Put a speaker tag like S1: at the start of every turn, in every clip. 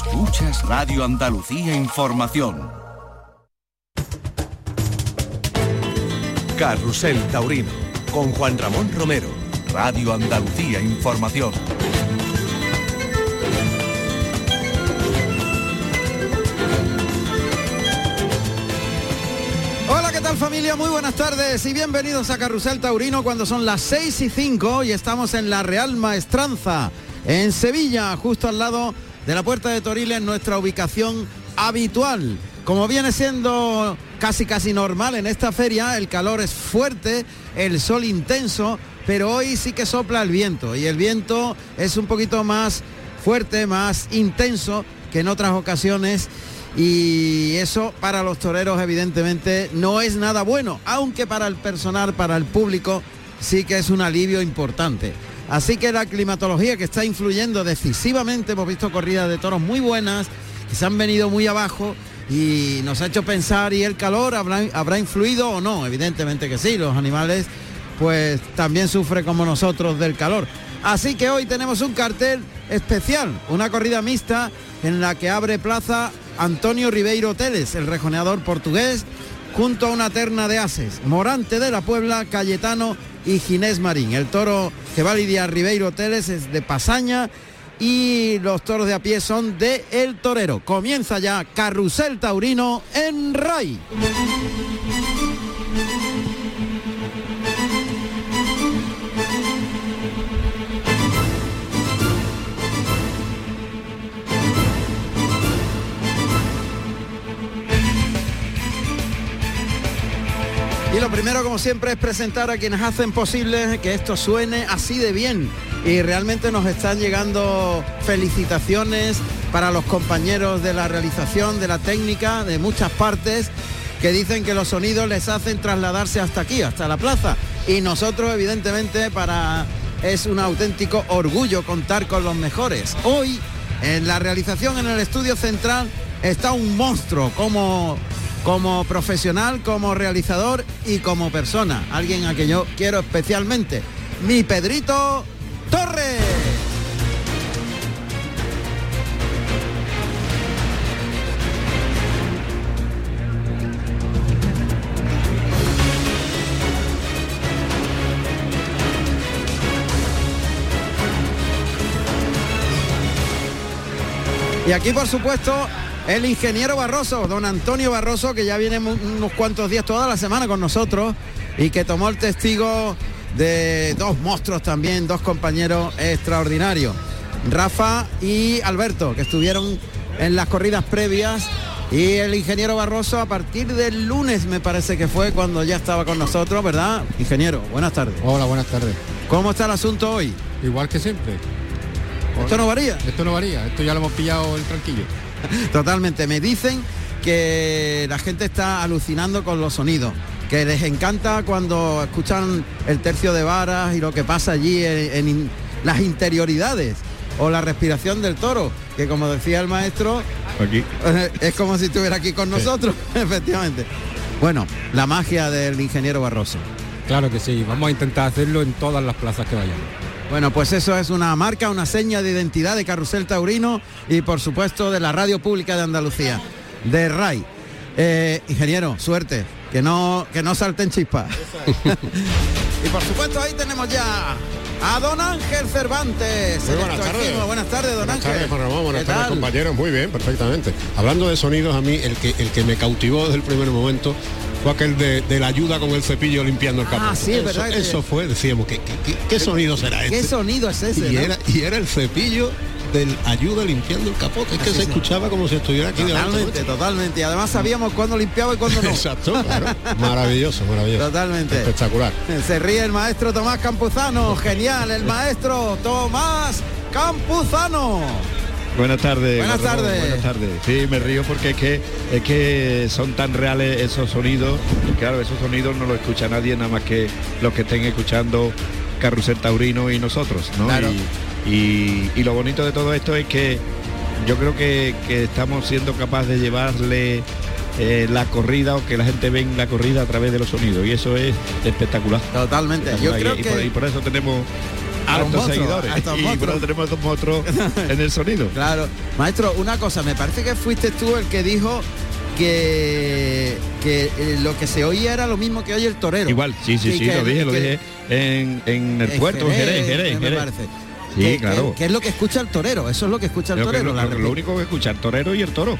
S1: Escuchas Radio Andalucía Información. Carrusel Taurino con Juan Ramón Romero. Radio Andalucía Información.
S2: Hola, ¿qué tal familia? Muy buenas tardes y bienvenidos a Carrusel Taurino cuando son las 6 y 5 y estamos en la Real Maestranza, en Sevilla, justo al lado de la Puerta de Toriles, nuestra ubicación habitual. Como viene siendo casi casi normal en esta feria, el calor es fuerte, el sol intenso, pero hoy sí que sopla el viento y el viento es un poquito más fuerte, más intenso que en otras ocasiones y eso para los toreros evidentemente no es nada bueno, aunque para el personal, para el público sí que es un alivio importante. Así que la climatología que está influyendo decisivamente, hemos visto corridas de toros muy buenas, que se han venido muy abajo y nos ha hecho pensar y el calor habrá, habrá influido o no, evidentemente que sí, los animales pues también sufre como nosotros del calor. Así que hoy tenemos un cartel especial, una corrida mixta en la que abre plaza Antonio Ribeiro Teles, el rejoneador portugués, junto a una terna de ases, Morante de la Puebla, Cayetano y Ginés Marín. El toro que va a lidiar Ribeiro Teles es de Pasaña y los toros de a pie son de El Torero. Comienza ya Carrusel Taurino en RAI. Y lo primero, como siempre, es presentar a quienes hacen posible que esto suene así de bien. Y realmente nos están llegando felicitaciones para los compañeros de la realización, de la técnica, de muchas partes, que dicen que los sonidos les hacen trasladarse hasta aquí, hasta la plaza. Y nosotros, evidentemente, para... Es un auténtico orgullo contar con los mejores. Hoy, en la realización en el estudio central, está un monstruo como como profesional, como realizador y como persona. Alguien a quien yo quiero especialmente. Mi Pedrito Torres. Y aquí, por supuesto, el ingeniero Barroso, don Antonio Barroso, que ya viene unos cuantos días, toda la semana con nosotros y que tomó el testigo de dos monstruos también, dos compañeros extraordinarios, Rafa y Alberto, que estuvieron en las corridas previas. Y el ingeniero Barroso a partir del lunes me parece que fue cuando ya estaba con nosotros, ¿verdad? Ingeniero, buenas tardes.
S3: Hola, buenas tardes.
S2: ¿Cómo está el asunto hoy?
S3: Igual que siempre.
S2: ¿Esto no varía?
S3: Esto no varía, esto ya lo hemos pillado el tranquillo.
S2: Totalmente, me dicen que la gente está alucinando con los sonidos, que les encanta cuando escuchan el tercio de varas y lo que pasa allí en, en las interioridades o la respiración del toro, que como decía el maestro,
S4: aquí.
S2: es como si estuviera aquí con nosotros, sí. efectivamente. Bueno, la magia del ingeniero Barroso.
S3: Claro que sí, vamos a intentar hacerlo en todas las plazas que vayamos.
S2: Bueno, pues eso es una marca, una seña de identidad de Carrusel Taurino y por supuesto de la Radio Pública de Andalucía, de RAI. Eh, ingeniero, suerte, que no, que no salten chispas. y por supuesto ahí tenemos ya a don Ángel Cervantes.
S5: Muy buenas tardes.
S2: Buenas tardes, don
S5: buenas
S2: Ángel.
S5: Tardes, Juan Ramón. Buenas tardes, compañeros. Muy bien, perfectamente. Hablando de sonidos, a mí el que, el que me cautivó desde el primer momento fue aquel de, de la ayuda con el cepillo limpiando el capó.
S2: Ah, sí,
S5: eso,
S2: verdad que-
S5: Eso fue, decíamos, ¿qué, qué, qué- qué sonido será
S2: ¿Qué
S5: este?
S2: sonido es ese?
S5: y,
S2: no?
S5: era, y era el cepillo del ayuda limpiando el capote, es que se escuchaba como si estuviera aquí
S2: Totalmente,
S5: delante.
S2: totalmente. Y además sabíamos cuándo limpiaba y cuándo no.
S5: Exacto, claro. Maravilloso, maravilloso.
S2: Totalmente.
S5: Espectacular.
S2: Se ríe el maestro Tomás Campuzano. Genial, el maestro Tomás Campuzano.
S4: Buenas tardes.
S2: Buenas
S4: Juan Ramón,
S2: tardes.
S4: Buenas tardes. Sí, me río porque es que es que son tan reales esos sonidos. Claro, esos sonidos no los escucha nadie nada más que los que estén escuchando Carrusel Taurino y nosotros, ¿no?
S2: Claro.
S4: Y, y- y lo bonito de todo esto es que yo creo que, que estamos siendo capaces de llevarle eh, la corrida o que la gente ve la corrida a través de los sonidos y eso es espectacular.
S2: Totalmente. Yo creo
S4: Espectacular. y, y por, y
S2: que
S4: por eso tenemos hartos
S2: monstruos,
S4: seguidores.
S2: hartos
S4: y
S2: monstruos.
S4: bueno, tenemos dos monstruos en el sonido.
S2: Claro. Maestro, una cosa, me parece que fuiste tú el que dijo que, que eh, lo que se oía era lo mismo que oye el torero.
S4: Igual, sí, sí,
S2: Y
S4: sí,
S2: que-
S4: lo dije, lo
S2: que-
S4: dije en, en el
S2: en
S4: puerto, en Jerez, Jerez,
S2: me
S4: Jerez.
S2: parece.
S4: Sí,
S2: Que- que-
S4: claro.
S2: Que, es lo que escucha el torero, eso es lo que escucha el
S4: Creo que
S2: torero.
S4: lo,
S2: la
S4: lo- lo
S2: repite.
S4: único que escuchar torero y el toro.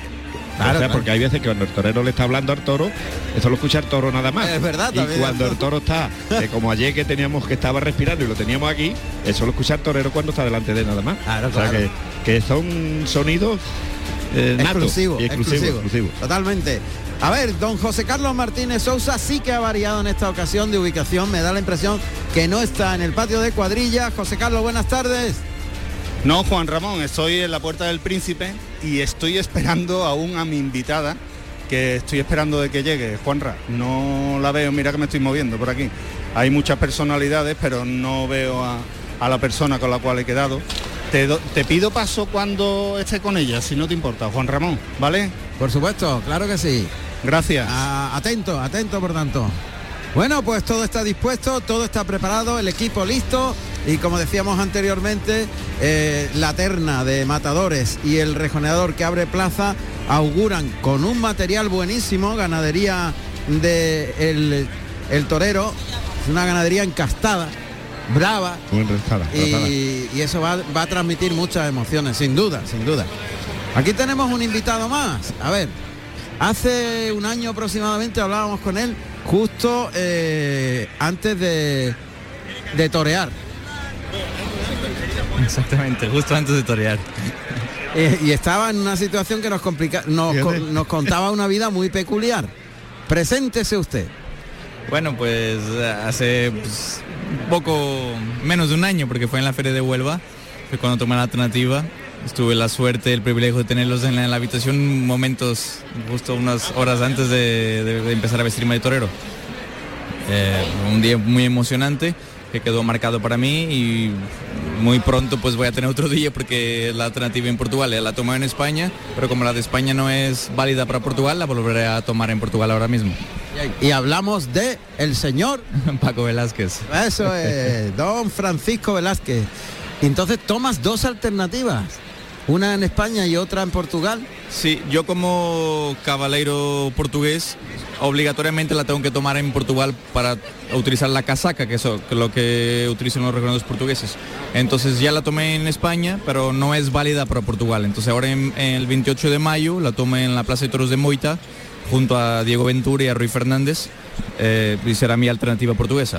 S2: Claro,
S4: O sea,
S2: claro.
S4: porque hay veces que cuando el torero le está hablando al toro, eso lo escucha el toro nada más.
S2: Es verdad,
S4: Y
S2: también.
S4: cuando el toro está, eh, como ayer que teníamos que estaba respirando y lo teníamos aquí, eso lo escucha el torero cuando está delante de él nada más.
S2: Claro,
S4: o sea,
S2: claro.
S4: que, que son sonidos eh, natos
S2: exclusivo,
S4: y exclusivos,
S2: exclusivo,
S4: exclusivos.
S2: Totalmente. A ver, don José Carlos Martínez Sousa sí que ha variado en esta ocasión de ubicación. Me da la impresión que no está en el patio de cuadrilla. José Carlos, buenas tardes.
S6: No, Juan Ramón, estoy en la Puerta del Príncipe y estoy esperando aún a mi invitada, que estoy esperando de que llegue, Juanra. No la veo, mira que me estoy moviendo por aquí. Hay muchas personalidades, pero no veo a, a la persona con la cual he quedado. Te, do- te pido paso cuando esté con ella, si no te importa, Juan Ramón, ¿vale?
S2: Por supuesto, claro que sí.
S6: Gracias.
S2: Ah, atento, atento por tanto. Bueno, pues todo está dispuesto, todo está preparado, el equipo listo y como decíamos anteriormente, eh, la terna de matadores y el rejoneador que abre plaza auguran con un material buenísimo, ganadería de el, el torero, es una ganadería encastada, brava
S4: Muy enrezada, tratada.
S2: y, y eso va, va a transmitir muchas emociones, sin duda, sin duda. Aquí tenemos un invitado más. A ver, hace un año aproximadamente hablábamos con él justo eh, antes de, de torear.
S7: Exactamente, justo antes de torear.
S2: Eh, y estaba en una situación que nos, complica, nos,
S4: Fíjate.
S2: con- nos contaba una vida muy peculiar. Preséntese usted.
S7: Bueno, pues hace pues, un poco menos de un año, porque fue en la Feria de Huelva, fue cuando tomé la alternativa. Tuve la suerte, el privilegio de tenerlos en la, en la habitación momentos, justo unas horas antes de, de- de empezar a vestirme de torero. Eh, un día muy emocionante que quedó marcado para mí y muy pronto pues voy a tener otro día porque la alternativa en Portugal eh, la tomé en España, pero como la de España no es válida para Portugal, la volveré a tomar en Portugal ahora mismo.
S2: Y hablamos de el señor
S7: Paco Velázquez.
S2: Eso es, don Francisco Velázquez. Entonces tomas dos alternativas, una en España y otra en Portugal.
S7: Sí, yo como caballero portugués obligatoriamente la tengo que tomar en Portugal para utilizar la casaca, que es lo que utilizan los reconocidos portugueses. Entonces ya la tomé en España, pero no es válida para Portugal. Entonces ahora en, en el 28 de mayo la tomé en la Plaza de Toros de Moita, junto a Diego Ventura y a Rui Fernández, eh, y será mi alternativa portuguesa.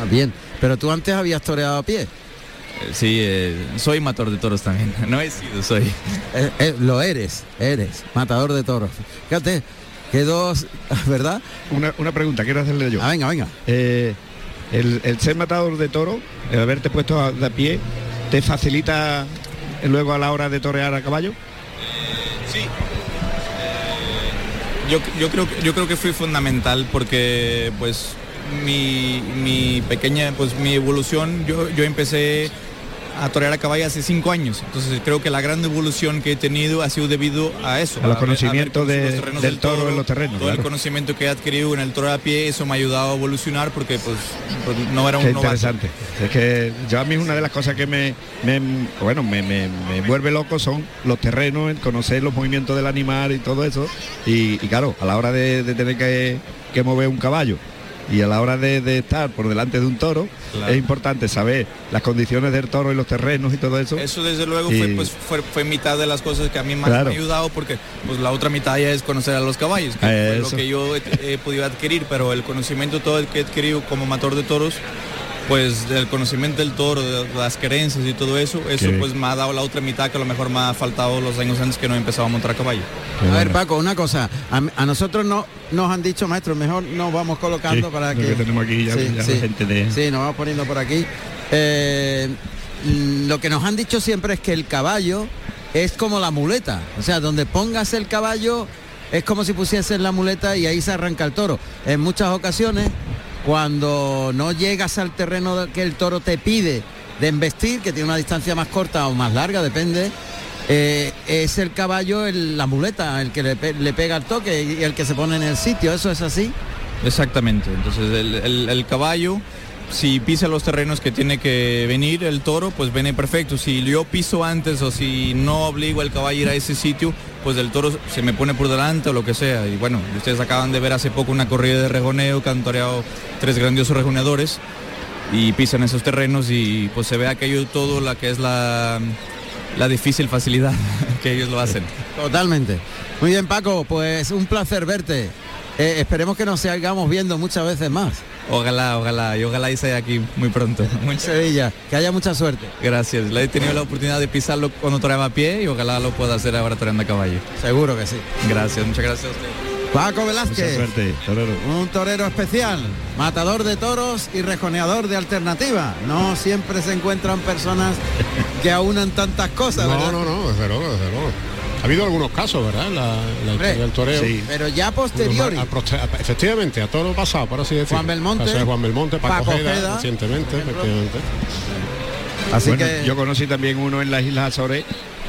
S2: Ah, bien, pero tú antes habías toreado a pie.
S7: Eh, Sí, eh, soy matador de toros también. No he sido, soy.
S2: Eh, eh, lo eres, eres, matador de toros. Fíjate, que dos, ¿verdad?
S4: Una, una pregunta, quiero hacerle yo.
S2: Ah, venga, venga.
S4: Eh, el, el ser matador de toro, el haberte puesto a, de a pie, ¿te facilita eh, luego a la hora de torear a caballo?
S7: Yo, yo creo, que- yo creo que fui fundamental porque pues mi, mi pequeña, pues mi evolución, yo, yo empecé a torear a caballo hace cinco años. Entonces creo que la gran evolución que he tenido ha sido debido a eso.
S4: A los
S7: ver-
S4: conocimientos
S7: ver
S4: de-
S7: los terrenos
S4: del toro en los terrenos,
S7: Todo el
S4: claro.
S7: conocimiento que he adquirido en el toro a pie, eso me ha ayudado a evolucionar porque pues, pues, no era
S4: Qué
S7: un novato.
S4: interesante. Es que yo a mí una de las cosas que me, me- bueno, me, me- me vuelve loco son los terrenos, el conocer los movimientos del animal y todo eso. Y, y claro, a la hora de, de tener que, que mover un caballo y a la hora de, de estar por delante de un toro,
S7: Claro.
S4: es importante saber las condiciones del toro y los terrenos y todo eso.
S7: Eso desde luego
S4: Y-
S7: fue, pues, fue, fue mitad de las cosas que a mí más
S4: Claro.
S7: me ha ayudado porque pues, la otra mitad ya es conocer a los caballos, que
S4: Eh,
S7: fue lo
S4: eso.
S7: que yo he, he podido adquirir, pero el conocimiento todo el que he adquirido como matador de toros, pues del conocimiento del toro, de las creencias y todo eso, eso
S4: Qué bien.
S7: pues me ha dado la otra mitad que a lo mejor me ha faltado los años antes que no he empezado a montar caballo.
S2: A ver, Paco, una cosa. A, a nosotros no nos han dicho, maestro, mejor nos vamos colocando
S4: Sí,
S2: para
S4: lo
S2: que...
S4: que tenemos aquí ya- ya la gente de-
S2: Sí, nos vamos poniendo por aquí. Eh, mm, lo que nos han dicho siempre es que el caballo es como la muleta. O sea, donde pongas el caballo es como si pusieses la muleta y ahí se arranca el toro. En muchas ocasiones, cuando no llegas al terreno que el toro te pide de embestir, que tiene una distancia más corta o más larga, depende, eh, es el caballo, el- la muleta, el que le, pe- le pega el toque y el que se pone en el sitio. Eso es así.
S7: Exactamente, entonces el, el- el caballo si pisa los terrenos que tiene que venir el toro, pues viene perfecto. Si yo piso antes o si no obligo al caballo a ir a ese sitio, pues el toro se me pone por delante o lo que sea. Y bueno, ustedes acaban de ver hace poco una corrida de rejoneo, cantoreado tres grandiosos rejoneadores y pisan esos terrenos y pues se ve aquello todo la que es la, la difícil facilidad que ellos lo hacen.
S2: Totalmente. Muy bien, Paco, pues un placer verte. Eh, esperemos que nos sigamos viendo muchas veces más.
S7: Ojalá, ojalá, y ojalá esté aquí muy pronto.
S2: En Sevilla, que haya mucha suerte.
S7: Gracias. Le he tenido la oportunidad de pisarlo cuando toreaba a pie y ojalá lo pueda hacer ahora toreando a caballo.
S2: Seguro que sí.
S7: Gracias, muchas gracias a ustedes.
S2: Paco
S4: Mucha
S2: Velázquez,
S4: suerte, torero.
S2: un torero especial, matador de toros y rejoneador de alternativa. No siempre se encuentran personas que aunan tantas cosas,
S5: No,
S2: ¿verdad?
S5: no, no, desde luego, desde luego. Ha habido algunos casos, ¿verdad? En la, en la historia del toreo.
S4: sí.
S2: Pero ya
S5: Unos
S2: posteriori.
S5: a- a proste- a- efectivamente, a todo lo pasado, por así decirlo.
S2: Juan Belmonte.
S5: Pasó de Juan Belmonte, Paco,
S2: Paco
S5: Ojeda,
S2: Ojeda,
S5: recientemente, efectivamente.
S2: Así
S4: Bueno,
S2: que
S4: yo conocí también uno en las Islas Azores,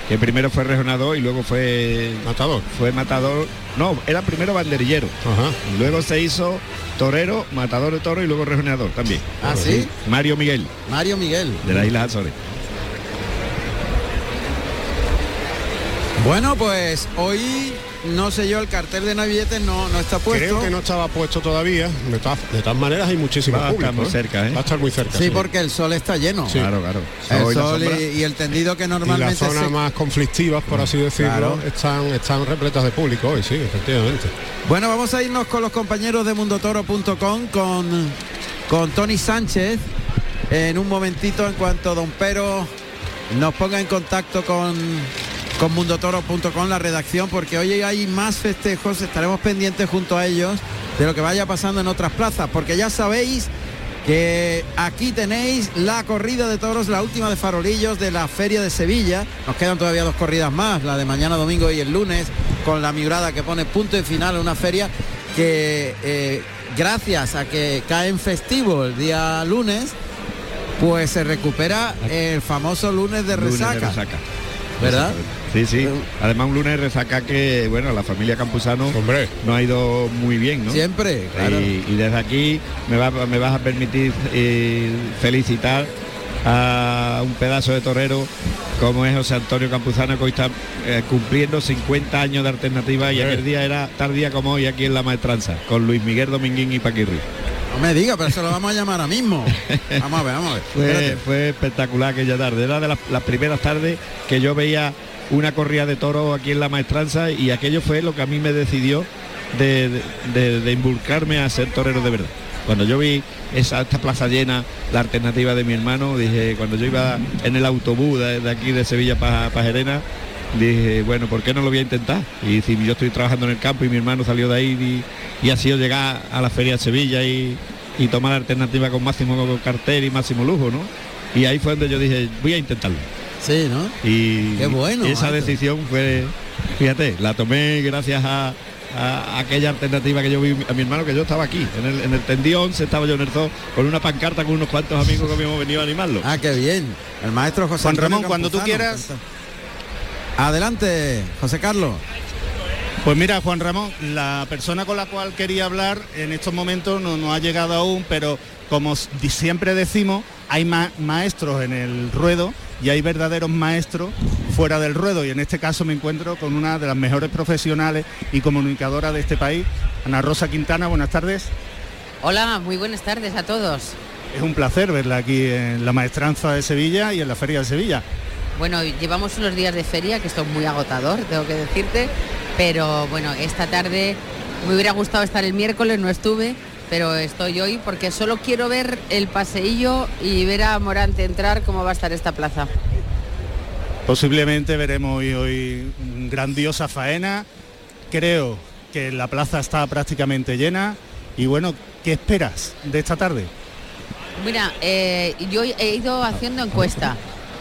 S4: que primero fue rejonador y luego fue,
S5: Matador.
S4: fue matador. No, era primero banderillero.
S5: Ajá.
S4: Y Luego se hizo torero, matador de toro y luego rejoneador también.
S2: Ah, ¿sí?
S4: Mario Miguel,
S2: Mario Miguel.
S4: de las
S7: Ah,
S4: Islas Azores.
S2: Bueno, pues hoy no sé yo, el cartel de navilletes no, no está puesto.
S5: Creo que no estaba puesto todavía. De todas, de todas maneras hay muchísimo
S4: Va a
S5: público.
S4: estar muy cerca, ¿eh?
S5: Va a estar muy cerca.
S2: Sí, porque el sol está lleno.
S5: Sí.
S4: Claro, claro.
S2: El
S4: Hoy la
S2: sol y,
S4: sombra.
S2: y el tendido que
S5: Y las
S2: normalmente
S5: zonas
S2: se-
S5: más conflictivas, por así decirlo,
S2: Claro.
S5: están, están repletas de público hoy, sí, efectivamente.
S2: Bueno, vamos a irnos con los compañeros de mundotoro.com con, con Tony Sánchez. En un momentito, en cuanto Don Pero nos ponga en contacto con, con mundotoro.com, la redacción, porque hoy hay más festejos, estaremos pendientes junto a ellos de lo que vaya pasando en otras plazas, porque ya sabéis que aquí tenéis la corrida de toros, la última de farolillos de la Feria de Sevilla. Nos quedan todavía dos corridas más, la de mañana domingo y el lunes, con la miurada que pone punto y final a una feria que eh, gracias a que cae en festivo el día lunes, pues se recupera el famoso lunes de
S4: Lunes de
S2: resaca,
S4: resaca.
S2: ¿verdad? Em.
S4: Sí, sí. Además un lunes de resaca que, bueno, la familia Campuzano
S5: Hombre,
S4: no ha ido muy bien, ¿no?
S2: Siempre, claro.
S4: Y, y desde aquí me, va- me vas a permitir eh, felicitar a un pedazo de torero como es José Antonio Campuzano, que hoy está eh, cumpliendo 50 años de alternativa y
S5: Hombre.
S4: aquel día era tardía como hoy aquí en La Maestranza, con Luis Miguel Dominguín y Paquirri.
S2: No me diga, pero se lo vamos a llamar ahora mismo. Vamos a ver, vamos a ver.
S4: Fue,
S2: Espérate.
S4: fue espectacular aquella tarde, era de las, las primeras tardes que yo veía una corrida de toros aquí en La Maestranza y aquello fue lo que a mí me decidió de, de, de- de involucrarme a ser torero de verdad. Cuando yo vi esa, esta plaza llena, la alternativa de mi hermano, dije, cuando yo iba en el autobús de, de aquí de Sevilla para Jerena, dije, bueno, ¿por qué no lo voy a intentar? Y si yo estoy trabajando en el campo y mi hermano salió de ahí y, y ha sido llegar a la feria de Sevilla y, y tomar alternativa con máximo cartel y máximo lujo, ¿no? Y ahí fue donde yo dije, voy a intentarlo.
S2: Sí, ¿no?
S4: Y,
S2: Qué bueno,
S4: y esa
S2: macho.
S4: decisión fue, fíjate, la tomé gracias a, a aquella alternativa que yo vi a mi hermano, que yo estaba aquí, en el, en el tendido 11 estaba yo en el zoo, con una pancarta con unos cuantos amigos que habíamos venido a animarlo.
S2: Ah, qué bien. El maestro José
S6: Juan
S2: Antonio
S6: Ramón, cuando tú
S2: Campuzano.
S6: quieras.
S2: Adelante, José Carlos.
S6: Pues mira, Juan Ramón, la persona con la cual quería hablar en estos momentos no, no ha llegado aún, pero como s- di- siempre decimos, hay ma- maestros en el ruedo y hay verdaderos maestros fuera del ruedo. Y en este caso me encuentro con una de las mejores profesionales y comunicadoras de este país, Ana Rosa Quintana. Buenas tardes.
S8: Hola, muy buenas tardes a todos.
S6: Es un placer verla aquí en la Maestranza de Sevilla y en la Feria de Sevilla.
S8: Bueno, llevamos unos días de feria, que esto es muy agotador, tengo que decirte, pero bueno, esta tarde me hubiera gustado estar el miércoles, no estuve, pero estoy hoy porque solo quiero ver el paseillo y ver a Morante entrar cómo va a estar esta plaza.
S6: Posiblemente veremos hoy, hoy un grandiosa faena. Creo que la plaza está prácticamente llena. Y bueno, ¿qué esperas de esta tarde?
S8: Mira, eh, yo he ido haciendo encuesta.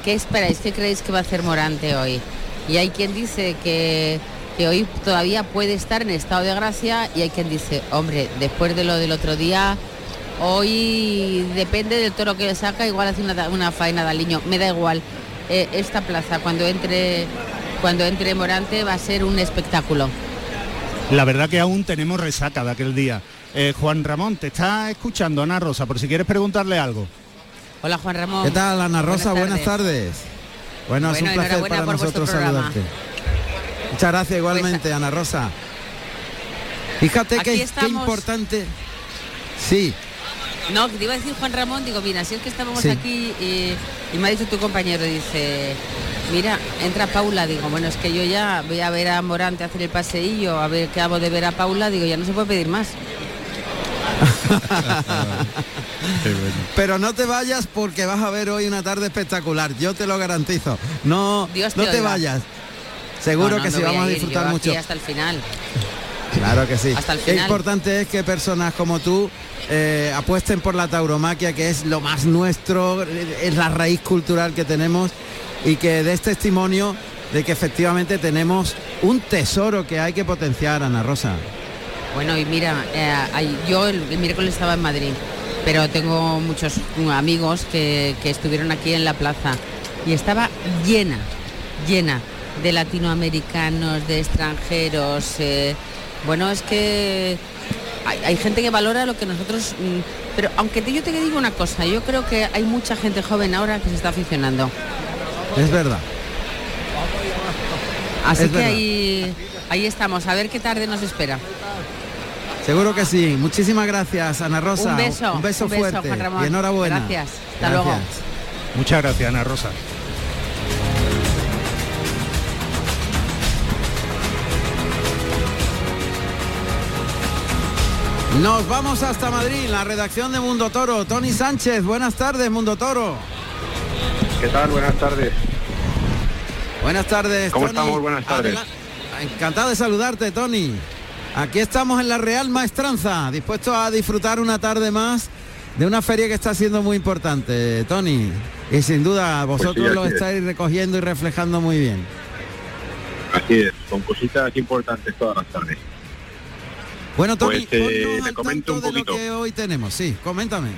S8: ¿Qué esperáis? ¿Qué creéis que va a hacer Morante hoy? Y hay quien dice que, que hoy todavía puede estar en estado de gracia y hay quien dice, hombre, después de lo del otro día, hoy depende del toro que le saca, igual hace una, da- una faena de aliño. Me da igual. Eh, esta plaza, cuando entre, cuando entre Morante, va a ser un espectáculo.
S6: La verdad que aún tenemos resaca de aquel día. Eh, Juan Ramón, te está escuchando Ana Rosa, por si quieres preguntarle algo.
S8: Hola Juan Ramón.
S2: ¿Qué tal, Ana Rosa? Buenas
S8: Buenas
S2: tardes. Bueno, es
S8: Bueno,
S2: un placer
S8: enhorabuena
S2: para
S8: por vuestro
S2: nosotros
S8: programa.
S2: saludarte. Muchas gracias igualmente,
S8: Pues,
S2: Ana Rosa. Fíjate
S8: aquí
S2: que qué
S8: estamos.
S2: importante. Sí,
S8: No, que te iba a decir Juan Ramón, digo, mira, si es que estábamos
S2: Sí.
S8: aquí y, y me ha dicho tu compañero, dice, mira, entra Paula, digo, bueno, es que yo ya voy a ver a Morante a hacer el paseillo, a ver qué hago de ver a Paula, digo, ya no se puede pedir más.
S2: pero no te vayas porque vas a ver hoy una tarde espectacular, yo te lo garantizo. No,
S8: Dios te
S2: no te
S8: oiga.
S2: vayas. Seguro
S8: No, no,
S2: que
S8: no
S2: sí,
S8: voy
S2: vamos a
S8: ir,
S2: disfrutar
S8: yo aquí
S2: mucho.
S8: hasta el final.
S2: Claro que sí.
S8: Hasta el
S2: Qué
S8: final.
S2: importante es que personas como tú eh, apuesten por la tauromaquia, que es lo más nuestro, eh, es la raíz cultural que tenemos y que des testimonio de que efectivamente tenemos un tesoro que hay que potenciar, Ana Rosa.
S8: Bueno, y mira, eh, ay- yo el, el miércoles estaba en Madrid, pero tengo muchos mm, amigos que, que estuvieron aquí en la plaza y estaba llena, llena de latinoamericanos, de extranjeros. eh, bueno, es que hay, hay gente que valora lo que nosotros... mm, pero aunque te- yo te digo una cosa, yo creo que hay mucha gente joven ahora que se está aficionando.
S2: Es verdad.
S8: Así
S2: Es
S8: que
S2: verdad.
S8: ahí, ahí estamos, a ver qué tarde nos espera.
S2: Seguro que sí. Muchísimas gracias, Ana Rosa.
S8: un beso,
S2: Un beso fuerte.
S8: Juan Ramón.
S2: Y enhorabuena.
S8: Gracias. Hasta
S2: Gracias.
S8: luego.
S6: Muchas gracias, Ana Rosa.
S2: Nos vamos hasta Madrid, la redacción de Mundo Toro. Tony Sánchez, buenas tardes, Mundo Toro.
S9: ¿Qué tal? Buenas tardes.
S2: Buenas tardes.
S9: ¿Cómo
S2: Tony.
S9: estamos? Buenas tardes.
S2: Adela- Encantado de saludarte, Tony. Aquí estamos en la Real Maestranza, dispuestos a disfrutar una tarde más de una feria que está siendo muy importante, Tony. Y sin duda vosotros
S9: Pues así
S2: lo
S9: es.
S2: estáis recogiendo y reflejando muy bien.
S9: Así es, con cositas importantes todas las tardes.
S2: Bueno, Tony,
S9: Pues, eh,
S2: ponnos
S9: te
S2: al
S9: comento
S2: tanto
S9: un
S2: de lo
S9: poquito.
S2: que hoy tenemos. Sí, coméntame.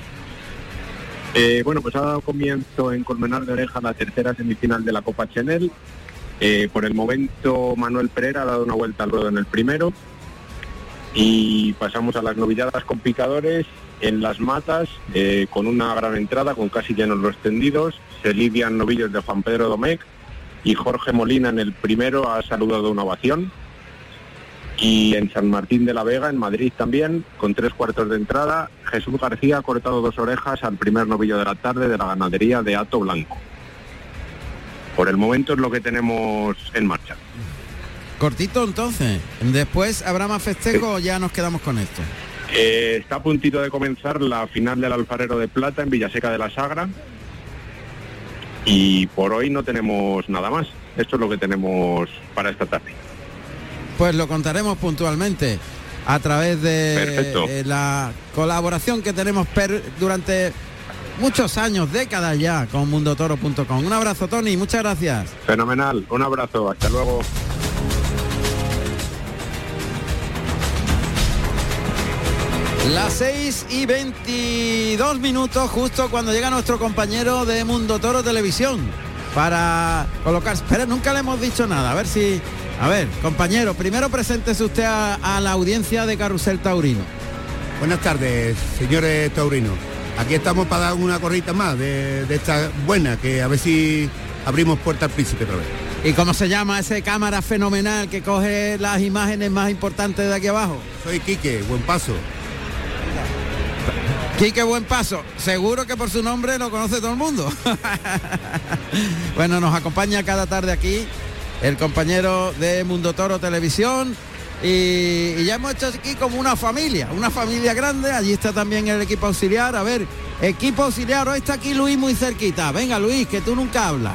S9: Eh, bueno, pues ha dado comienzo en Colmenar de Oreja la tercera semifinal de la Copa Chanel. Eh, por el momento Manuel Pereira ha dado una vuelta al ruedo en el primero. Y pasamos a las novilladas con picadores en las matas, eh, con una gran entrada, con casi llenos los tendidos. Se lidian novillos de Juan Pedro Domecq y Jorge Molina en el primero ha saludado una ovación. Y en San Martín de la Vega, en Madrid también, con tres cuartos de entrada, Jesús García ha cortado dos orejas al primer novillo de la tarde de la ganadería de Ato Blanco. Por el momento es lo que tenemos en marcha.
S2: Cortito entonces. Después habrá más festejo o ya nos quedamos con esto.
S9: Eh, está a puntito de comenzar la final del Alfarero de Plata en Villaseca de la Sagra. Y por hoy no tenemos nada más. Esto es lo que tenemos para esta tarde.
S2: Pues lo contaremos puntualmente a través de
S9: Perfecto.
S2: eh, la colaboración que tenemos per- durante muchos años, décadas ya, con mundotoro.com. Un abrazo, Tony, muchas gracias.
S9: Fenomenal. Un abrazo. Hasta luego.
S2: Las 6 y 22 minutos, justo cuando llega nuestro compañero de Mundo Toro Televisión para colocar. Espera, nunca le hemos dicho nada. A ver si. A ver, compañero, primero preséntese usted a, a la audiencia de Carrusel Taurino.
S10: Buenas tardes, señores taurinos. Aquí estamos para dar una corrita más de, de esta buena, que a ver si abrimos puerta al príncipe otra vez.
S2: ¿Y cómo se llama ese cámara fenomenal que coge las imágenes más importantes de aquí abajo?
S10: Soy Quique, buen paso.
S2: Quique Buen Paso, seguro que por su nombre lo conoce todo el mundo. bueno, nos acompaña cada tarde aquí el compañero de Mundo Toro Televisión y, y ya hemos hecho aquí como una familia, una familia grande. Allí está también el equipo auxiliar. A ver, equipo auxiliar, hoy está aquí Luis muy cerquita. Venga Luis, que tú nunca hablas.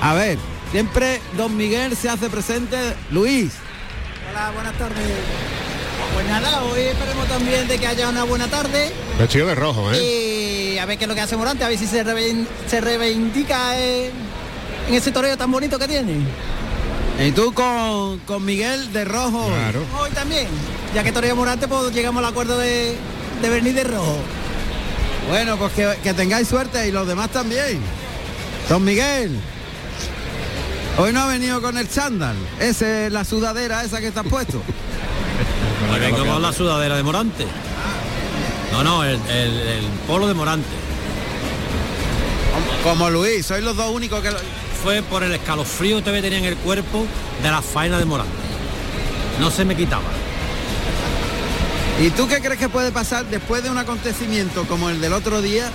S2: A ver, siempre don Miguel se hace presente. Luis. Hola, buenas tardes. Pues nada, hoy esperemos también de que haya una buena tarde.
S5: Vestido de rojo, ¿eh?
S11: Y a ver qué es lo que hace Morante, a ver si se, revein- se reivindica eh, en ese toreo tan bonito que tiene.
S2: Y tú con, con Miguel de Rojo.
S5: Claro.
S11: Hoy también, ya que toreo Morante, pues llegamos al acuerdo de, de venir de rojo.
S2: Bueno, pues que, que tengáis suerte y los demás también. Don Miguel. Hoy no ha venido con el chándal. Ese, la sudadera esa que estás puesto.
S11: Vengo con la sudadera de Morante.
S12: No, no, el, el- el polo de Morante.
S2: Como Luis, sois los dos únicos que...
S12: Fue por el escalofrío que todavía tenía en el cuerpo de la faena de Morante. No se me quitaba.
S2: ¿Y tú qué crees que puede pasar después de un acontecimiento como el del otro día?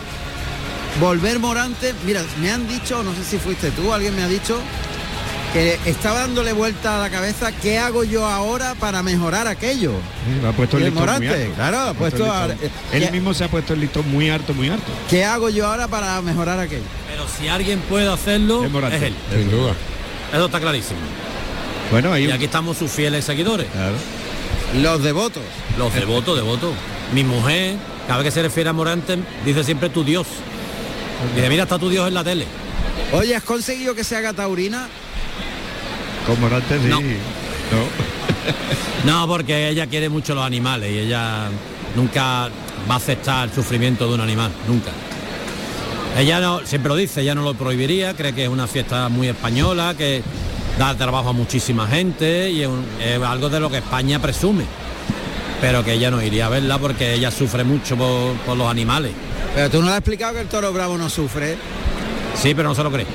S2: Volver Morante, mira, me han dicho, no sé si fuiste tú, alguien me ha dicho que estaba dándole vuelta a la cabeza, ¿qué hago yo ahora para mejorar aquello?
S4: Sí, lo ha puesto el
S2: Y el
S4: listón muy
S2: Morante,
S4: alto.
S2: claro, ha puesto
S4: el
S2: a-
S4: listón.
S2: eh,
S4: Él
S2: ya-
S4: mismo se ha puesto el listón muy alto, muy alto.
S2: ¿Qué hago yo ahora para mejorar aquello?
S12: Pero si alguien puede hacerlo, es,
S4: Morante.
S12: él.
S5: Sin duda.
S12: Eso está clarísimo.
S4: Bueno,
S12: Y aquí estamos sus fieles seguidores.
S2: Los devotos.
S12: Los devotos, devotos. Mi mujer, cada vez que se refiere a Morante, dice siempre tu Dios. Dice, mira, está tu Dios en la tele.
S2: Oye, ¿has conseguido que se haga taurina?
S4: Con Morante sí. No.
S12: No, porque ella quiere mucho los animales y ella nunca va a aceptar el sufrimiento de un animal, nunca. Ella no, siempre lo dice, ella no lo prohibiría, cree que es una fiesta muy española, que da trabajo a muchísima gente y es, un- es algo de lo que España presume. Pero que ella no iría a verla porque ella sufre mucho por, por los animales.
S2: Pero tú no le has explicado que el toro bravo no sufre.
S12: Sí, pero no se lo cree.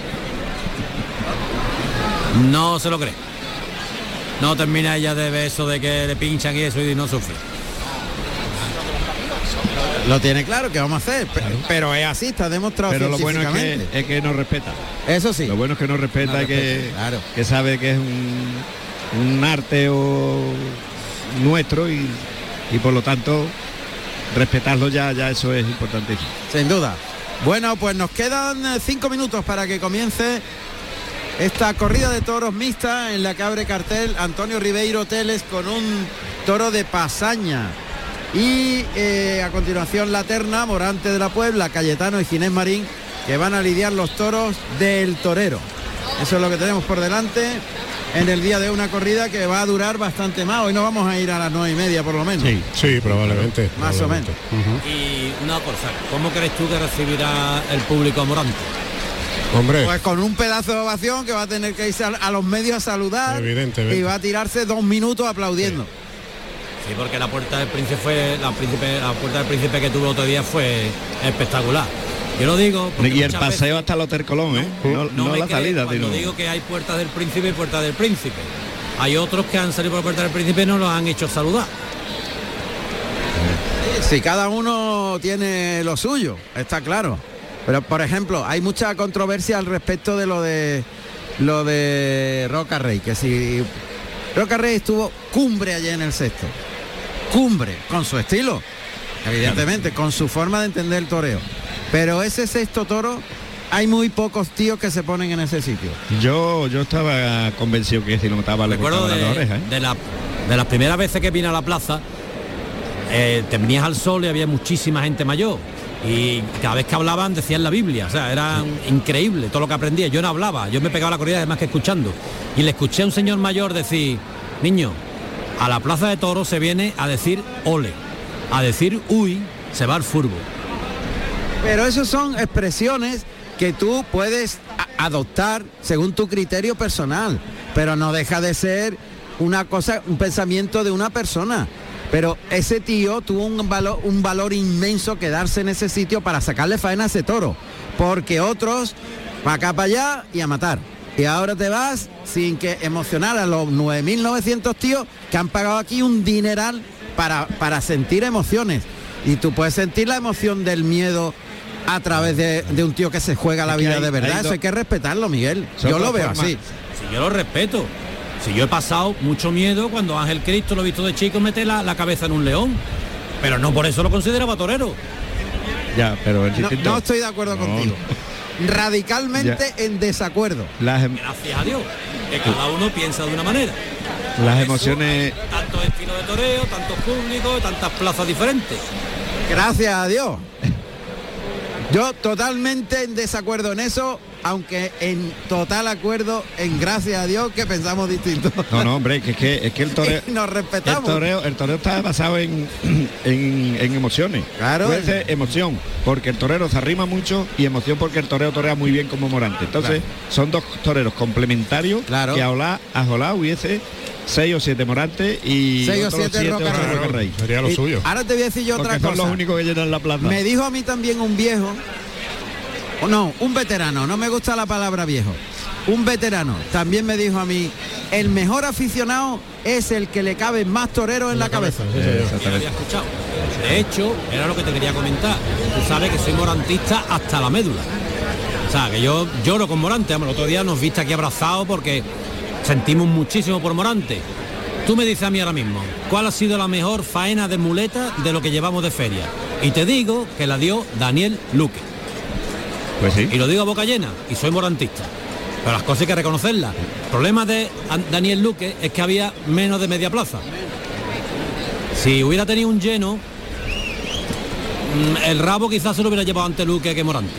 S12: No se lo cree. No termina ella de ver eso de que le pinchan y eso y no sufre.
S2: Lo tiene claro que vamos a hacer, pe- pero es así, está demostrado
S4: Pero lo bueno es
S2: científicamente.
S4: que, es que nos respeta.
S2: Eso sí.
S4: Lo bueno es que nos respeta,
S2: Nos
S4: y que,
S2: respeta,
S4: que sabe que es un, un arte o nuestro y, y por lo tanto respetarlo ya, ya eso es importantísimo.
S2: Sin duda. Bueno, pues nos quedan eh, cinco minutos para que comience esta corrida de toros mixta en la que abre cartel Antonio Ribeiro Teles con un toro de pasaña. Y eh, a continuación la terna, Morante de la Puebla, Cayetano y Ginés Marín, que van a lidiar los toros del torero. Eso es lo que tenemos por delante en el día de una corrida que va a durar bastante más. Hoy no vamos a ir a las nueve y media por lo menos.
S5: Sí, probablemente.
S2: Más o
S5: probablemente.
S12: Y una cosa, ¿cómo crees tú que recibirá el público a Morante?
S5: Hombre.
S2: Pues con un pedazo de ovación que va a tener que irse a, a los medios a saludar
S12: Evidentemente.
S2: y va a tirarse dos minutos aplaudiendo.
S12: Sí, porque la puerta del príncipe fue, la, príncipe, la puerta del príncipe que tuvo otro día fue espectacular. Yo lo digo. porque
S4: Y el
S12: muchas veces
S4: paseo hasta el Hotel Colón, ¿eh? No,
S12: no
S4: no
S12: me
S4: la
S12: creen
S4: salida,
S12: cuando
S4: sino-
S12: digo que hay puertas del príncipe y puertas del príncipe. Hay otros que han salido por la puerta del príncipe y no los han hecho saludar.
S2: Si cada uno tiene lo suyo, está claro. Pero por ejemplo, hay mucha controversia al respecto de lo de lo de Roca Rey, que si Roca Rey estuvo cumbre ayer en el sexto. Cumbre, con su estilo, evidentemente, con su forma de entender el toreo. Pero ese sexto toro, hay muy pocos tíos que se ponen en ese sitio.
S4: Yo, yo estaba convencido que si no estaba le
S12: Recuerdo
S4: cortaba
S12: de,
S4: las orejas, ¿eh?
S12: de la- de las primeras veces que vine a la plaza, eh, te venías al sol y había muchísima gente mayor. Y cada vez que hablaban decían la Biblia, o sea, era increíble todo lo que aprendía. Yo no hablaba, yo me pegaba la corrida además que escuchando. Y le escuché a un señor mayor decir, niño, a la plaza de toros se viene a decir ole, a decir uy, se va al furbo.
S2: Pero eso son expresiones que tú puedes a- adoptar según tu criterio personal, pero no deja de ser una cosa, un pensamiento de una persona. Pero ese tío tuvo un valor, un valor inmenso quedarse en ese sitio para sacarle faena a ese toro, porque otros para acá para allá y a matar. Y ahora te vas sin que emocionar a los 9.900 tíos que han pagado aquí un dineral para, para sentir emociones. Y tú puedes sentir la emoción del miedo a través de, de un tío que se juega la
S12: Es que
S2: vida
S12: hay-
S2: de
S12: hay
S2: verdad. Eso
S12: dos-
S2: hay que respetarlo, Miguel.
S12: Son
S2: Yo lo
S12: dos
S2: veo
S12: formas.
S2: así.
S12: Si yo lo respeto. Si yo he pasado mucho miedo cuando Ángel Cristo lo he visto de chico meter la, la cabeza en un león. Pero no por eso lo consideraba torero.
S4: Ya, pero el
S2: No,
S4: distinto-
S2: no estoy de acuerdo
S4: No,
S2: contigo. Radicalmente en desacuerdo.
S4: Las,
S12: Gracias a Dios. Que cada uno piensa de una manera.
S4: las emociones
S12: Tantos estilos de toreo, tantos públicos, tantas plazas diferentes.
S2: Gracias a Dios. Yo totalmente en desacuerdo en eso, aunque en total acuerdo en gracias a Dios que pensamos distinto.
S4: No, no, hombre, que es que, es que el toreo...
S2: Nos
S4: El
S2: respetamos.
S4: toreo, el toreo está basado en, en, en emociones.
S2: Claro.
S4: Puede ser emoción, porque el torero se arrima mucho y emoción porque el toreo torea muy bien como Morante. Entonces, son dos toreros complementarios que a Olá, a Olá hubiese 6 o 7 Morante y
S2: Seis o
S4: otros
S2: siete Roca
S4: otros
S2: Rey.
S4: Roca Rey.
S5: Sería lo
S2: Y suyo. ahora te voy a decir yo otra
S4: Porque
S2: cosa.
S4: Son los únicos que llenan la plaza.
S2: Me dijo a mí también un viejo, o no, un veterano, no me gusta la palabra viejo, un veterano también me dijo a mí, el mejor aficionado es el que le cabe más torero en la, cabeza.
S12: Ya lo había escuchado. De hecho, era lo que te quería comentar. Tú sabes que soy morantista hasta la médula. O sea, que yo lloro con Morante. Vamos, El otro día nos viste aquí abrazados porque sentimos muchísimo por Morante. Tú me dices a mí ahora mismo, ¿cuál ha sido la mejor faena de muleta de lo que llevamos de feria? Y te digo que la dio Daniel Luque.
S4: Pues sí.
S12: Y lo digo a boca llena, y soy morantista. Pero las cosas hay que reconocerlas. El problema de An- Daniel Luque es que había menos de media plaza. Si hubiera tenido un lleno, mm, el rabo quizás se lo hubiera llevado ante Luque que Morante.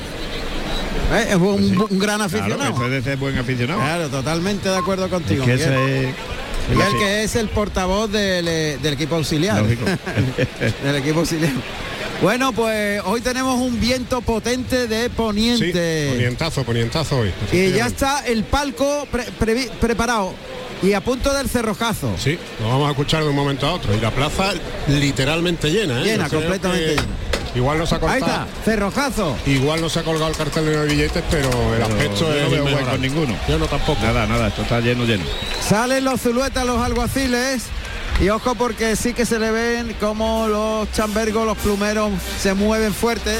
S2: Eh, Es un, un gran aficionado.
S4: Pues Claro, eso es de ser buen aficionado.
S2: Claro, totalmente de acuerdo contigo.
S4: Es que ese
S2: Miguel.
S4: es-
S2: Miguel,
S4: es la-
S2: que es el portavoz del, eh, del equipo auxiliar.
S4: Lógico.
S2: del equipo auxiliar. Bueno, pues hoy tenemos un viento potente de
S5: Sí,
S2: poniente.
S5: ponientazo, ponientazo hoy.
S2: Y ya está el palco pre- previ- preparado y a punto del cerrojazo.
S5: Sí, lo vamos a escuchar de un momento a otro. Y la plaza literalmente llena, ¿eh?
S2: Llena,
S5: Yo creo
S2: completamente
S5: que Igual no se ha
S2: Ahí
S5: cortado.
S2: está, cerrojazo.
S5: Igual no se ha colgado el cartel de los billetes, pero el
S4: Pero
S5: aspecto
S4: yo
S5: es
S4: no veo
S5: inmejorable.
S4: hueco en ninguno.
S5: Yo no tampoco.
S4: Nada, nada, esto está lleno, lleno.
S2: Salen los zuluetas, los alguaciles. Y ojo porque sí que se le ven como los chambergos, los plumeros se mueven fuerte.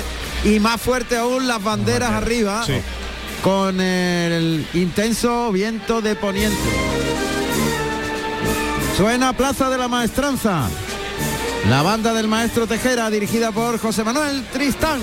S2: Y más fuerte aún las banderas arriba.
S5: Sí.
S2: Con el intenso viento de poniente. Suena Plaza de la Maestranza. La banda del maestro Tejera, dirigida por José Manuel Tristán.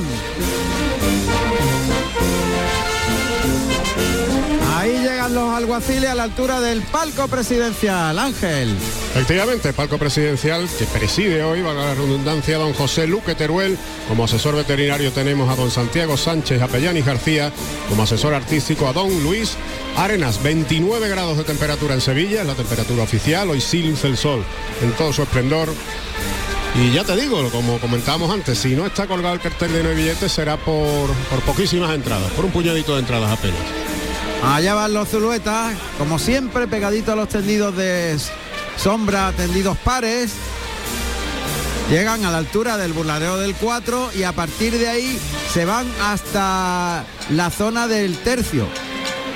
S2: Ahí llegan los alguaciles a la altura del palco presidencial. Ángel.
S5: Efectivamente, palco presidencial que preside hoy, valga la redundancia, don José Luque Teruel. Como asesor veterinario tenemos a don Santiago Sánchez Apellanis García. Como asesor artístico a don Luis Arenas. 29 grados de temperatura en Sevilla, es la temperatura oficial. Hoy silce el sol en todo su esplendor. Y ya te digo, como comentábamos antes, si no está colgado el cartel de nueve billetes será por, por poquísimas entradas, por un puñadito de entradas apenas.
S2: Allá van los zuluetas, como siempre, pegaditos a los tendidos de s- sombra, tendidos pares. Llegan a la altura del burladero del 4 y a partir de ahí se van hasta la zona del tercio.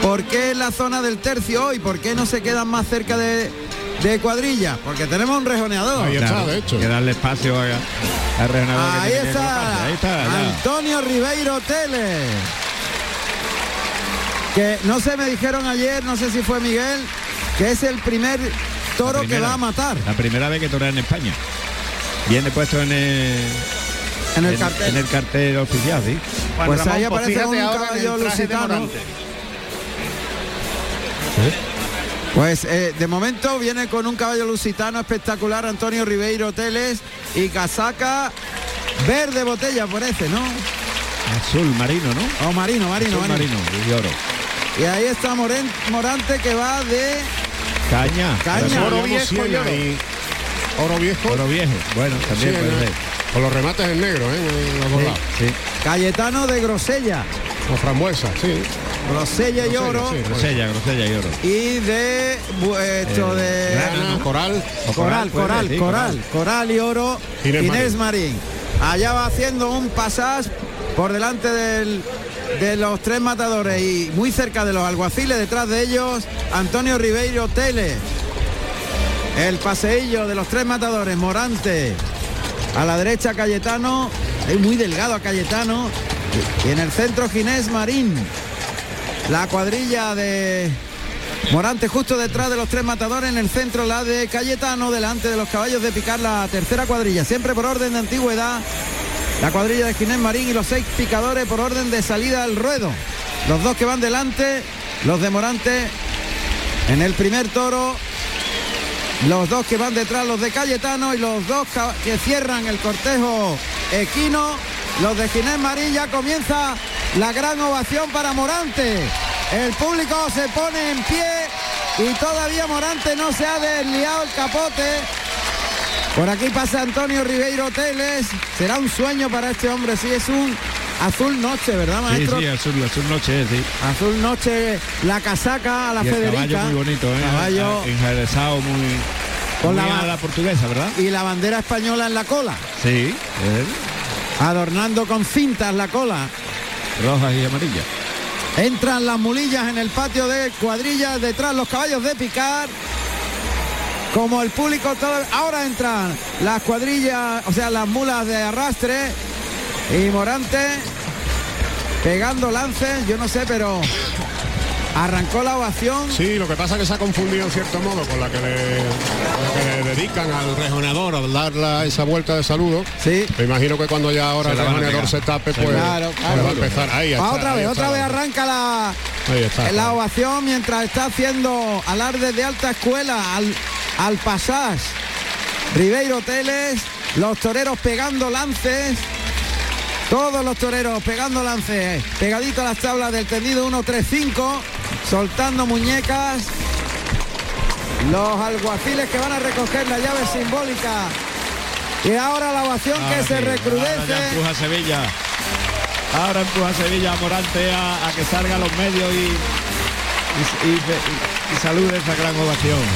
S2: ¿Por qué la zona del tercio y por qué no se quedan más cerca de, de cuadrilla? Porque tenemos un rejoneador.
S4: Claro, Hay que darle espacio a, a Rejonador que
S2: Ahí
S4: tiene que
S2: está,
S4: colocarse. Ahí está. ya.
S2: Antonio Ribeiro Tele. Que no sé, me dijeron ayer, no sé si fue Miguel, que es el primer toro que
S4: primera.
S2: va a matar.
S4: La primera vez que torna en España. Viene puesto en el,
S2: En el cartel.
S4: en el cartel oficial, ¿sí?
S2: Juan Pues Ramón, ahí pues aparece fíjate un ahora en caballo el traje de lusitano. Morante. Pues eh, de momento viene con un caballo lusitano espectacular Antonio Ribeiro Teles y casaca verde botella parece, ¿no?
S4: Azul marino, ¿no?
S2: O marino, marino,
S4: Azul
S2: marino.
S4: marino, y oro.
S2: Y ahí está Moren- Morante que va de
S4: Caña.
S2: Caña.
S5: Oro
S2: Digamos,
S5: viejo,
S2: cien
S5: y oro.
S2: ahí.
S5: oro viejo.
S4: Oro viejo. Bueno, también
S5: Sí,
S4: puede
S5: ¿no?
S4: ser.
S5: Con los remates en negro, ¿eh? En los dos lados.
S4: Sí.
S2: Cayetano de Grosella.
S5: O frambuesa, sí.
S2: Grosella y
S5: Grosella,
S2: oro.
S5: sí.
S4: Grosella, grosella y oro.
S2: Y de bu- esto de
S5: Grana, coral.
S2: O Coral, coral,
S5: puede, sí,
S2: coral, coral y oro.
S5: Inés
S2: Inés,
S5: Marín.
S2: Marín. Allá va haciendo un pasás por delante del- de los tres matadores y muy cerca de los alguaciles, detrás de ellos, Antonio Ribeiro Tele. El paseillo de los tres matadores, Morante. A la derecha Cayetano, es muy delgado a Cayetano. Y en el centro Ginés Marín. La cuadrilla de Morante justo detrás de los tres matadores, en el centro la de Cayetano, delante de los caballos de picar la tercera cuadrilla, siempre por orden de antigüedad, la cuadrilla de Ginés Marín y los seis picadores por orden de salida al ruedo. Los dos que van delante, los de Morante en el primer toro, los dos que van detrás, los de Cayetano y los dos ca- que cierran el cortejo equino, los de Ginés Marín, ya comienza la gran ovación para Morante. El público se pone en pie y todavía Morante no se ha desliado el capote. Por aquí pasa Antonio Ribeiro Teles. Será un sueño para este hombre, sí, es un Azul noche, ¿verdad, maestro?
S4: Sí, sí, azul, azul noche, sí.
S2: Azul noche, la casaca a la
S4: Y el
S2: Federica.
S4: caballo muy bonito, ¿eh?
S2: Caballo
S4: Enjaezado, muy...
S2: Con la
S4: muy a
S2: ba-
S4: la portuguesa, ¿verdad?
S2: y la bandera española en la cola,
S4: Sí,
S2: adornando con cintas la cola.
S4: rojas y amarillas.
S2: Entran las mulillas en el patio de cuadrillas, detrás los caballos de picar. Como el público todo- ahora entran las cuadrillas, o sea, las mulas de arrastre y Morante pegando lances, yo no sé, pero arrancó la ovación.
S5: Sí, lo que pasa es que se ha confundido en cierto modo con la que le, con la que le dedican al rejonador al dar la- esa vuelta de saludo.
S2: Sí.
S5: Me imagino que cuando ya ahora
S4: Se
S5: el
S4: la van a
S5: rejonador
S4: pegar.
S5: se tape,
S4: Sí.
S5: pues,
S4: Claro,
S5: pues
S4: claro.
S5: va a empezar. Ahí
S2: Va
S5: está,
S2: Ah, otra
S5: ahí
S2: vez,
S5: está.
S2: otra vez arranca la,
S5: Ahí está.
S2: la ovación mientras está haciendo alarde de alta escuela al, al pasar. Ribeiro Teles, los toreros pegando lances. Todos los toreros pegando lances, pegadito a las tablas del tendido 1-3-5, soltando muñecas. Los alguaciles que van a recoger la llave simbólica. Y ahora la ovación que se
S4: Ah, Ahora ya
S2: recrudece.
S4: empuja Sevilla. Ahora empuja Sevilla a Morante a, a que salga a los medios y, y, y- y- y salude esa gran ovación.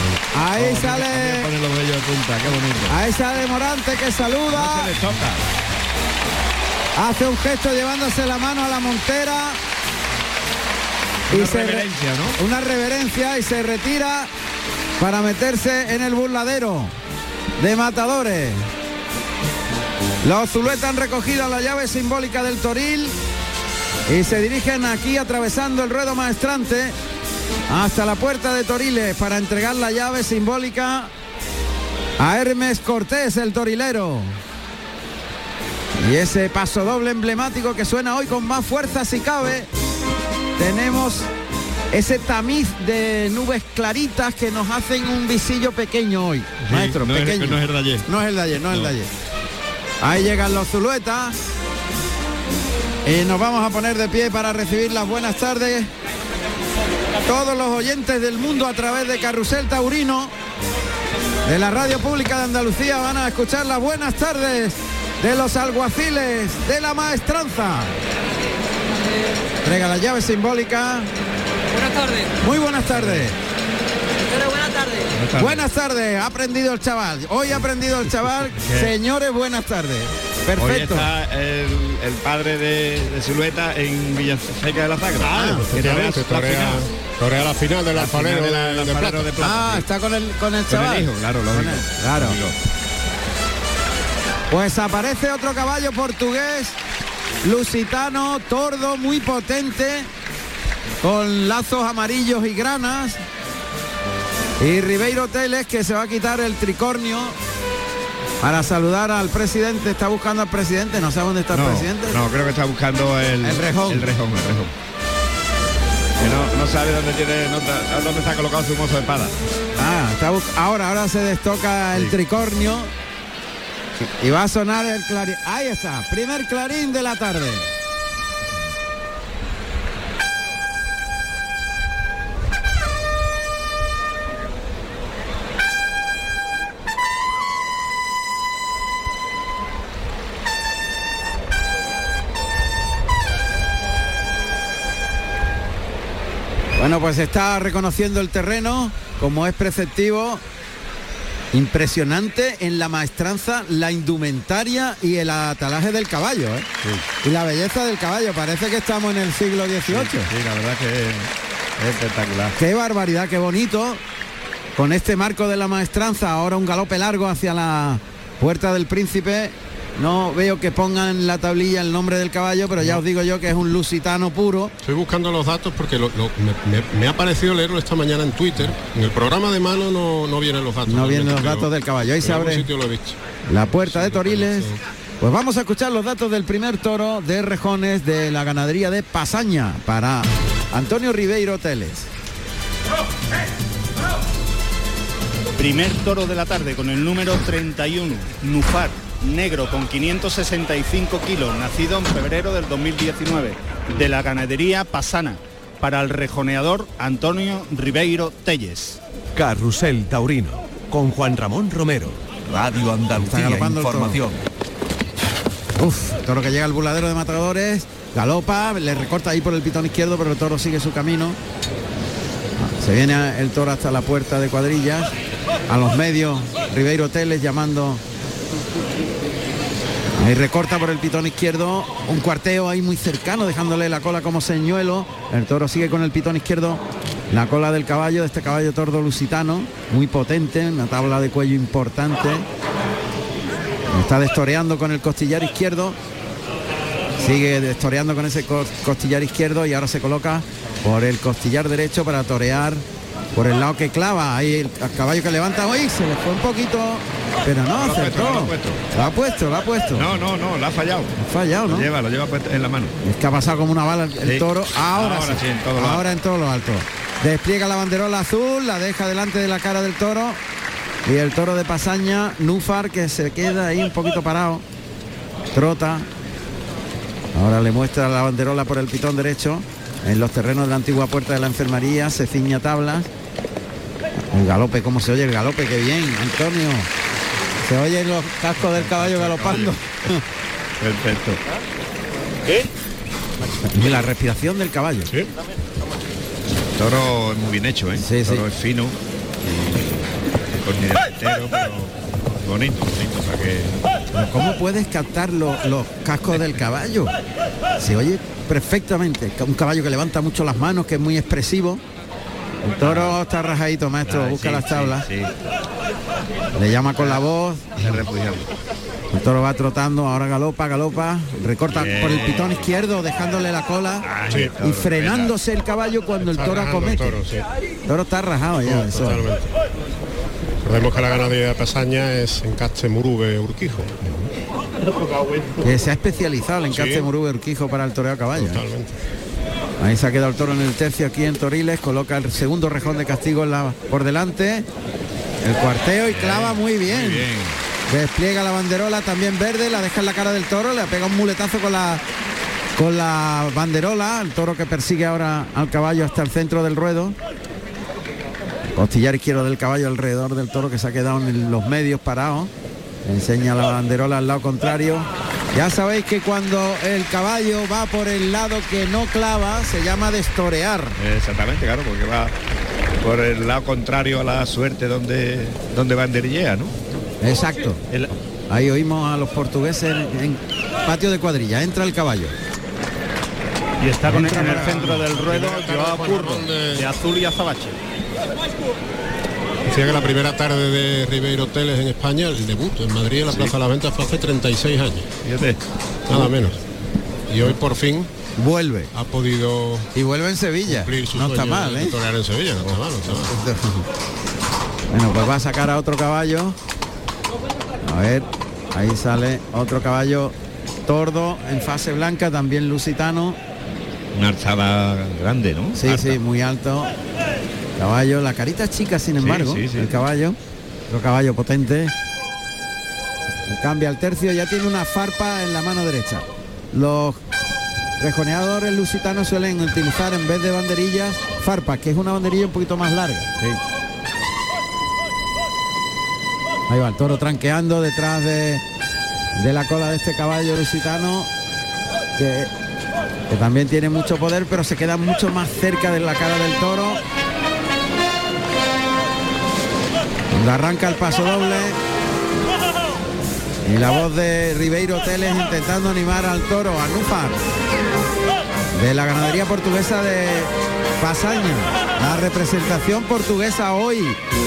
S2: Ahí
S4: Oh, mira,
S2: sale-
S4: mira, pone los vellos de punta, qué bonito.
S2: A esa de Morante que saluda.
S4: Le toca.
S2: Hace un gesto llevándose la mano a la montera.
S4: Una
S2: se re-
S4: reverencia, ¿no?
S2: Una reverencia y se retira para meterse en el burladero de matadores. Los Zuluetas han recogido la llave simbólica del Toril y se dirigen aquí atravesando el ruedo maestrante hasta la puerta de Toriles para entregar la llave simbólica a Hermes Cortés, el torilero. Y ese paso doble emblemático que suena hoy con más fuerza si cabe. Tenemos ese tamiz de nubes claritas que nos hacen un visillo pequeño hoy.
S4: Sí,
S2: Maestro,
S4: no es-
S2: pequeño.
S4: no es el de ayer.
S2: No es el de ayer, no es el de ayer. Ahí llegan los zuluetas. Y nos vamos a poner de pie para recibir las buenas tardes. Todos los oyentes del mundo a través de Carrusel Taurino de la Radio Pública de Andalucía van a escuchar las buenas tardes de los alguaciles de la maestranza. Entrega la llave simbólica.
S13: Buenas tardes.
S2: Muy buenas tardes.
S13: buenas tardes.
S2: Buenas tardes, ha aprendido el chaval. Hoy ha aprendido el chaval.
S4: ¿Qué?
S2: Señores, buenas tardes.
S4: Hoy
S2: Perfecto.
S4: está el, el padre de, de Zulueta en Villaseca de la Zagra.
S5: Ah,
S2: pues
S4: ¿Qué
S5: efectivamente,
S4: tal es? La
S5: torea,
S4: final.
S5: torea la final del
S4: La
S5: alfarero
S4: final
S5: de,
S4: del
S5: de
S4: alfarero
S5: plata.
S4: de plata.
S2: Ah, está con el con el chaval.
S4: hijo, claro, lógico.
S2: Con él, claro. Pues aparece otro caballo portugués, lusitano, tordo, muy potente, con lazos amarillos y granas. Y Ribeiro Teles que se va a quitar el tricornio para saludar al presidente. Está buscando al presidente, no sabe dónde está
S4: No,
S2: el presidente.
S4: no, creo que está buscando el,
S2: El rejón.
S4: El rejón, el rejón. Que no, no sabe dónde tiene, no está- dónde está colocado su mozo de espada.
S2: Ah, está bus- ahora, ahora se destoca el tricornio y va a sonar el clarín. Ahí está, primer clarín de la tarde. Bueno, pues está reconociendo el terreno, como es preceptivo. Impresionante en la maestranza la indumentaria y el atalaje del caballo, ¿eh? Y la belleza del caballo, parece que estamos en el siglo XVIII.
S4: Sí, la verdad que es espectacular.
S2: Qué barbaridad, qué bonito. Con este marco de la maestranza, ahora un galope largo hacia la puerta del príncipe. No veo que pongan en la tablilla el nombre del caballo, pero ya os digo yo que es un lusitano puro.
S5: Estoy buscando los datos porque lo- lo- me, me- me ha parecido leerlo esta mañana en Twitter. En el programa de mano no, no vienen los datos.
S2: No vienen
S5: realmente,
S2: los
S5: pero
S2: datos del caballo. Ahí
S5: en
S2: se
S5: algún
S2: abre.
S5: sitio lo he visto.
S2: La puerta de Toriles. Pues vamos a escuchar los datos del primer toro de Rejones de la ganadería de Pasaña para Antonio Ribeiro Teles.
S6: Primer toro de la tarde con el número 31, Nufar, negro con 565 kilos, nacido en febrero del 2019, de la ganadería Pasana, para el rejoneador Antonio Ribeiro Telles.
S1: Carrusel Taurino con Juan Ramón Romero. Radio Andalucía
S2: galopando el toro.
S1: Información.
S2: Uf, toro que llega al buladero de matadores, galopa, le recorta ahí por el pitón izquierdo, pero el toro sigue su camino. Se viene a- el toro hasta la puerta de cuadrillas. A los medios, Ribeiro Teles llamando. Ahí recorta por el pitón izquierdo. Un cuarteo ahí muy cercano, dejándole la cola como señuelo. El toro sigue con el pitón izquierdo. La cola del caballo, de este caballo tordo lusitano, muy potente, una tabla de cuello importante. Está destoreando con el costillar izquierdo. Sigue destoreando con ese co- costillar izquierdo y ahora se coloca por el costillar derecho para torear por el lado que clava. Ahí el caballo que levanta hoy se le fue un poquito, pero no,
S4: Lo ha puesto,
S2: acertó.
S4: lo ha puesto.
S2: Lo ha puesto, lo ha puesto.
S4: No, no, no, la ha fallado.
S2: Ha fallado, ¿no?
S4: Lo lleva, lo lleva puesto en la mano.
S2: Es que ha pasado como una bala el, el
S4: Sí.
S2: toro. Ahora,
S4: Ahora
S2: sí,
S4: sí, en todo lo
S2: ahora en todo lo alto. Despliega la banderola azul, la deja delante de la cara del toro. Y el toro de Pasaña, Nufar, que se queda ahí un poquito parado. Trota. Ahora le muestra la banderola por el pitón derecho. En los terrenos de la antigua puerta de la enfermería se ciña tablas. El galope, ¿cómo se oye el galope? Qué bien, Antonio. Se oyen los cascos del caballo galopando.
S4: Perfecto.
S2: Y la respiración del caballo.
S4: El toro es muy bien hecho, ¿eh? el toro es fino. y Con nivel entero, pero bonito, bonito. O sea que
S2: Pero ¿Cómo puedes captar lo- los cascos del caballo? Se oye perfectamente. Un caballo que levanta mucho las manos, que es muy expresivo. El toro está rajadito, maestro.
S4: Ah,
S2: Busca
S4: sí,
S2: las
S4: sí,
S2: tablas.
S4: sí.
S2: Le llama con la voz.
S4: Le repudiamos.
S2: El toro va trotando, ahora galopa, galopa, recorta
S4: Bien.
S2: por el pitón izquierdo, dejándole la cola
S5: Sí.
S2: y frenándose el caballo cuando el
S5: Está
S2: toro
S5: rajando el
S2: acomete.
S5: toro, sí.
S2: El toro está rajado ya, eso.
S5: Totalmente. Recordemos que la ganadería de Pasaña es en Caste Murube Urquijo.
S2: Que se ha especializado en
S5: Sí.
S2: Cárcel Murube Urquijo para el toreo a caballo. ¿eh?
S5: Totalmente.
S2: Ahí se ha quedado el toro en el tercio aquí en Toriles, coloca el segundo rejón de castigo en la- por delante, el cuarteo y clava muy bien. Despliega la banderola también verde, la deja en la cara del toro, le pega un muletazo con la con la banderola, el toro que persigue ahora al caballo hasta el centro del ruedo. Costillar izquierdo del caballo alrededor del toro que se ha quedado en los medios parados. Enseña la banderola al lado contrario. Ya sabéis que cuando el caballo va por el lado que no clava, se llama destorear.
S4: Exactamente, claro, porque va por el lado contrario a la suerte donde, donde banderillea, ¿no?
S2: Exacto.
S4: El-
S2: Ahí oímos a los portugueses en, en patio de cuadrilla. Entra el caballo.
S6: Y está con el,
S2: Entra
S6: en el
S2: para-
S6: centro del ruedo llevaba curro de azul y azabache.
S5: Decía que la primera tarde de Ribeiro Teles en España, el debut en Madrid en la Plaza de la Venta fue hace 36 años. Nada menos. Y hoy por fin
S2: vuelve.
S5: Ha podido
S2: y vuelve en Sevilla.
S5: cumplir su
S2: No está
S5: sueño
S2: mal,
S5: de
S2: ¿eh?
S5: torear en Sevilla, no está mal, no está mal.
S2: Bueno, pues va a sacar a otro caballo. A ver, ahí sale otro caballo tordo en fase blanca, también lusitano.
S4: Una alzada grande, ¿no? Ah.
S2: Sí, sí, muy alto. Caballo, la carita es chica, sin embargo,
S4: sí, sí.
S2: el caballo. Otro caballo potente. Cambia el tercio, ya tiene una farpa en la mano derecha. Los rejoneadores lusitanos suelen utilizar en vez de banderillas farpas, que es una banderilla un poquito más larga. Ahí va el toro tranqueando detrás de, de la cola de este caballo lusitano, que, que también tiene mucho poder, pero se queda mucho más cerca de la cara del toro. Cuando arranca el paso doble. Y la voz de Ribeiro Teles intentando animar al toro, a Núfar, de la ganadería portuguesa de Pasaña. La representación portuguesa hoy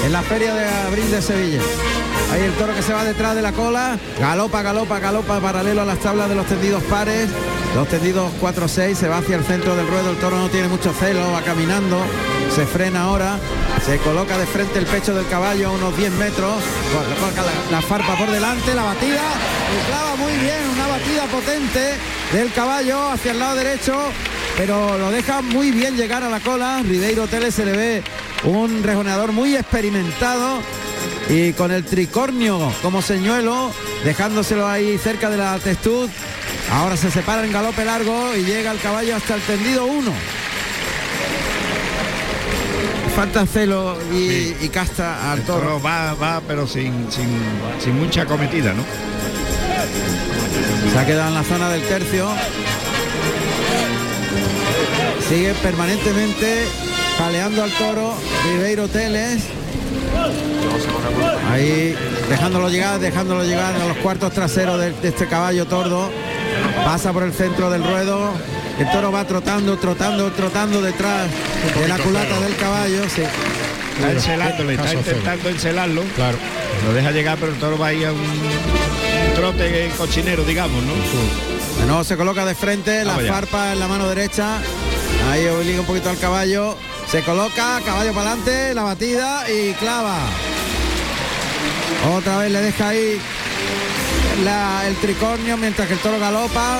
S2: en la Feria de Abril de Sevilla. Ahí el toro que se va detrás de la cola. Galopa, galopa, galopa, paralelo a las tablas de los tendidos pares. Los tendidos 4-6 se va hacia el centro del ruedo. El toro no tiene mucho celo, va caminando. Se frena ahora. Se coloca de frente el pecho del caballo a unos 10 metros. Coloca la, la farpa por delante, la batida. Y clava muy bien, una batida potente del caballo hacia el lado derecho. Pero lo deja muy bien llegar a la cola. Ribeiro Teles se le ve un rejoneador muy experimentado y con el tricornio como señuelo, dejándoselo ahí cerca de la testud. Ahora se separa en galope largo y llega el caballo hasta el tendido 1. Falta celo y, y casta al
S4: El toro va, va, pero sin, sin, sin mucha cometida, ¿no?
S2: Se ha quedado en la zona del tercio. Sigue permanentemente paleando al toro Ribeiro Teles. Ahí dejándolo llegar, dejándolo llegar a los cuartos traseros de, de este caballo tordo. Pasa por el centro del ruedo. El toro va trotando, trotando, trotando detrás de la culata del caballo. sí.
S4: Está encelándole, está
S2: Caso cero.
S4: intentando encelarlo. Claro. Lo deja llegar, pero el toro va a ir a un, un trote cochinero, digamos, ¿no?
S2: De nuevo se coloca de frente, la
S4: Vamos ya.
S2: farpa en la mano derecha. Ahí obliga un poquito al caballo. Se coloca, caballo para adelante, la batida y clava. Otra vez le deja ahí la- el tricornio mientras que el toro galopa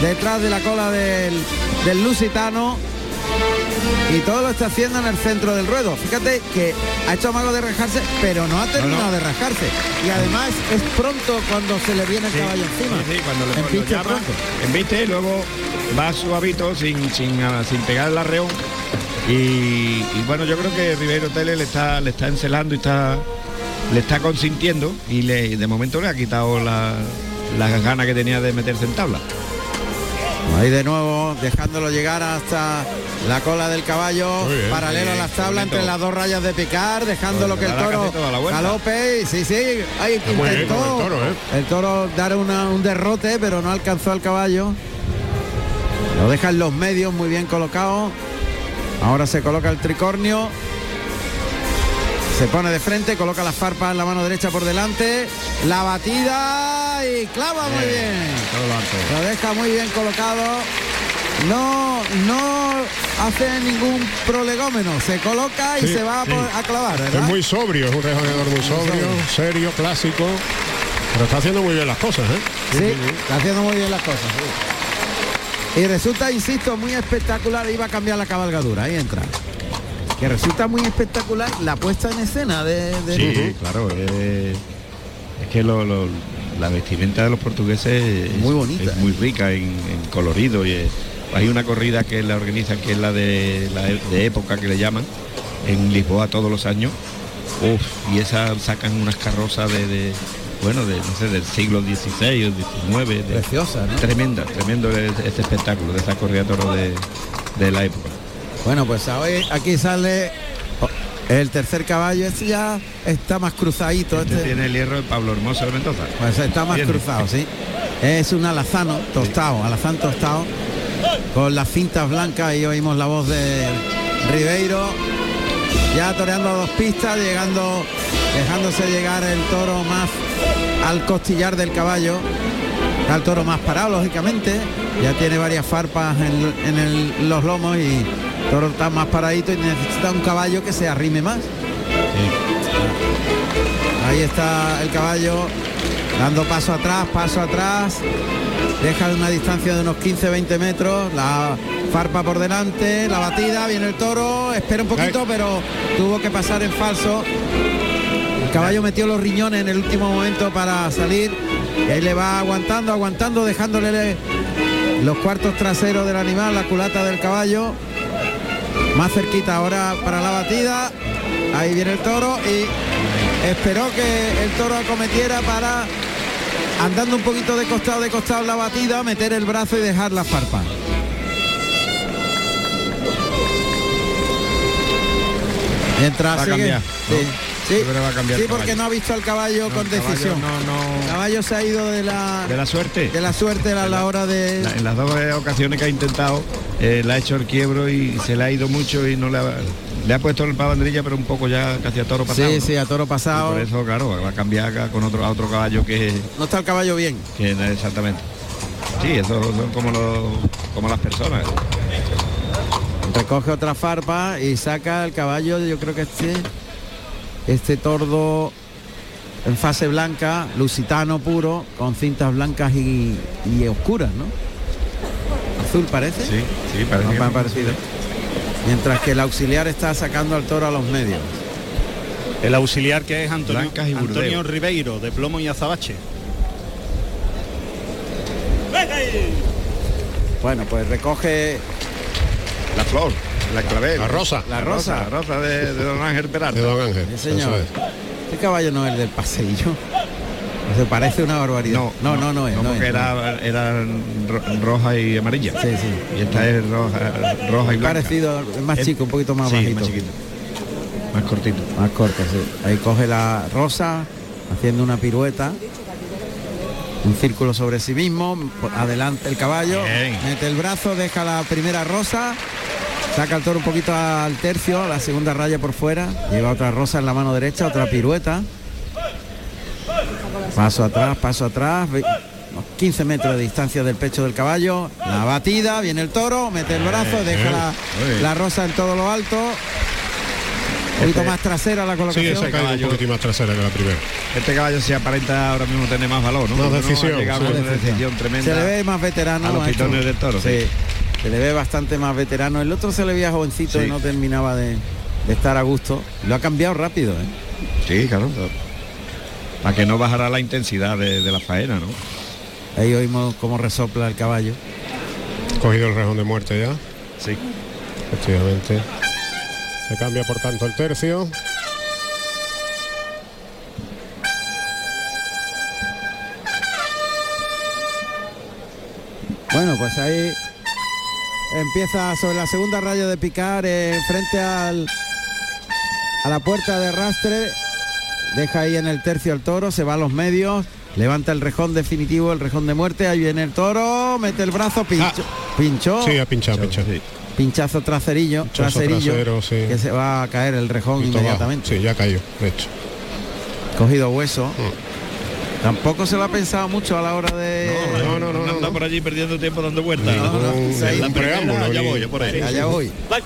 S2: detrás de la cola del, del lusitano. Y todo lo está haciendo en el centro del ruedo. Fíjate que ha hecho malo de rajarse, pero no ha terminado de rajarse. Y además es pronto cuando se le viene el caballo encima.
S4: Sí, sí, cuando le
S2: En
S4: cuando
S2: piche
S4: llama,
S2: pronto.
S4: embiste, luego va suavito sin, sin, ah, sin pegar el arreón. Y, y bueno, yo creo que Ribeiro Tele le está, le está encelando y está, le está consintiendo y le, de momento le ha quitado la- las ganas que tenía de meterse en tabla.
S2: Ahí de nuevo, dejándolo llegar hasta la cola del caballo,
S4: Muy bien,
S2: paralelo
S4: muy
S2: a
S4: bien,
S2: las tablas
S4: bonito.
S2: entre las dos rayas de picar, dejándolo
S4: Pues
S2: que
S4: le
S2: el
S4: da la
S2: toro
S4: caseta a la vuelta.
S2: galope. y Sí, sí, ahí
S4: muy bien con
S2: intentó
S4: el toro, ¿eh?
S2: el toro dar una- un derrote, pero no alcanzó al caballo. Lo deja en los medios, muy bien colocado. Ahora se coloca el tricornio. Se pone de frente, coloca las farpas en la mano derecha por delante. La batida y clava muy bien. Lo deja muy bien colocado. No, no hace ningún prolegómeno. Se coloca y
S5: Sí,
S2: se va a,
S5: sí.
S2: po- a clavar, ¿verdad?
S5: Es muy sobrio, es un rejoneador muy sobrio, serio, clásico. Pero está haciendo muy bien las cosas, ¿eh?
S2: Sí, está haciendo muy bien las cosas. Y resulta, insisto, muy espectacular. Iba a cambiar la cabalgadura. Ahí entra. Que resulta muy espectacular la puesta en escena de. de-
S4: Sí, claro, eh, es que lo- lo- la vestimenta de los portugueses es muy bonita, muy
S2: ¿eh?
S4: rica en, en colorido y eh, hay una corrida que la organizan que es la de la e- de época que le llaman en Lisboa todos los años. Uf, y esas sacan unas carrozas de, de- bueno, de no sé, del siglo XVI o XIX. de-
S2: Preciosa, ¿no?
S4: Tremenda, tremendo es- este espectáculo de esa corrida de toros de, de la época.
S2: Bueno, pues hoy aquí sale oh, el tercer caballo. Este ya está más cruzadito.
S4: Este
S2: Este,
S4: tiene el hierro de Pablo Hermoso de Mendoza.
S2: Pues está más
S4: Tiene.
S2: cruzado, sí. Es un alazano tostado, alazán tostado, con las cintas blancas y oímos la voz de Ribeiro, ya toreando a dos pistas, llegando, dejándose llegar el toro más al costillar del caballo, al toro más parado, lógicamente, ya tiene varias farpas en, en el- los lomos y el toro está más paradito y necesita un caballo que se arrime más. Ahí está el caballo dando paso atrás, paso atrás. Deja una distancia de unos 15-20 metros. La farpa por delante, la batida, viene el toro. Espera un poquito, pero tuvo que pasar en falso. El caballo metió los riñones en el último momento para salir. Y ahí le va aguantando, aguantando, dejándole le- los cuartos traseros del animal, la culata del caballo. Más cerquita ahora para la batida. Ahí viene el toro y esperó que el toro acometiera para andando un poquito de costado de costado la batida, meter el brazo y dejar la farpa. Mientras
S4: Va a
S2: sigue-
S4: cambiar, ¿no?
S2: sí, sí.
S4: Yo creo que va a cambiar
S2: Sí,
S4: el
S2: porque
S4: caballo.
S2: no ha visto al caballo
S4: No,
S2: con
S4: el caballo
S2: decisión.
S4: no,
S2: El caballo se ha ido de la
S4: De la suerte.
S2: de la suerte a la hora de
S4: La- en las dos eh, ocasiones que ha intentado, eh, le ha hecho el quiebro y se le ha ido mucho y no le ha, le ha puesto el pavandrilla, pero un poco ya casi a toro pasado.
S2: Sí,
S4: ¿no?
S2: sí, a toro
S4: Y
S2: pasado.
S4: por eso, claro, va a cambiar acá con otro, a otro caballo que,
S2: No está el caballo bien.
S4: que no- exactamente. Sí, eso son como, los, como las personas.
S2: Recoge otra farpa y saca el caballo, yo creo que este, este tordo en fase blanca, lusitano puro, con cintas blancas y, y oscuras, ¿no? Azul parece.
S4: Sí, sí, parece
S2: No
S4: que
S2: me ha
S4: no.
S2: parecido. Mientras que el auxiliar está sacando al toro a los medios.
S6: El auxiliar que es Antonio,
S2: Blancas y burdeos.
S6: Antonio Ribeiro, de plomo y azabache.
S2: Bueno, pues recoge
S4: La flor, la clavel.
S5: La rosa.
S2: La rosa.
S4: La rosa de, de don Ángel Peralta.
S5: De don Ángel.
S2: Sí, señor.
S5: eso
S2: Este caballo no es del paseillo. Se parece una barbaridad.
S4: No, no, no, no,
S2: es, no
S4: porque
S2: es, no
S4: era, era ro- roja y amarilla. Sí, sí. Y esta es roja, roja y blanca.
S2: Parecido, es más
S4: Es-
S2: chico, un poquito más
S4: sí,
S2: bajito.
S4: más chiquito. Más cortito.
S2: Más corto, sí. Ahí coge la rosa, haciendo una pirueta. Un círculo sobre sí mismo, por- adelante el caballo, mete el brazo, deja la primera rosa, saca el toro un poquito al tercio, la segunda raya por fuera, lleva otra rosa en la mano derecha, otra pirueta. Paso atrás, paso atrás, ve- unos 15 metros de distancia del pecho del caballo, la batida, viene el toro, mete el brazo,
S4: Bien,
S2: deja
S4: bien,
S2: la,
S4: bien.
S2: la rosa en todo lo alto, un poquito
S4: Este-
S2: más trasera la
S5: Sí,
S2: colocación.
S5: esa ha caído un poquitín más trasera que la primera.
S4: Este caballo se aparenta ahora mismo tener más valor, ¿no?
S5: Más
S4: Porque no ha
S5: decisión,
S4: llegado
S5: sí.
S4: con una decisión
S2: Se
S4: tremenda.
S2: le ve más veterano
S4: a los
S2: maestro.
S4: pitones del toro,
S2: Sí.
S4: sí.
S2: Se le ve bastante más veterano. El otro se le veía jovencito
S4: Sí.
S2: y no terminaba de, de estar a gusto. Lo ha cambiado rápido, ¿eh?
S4: Sí, claro. Para que no bajara la intensidad de, de la faena, ¿no?
S2: Ahí oímos cómo resopla el caballo.
S5: Cogido el rejón de muerte ya.
S4: Sí.
S5: Efectivamente. Se cambia por tanto el tercio.
S2: Bueno, pues ahí empieza sobre la segunda raya de picar eh, frente al, a la puerta de rastre. Deja ahí en el tercio al toro, se va a los medios, levanta el rejón definitivo, el rejón de muerte, ahí viene el toro, mete el brazo, pincho,
S4: Ah.
S2: pinchó.
S5: Sí, ha pinchado, pinchado.
S2: Pinchazo traserillo,
S5: Pinchazo
S2: traserillo,
S5: trasero, sí.
S2: que se va a caer el rejón
S5: Pito
S2: inmediatamente.
S5: bajo. Sí, ya cayó, de hecho. Mm.
S2: Cogido hueso. Tampoco se lo ha pensado mucho a la hora de...
S4: No, no, no. anda por allí perdiendo tiempo dando vueltas.
S5: Ningún-
S4: En la
S5: ningún
S4: primera,
S5: preámbulo,
S4: allá
S5: ni-
S4: voy, yo por ahí.
S2: Allá voy.
S4: Ah.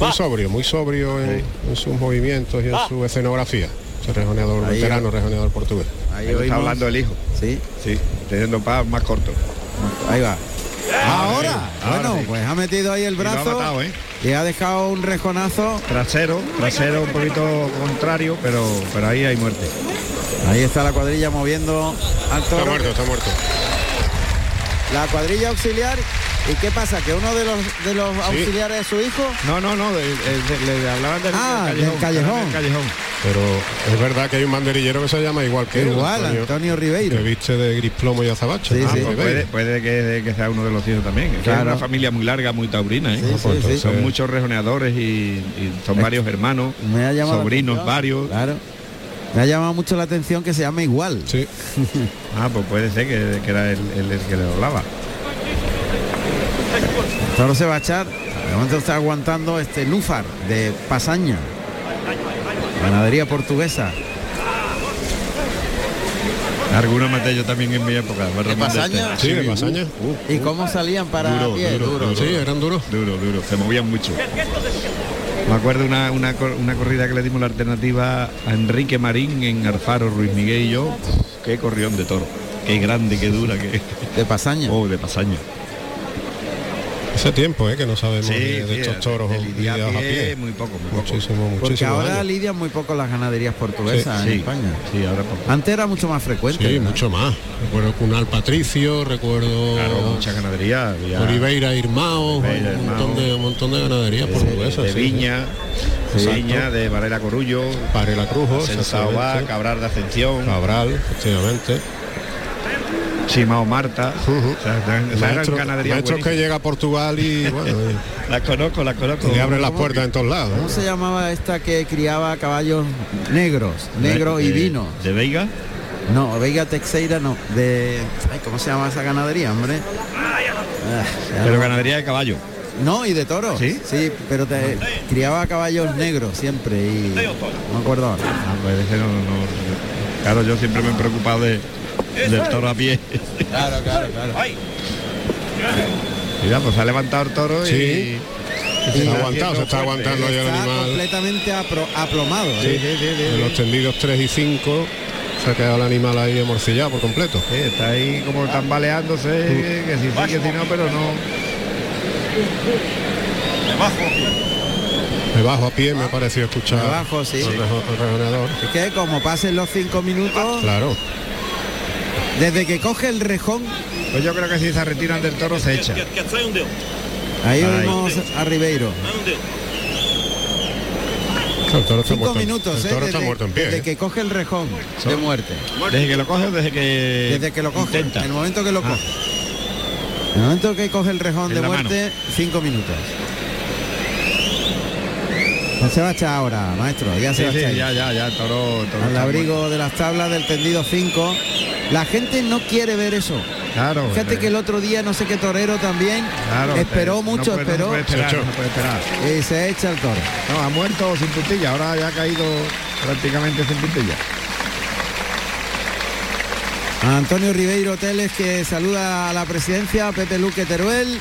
S5: Muy sobrio, muy sobrio en, en sus movimientos y en su escenografía. Ese rejoneador
S4: Ahí
S5: veterano, rejoneador portugués.
S2: Ahí
S4: Ahí lo está
S2: oímos.
S4: hablando el hijo.
S2: Sí.
S4: Sí, teniendo pa- más corto.
S2: Ahí va. Ahora,
S4: ahora
S2: bueno,
S4: sí.
S2: pues ha metido ahí el
S4: Y lo ha
S2: brazo
S4: matado, ¿eh?
S2: y ha dejado un rejonazo.
S4: Trasero, trasero un poquito contrario, pero, pero ahí hay muerte.
S2: Ahí está la cuadrilla moviendo al toro.
S5: Está muerto, está muerto.
S2: La cuadrilla auxiliar. ¿Y qué pasa? ¿Que uno de los, de los auxiliares es su hijo?
S4: No, no, no, de- de- de- le hablaban del,
S2: Ah,
S4: del
S2: del
S4: callejón.
S2: callejón.
S5: Pero es verdad que hay un banderillero que se llama igual que él,
S2: Igual, Antonio Ribeiro.
S5: Que viste de gris plomo y azabache.
S4: Ah,
S5: ¿no?
S4: pues
S5: Ribeiro.
S4: puede, puede que, que sea uno de los hijos también. Es que
S5: Claro.
S4: Es una familia muy larga, muy taurina. ¿eh?
S5: Ah, pues
S2: Sí, sí, sí.
S4: Son muchos rejoneadores y, y son varios hermanos,
S2: Me ha llamado la
S4: sobrinos,
S2: atención.
S4: varios.
S2: Claro. Me ha llamado mucho la atención que se llama igual.
S5: Sí.
S4: Ah, pues puede ser que, que era el, el- el que le doblaba.
S2: El toro se va a echar. De momento está aguantando este Lúfar de Pasaña. Ganadería portuguesa.
S4: Algunos maté yo también en mi época. me remonté
S2: Pasaña?
S4: este.
S5: Sí, uh. de pasaña.
S2: ¿Y cómo salían para
S4: Duro,
S2: pie?
S4: duro, duro.
S5: Sí, eran duros.
S4: Duro, duro. Se movían mucho. Me acuerdo una, una, cor- una corrida que le dimos la alternativa a Enrique Marín en Alfaro, Ruiz Miguel y yo. Qué corrión de toro. Qué grande, qué dura, qué.
S2: De pasaña.
S4: Oh, de pasaña.
S5: Hace tiempo ¿eh? que no sabemos
S4: Sí,
S5: de, de
S4: sí,
S5: estos toros
S4: de lidiar
S5: lidiados a
S4: pie,
S5: pie.
S4: muy poco, muy poco.
S5: muchísimo, muchísimo.
S2: Porque ahora
S5: daño.
S2: lidian muy poco las ganaderías portuguesas
S4: Sí,
S2: en
S4: sí,
S2: España.
S4: Sí, ahora poco.
S2: Antes era mucho más frecuente.
S5: Sí,
S2: ¿verdad?
S5: mucho más. Recuerdo Cunal Patricio, recuerdo
S4: Claro, mucha ganadería. había
S5: Oliveira Irmao,
S4: Oliveira,
S5: un,
S4: Irmao.
S5: montón de, un montón de ganaderías portuguesas.
S4: de
S5: sí, sí.
S4: Viña,
S5: Sí.
S4: de Viña, de Varela Corullo,
S5: Varela Crujos,
S4: Sensaobá,
S5: exactamente.
S4: Cabral de Ascensión,
S5: Cabral, efectivamente.
S4: Chimao Marta. O sea, eran- eran
S5: Maestro,
S4: ganaderías
S5: maestro que
S4: buenísimas.
S5: llega a Portugal y bueno, y-
S4: Las conozco, las conozco.
S5: y le abre las puertas en todos lados.
S2: ¿Cómo se llamaba esta que criaba caballos negros? Negro y
S4: De-
S2: vino.
S4: ¿De Veiga?
S2: No, Veiga Texeira no. De. Ay, ¿cómo se llama esa ganadería, hombre? Ah, ya
S4: Pero
S2: no-
S4: ganadería de caballo.
S2: No, y de toro. Sí. Sí, pero te criaba caballos negros siempre y. No me acuerdo ahora.
S4: Ah, pues ese no- no- Claro, yo siempre me he preocupado de, del toro a pie.
S2: Claro, claro, claro.
S4: Mira, pues se ha levantado el toro
S5: Sí.
S4: y...
S5: Se está aguantado, se está aguantando ya el
S2: Está
S5: animal.
S2: completamente apro- aplomado. ¿eh?
S5: Sí, De los tendidos 3 y 5 se ha quedado el animal ahí amorcillado por completo.
S4: Sí, está ahí como tambaleándose, que si sí, que si no, pero no.
S5: Me bajo a pie, me ha parecido escuchar
S2: Me bajo, sí.
S5: el rejo- el rejoneador.
S2: Es que como pasen los cinco minutos,
S5: Claro.
S2: desde que coge el rejón,
S4: Pues yo creo que si se retiran del toro se echa.
S2: ahí
S4: Ahí.
S2: vemos a Ribeiro.
S5: El toro está
S2: Cinco
S5: muerto en-
S2: minutos,
S5: el
S2: ¿eh?
S5: toro
S2: desde,
S5: está muerto en pie,
S2: desde
S5: ¿eh?
S2: que coge el rejón de
S5: Son-
S2: muerte.
S4: Desde que lo coge o desde que.
S2: Desde que lo coge.
S4: Eh, intenta?
S2: El momento que lo
S4: Ah.
S2: coge. El momento que coge el rejón
S4: En
S2: de
S4: la
S2: muerte, cinco minutos. No se va a echar ahora, maestro. Ya se
S4: Sí,
S2: va a
S4: sí,
S2: echar.
S4: ya, ya, ya, el toro. el toro
S2: Al
S4: está
S2: abrigo de las tablas del tendido 5. La gente no quiere ver eso.
S4: Claro.
S2: Fíjate
S4: eh,
S2: que el otro día no sé qué torero también
S4: claro,
S2: esperó
S4: eh, no
S2: mucho,
S4: puede- no
S2: esperó
S4: puede esperar, no puede esperar.
S2: y se echa el toro.
S4: No, ha muerto sin puntilla, ahora ya ha caído prácticamente sin puntilla.
S2: A Antonio Ribeiro Teles que saluda a la presidencia, a Pepe Luque Teruel.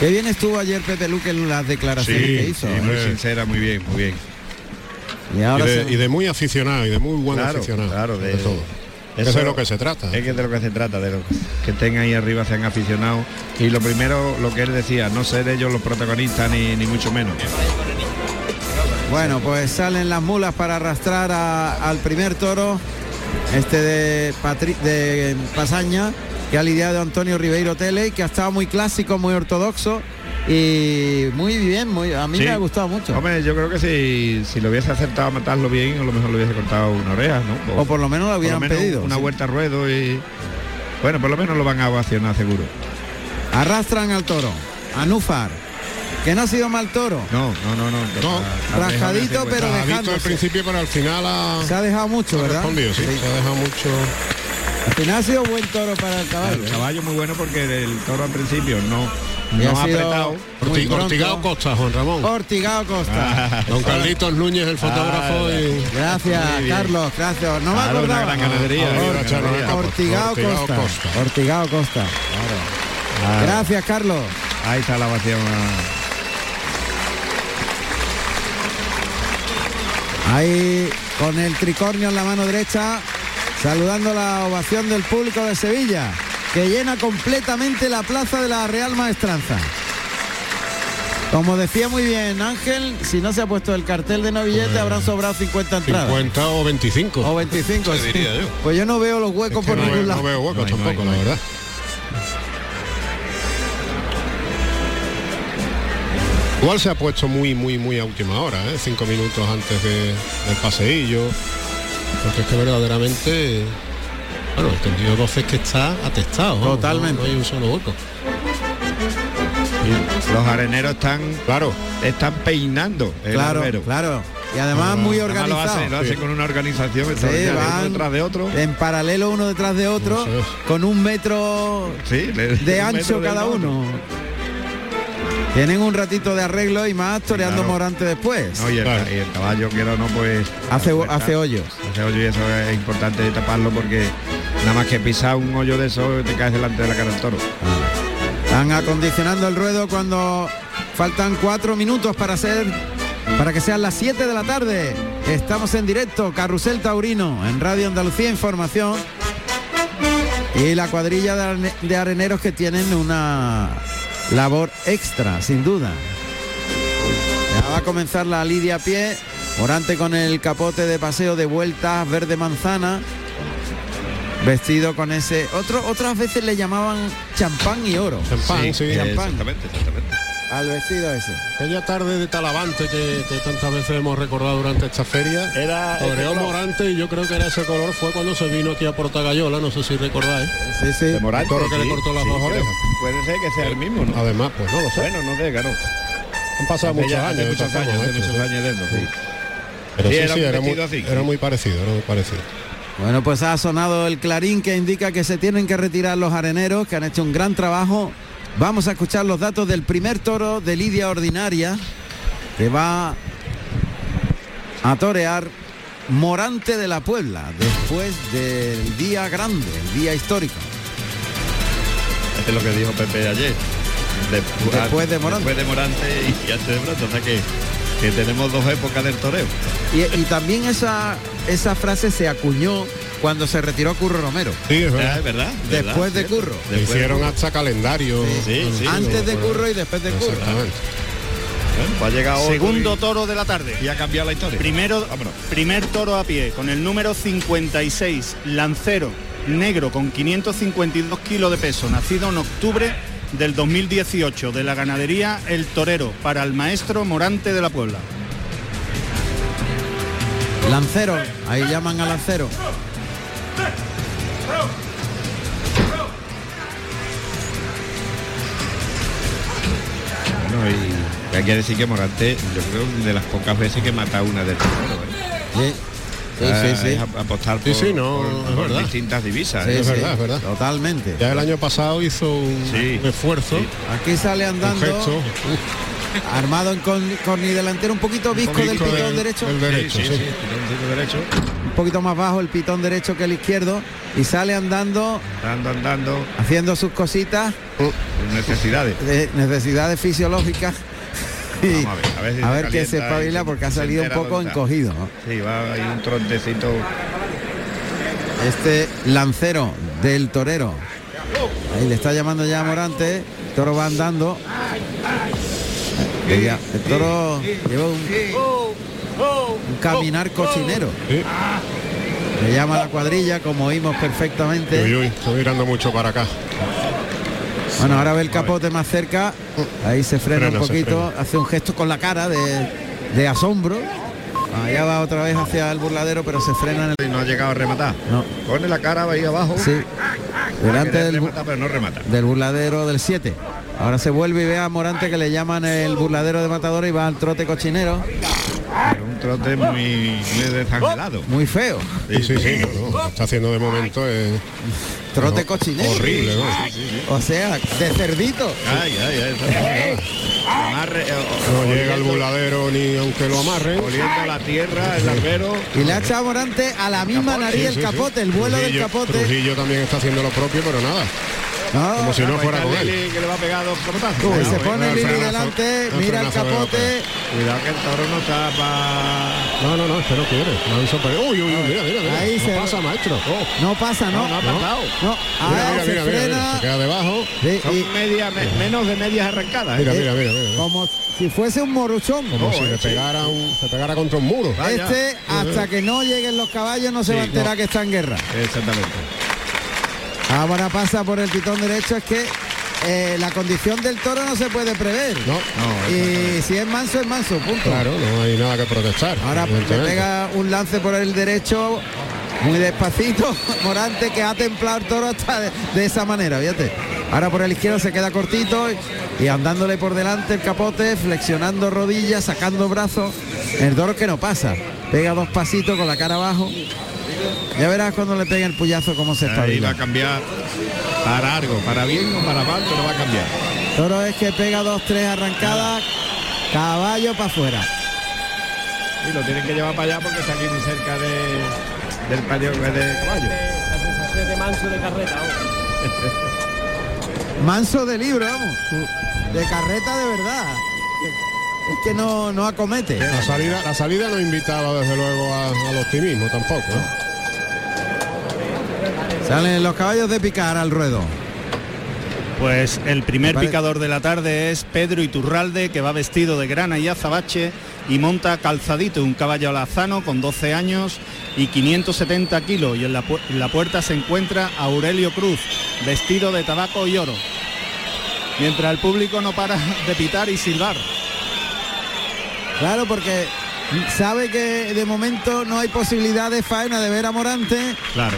S2: Que bien estuvo ayer Pepe Luque en las declaraciones
S5: Sí,
S2: que hizo.
S5: sí, muy
S2: Eh.
S5: sincera, muy bien, muy bien.
S2: Y, ahora
S5: de,
S2: se-
S5: y de muy aficionado, y de muy buen
S4: Claro,
S5: aficionado.
S4: claro, de-
S5: sobre todo. Eso,
S4: eso-
S5: es lo que se trata.
S4: Es que de lo que se trata, de lo que estén ahí arriba, sean aficionados. Y lo primero, lo que él decía, no ser ellos los protagonistas ni, ni mucho menos.
S2: Bueno, pues salen las mulas para arrastrar a- al primer toro, este de, Patri- de Pasaña, que ha lidiado Antonio Ribeiro Tele, que ha estado muy clásico, muy ortodoxo y muy bien, muy, a mí
S4: Sí.
S2: me ha gustado mucho.
S4: Hombre, yo creo que si, si lo hubiese acertado a matarlo bien, a lo mejor lo hubiese cortado una oreja, ¿no?
S2: O por lo menos lo
S4: por
S2: hubieran
S4: menos
S2: pedido,
S4: Una
S2: sí.
S4: vuelta a ruedo y. Bueno, por lo menos lo van a ovacionar seguro.
S2: Arrastran al toro, a Núfar, que no ha sido mal toro.
S4: No, no, no, no.
S5: No.
S2: Rajadito, pero
S5: Rajadito al
S2: dejándose.
S5: principio, pero al final ha,
S2: Se ha dejado mucho,
S5: ha
S2: ¿verdad?
S5: respondido, sí,
S2: Sí.
S5: Se ha dejado mucho.
S2: Al final ha sido buen toro para el caballo.
S4: El caballo muy bueno porque el toro al principio no,
S2: Y
S4: no
S2: ha
S4: ha
S2: sido
S4: apretado.
S2: muy
S5: Orti-
S2: pronto.
S5: Ortigao Costa, Juan Ramón. Ah,
S2: Ortigao Costa.
S5: Don Carlitos Núñez, el fotógrafo. y...
S2: Ah, Gracias,
S5: Muy bien.
S2: Carlos, gracias. No me
S5: Claro, una
S2: acordaba.
S5: gran ganadería, ¿eh?
S2: Ah,
S5: una
S2: Or-
S5: gran ganadería.
S2: Ortigao
S5: Ortigao
S2: Costa.
S5: Costa.
S2: Ortigao Costa.
S4: Ah,
S2: Gracias, Carlos.
S4: Ahí está la ovación. ah.
S2: Ahí con el tricornio en la mano derecha, saludando la ovación del público de Sevilla, que llena completamente la plaza de la Real Maestranza. Como decía muy bien Ángel, si no se ha puesto el cartel de no billete, habrán sobrado 50 entradas.
S5: 50 o 25.
S2: O 25, sí. Pues yo no veo los huecos
S5: Que
S2: por
S5: no, veo-
S2: ningún
S5: no
S2: lado.
S5: veo huecos tampoco, la verdad. Igual se ha puesto muy, muy, muy a última hora, ¿eh? cinco minutos antes de- del paseillo. Porque es que verdaderamente, bueno, el tendido 12 es que está atestado. vamos, no-
S2: Totalmente.
S5: No, hay un solo hueco.
S4: Los areneros están,
S5: claro,
S4: están peinando el
S2: Claro,
S4: albero.
S2: claro. Y además muy
S4: Además lo
S2: organizado.
S4: hacen, lo hacen con una organización
S2: Sí,
S4: extraordinaria,
S2: van
S4: uno detrás de otro.
S2: en paralelo uno detrás de otro,
S4: Eso es.
S2: con un metro
S4: Sí, le- un
S2: de
S4: metro
S2: ancho
S4: del
S2: cada
S4: otro.
S2: uno. Tienen un ratito de arreglo y más toreando
S4: Claro.
S2: Morante después.
S4: No, y, el, y el caballo, quiero o no, pues...
S2: pues. Hace-
S4: pues,
S2: hace
S4: está-
S2: hoyos.
S4: Hace hoyos y eso es importante taparlo porque nada más que pisar un hoyo de eso te caes delante de la cara del toro.
S2: Están acondicionando el ruedo cuando faltan cuatro minutos para ser para que sean las 7 de la tarde. Estamos en directo, Carrusel Taurino, en Radio Andalucía Información. Y la cuadrilla de arne- de areneros que tienen una labor extra, sin duda. Ya va a comenzar la lidia a pie. Morante con el capote de paseo de vueltas verde manzana. Vestido con ese. Otro, otras veces le llamaban champán y oro.
S5: Champán, sí.
S2: eh, Champán.
S4: Exactamente, exactamente.
S2: Al vestido ese.
S5: Aquella tarde de Talavante que, que tantas veces hemos recordado durante esta feria.
S4: Era
S5: Oreón Morante y yo creo que era ese color fue cuando se vino aquí a Portagayola, no sé si recordáis.
S2: Sí, sí.
S4: De Morante,
S5: El toro que le
S4: sí,
S5: cortó las
S4: sí,
S5: dos
S4: creo.
S5: orejas.
S4: Puede ser que sea el mismo, ¿no?
S5: Además, pues no lo sé.
S4: Bueno, no sé, claro.
S5: Han pasado
S4: Hace
S5: muchos
S4: ya- hace
S5: años.
S4: muchos
S5: tampoco,
S4: años, hace
S5: macho.
S4: muchos años de eso, sí.
S5: Pero
S4: Sí,
S5: sí,
S4: era
S5: sí,
S4: un
S5: era muy,
S4: vestido así.
S5: era muy parecido, era muy parecido.
S2: Bueno, pues ha sonado el clarín que indica que se tienen que retirar los areneros, que han hecho un gran trabajo. Vamos a escuchar los datos del primer toro de Lidia Ordinaria, que va a torear Morante de la Puebla, después del día grande, el día histórico.
S4: Este es lo que dijo Pepe ayer. Despu-
S2: Después de Morante.
S4: Después de Morante y, y antes de Morante. O sea que, que tenemos dos épocas del toreo.
S2: Y, y también esa, esa frase se acuñó cuando se retiró Curro Romero.
S5: Sí, es
S4: Ah,
S5: verdad.
S4: es ¿Verdad? ¿Verdad?
S2: Después de
S4: ¿Cierto?
S2: Curro.
S5: Le
S4: Después de
S5: hicieron
S4: Curro.
S5: hasta calendario.
S4: Sí, sí.
S2: Antes de Curro y después de Curro.
S5: Exactamente.
S4: Bueno, pues ha llegado otro
S6: Segundo
S4: y-
S6: toro de la tarde.
S4: y ha cambiado la historia.
S6: Primero,
S4: Vámonos.
S6: primer toro a pie con el número 56, Lancero, negro con 552 kilos de peso, nacido en octubre del 2018 de la ganadería El Torero para el maestro Morante de la Puebla.
S2: Lancero, ahí llaman a Lancero.
S4: Bueno, y hay que decir que Morante, yo creo, de las pocas veces que mata una del primero.
S2: ¿eh? Sí,
S4: O sea,
S2: sí, sí.
S4: es ap- apostar por,
S5: Sí, sí, no,
S4: por-
S5: es
S4: por
S5: verdad.
S4: distintas divisas.
S5: Sí,
S4: ¿eh?
S5: es verdad, es verdad.
S2: Totalmente.
S5: Ya el año pasado hizo un, un esfuerzo.
S2: Aquí sale andando.
S5: Un gesto.
S2: Armado en con, delantero, un poquito visco del
S5: poquito
S2: pitón
S5: del-
S2: derecho.
S5: del derecho, Sí, sí, sí. sí,
S4: derecho.
S2: Un poquito más bajo el pitón derecho que el izquierdo. Y sale andando,
S4: Andando, andando,
S2: haciendo sus cositas.
S4: por necesidades.
S2: de necesidades fisiológicas. Y
S4: Vamos a ver, a ver si
S2: a
S4: se
S2: ver qué
S4: calienta
S2: se espabila
S4: y
S2: porque ha
S4: se
S2: salido un
S4: entera
S2: poco
S4: dónde está.
S2: encogido. ¿no?
S4: Sí, va ahí un trontecito.
S2: Este lancero del torero. Ahí le está llamando ya a Morante. El toro va andando. Mira, El toro lleva un, un caminar cocinero. Le llama a la cuadrilla, como oímos perfectamente.
S5: Uy, uy, está mirando mucho para acá.
S2: Bueno, ahora ve el capote más cerca. Ahí se frena
S5: Frena,
S2: un
S5: se
S2: poquito, hace un gesto con la cara de, de asombro. Allá va otra vez hacia el burladero, pero se frena en el...
S4: Y no ha llegado a rematar.
S2: No.
S4: Pone la cara ahí abajo.
S2: Sí. Delante del, bu-
S4: Ah, remata, pero no remata.
S2: del burladero del 7. Ahora se vuelve y ve a Morante que le llaman el burladero de matadores y va al trote cochinero.
S4: Un trote muy, muy desangelado.
S2: Muy feo.
S5: Sí, sí, sí. no, no, Está haciendo de momento. eh,
S2: Trote
S5: no,
S2: cochinero.
S5: Horrible, ¿no?
S2: O sea, de cerdito.
S4: Ay, ay, ay. esa parada. Amarre, eh, o-
S5: No llega el buladero ni aunque lo amarren.
S4: oliendo la tierra, el albero.
S2: Y le ha echado Morante a la misma nariz
S5: Sí,
S2: el
S5: sí, sí.
S2: capote, el vuelo del
S5: Trujillo-
S2: capote. Ah.
S5: Trujillo también está haciendo lo propio, pero nada.
S2: No,
S5: Como si no
S4: Ahí
S5: fuera
S4: está
S5: con él.
S4: Lili, que le va a pegar dos capotazos.
S2: Uy,
S4: Cuidado,
S2: se
S4: eh.
S2: pone
S5: el
S2: Lili
S5: frenazo,
S2: delante,
S5: el
S2: mira el
S5: frenazo de
S2: capote.
S4: Cuidado que el toro no está para...
S5: No, no, no, este no quiere. No, eso parece- uy, uy, uy, mira, mira, mira.
S2: Ahí
S5: No
S2: se-
S5: pasa, maestro. Oh.
S2: No pasa, ¿no?
S4: No, no ha pasado.
S2: No,
S5: Mira,
S2: ahora
S5: mira,
S2: se
S5: mira, mira,
S2: frena.
S5: mira, Se queda debajo.
S2: Sí,
S4: Son
S2: y
S4: media- me- menos de medias arrancadas.
S5: Mira,
S4: ¿eh?
S5: mira, mira. mira.
S2: como si fuese un moruchón.
S5: Como
S4: No,
S5: si
S4: eh,
S5: le
S4: sí.
S5: pegara, un- se pegara contra un muro. Ah,
S4: Vaya.
S2: Este, hasta que no lleguen los caballos, no se
S4: Sí,
S2: va a enterar
S4: no.
S2: que está en guerra.
S4: Exactamente.
S2: Ahora pasa por el pitón derecho, es que eh, la condición del toro no se puede prever.
S5: No,
S4: No,
S2: Y si es manso, es manso, punto.
S5: claro, no hay nada que protestar.
S2: Ahora le
S5: evidentemente.
S2: pega un lance por el derecho, muy despacito, Morante que ha templado el toro hasta de, de esa manera, fíjate. Ahora por el izquierdo se queda cortito y, y andándole por delante el capote, flexionando rodillas, sacando brazos. El toro que no pasa, pega dos pasitos con la cara abajo. Ya verás cuando le pega el puyazo cómo se
S4: Ahí va
S2: espabila.
S4: a cambiar para algo, para bien o para mal, pero va a cambiar.
S2: Toro es que pega dos, tres arrancadas, caballo para afuera.
S4: Y lo tienen que llevar para allá porque está aquí muy cerca de, del patio de caballo.
S2: Manso de libro, vamos. De carreta de verdad. Es que no, no acomete.
S5: La salida, la salida no invitaba desde luego a- al optimismo tampoco. ¿eh?
S2: Salen los caballos de picar al ruedo.
S6: Pues el primer
S2: Pare-
S6: picador de la tarde es Pedro Iturralde, que va vestido de grana y azabache y monta calzadito, un caballo alazano con 12 años y 570 kilos. Y en la, pu- en la puerta se encuentra Aurelio Cruz, vestido de tabaco y oro. Mientras el público no para de pitar y silbar.
S2: Claro, porque sabe que de momento no hay posibilidad de faena de ver a Morante
S4: Claro.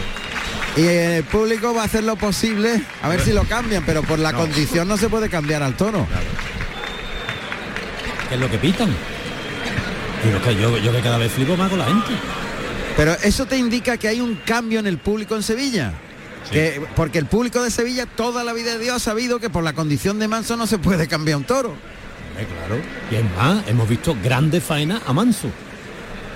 S2: y el público va a hacer lo posible a ver si lo cambian, pero por la condición no se puede cambiar al toro.
S12: ¿Qué es lo que pitan? Yo, creo que yo, yo que cada vez flipo más con la gente.
S2: Pero eso te indica que hay un cambio en el público en Sevilla. Que- porque el público de Sevilla toda la vida de Dios ha sabido que por la condición de manso no se puede cambiar un toro.
S12: Eh, claro. Y es más, hemos visto grandes faenas a Manso.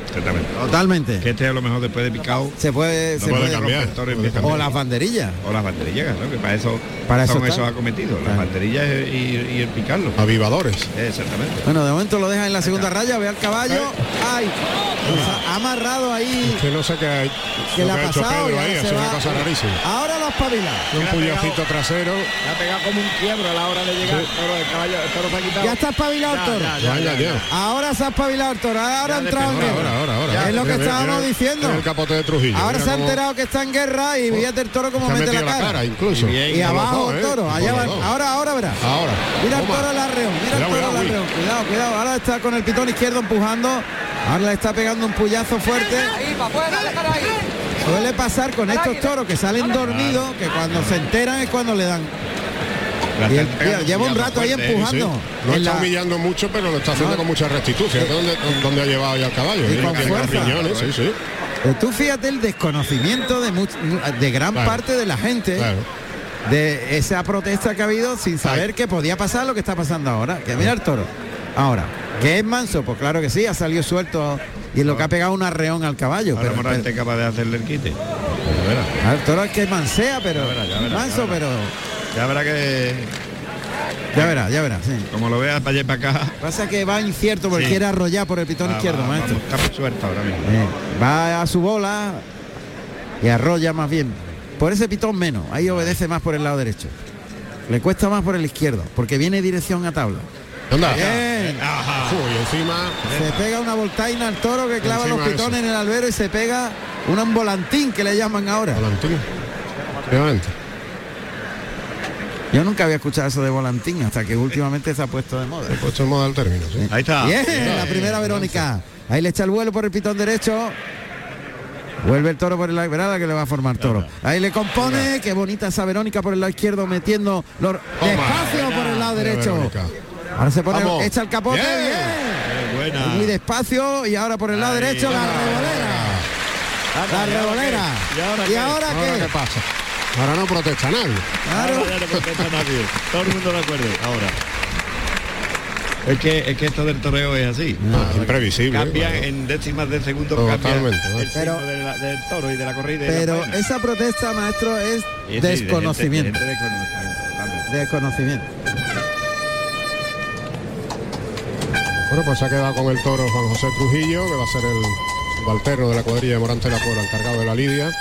S4: Exactamente. Que
S2: Totalmente.
S4: este a lo mejor después de picado.
S2: Se puede,
S4: No
S2: se
S4: puede
S2: puede-
S4: cambiar. El toro empieza a
S2: O
S4: cambiar.
S2: las banderillas.
S4: O las banderillas, ¿no? que para eso
S2: Para eso
S4: son
S2: está.
S4: esos acometidos, las
S2: Claro.
S4: banderillas y, y el picarlo.
S5: Avivadores.
S4: Exactamente.
S2: Bueno, de momento lo deja en la segunda raya, ve al caballo. ¡Ay! Pues ha- ha amarrado ahí.
S5: Que no sé qué, ha-
S2: Que
S5: lo
S2: le
S5: que
S2: ha
S5: ha hecho
S2: pasado. y
S5: Pedro
S2: ahora
S5: ahí, ha
S2: se
S5: sido una
S2: va. Ah,
S5: cosa rarísima.
S2: Ahora los pavila.
S5: Un
S4: Le ha
S5: puñacito
S4: pegado.
S5: trasero.
S4: Le ha pegado como un quiebro a la hora de llegar. El toro, el caballo, el toro se ha quitado.
S2: Ya está espabilado el
S4: Ya,
S2: toro.
S4: ya, ya,
S5: Vaya,
S4: ya,
S5: ya.
S4: ya.
S2: Ahora se ha espabilado el toro. Ahora ha entrado en
S4: despejó,
S2: guerra.
S4: ahora,
S5: ahora, ahora.
S2: es lo que
S5: Mira, mira,
S2: estábamos
S5: mira
S2: diciendo.
S5: El capote de Trujillo.
S2: Ahora
S5: Mira
S2: se ha
S5: cómo- Oh.
S2: enterado que está en guerra y Villas del Toro como
S5: se ha
S2: mete la
S5: metido
S2: cara.
S5: la cara, incluso.
S2: Y,
S5: Bien, con los
S2: abajo
S5: dos,
S2: el
S5: ¿eh?
S2: toro.
S5: Con
S2: Allá
S5: los
S2: van.
S5: dos.
S2: Ahora, ahora verás.
S5: Ahora.
S2: Mira el
S5: Toma.
S2: toro al arreo. Mira el
S5: Cuidado,
S2: toro al
S5: cuidado,
S2: arreo. Cuidado, cuidado. Ahora está con el pitón izquierdo empujando. Ahora le está pegando un puyazo fuerte.
S13: Ahí, para afuera, dejar ahí.
S2: Suele pasar con estos toros que salen dormidos, que cuando se enteran es cuando le dan. Y el-
S5: Pegando
S2: tío, lleva un
S5: puñazo
S2: rato ahí
S5: fuerte, ¿eh?
S2: empujando.
S5: Sí. No
S2: En
S5: está
S2: la-
S5: humillando mucho, pero lo está haciendo con mucha rectitud. Fíjate dónde, dónde ha llevado ya el caballo.
S2: Y
S5: ¿eh?
S2: con
S5: Que los
S2: fuerza.
S5: riñones, sí, sí.
S2: Eh, Tú fíjate el desconocimiento de, much- de gran
S5: Claro.
S2: parte de la gente. De esa protesta que ha habido sin saber que podía pasar lo que está pasando ahora. Que mira el toro. Ahora, ¿qué es manso? Pues claro que sí, ha salido suelto y
S5: Ah.
S2: en lo que ha pegado un arreón al caballo.
S4: Ahora
S2: Pero,
S4: Morante Este es capaz de hacerle el quite. Ya verá.
S2: pero- a ver, el Ah, toro es que mansea, pero
S4: Ya verá, ya verá,
S2: manso,
S4: ya verá.
S2: pero.
S4: Ya verá que.
S2: Ya verá, ya verá. sí.
S4: Como lo veas para allá y para acá.
S2: Pasa que va incierto porque
S4: Sí.
S2: quiere arrollar por el pitón
S4: va-
S2: izquierdo,
S4: va-
S2: maestro.
S4: va a buscar suerte ahora mismo.
S2: eh, Va a su bola y arrolla más bien. Por ese pitón menos, ahí obedece más por el lado derecho. Le cuesta más por el izquierdo, porque viene dirección a tabla.
S5: Anda.
S2: Bien.
S5: Ajá. Uy, encima.
S2: Se pega una voltaina al toro que clava
S5: Encima
S2: los pitones en el albero y se pega un volantín que le llaman ahora.
S5: Volantín. Efectivamente.
S2: Yo nunca había escuchado eso de volantín hasta que últimamente se ha puesto de moda.
S5: He puesto en moda el término. sí.
S4: Ahí está.
S2: Bien, la primera Verónica. Ahí le echa el vuelo por el pitón derecho. Vuelve el toro por el lado verá la que le va a formar toro. Ahí le compone, qué bonita esa Verónica por el lado izquierdo metiendo los despacio por el lado
S5: Mira,
S2: derecho.
S5: Verónica.
S2: Ahora se pone,
S5: Vamos.
S2: echa el capote,
S5: Bien.
S2: bien.
S4: Eh, buena.
S2: Muy despacio y ahora por el lado derecho la revolera. La
S5: ¿y ahora
S2: revolera.
S5: qué?
S2: ¿Y ahora qué?
S5: Ahora qué pasa? Ahora no protesta nadie.
S2: Claro.
S4: Todo el mundo de acuerdo. Ahora. Es que, es que esto del toreo es así.
S2: Ah,
S5: imprevisible,
S4: Cambia
S5: claro.
S4: en décimas de segundo
S5: Totalmente,
S4: cambia
S5: ¿no?
S4: el
S2: Pero-
S4: signo de la- del toro y de la corrida. y de la
S2: Pero
S4: vaina.
S2: esa protesta, maestro, es
S4: Y es de- de gente-
S2: desconocimiento.
S4: de gente desconocimiento, vamos.
S2: Desconocimiento.
S5: Bueno, pues se ha quedado con el toro Juan José Trujillo, que va a ser el alterno de la cuadrilla de Morante de la Puebla, encargado de la lidia.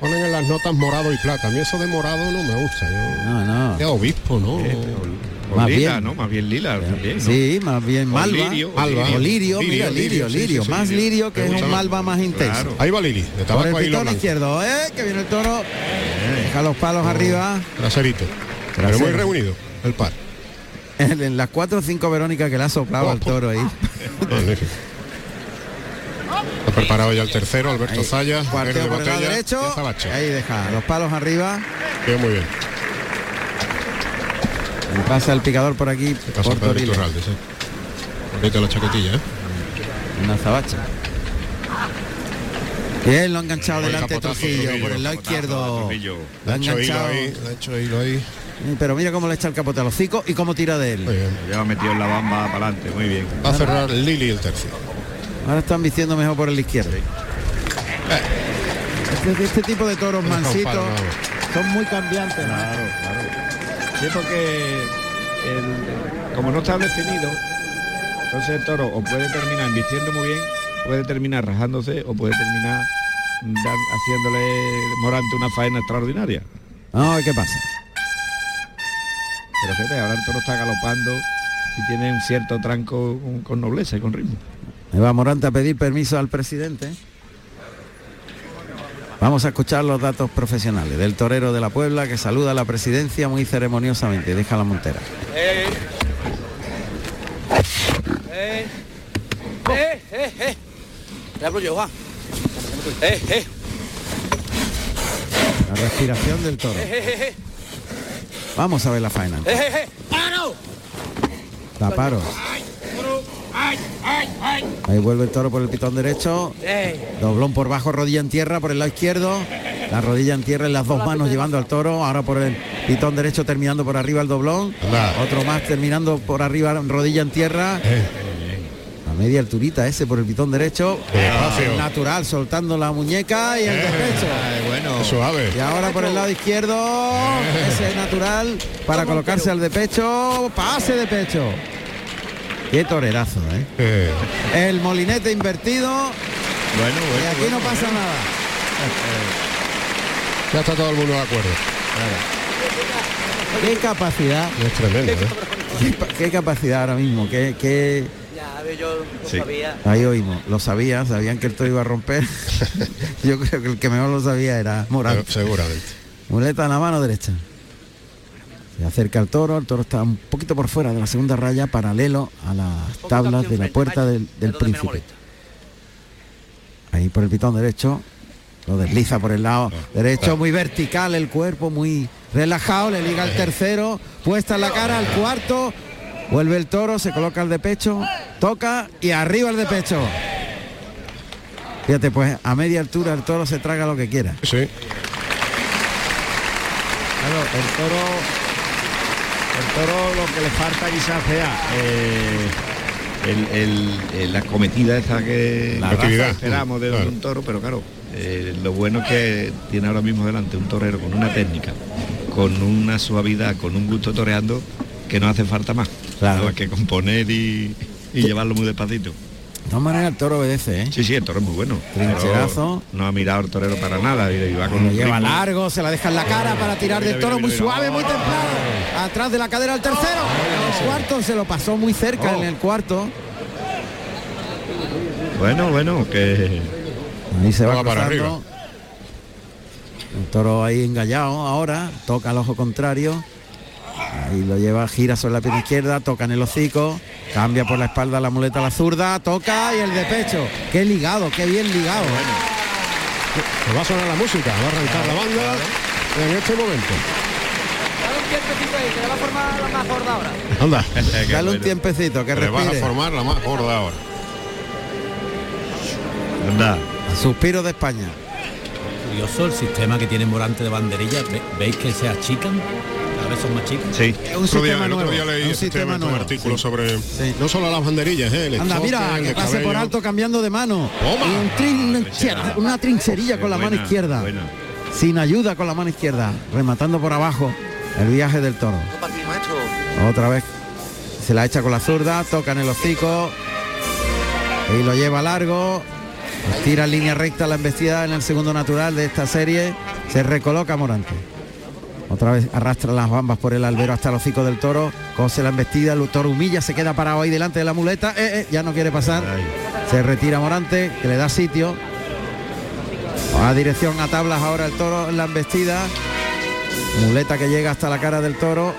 S5: Ponen en las notas morado y plata. A mí eso de morado no me gusta. Yo...
S2: No, no.
S5: Ya obispo, ¿no?
S4: O
S2: Más
S4: lila,
S2: bien.
S4: Eh, ¿no? Más bien lila también, ¿no?
S2: Sí, más bien
S4: O
S2: malva.
S4: lirio, o
S2: Malva.
S4: lirio.
S2: O lirio,
S4: Lirio,
S2: mira,
S4: lirio,
S2: lirio, lirio.
S4: sí, sí, sí,
S2: más
S4: lirio.
S2: lirio que
S4: Me
S2: es
S4: gusta
S2: un
S4: más.
S2: malva más intenso.
S4: Claro.
S5: Ahí va Lili, de
S2: Por el
S5: tabaco ahí lo
S2: pitón
S5: blanco.
S2: izquierdo, eh, que viene el toro.
S4: Eh.
S2: Deja los
S4: Oh.
S2: palos arriba.
S5: Traserito. Pero
S2: Trasero.
S5: muy reunido, el par.
S2: En, en las cuatro o cinco Verónica que le ha soplado al toro ahí.
S5: Magnífico. Ha pues preparado ya el tercero, Alberto
S2: Ahí,
S5: Zaya.
S2: Cuarteo
S5: Verde
S2: por el lado
S5: Botella, y
S2: derecho.
S5: Azabache.
S2: Ahí deja los palos arriba.
S5: Quedó muy bien.
S2: Y pasa el picador por aquí.
S5: Pasa
S2: Por
S5: Pedro
S2: Toril.
S5: Iturralde, sí. Bonita eh. la chaquetilla, ¿eh?
S2: Una zabacha. Bien, lo ha enganchado
S5: Buen
S2: delante
S5: capotazo,
S2: Trujillo,
S5: Trujillo,
S2: por el lado
S4: capotazo,
S2: izquierdo.
S4: Trujillo.
S2: Lo ha
S5: Le ha hecho hilo
S2: enganchado. Mm,
S5: ahí, le ha hecho hilo ahí.
S2: Pero mira cómo le echa el capote al hocico y cómo tira de él.
S5: Muy bien.
S4: Ya ha metido en la bamba para adelante, muy bien.
S5: Va a cerrar Lili el tercero.
S2: Ahora están vistiendo mejor por el izquierdo. Este, este tipo de toros
S5: Deja un palo,
S2: mansitos son muy cambiantes. ¿no?
S4: Claro, claro. Sí, porque el- como no está definido, entonces el toro o puede terminar vistiendo muy bien, puede terminar rajándose o puede terminar dan- haciéndole Morante una faena extraordinaria.
S2: No, ¿y ¿qué pasa?
S4: Pero fíjate, ahora el toro está galopando y tiene un cierto tranco con, con nobleza y con ritmo.
S2: Me va Morante a pedir permiso al presidente. Vamos a escuchar los datos profesionales del torero de la Puebla que saluda a la presidencia muy ceremoniosamente y deja la montera.
S13: Eh. Eh. Eh, eh, eh. Te hablo yo, va. Eh, eh,
S2: La respiración del toro.
S13: eh, eh, eh.
S2: Vamos a ver la faena.
S13: Eh, eh, eh. ¡Ah, no!
S2: Taparos.
S13: ¡Ay, ay, ay!
S2: Ahí vuelve el toro por el pitón derecho.
S13: Eh.
S2: Doblón por bajo, rodilla en tierra por el lado izquierdo. La rodilla en tierra en las dos manos llevando al toro. Ahora por el pitón derecho terminando por arriba el doblón.
S5: Anda.
S2: Otro más terminando por arriba rodilla en tierra. A media alturita ese por el pitón derecho.
S5: Despacio.
S2: Natural, soltando la muñeca y el despecho.
S4: bueno.
S5: Qué Suave.
S2: eh, Y ahora por el lado izquierdo, Eh. ese es natural para colocarse al de pecho, pase de pecho. Qué torerazo, ¿eh?
S5: Eh,
S2: El molinete invertido
S4: Bueno,
S2: y
S4: bueno.
S2: aquí no pasa nada.
S5: ya está todo el mundo de acuerdo.
S2: Qué capacidad,
S5: Es tremendo, ¿eh?
S2: qué, pa- qué capacidad ahora mismo, qué, qué,
S13: sabía, yo lo
S4: Sí.
S13: sabía.
S2: Ahí oímos, lo sabían, sabían que el toro iba a romper. Yo creo que el que mejor lo sabía era Morales.
S5: Seguramente.
S2: Muleta en la mano derecha. Se acerca el toro, el toro está un poquito por fuera de la segunda raya, paralelo a las tablas de la puerta del, del príncipe. Ahí por el pitón derecho, lo desliza por el lado derecho, muy vertical el cuerpo, muy relajado, le liga al tercero, puesta en la cara al cuarto, vuelve el toro, se coloca el de pecho, toca y arriba el de pecho. Fíjate, pues a media altura el toro se traga lo que quiera.
S5: Sí.
S4: Claro, el toro, el toro lo que le falta quizás sea eh, el- el- el- la cometida esa que
S5: La
S4: raza
S5: actividad.
S4: esperamos de
S5: Claro.
S4: un toro, pero claro, eh, lo bueno es que tiene ahora mismo delante un torero con una técnica, con una suavidad, con un gusto toreando, que no hace falta más. Nada más que componer y, y llevarlo muy despacito.
S2: De todas maneras el toro obedece, ¿eh?
S4: Sí, sí, el toro es muy bueno.
S2: Trincherazo.
S4: Pero No ha mirado el torero para nada y, y va con
S2: Lo
S4: un
S2: lleva
S4: ritmo.
S2: largo, se la deja en la cara para tirar
S4: Mira,
S2: del
S4: mira,
S2: toro
S4: mira,
S2: muy
S4: mira.
S2: suave, muy templado.
S5: Oh.
S2: Atrás de la cadera al tercero. El cuarto se lo pasó muy cerca en
S5: Oh.
S2: el cuarto.
S4: Bueno, bueno, que
S2: Ahí se va
S4: Toca para
S2: cruzando. El toro ahí engallado ahora, toca al ojo contrario. Ahí lo lleva, gira sobre la pierna izquierda, toca en el hocico, cambia por la espalda la muleta a la zurda, toca y el de pecho. Qué ligado, qué bien ligado. eh.
S5: va a sonar la música, va a arrancar la banda en este momento.
S13: Dale un tiempecito ahí, que le va a formar la más gorda ahora.
S5: Anda.
S2: Dale un tiempecito, que
S5: Le vas a
S2: respire.
S5: formar la más gorda ahora.
S4: Anda.
S2: Suspiro de España.
S12: Curioso el sistema que tiene Morante de banderilla. Ve- ¿Veis que se achican? Cada vez son más chicas.
S4: Sí.
S5: Otro día- el otro día leí efectivamente un artículo sobre no solo las banderillas, eh, el
S2: Anda,
S5: estoque,
S2: mira,
S5: el
S2: que pase por
S5: descabello.
S2: alto cambiando de mano.
S5: Toma.
S2: Y un trin-
S5: trinchera.
S2: una trincherilla con la mano
S5: Buena,
S2: izquierda.
S5: buena.
S2: Sin ayuda con la mano izquierda. Rematando por abajo el viaje del toro. Otra vez. Se la echa con la zurda, toca en el hocico. Y lo lleva largo. Tira en línea recta la embestida en el segundo natural de esta serie. Se recoloca Morante. Otra vez arrastra las bambas por el albero hasta el hocico del toro. Cose la embestida, el toro humilla, se queda parado ahí delante de la muleta. Eh, eh, ya no quiere pasar. Se retira Morante, que le da sitio. Va a dirección a tablas ahora el toro en la embestida. Muleta que llega hasta la cara del toro.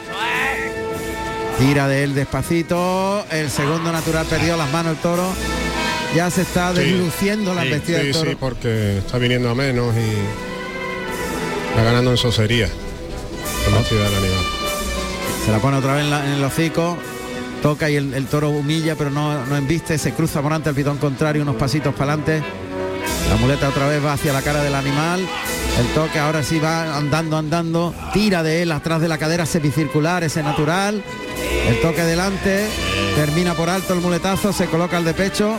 S2: Tira de él despacito. El segundo natural perdió las manos el toro. Ya se está
S5: Sí.
S2: desluciendo la
S5: Sí,
S2: embestida
S5: sí,
S2: del toro.
S5: sí, porque está viniendo a menos y está ganando en sosería. En la ciudad del animal.
S2: Se la pone otra vez en, la- en el hocico. Toca y el, el toro humilla, pero no, no embiste. Se cruza Morante al pitón contrario, unos pasitos para adelante. La muleta otra vez va hacia la cara del animal. El toque ahora sí va andando, andando. Tira de él atrás de la cadera semicircular, ese natural. El toque delante. Termina por alto el muletazo. Se coloca el de pecho.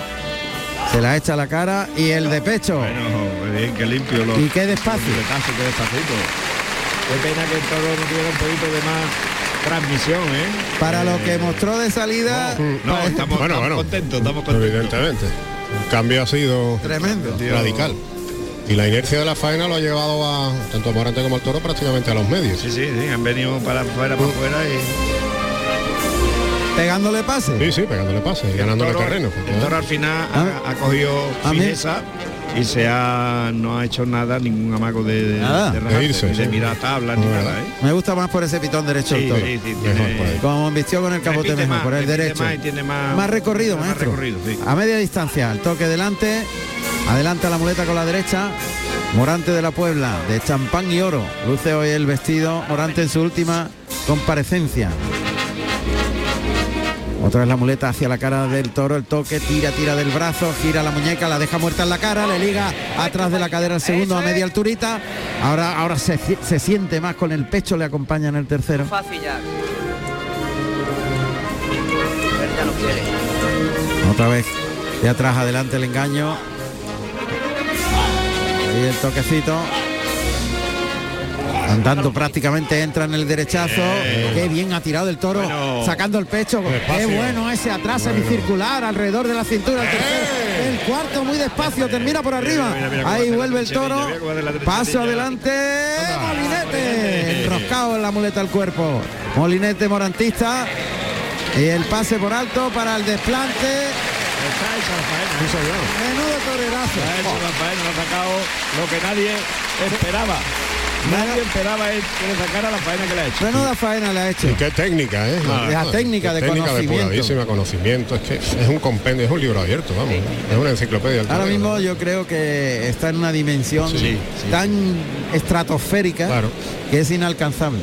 S2: Se la echa a la cara y el de pecho.
S4: Bueno, muy bien, qué limpio los,
S2: Y qué despacio.
S4: los muletazos, qué despacito. Qué pena que el toro no tuviera un poquito de más transmisión, ¿eh?
S2: Para lo que mostró de salida.
S4: No, estamos,
S5: Bueno,
S4: estamos
S5: bueno.
S4: contentos, estamos contentos.
S5: Evidentemente. El cambio ha sido
S2: Tremendo.
S5: radical. Y la inercia de la faena lo ha llevado a tanto a Morante como al toro prácticamente a los medios.
S4: Sí, sí, sí, han venido para afuera, para afuera y
S2: Pegándole pase.
S5: Sí, sí, pegándole pase, y ganándole
S4: toro-
S5: terreno.
S4: el toro al final
S2: Ah.
S4: ha, ha cogido
S5: a mí-
S4: fineza y se ha, no ha hecho nada, ningún amago de, de,
S2: Nada.
S4: de rajarse,
S2: De irse,
S4: ni de
S2: sí.
S4: mirar tablas, ni nada, ¿eh?
S2: Me gusta más por ese pitón derecho
S4: Sí,
S2: el toro.
S4: sí, sí, tiene- Mejor por ahí.
S2: Como vistió con el capote
S4: Repite
S2: mejor,
S4: más,
S2: por el
S4: repite
S2: derecho.
S4: más y tiene más-
S2: Más recorrido,
S4: más
S2: maestro.
S4: recorrido, sí.
S2: A media distancia, el toque delante, adelanta la muleta con la derecha. Morante de la Puebla, de champán y oro. Luce hoy el vestido Morante en su última comparecencia. Otra vez la muleta hacia la cara del toro, el toque, tira, tira del brazo, gira la muñeca, la deja muerta en la cara, le liga atrás de la cadera el segundo a media alturita. Ahora, ahora se, se siente más con el pecho, le acompaña en el tercero.
S13: Fácil ya. Él ya no quiere.
S2: Otra vez de atrás adelante el engaño. Ahí el toquecito. Andando prácticamente entra en el derechazo. Qué bien ha tirado el toro, sacando el pecho. Qué
S13: Despacio.
S2: bueno ese atrás semicircular alrededor de la cintura. El, tercero. El cuarto muy despacio, termina por arriba.
S4: mira, mira,
S2: Ahí
S4: cómo
S2: vuelve el
S4: hace la
S2: toro.
S4: derecha, mira, cómo hace la derecha,
S2: Paso
S4: mira.
S2: adelante. Molinete. Enroscado en la muleta al cuerpo. Molinete morantista. Y el pase por alto para el desplante.
S4: está hecha la faena. ¿eh?
S2: Menudo torerazo.
S4: Está hecha la faena, ha sacado lo que nadie esperaba. Nadie esperaba es que le sacara la faena que le ha hecho.
S2: Menuda faena le ha hecho. Ah,
S5: Y qué técnica, ¿eh?
S2: La
S5: Nada,
S2: técnica
S5: qué
S2: de conocimiento.
S5: depuradísima, conocimiento. Es que es un compendio, es un libro abierto, vamos. ¿eh? Es una enciclopedia. del
S2: Ahora
S5: torneo.
S2: mismo yo creo que está en una dimensión
S5: Sí, sí.
S2: tan estratosférica que es inalcanzable.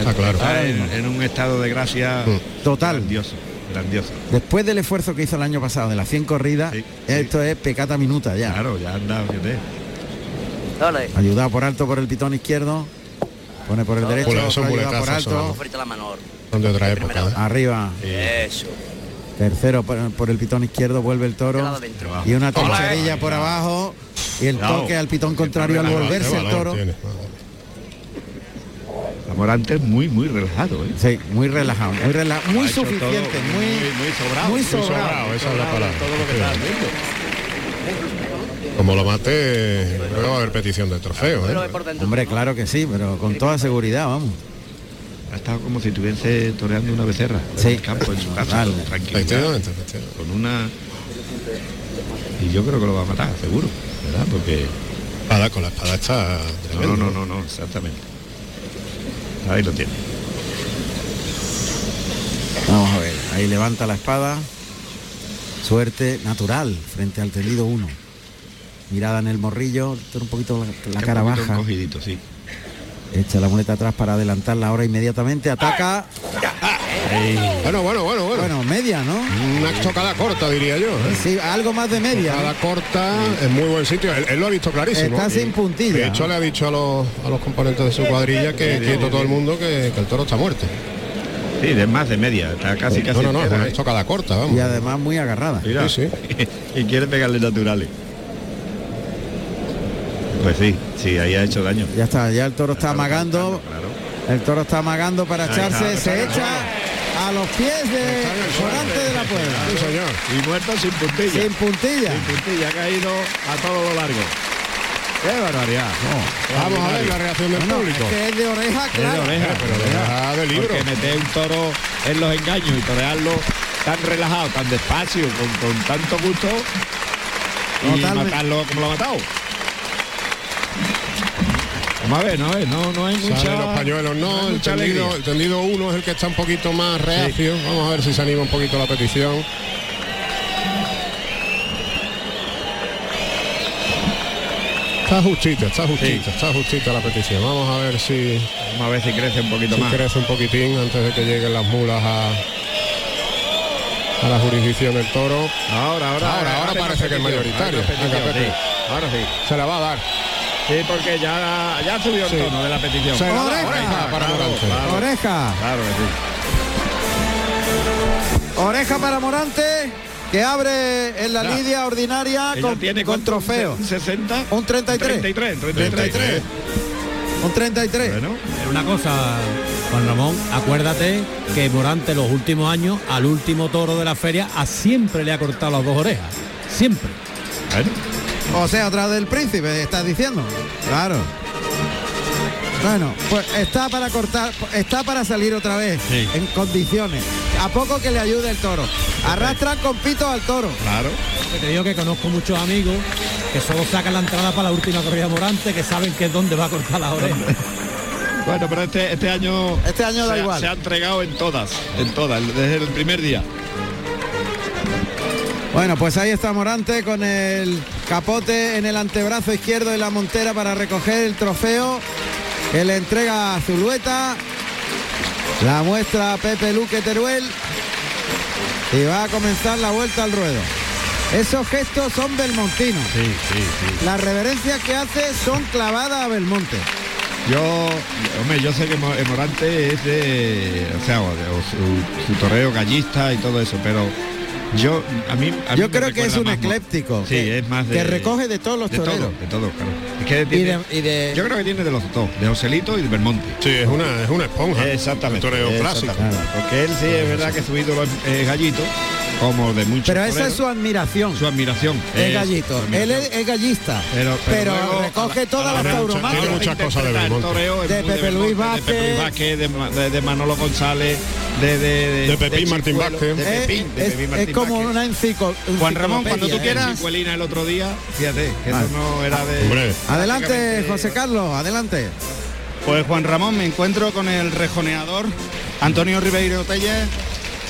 S4: Está en, en un estado de gracia
S2: Mm. total.
S4: Grandioso, grandioso.
S2: Después del esfuerzo que hizo el año pasado de las 100 corridas, esto es pecata minuta ya.
S4: Claro, ya anda, fíjate.
S13: Dale.
S2: Ayudado por alto por el pitón izquierdo, pone por el derecho,
S5: Pula- son
S2: ayudado por
S5: puletazos,
S2: alto,
S13: Oferta la menor.
S5: Son de otra época. ¿eh?
S2: arriba,
S13: Eso.
S2: tercero por, por el pitón izquierdo, vuelve el toro y una
S13: Ole.
S2: torcerilla por abajo y el
S4: Cuidado.
S2: toque al pitón contrario al
S4: Qué valor,
S2: volverse
S4: qué
S2: el
S4: valor
S2: toro.
S4: tiene. La Morante es muy, muy relajado, ¿eh?
S2: Sí, muy relajado, muy relajado, muy
S4: Ha hecho
S2: suficiente,
S4: todo
S2: muy,
S4: muy sobrado.
S2: muy
S4: Muy
S2: sobrado.
S5: sobrado, esa es la palabra.
S4: Todo lo que está haciendo.
S5: Como lo mate, luego va a haber petición de trofeo, ¿eh?
S2: Hombre, claro que sí, pero con toda seguridad, vamos.
S4: Ha estado como si estuviese toreando una becerra en el campo, en su casa, con tranquilidad,
S5: Efectivamente, efectivamente.
S4: con una... Y yo creo que lo va a matar, seguro, ¿verdad? Porque...
S5: Espada con la espada está...
S4: No, no, no, no, exactamente. Ahí lo tiene.
S2: Vamos a ver, ahí levanta la espada. Suerte natural frente al tendido 1. Mirada en el morrillo, tiene un poquito la, la
S4: Está
S2: cara
S4: un poquito
S2: baja.
S4: encogidito, sí.
S2: Echa la muleta atrás para adelantarla ahora inmediatamente. Ataca.
S5: Bueno, bueno, bueno, bueno.
S2: Bueno, media, ¿no?
S5: Una estocada corta, diría yo. ¿eh?
S2: Sí, algo más de media.
S5: Estocada corta, en muy buen sitio. Él, él lo ha visto clarísimo.
S2: Está
S5: Y,
S2: sin puntilla.
S5: De hecho, le ha dicho a los, a los componentes de su cuadrilla que quieto todo el mundo que, que el toro está muerto.
S4: Sí, de más de media, está casi casi.
S5: No, no, no,
S4: entera,
S5: una
S4: ¿eh?
S5: estocada corta, vamos.
S2: Y además muy agarrada.
S4: Mira. y quiere pegarle naturales. Pues sí, sí, ahí ha hecho daño.
S2: Ya está, ya el toro está amagando. El toro está amagando para
S4: Ahí está,
S5: Ah,
S2: echarse. Se
S4: está.
S2: echa a los pies de Morante de la Puebla.
S5: Sí, señor.
S4: Y muerto sin puntilla.
S2: Sin puntilla.
S4: Sin puntilla, ha caído a todo lo largo. ¡Qué barbaridad! No,
S5: Vamos a ver
S4: barbaridad.
S5: la reacción del
S2: No,
S5: público.
S2: es que es de oreja,
S4: Es de
S2: claro.
S4: oreja, pero de
S5: Ah, de libro.
S4: Porque meter un toro en los engaños y torearlo tan relajado, tan despacio, con, con tanto gusto. Y
S2: Totalmente.
S4: matarlo como lo ha matado. Vamos a ver, no, eh, no, no hay
S5: Salen
S4: mucha...
S5: los pañuelos, no, el
S4: mucha
S5: tendido,
S4: alegría.
S5: el tendido uno es el que está un poquito más reacio. Vamos a ver si se anima un poquito la petición. Está justita, está justita, está justita la petición. Vamos a ver si,
S4: Vamos a ver si crece un poquito
S5: si
S4: más.
S5: crece un poquitín antes de que lleguen las mulas a, a la jurisdicción del toro.
S4: Ahora, ahora,
S5: Ahora, ahora
S4: hay más
S5: parece que es
S4: petición,
S5: mayoritario.
S4: hay más petición,
S5: Venga, Pepe.
S4: sí. Ahora sí.
S5: Se la va a dar.
S4: Sí, porque ya, ya subió el
S5: Sí.
S4: tono de la petición.
S5: Se la da,
S2: Oreja.
S5: oreja para
S4: Bravo,
S5: Morante.
S4: bravo.
S2: Oreja.
S4: Claro que sí.
S2: Oreja para Morante, que abre en la
S4: Ya.
S2: lidia ordinaria
S4: Ella
S2: con,
S4: tiene
S2: con
S4: cuánto,
S2: trofeo.
S4: un 60.
S2: Un 33.
S4: 33, 33.
S2: Un 33.
S4: Bueno,
S12: Pero una cosa, Juan Ramón, acuérdate que durante los últimos años, al último toro de la feria, a siempre le ha cortado las dos orejas. Siempre.
S4: bueno.
S2: O sea, otra del príncipe, estás diciendo. Claro. Bueno, pues está para cortar, está para salir otra vez
S4: Sí.
S2: en condiciones. A poco que le ayude el toro. Arrastran con pito al toro.
S4: Claro.
S12: Que Te digo que conozco muchos amigos que solo sacan la entrada para la última corrida morante, que saben que es donde va a cortar las orejas.
S4: Bueno, pero este, este año.
S2: Este año
S4: se,
S2: da
S4: ha-
S2: igual.
S4: Se ha entregado en todas, en todas, desde el primer día.
S2: Bueno, pues ahí está Morante con el capote en el antebrazo izquierdo y la montera para recoger el trofeo que le entrega a Zulueta. La muestra a Pepe Luque Teruel y va a comenzar la vuelta al ruedo. Esos gestos son belmontinos.
S4: Sí, sí, sí.
S2: Las reverencias que hace son clavadas a Belmonte.
S4: Yo, hombre, yo sé que Mo- eh, Morante es de. O sea, o de- o su, su torreo gallista y todo eso, pero yo a mí. a mí
S2: Yo creo
S4: me
S2: que
S4: recuerda
S2: es un
S4: más Mo-
S2: ecléptico.
S4: Sí,
S2: que,
S4: es más de-
S2: que recoge de todos los
S4: de
S2: toreros.
S4: todo, de todo, claro. Es que
S2: Y
S4: tiene-
S2: de, y de-
S4: Yo creo que tiene de los dos, de Ocelito y de Belmonte.
S5: Sí, es una, es una esponja.
S4: Exactamente.
S5: Un toreo clásico.
S4: Exactamente. Porque él sí es verdad que su ídolo es, es gallito, como de muchos.
S2: Pero esa
S4: toreros.
S2: es su admiración.
S4: Su admiración.
S2: Es
S4: es
S2: gallito.
S4: su
S2: Él
S4: admiración.
S2: es, es gallista.
S4: Pero- pero luego,
S2: recoge todas las
S4: Ahora,
S2: tauromaquias.
S4: tiene muchas cosas de Belmonte.
S2: toreo es
S4: De
S2: muy de
S4: Pepe Luis
S2: Belmonte,
S4: Vázquez, de, de- de Manolo González, de, de,
S5: De Pepín
S4: Chicuelo,
S5: Martín Vázquez.
S4: De
S2: Es,
S4: Pepín, de
S2: Eh, es-
S4: Pepín
S2: es
S4: Martín
S2: como
S4: Vázquez.
S2: una encico-
S4: Juan Ramón, cuando tú
S2: enciclopedia,
S4: quieras.
S2: ¿eh?
S4: Chicuelina el otro día, fíjate, que
S2: Vale.
S4: eso no era de...
S2: Adelante, José Carlos, adelante.
S6: Pues Juan Ramón, me encuentro con el rejoneador Antonio Ribeiro Telles.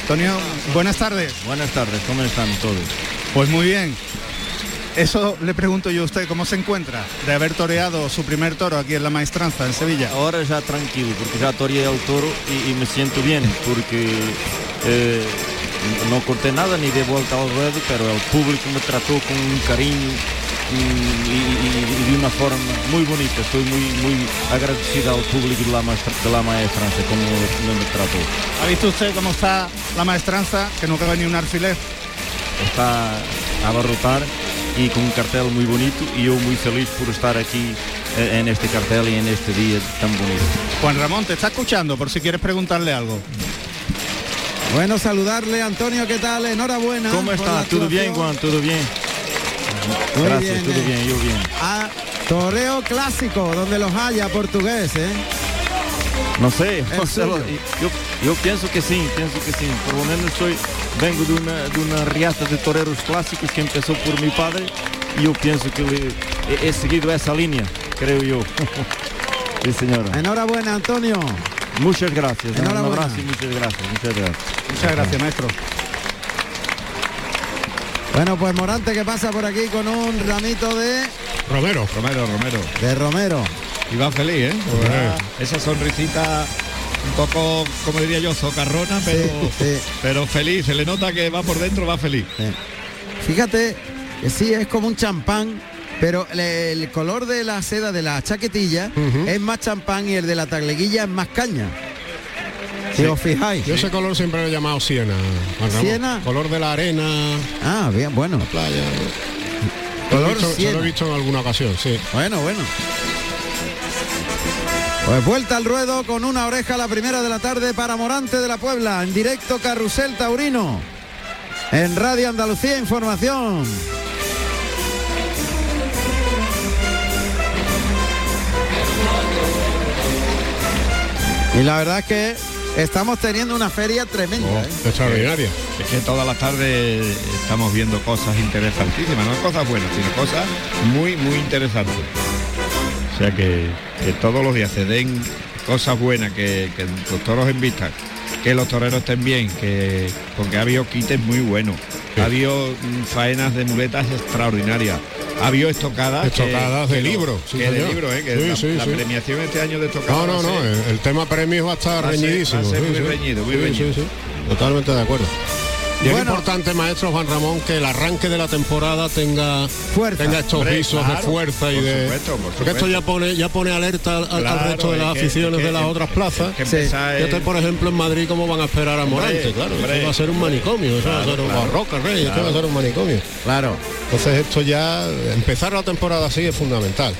S6: Antonio, buenas tardes.
S14: Buenas tardes, ¿cómo están todos?
S6: Pues muy bien. Eso le pregunto yo a usted, ¿cómo se encuentra de haber toreado su primer toro aquí en La Maestranza, en Sevilla?
S14: Ahora ya tranquilo, porque ya toreé el toro y, y me siento bien, porque eh, no corté nada ni de vuelta al ruedo, pero el público me trató con un cariño mm, y, y- y de una forma muy bonita. Estoy muy, muy agradecido al público de la, maestra- de la maestranza, como me, me trató.
S6: ¿Ha visto usted cómo está La Maestranza, que no cabe ni un alfiler?
S14: está a abarrotar y con un cartel muy bonito y yo muy feliz por estar aquí eh, en este cartel y en este día tan bonito.
S6: Juan Ramón, te está escuchando por si quieres preguntarle algo.
S2: Bueno, saludarle, Antonio, ¿qué tal? Enhorabuena.
S14: ¿Cómo
S2: por
S14: está?
S2: la
S14: ¿Todo bien,
S2: actuación.
S14: Juan? ¿Todo bien?
S2: Muy
S14: Gracias,
S2: bien,
S14: todo
S2: eh.
S14: bien, yo bien.
S2: A toreo clásico, donde los haya portugués, ¿eh?
S14: No sé,
S2: El
S14: Marcelo,
S2: suyo.
S14: yo, yo pienso que sí, pienso que sí. Por lo menos soy, vengo de una, de una riata de toreros clásicos que empezó por mi padre y yo pienso que le- he- he seguido esa línea, creo yo. sí, señora.
S2: Enhorabuena, Antonio.
S14: Muchas gracias. Un
S2: Enhorabuena.
S14: abrazo y muchas gracias. Muchas gracias.
S6: Muchas gracias, maestro.
S2: Bueno, pues Morante que pasa por aquí con un ramito de,
S5: Romero.
S4: Romero, Romero.
S2: de Romero.
S4: Y va feliz, ¿eh?
S2: Sí.
S4: Ah, Esa sonrisita un poco, como diría yo, socarrona, pero, pero feliz. Se le nota que va por dentro, va feliz.
S2: Fíjate, que sí, es como un champán, pero le- el, color de la seda de la chaquetilla es más champán y el de la tagleguilla es más caña. Si os fijáis.
S5: Yo ese color siempre lo he llamado siena. Juan Ramón.
S2: ¿Siena?
S5: Color de la arena.
S2: Ah, bien, bueno. La
S5: playa.
S2: Color
S5: Lo he visto-
S2: siena.
S5: Lo he visto en alguna ocasión, sí.
S2: Bueno, bueno. Pues vuelta al ruedo con una oreja a la primera de la tarde para Morante de la Puebla, en directo Carrusel Taurino, en Radio Andalucía Información. Y la verdad es que estamos teniendo una feria tremenda. ¿eh?
S5: Oh, Extraordinaria.
S4: Es que todas las tardes estamos viendo cosas interesantísimas, no cosas buenas, sino cosas muy, muy interesantes. O sea que, que todos los días se den cosas buenas, que, que los toros invitan, que los toreros estén bien, que porque ha habido quites muy buenos, ha habido mm, faenas de muletas extraordinarias, ha habido estocadas. que-
S5: Estocadas de
S4: que lo-
S5: libro, sí,
S4: que de
S5: señor.
S4: libro, eh, que
S5: Sí,
S4: la,
S5: sí,
S4: la
S5: sí.
S4: premiación este año de
S5: No,
S4: estocadas.
S5: no, eh, no. El, el tema premios va a estar
S4: Va a ser-
S5: reñidísimo.
S4: va a ser
S5: sí,
S4: muy
S5: sí.
S4: reñido, muy
S5: Sí, sí,
S4: reñido.
S5: sí. Totalmente de acuerdo. Y es importante, maestro Juan Ramón, que el arranque de la temporada tenga, tenga estos
S4: Hombre,
S5: visos de
S4: claro,
S5: fuerza y
S4: por
S5: de.
S4: supuesto, por
S5: porque esto
S4: supuesto.
S5: ya pone, ya pone alerta al, al
S4: Claro,
S5: resto de las
S4: es que-
S5: aficiones
S4: es que-
S5: de las otras plazas.
S4: que empezar
S5: Fíjate,
S4: es-
S5: por ejemplo, en Madrid cómo van a esperar a
S4: Hombre,
S5: Morante, claro.
S4: hombre,
S5: esto va a ser un manicomio, eso va a
S4: Claro,
S5: ser un
S4: claro.
S5: barroca, rey, esto va a
S4: Claro.
S5: ser un manicomio.
S2: Claro.
S5: Entonces esto ya, empezar la temporada así es fundamental.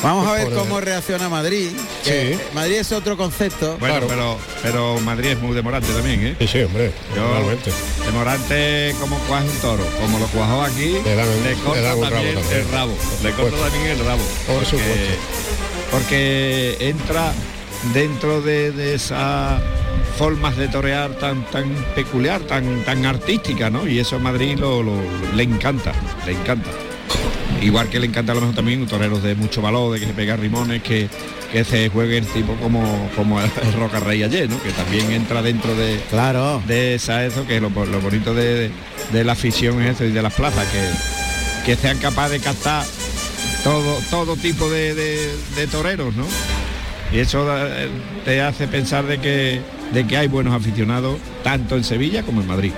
S2: Vamos a ver
S5: Pues Por el-
S2: cómo reacciona Madrid. que Madrid es otro concepto.
S4: Bueno, Oh, pero, pero Madrid es muy demorante también, ¿eh?
S5: Sí, sí, hombre.
S4: Yo,
S5: Totalmente.
S4: de Morante como cuaja un toro, como lo cuajó aquí, le,
S5: un-
S4: corta
S5: le dan un rabo
S4: también
S5: también.
S4: el rabo, le
S5: Por
S4: corta
S5: supuesto.
S4: también el rabo.
S5: Por
S4: porque-
S5: supuesto.
S4: Porque entra dentro de, de esas formas de torear tan tan peculiar, tan tan artística, ¿no? Y eso a Madrid lo- lo- le encanta, le encanta. Igual que le encanta a lo mejor también toreros de mucho valor, de que se pega rimones, que, que se juegue el tipo como, como el Roca Rey ayer, ¿no? Que también entra dentro de,
S2: claro.
S4: de esa eso, que lo, lo bonito de, de la afición es eso y de las plazas, que, que sean capaces de captar todo, todo tipo de, de- de toreros, ¿no? Y eso da- te hace pensar de que, de que hay buenos aficionados tanto en Sevilla como en Madrid.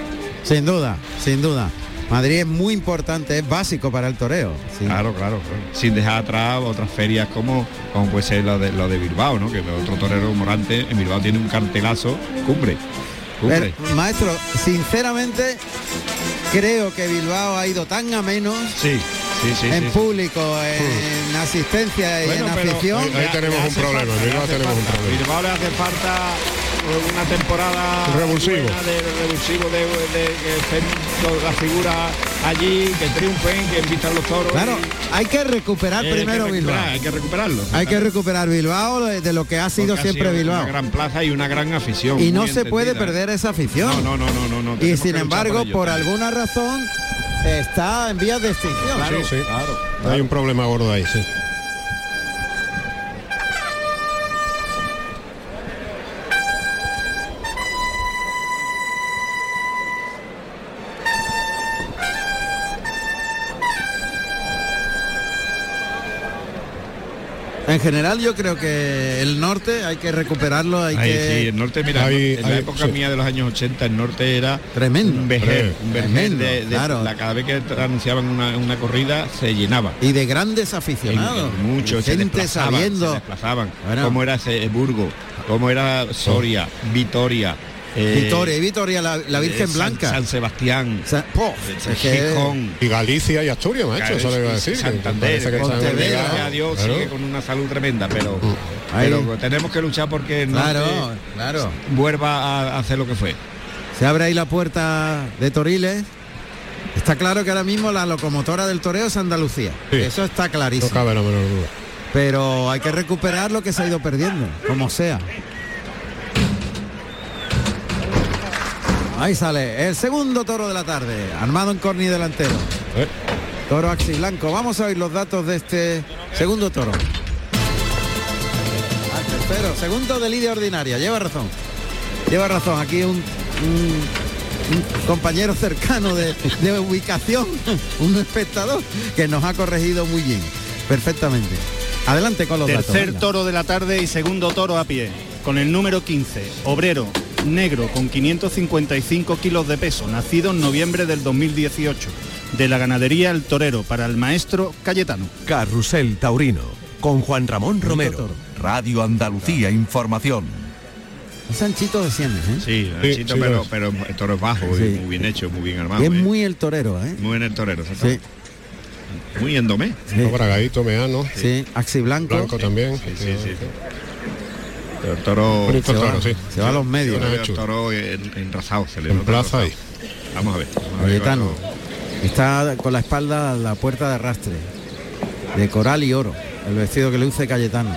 S2: Sin duda, sin duda. Madrid es muy importante, es básico para el toreo. sí.
S4: Claro, claro, claro. Sin dejar atrás otras ferias como, como puede ser la de, la de Bilbao, ¿no? Que otro torero morante en Bilbao tiene un cartelazo cumbre. cumbre.
S2: Pero, maestro, sinceramente creo que Bilbao ha ido tan a menos
S4: Sí, Sí, sí,
S2: en
S4: sí, sí.
S2: público, en asistencia y
S4: Bueno,
S2: en
S4: pero
S2: afición.
S4: le- le hace falta, le hace falta. Bilbao le hace falta eh, una temporada
S5: Revulsivo.
S4: buena de revulsivo de, de que estén todas las figuras allí, que triunfen, que invitan los toros. eh,
S2: Claro, hay que recuperar
S4: Hay que
S2: primero
S4: recuperar,
S2: Bilbao.
S4: hay que recuperarlo.
S2: Hay que recuperar Bilbao de de lo que ha sido
S4: Porque ha
S2: siempre
S4: sido
S2: Bilbao.
S4: Una gran plaza y una gran afición.
S2: Y no
S4: muy
S2: se puede
S4: encendida.
S2: perder esa afición.
S4: No, no, no, no, no, no,
S2: y
S4: tenemos que
S2: sin
S4: luchar
S2: embargo,
S4: ello
S2: por
S4: también.
S2: alguna razón, está en vías de extinción.
S5: Sí, sí. Hay un problema gordo ahí, sí.
S2: En general, yo creo que el norte hay que recuperarlo, hay
S4: Ahí,
S2: que.
S4: sí, el norte, mira,
S2: Hay-
S4: en la
S2: hay-
S4: época
S2: sí.
S4: mía de los años 80, el norte era
S2: tremendo,
S4: un vergel, un vergel
S2: Tremendo,
S4: de, de-
S2: claro.
S4: la- cada vez que anunciaban una, una corrida se llenaba.
S2: Y de grandes aficionados,
S4: muchos, se
S2: gente
S4: desplazaban,
S2: sabiendo.
S4: se desplazaban.
S2: Bueno.
S4: Cómo era ese Burgo, cómo era Soria, Vitoria. eh,
S2: Vitoria, y Vitoria, la, la Virgen
S4: eh, San-
S2: Blanca.
S4: San Sebastián.
S2: Po, es que-
S4: Gijón.
S5: Y Galicia y Asturias, macho,
S4: Claro,
S5: eso le iba a
S4: y
S5: decir. que
S4: Santander,
S5: parece que están
S4: Pontevedra,
S5: obligados.
S4: gracias a Dios,
S5: Claro. Mm.
S4: sigue con una salud tremenda, pero,
S2: Ahí.
S4: pero tenemos que luchar porque no
S2: Claro, claro.
S4: vuelva a hacer lo que fue.
S2: Se abre ahí la puerta de Toriles. Está claro que ahora mismo la locomotora del toreo es Andalucía. Eso está clarísimo.
S5: No cabe la menor duda.
S2: Pero hay que recuperar lo que se ha ido perdiendo, como sea. Ahí sale el segundo toro de la tarde, armado en corni delantero.
S6: Eh.
S2: Toro Axis Blanco. Vamos a oír los datos de este segundo toro. Al tercero, segundo de lidia ordinaria. Lleva razón. Lleva razón. Aquí un, un- un compañero cercano de, de ubicación, un espectador, que nos ha corregido muy bien. Perfectamente. Adelante con los datos.
S6: Tercer
S2: venga.
S6: toro de la tarde y segundo toro a pie. Con el número 15, obrero, negro, con 555 kilos de peso, nacido en noviembre del 2018. De la ganadería El Torero, para el maestro Cayetano.
S1: Carrusel Taurino con Juan Ramón Romero. Radio Andalucía Información.
S2: Sanchito desciende, ¿eh?
S4: Sí, Nachito,
S2: sí,
S4: pero,
S2: los-
S4: pero el toro es bajo, y
S2: Sí.
S4: muy bien hecho, muy bien armado.
S2: Y es
S4: eh.
S2: muy el torero, ¿eh?
S4: Muy en el torero, exactamente. Muy en Domé.
S5: Bragadito, Meano.
S2: Sí, Axi Blanco.
S5: Blanco también.
S4: Sí, sí, sí. Pero el toro
S5: Bonito toro, sí.
S2: se va a los medios.
S4: Yo le veo al toro en- enrazado, se le
S5: En
S4: nota el
S5: plaza
S4: rozado. Vamos a ver. vamos a ver
S2: Cayetano. Está con la espalda a la puerta de arrastre. De coral y oro. El vestido que le luce Cayetano.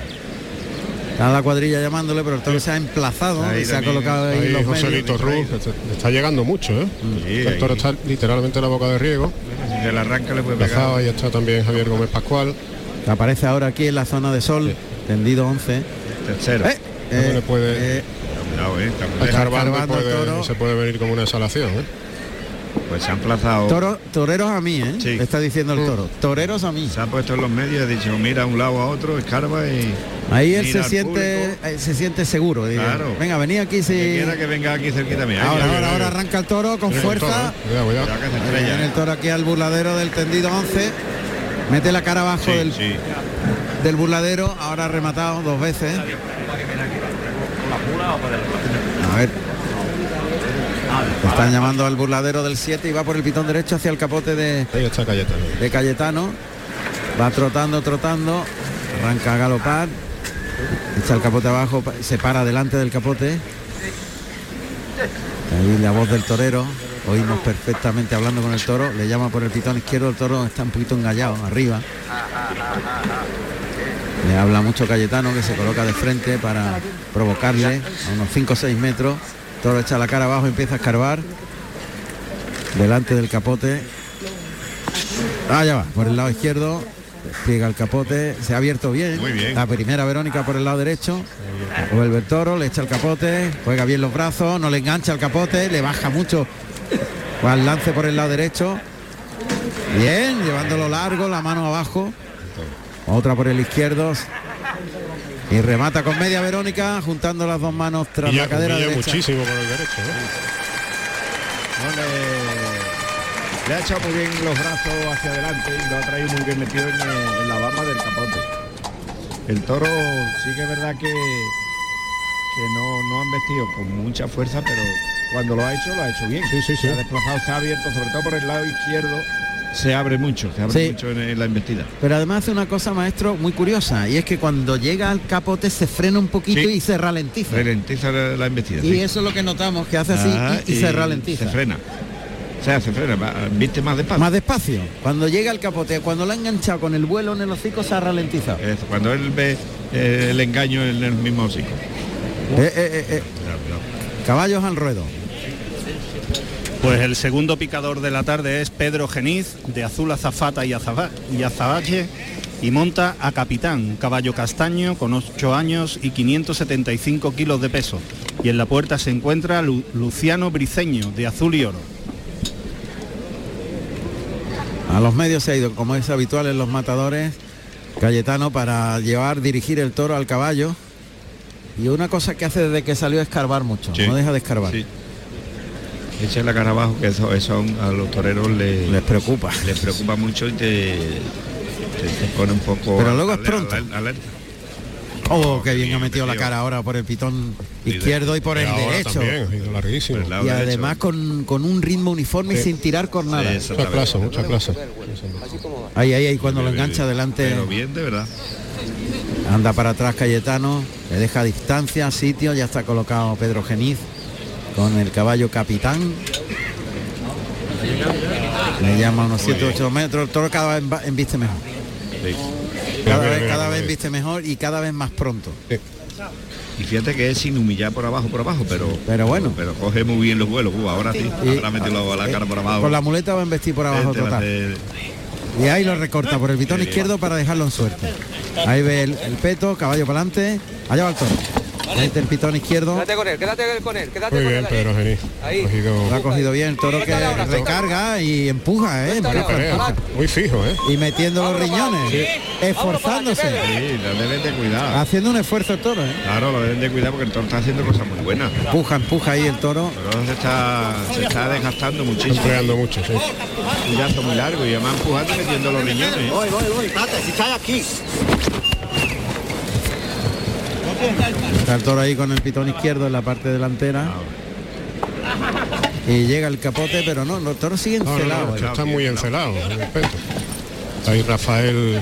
S2: Está la cuadrilla llamándole, pero el toro se ha emplazado
S5: Ahí
S2: y se ha
S5: también,
S2: colocado ahí
S5: ahí
S2: los
S5: José
S2: medios.
S5: Lito Ruz, que está- está llegando mucho, ¿eh? el toro
S4: ahí.
S5: está literalmente en la boca de riego.
S4: Si el arranque le puede
S5: Lazado, ahí está también Javier Gómez Pascual.
S2: Aparece ahora aquí en la zona de sol, tendido 11.
S4: Tercero.
S2: Eh, eh,
S5: No le puede-
S4: Cuidado, eh, está muy
S5: Está
S4: lejos.
S5: Carvando
S2: Carvando
S5: puede-
S2: el toro.
S5: se puede venir como una exhalación, ¿eh?
S4: Pues se ha emplazado.
S2: Toro- toreros a mí, ¿eh? Está diciendo
S5: Mm.
S2: el toro. Toreros a mí.
S4: Se ha puesto en los medios y ha dicho, mira a un lado a otro, escarba y.
S2: Ahí él
S4: mira
S2: se
S4: al
S2: siente, eh, se siente seguro. diría.
S4: Claro.
S2: Venga, venía aquí si.
S4: Que quiera que venga aquí cerquita mía.
S2: Ahora, ahora, ahora arranca el toro con fuerza.
S4: Cuidado, cuidado. que se
S2: Ahí
S4: estrella,
S2: viene el toro aquí al burladero del tendido 11. Mete la cara abajo
S4: Sí,
S2: del,
S4: sí.
S2: del burladero. Ahora ha rematado dos veces. A ver. Están llamando al burladero del 7 y va por el pitón derecho hacia el capote de, de Cayetano. Va trotando, trotando. Arranca a galopar. Echa el capote abajo, pa- se para delante del capote. Ahí la voz del torero, oímos perfectamente hablando con el toro, le llama por el pitón izquierdo, el toro está un poquito engallado, arriba. Le habla mucho Cayetano que se coloca de frente para provocarle a unos 5 o 6 metros. El toro echa la cara abajo, empieza a escarbar. Delante del capote. Ah, ya va, por el lado izquierdo. Despliega el capote, se ha abierto bien.
S4: Muy bien.
S2: La primera Verónica por el lado derecho. Vuelve el toro, le echa el capote, juega bien los brazos, no le engancha el capote, le baja mucho. Va al lance por el lado derecho. Bien, llevándolo largo, la mano abajo. Otra por el izquierdo. Y remata con media Verónica, juntando las dos manos tras
S5: Humilla-
S2: la cadera
S5: humilla
S2: derecha.
S5: muchísimo con el derecho, ¿eh?
S4: Le, le ha echado muy bien los brazos hacia adelante y lo ha traído muy bien metido en, eh, en la bamba del capote. El toro sí que es verdad que, que no, no han vestido con mucha fuerza, pero cuando lo ha hecho, lo ha hecho bien. Se ha desplazado, se ha abierto, sobre todo por el lado izquierdo, se abre mucho, se abre
S2: Sí.
S4: mucho en, en la embestida.
S2: Pero además hace una cosa, maestro, muy curiosa, y es que cuando llega al capote se frena un poquito
S4: Sí.
S2: y se ralentiza.
S4: Ralentiza la, la embestida.
S2: Y
S4: sí.
S2: eso es lo que notamos, que hace así
S4: Ah,
S2: y, y se ralentiza.
S4: Se frena. O sea, se frena, va- viste más despacio.
S2: Más despacio. Cuando llega al capote, cuando lo ha enganchado con el vuelo en el hocico, se ha ralentizado.
S4: Eso, cuando él ve eh, el engaño en el mismo hocico.
S2: Eh, eh, eh, eh. Caballos al ruedo.
S6: Pues el segundo picador de la tarde es Pedro Geniz, de azul azafata y, azaba- y azabache, y monta a capitán, un caballo castaño con 8 años y 575 kilos de peso. Y en la puerta se encuentra Lu- Luciano Briceño, de azul y oro.
S2: A los medios se ha ido, como es habitual en los matadores, Cayetano para llevar, dirigir el toro al caballo. Y una cosa que hace desde que salió es escarbar mucho, no deja de escarbar.
S4: Echa la cara abajo, que eso, eso a, un- a los toreros le-
S2: les preocupa.
S4: Les preocupa mucho y te, te- te pone un poco.
S2: Pero luego es
S4: ale-
S2: pronto.
S4: ale- alerta.
S2: Oh, qué bien ha metido la cara ahora por el pitón izquierdo y por el
S5: ahora
S2: derecho.
S5: también, ha ido larguísimo.
S2: Y además con, con un ritmo uniforme y
S5: Sí.
S2: sin tirar cornada.
S5: mucha clase, mucha clase.
S2: Ahí, ahí, ahí, cuando lo engancha delante.
S4: Pero bien, de verdad.
S2: Anda para atrás Cayetano, le deja distancia, sitio, ya está colocado Pedro Geniz con el caballo capitán. Le llama unos 7 8 metros, el toro cada vez va- embiste mejor. Cada
S4: Mira,
S2: vez,
S4: mira,
S2: cada
S4: mira.
S2: vez viste mejor y cada vez más pronto.
S4: Y fíjate que es sin humillar por abajo, por abajo, pero.
S2: Pero bueno.
S4: Pero, coge muy bien los vuelos. Uh, ahora sí.
S2: Y- eh,
S4: Ahora mételo a la cara por abajo.
S2: Con la muleta va a embestir por abajo
S4: Este va a
S2: total.
S4: ser-
S2: Y ahí lo recorta por el pitón
S4: Sí.
S2: izquierdo para dejarlo en suerte. Ahí ve el, el peto, caballo para adelante. Allá va el toro. Mete el pitón izquierdo.
S13: Quédate con él, quédate con él, quédate
S5: Muy
S13: con
S5: bien,
S13: él.
S5: Pedro Genís.
S13: Ahí.
S2: Lo ha cogido bien el toro que recarga y empuja, ¿eh?
S5: Buena
S2: Empuja.
S5: pelea, muy fijo, ¿eh?
S2: Y metiendo los riñones, esforzándose,
S4: Sí, la deben de cuidar.
S2: haciendo un esfuerzo el toro, ¿eh?
S4: Claro, lo deben de cuidar porque el toro está haciendo cosas muy buenas.
S2: Empuja, empuja ahí el toro.
S4: Pero se está, se está desgastando muchísimo.
S5: Empleando mucho, sí.
S4: Un gasto muy largo y además empujando y metiendo los ¿eh? riñones.
S13: Voy, voy, voy, pata, si estás aquí.
S2: Está el toro ahí con el pitón izquierdo en la parte
S4: Ah,
S2: delantera. Y llega el capote, pero no, los toros siguen
S5: No, no, no,
S2: celados.
S5: está muy encelado, respeto. Está ahí Rafael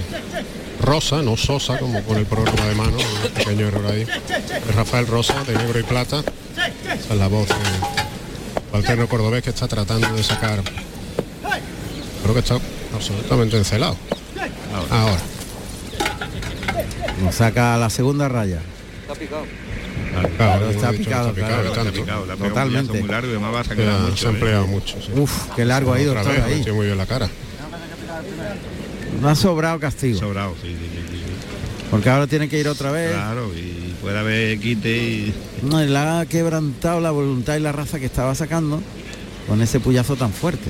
S5: Rosa, no Sosa, como por el programa de mano, un pequeño error ahí. Es Rafael Rosa, de negro y plata. Esa es la voz de Valterno Cordobés que está tratando de sacar. Creo que está absolutamente encelado. Ahora.
S2: Nos saca a la segunda raya.
S13: Está picado.
S2: Pero está picado, claro.
S4: Totalmente.
S2: Totalmente.
S4: Muy largo y además va a sangrar
S5: Ya,
S4: mucho.
S5: se ha
S4: ¿eh?
S5: empleado mucho. sí.
S2: Uf, qué largo ha ido el
S5: Otra
S2: toro
S5: vez,
S2: ahí.
S5: metió muy bien la cara.
S2: No ha sobrado castigo.
S4: Sobrado, sí, sí, sí, sí.
S2: Porque ahora tiene que ir otra vez.
S4: Claro, y puede haber quite y...
S2: No, y le ha quebrantado la voluntad y la raza que estaba sacando con ese puyazo tan fuerte.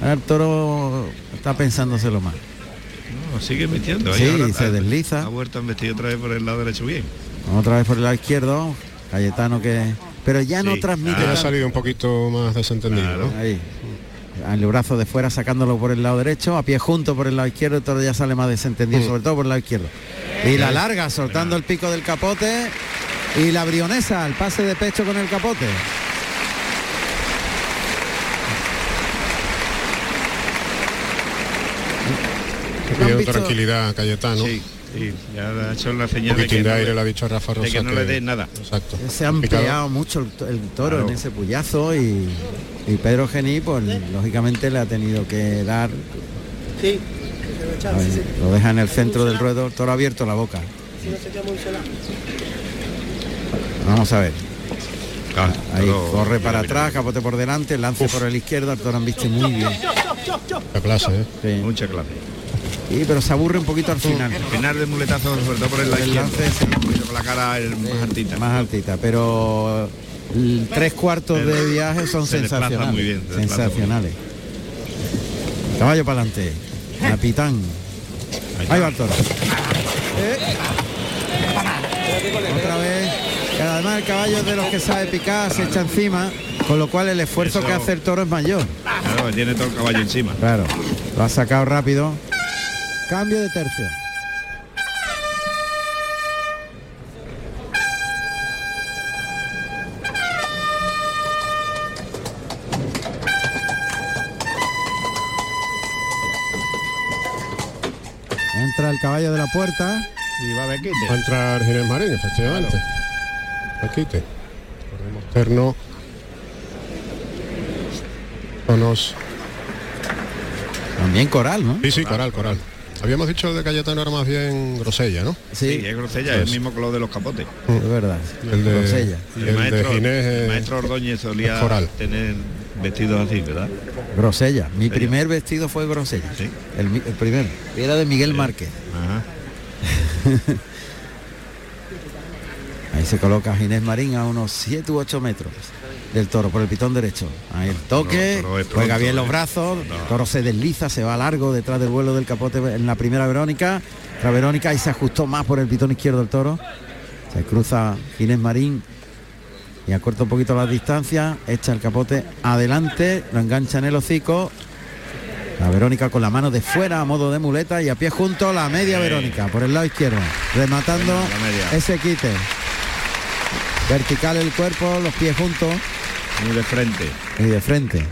S2: Ahora el toro está pensándoselo más.
S4: No, sigue metiendo. ahí
S2: Sí,
S4: ahora
S2: se
S4: ha-
S2: desliza.
S4: Ha vuelto a vestir otra vez por el lado derecho bien.
S2: Otra vez por el lado izquierdo, Cayetano que... Pero ya no
S4: Sí,
S2: transmite
S5: Ya ha
S2: tanto.
S5: salido un poquito más desentendido. ¿no?
S2: Ahí. Al brazo de fuera sacándolo por el lado derecho, a pie junto por el lado izquierdo, el toro ya sale más desentendido,
S5: Mm.
S2: sobre todo por el lado izquierdo. Y la larga, soltando el pico del capote y la brionesa, el pase de pecho con el capote.
S5: Está
S2: ¿No han
S5: pidiendo
S2: visto-
S5: tranquilidad a Cayetano.
S4: Sí, sí, ya ha hecho la
S5: Un
S4: señal de que,
S5: poquitín de
S4: no
S5: aire
S4: le-
S5: le ha dicho a Rafa
S4: de
S5: Rosa.
S4: que no le den nada.
S5: Exacto.
S2: Se ha
S5: Picado.
S2: ampliado mucho el, to- el toro
S5: Claro.
S2: en ese puyazo y, y Pedro Gení, pues lógicamente le ha tenido que dar,
S13: Sí.
S2: Ahí, lo deja en el centro del ruedo, el toro ha abierto la boca. Vamos a ver. Ahí
S5: toro-
S2: corre para atrás, capote por delante, lance por el izquierdo, el toro han visto muy bien.
S5: Mucha clase, ¿eh?
S4: Mucha clase.
S2: Sí, pero se aburre un poquito al final.
S4: Al final del muletazo, sobre todo por el
S2: Por
S4: lado
S2: el
S4: izquierdo.
S2: lance, sí.
S4: Un poquito Con la cara el más altita.
S2: Más altita, pero el tres cuartos de
S4: Pero
S2: viaje son
S4: se desplaza
S2: sensacionales.
S4: muy bien, se desplaza
S2: sensacionales. Caballo para adelante. Capitán. Ahí va el toro. Otra vez. Y además el caballo es de los que sabe picar, se echa encima, con lo cual el esfuerzo
S4: Eso-
S2: que hace el toro es mayor.
S4: Claro, tiene todo el caballo encima.
S2: Claro. Lo ha sacado rápido. Cambio de tercio.
S15: entra el caballo de la puerta.
S5: Y va a Va a entrar Ginés Marín, efectivamente. Paquite. Corremos terno. Tonos.
S2: También coral, ¿no?
S5: Sí, sí, coral, coral. Habíamos dicho de Cayetano era más bien grosella, ¿no? Pues,
S4: Sí, es grosella, es el mismo color de los capotes.
S2: Es verdad.
S5: El de,
S2: Grosella.
S5: y
S4: El,
S5: el
S4: maestro,
S5: de Ginés. eh,
S4: el maestro Ordóñez solía
S5: es coral.
S4: tener vestidos así, ¿verdad?
S2: Grosella. Mi primer vestido fue grosella. El, mi- el primero. Era de Miguel Márquez. Ahí se coloca Ginés Marín a unos 7 u 8 metros del toro por el pitón derecho. Ahí el toque,
S15: toro es
S2: juega
S15: pronto,
S2: bien los
S15: eh.
S2: brazos,
S15: No.
S2: el toro se desliza, se va largo detrás del vuelo del capote en la primera Verónica. La Verónica y se ajustó más por el pitón izquierdo del toro. Se cruza Ginés Marín y acorta un poquito la distancia, echa el capote adelante, lo engancha en el hocico. La Verónica con la mano de fuera a modo de muleta y a pie junto la media
S15: Sí.
S2: Verónica por el lado izquierdo, rematando
S15: Venga, la media.
S2: ese quite. Vertical el cuerpo, los pies juntos.
S4: Muy de frente.
S2: Y de frente.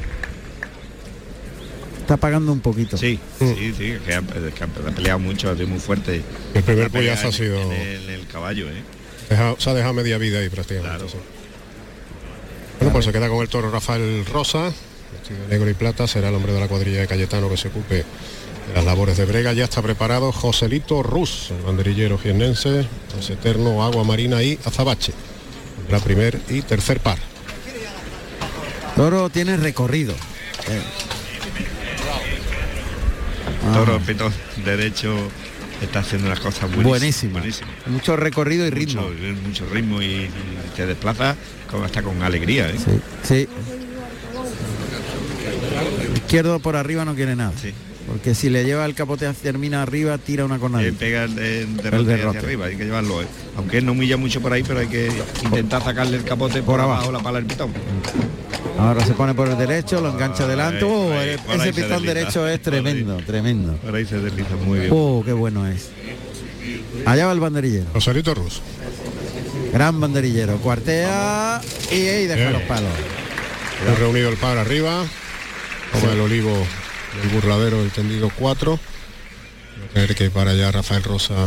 S2: Está pagando un poquito.
S4: Sí,
S5: Mm.
S4: sí, sí, que han, que han peleado mucho, ha sido muy fuerte.
S5: El primer
S4: La pelea
S5: puyazo ha
S4: en-
S5: sido-
S4: En el, el caballo, ¿eh?
S5: Deja- se ha dejado media vida ahí prácticamente. sí. Bueno, pues se queda con el toro Rafael Rosa, vestido de negro y plata, será el hombre de la cuadrilla de Cayetano que se ocupe de las labores de Brega. Ya está preparado Joselito Rus, el banderillero jiennense, entonces Eterno, Agua Marina y Azabache. La primer y tercer par.
S2: Toro tiene recorrido. Eh,
S4: Toro pitón derecho está haciendo las cosas buenísimas.
S2: Buenísima. Mucho recorrido y
S4: ritmo. Mucho, mucho ritmo y, y te desplaza con, hasta con alegría, ¿eh?
S2: Sí. Izquierdo por arriba no quiere nada. Porque si le lleva el capote hacia termina arriba, tira una cornada.
S4: Eh, pega el, de- derrote
S2: El derrote.
S4: hacia arriba, hay que llevarlo. eh. Aunque él no humilla mucho por ahí, pero hay que intentar sacarle el capote por,
S2: Por abajo.
S4: abajo. la pala del pitón.
S2: Ahora se pone por el derecho, lo engancha adelante.
S4: Ah, ahí,
S2: ¡Oh!
S4: ahí,
S2: El-
S4: por ahí
S2: ese
S4: se
S2: pitón
S4: desliza.
S2: derecho es tremendo, tremendo.
S4: Por ahí se desliza muy bien.
S2: ¡Oh, qué bueno es! Allá va el banderillero.
S5: Rosalito Rus.
S2: Gran banderillero. Cuartea y, y deja
S5: Bien.
S2: los palos.
S5: Hemos reunido el par arriba, como el olivo del burladero del tendido 4. Va a tener que ir para allá Rafael Rosa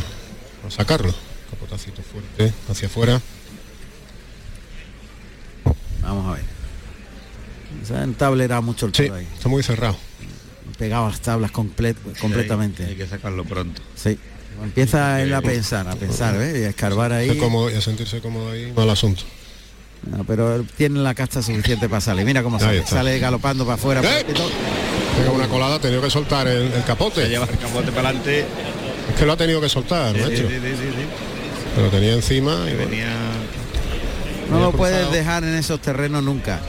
S5: a sacarlo. Capotacito fuerte hacia afuera.
S2: Vamos a ver. Se ha entablerado mucho el toro ahí.
S5: Está muy cerrado.
S2: Pegado a las tablas comple- completamente.
S4: Hay, hay que sacarlo pronto.
S2: Sí. Empieza él a pensar, a pensar, ¿eh? Y a escarbar ahí.
S5: Está cómodo- y a sentirse cómodo ahí. Mal asunto.
S2: Ah, pero él tiene la casta suficiente para salir. Mira cómo
S5: Ahí
S2: sale.
S5: está.
S2: Sale galopando para afuera.
S5: ¡Eh! Pega una colada, ha tenido que soltar el, el capote.
S4: Se lleva el capote para adelante.
S5: Es que lo ha tenido que soltar,
S4: Sí, sí,
S5: macho.
S4: sí, sí, sí. Ah.
S5: Que Lo tenía encima y bueno.
S2: No lo
S5: Bien
S2: puedes
S5: cruzado.
S2: dejar en esos terrenos nunca.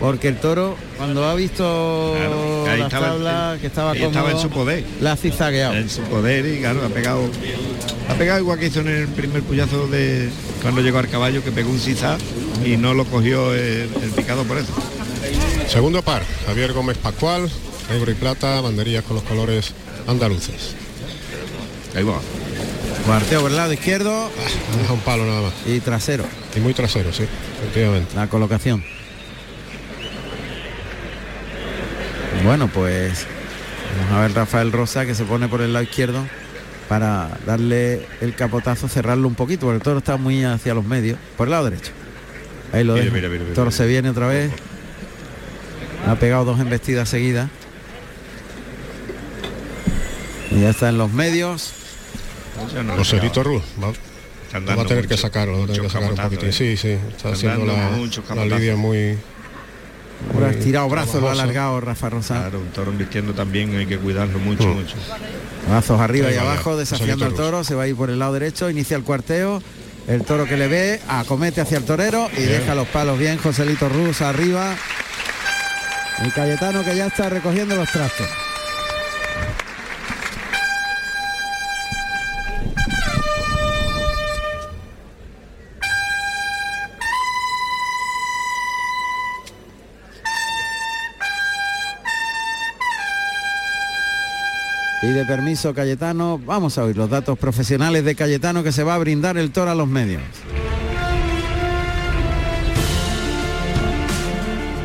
S2: Porque el toro, cuando ha visto
S4: Claro, ahí
S2: las
S4: estaba el-
S2: tablas, que estaba
S4: ahí estaba
S2: cómodo,
S4: en su poder.
S2: La ha zigzagueado.
S4: En su poder y claro, ha pegado. Ha pegado igual que hizo en el primer puyazo de cuando llegó al caballo que pegó un sisa y no lo cogió el, el picado por eso.
S5: Segundo par, Javier Gómez Pascual, negro y plata, banderillas con los colores andaluces.
S4: Ahí va.
S2: Cuarteo por el lado izquierdo.
S5: Ah, Deja un palo nada más.
S2: Y trasero.
S5: Y muy trasero, sí, efectivamente.
S2: La colocación. Bueno, pues vamos a ver Rafael Rosa que se pone por el lado izquierdo para darle el capotazo, cerrarlo un poquito, porque el toro está muy hacia los medios, por el lado derecho. Ahí lo
S4: Mira,
S2: deja.
S4: mira, mira, mira,
S2: toro
S4: mira.
S2: se viene otra vez. Ha pegado dos embestidas seguidas. Y ya está en los medios.
S5: Joselito Ruz, va,
S4: Están
S5: va a
S4: dando
S5: tener que
S4: mucho-
S5: sacarlo, va a tener que
S4: muchos
S5: sacar un
S4: capotazos,
S5: poquitín. Sí,
S4: ¿eh?
S5: sí, está
S4: Están
S5: haciendo
S4: dando
S5: la,
S4: muchos
S5: la
S4: capotazos.
S5: lidia muy...
S2: Lo ha
S5: muy
S2: estirado brazo, lo ha
S5: trabajosa.
S2: alargado Rafa Rosa.
S4: Claro, un toro invirtiendo también hay que cuidarlo mucho, mucho.
S2: Brazos arriba y
S4: Ahí va,
S2: abajo,
S4: ya.
S2: desafiando al
S4: Solito
S2: toro, se va a ir por el lado derecho, inicia el cuarteo, el toro que le ve, acomete hacia el torero y
S15: Bien.
S2: deja los palos bien, Joselito Rus arriba. El Cayetano que ya está recogiendo los trastos. Pide permiso Cayetano, vamos a oír los datos profesionales de Cayetano que se va a brindar el toro a los medios.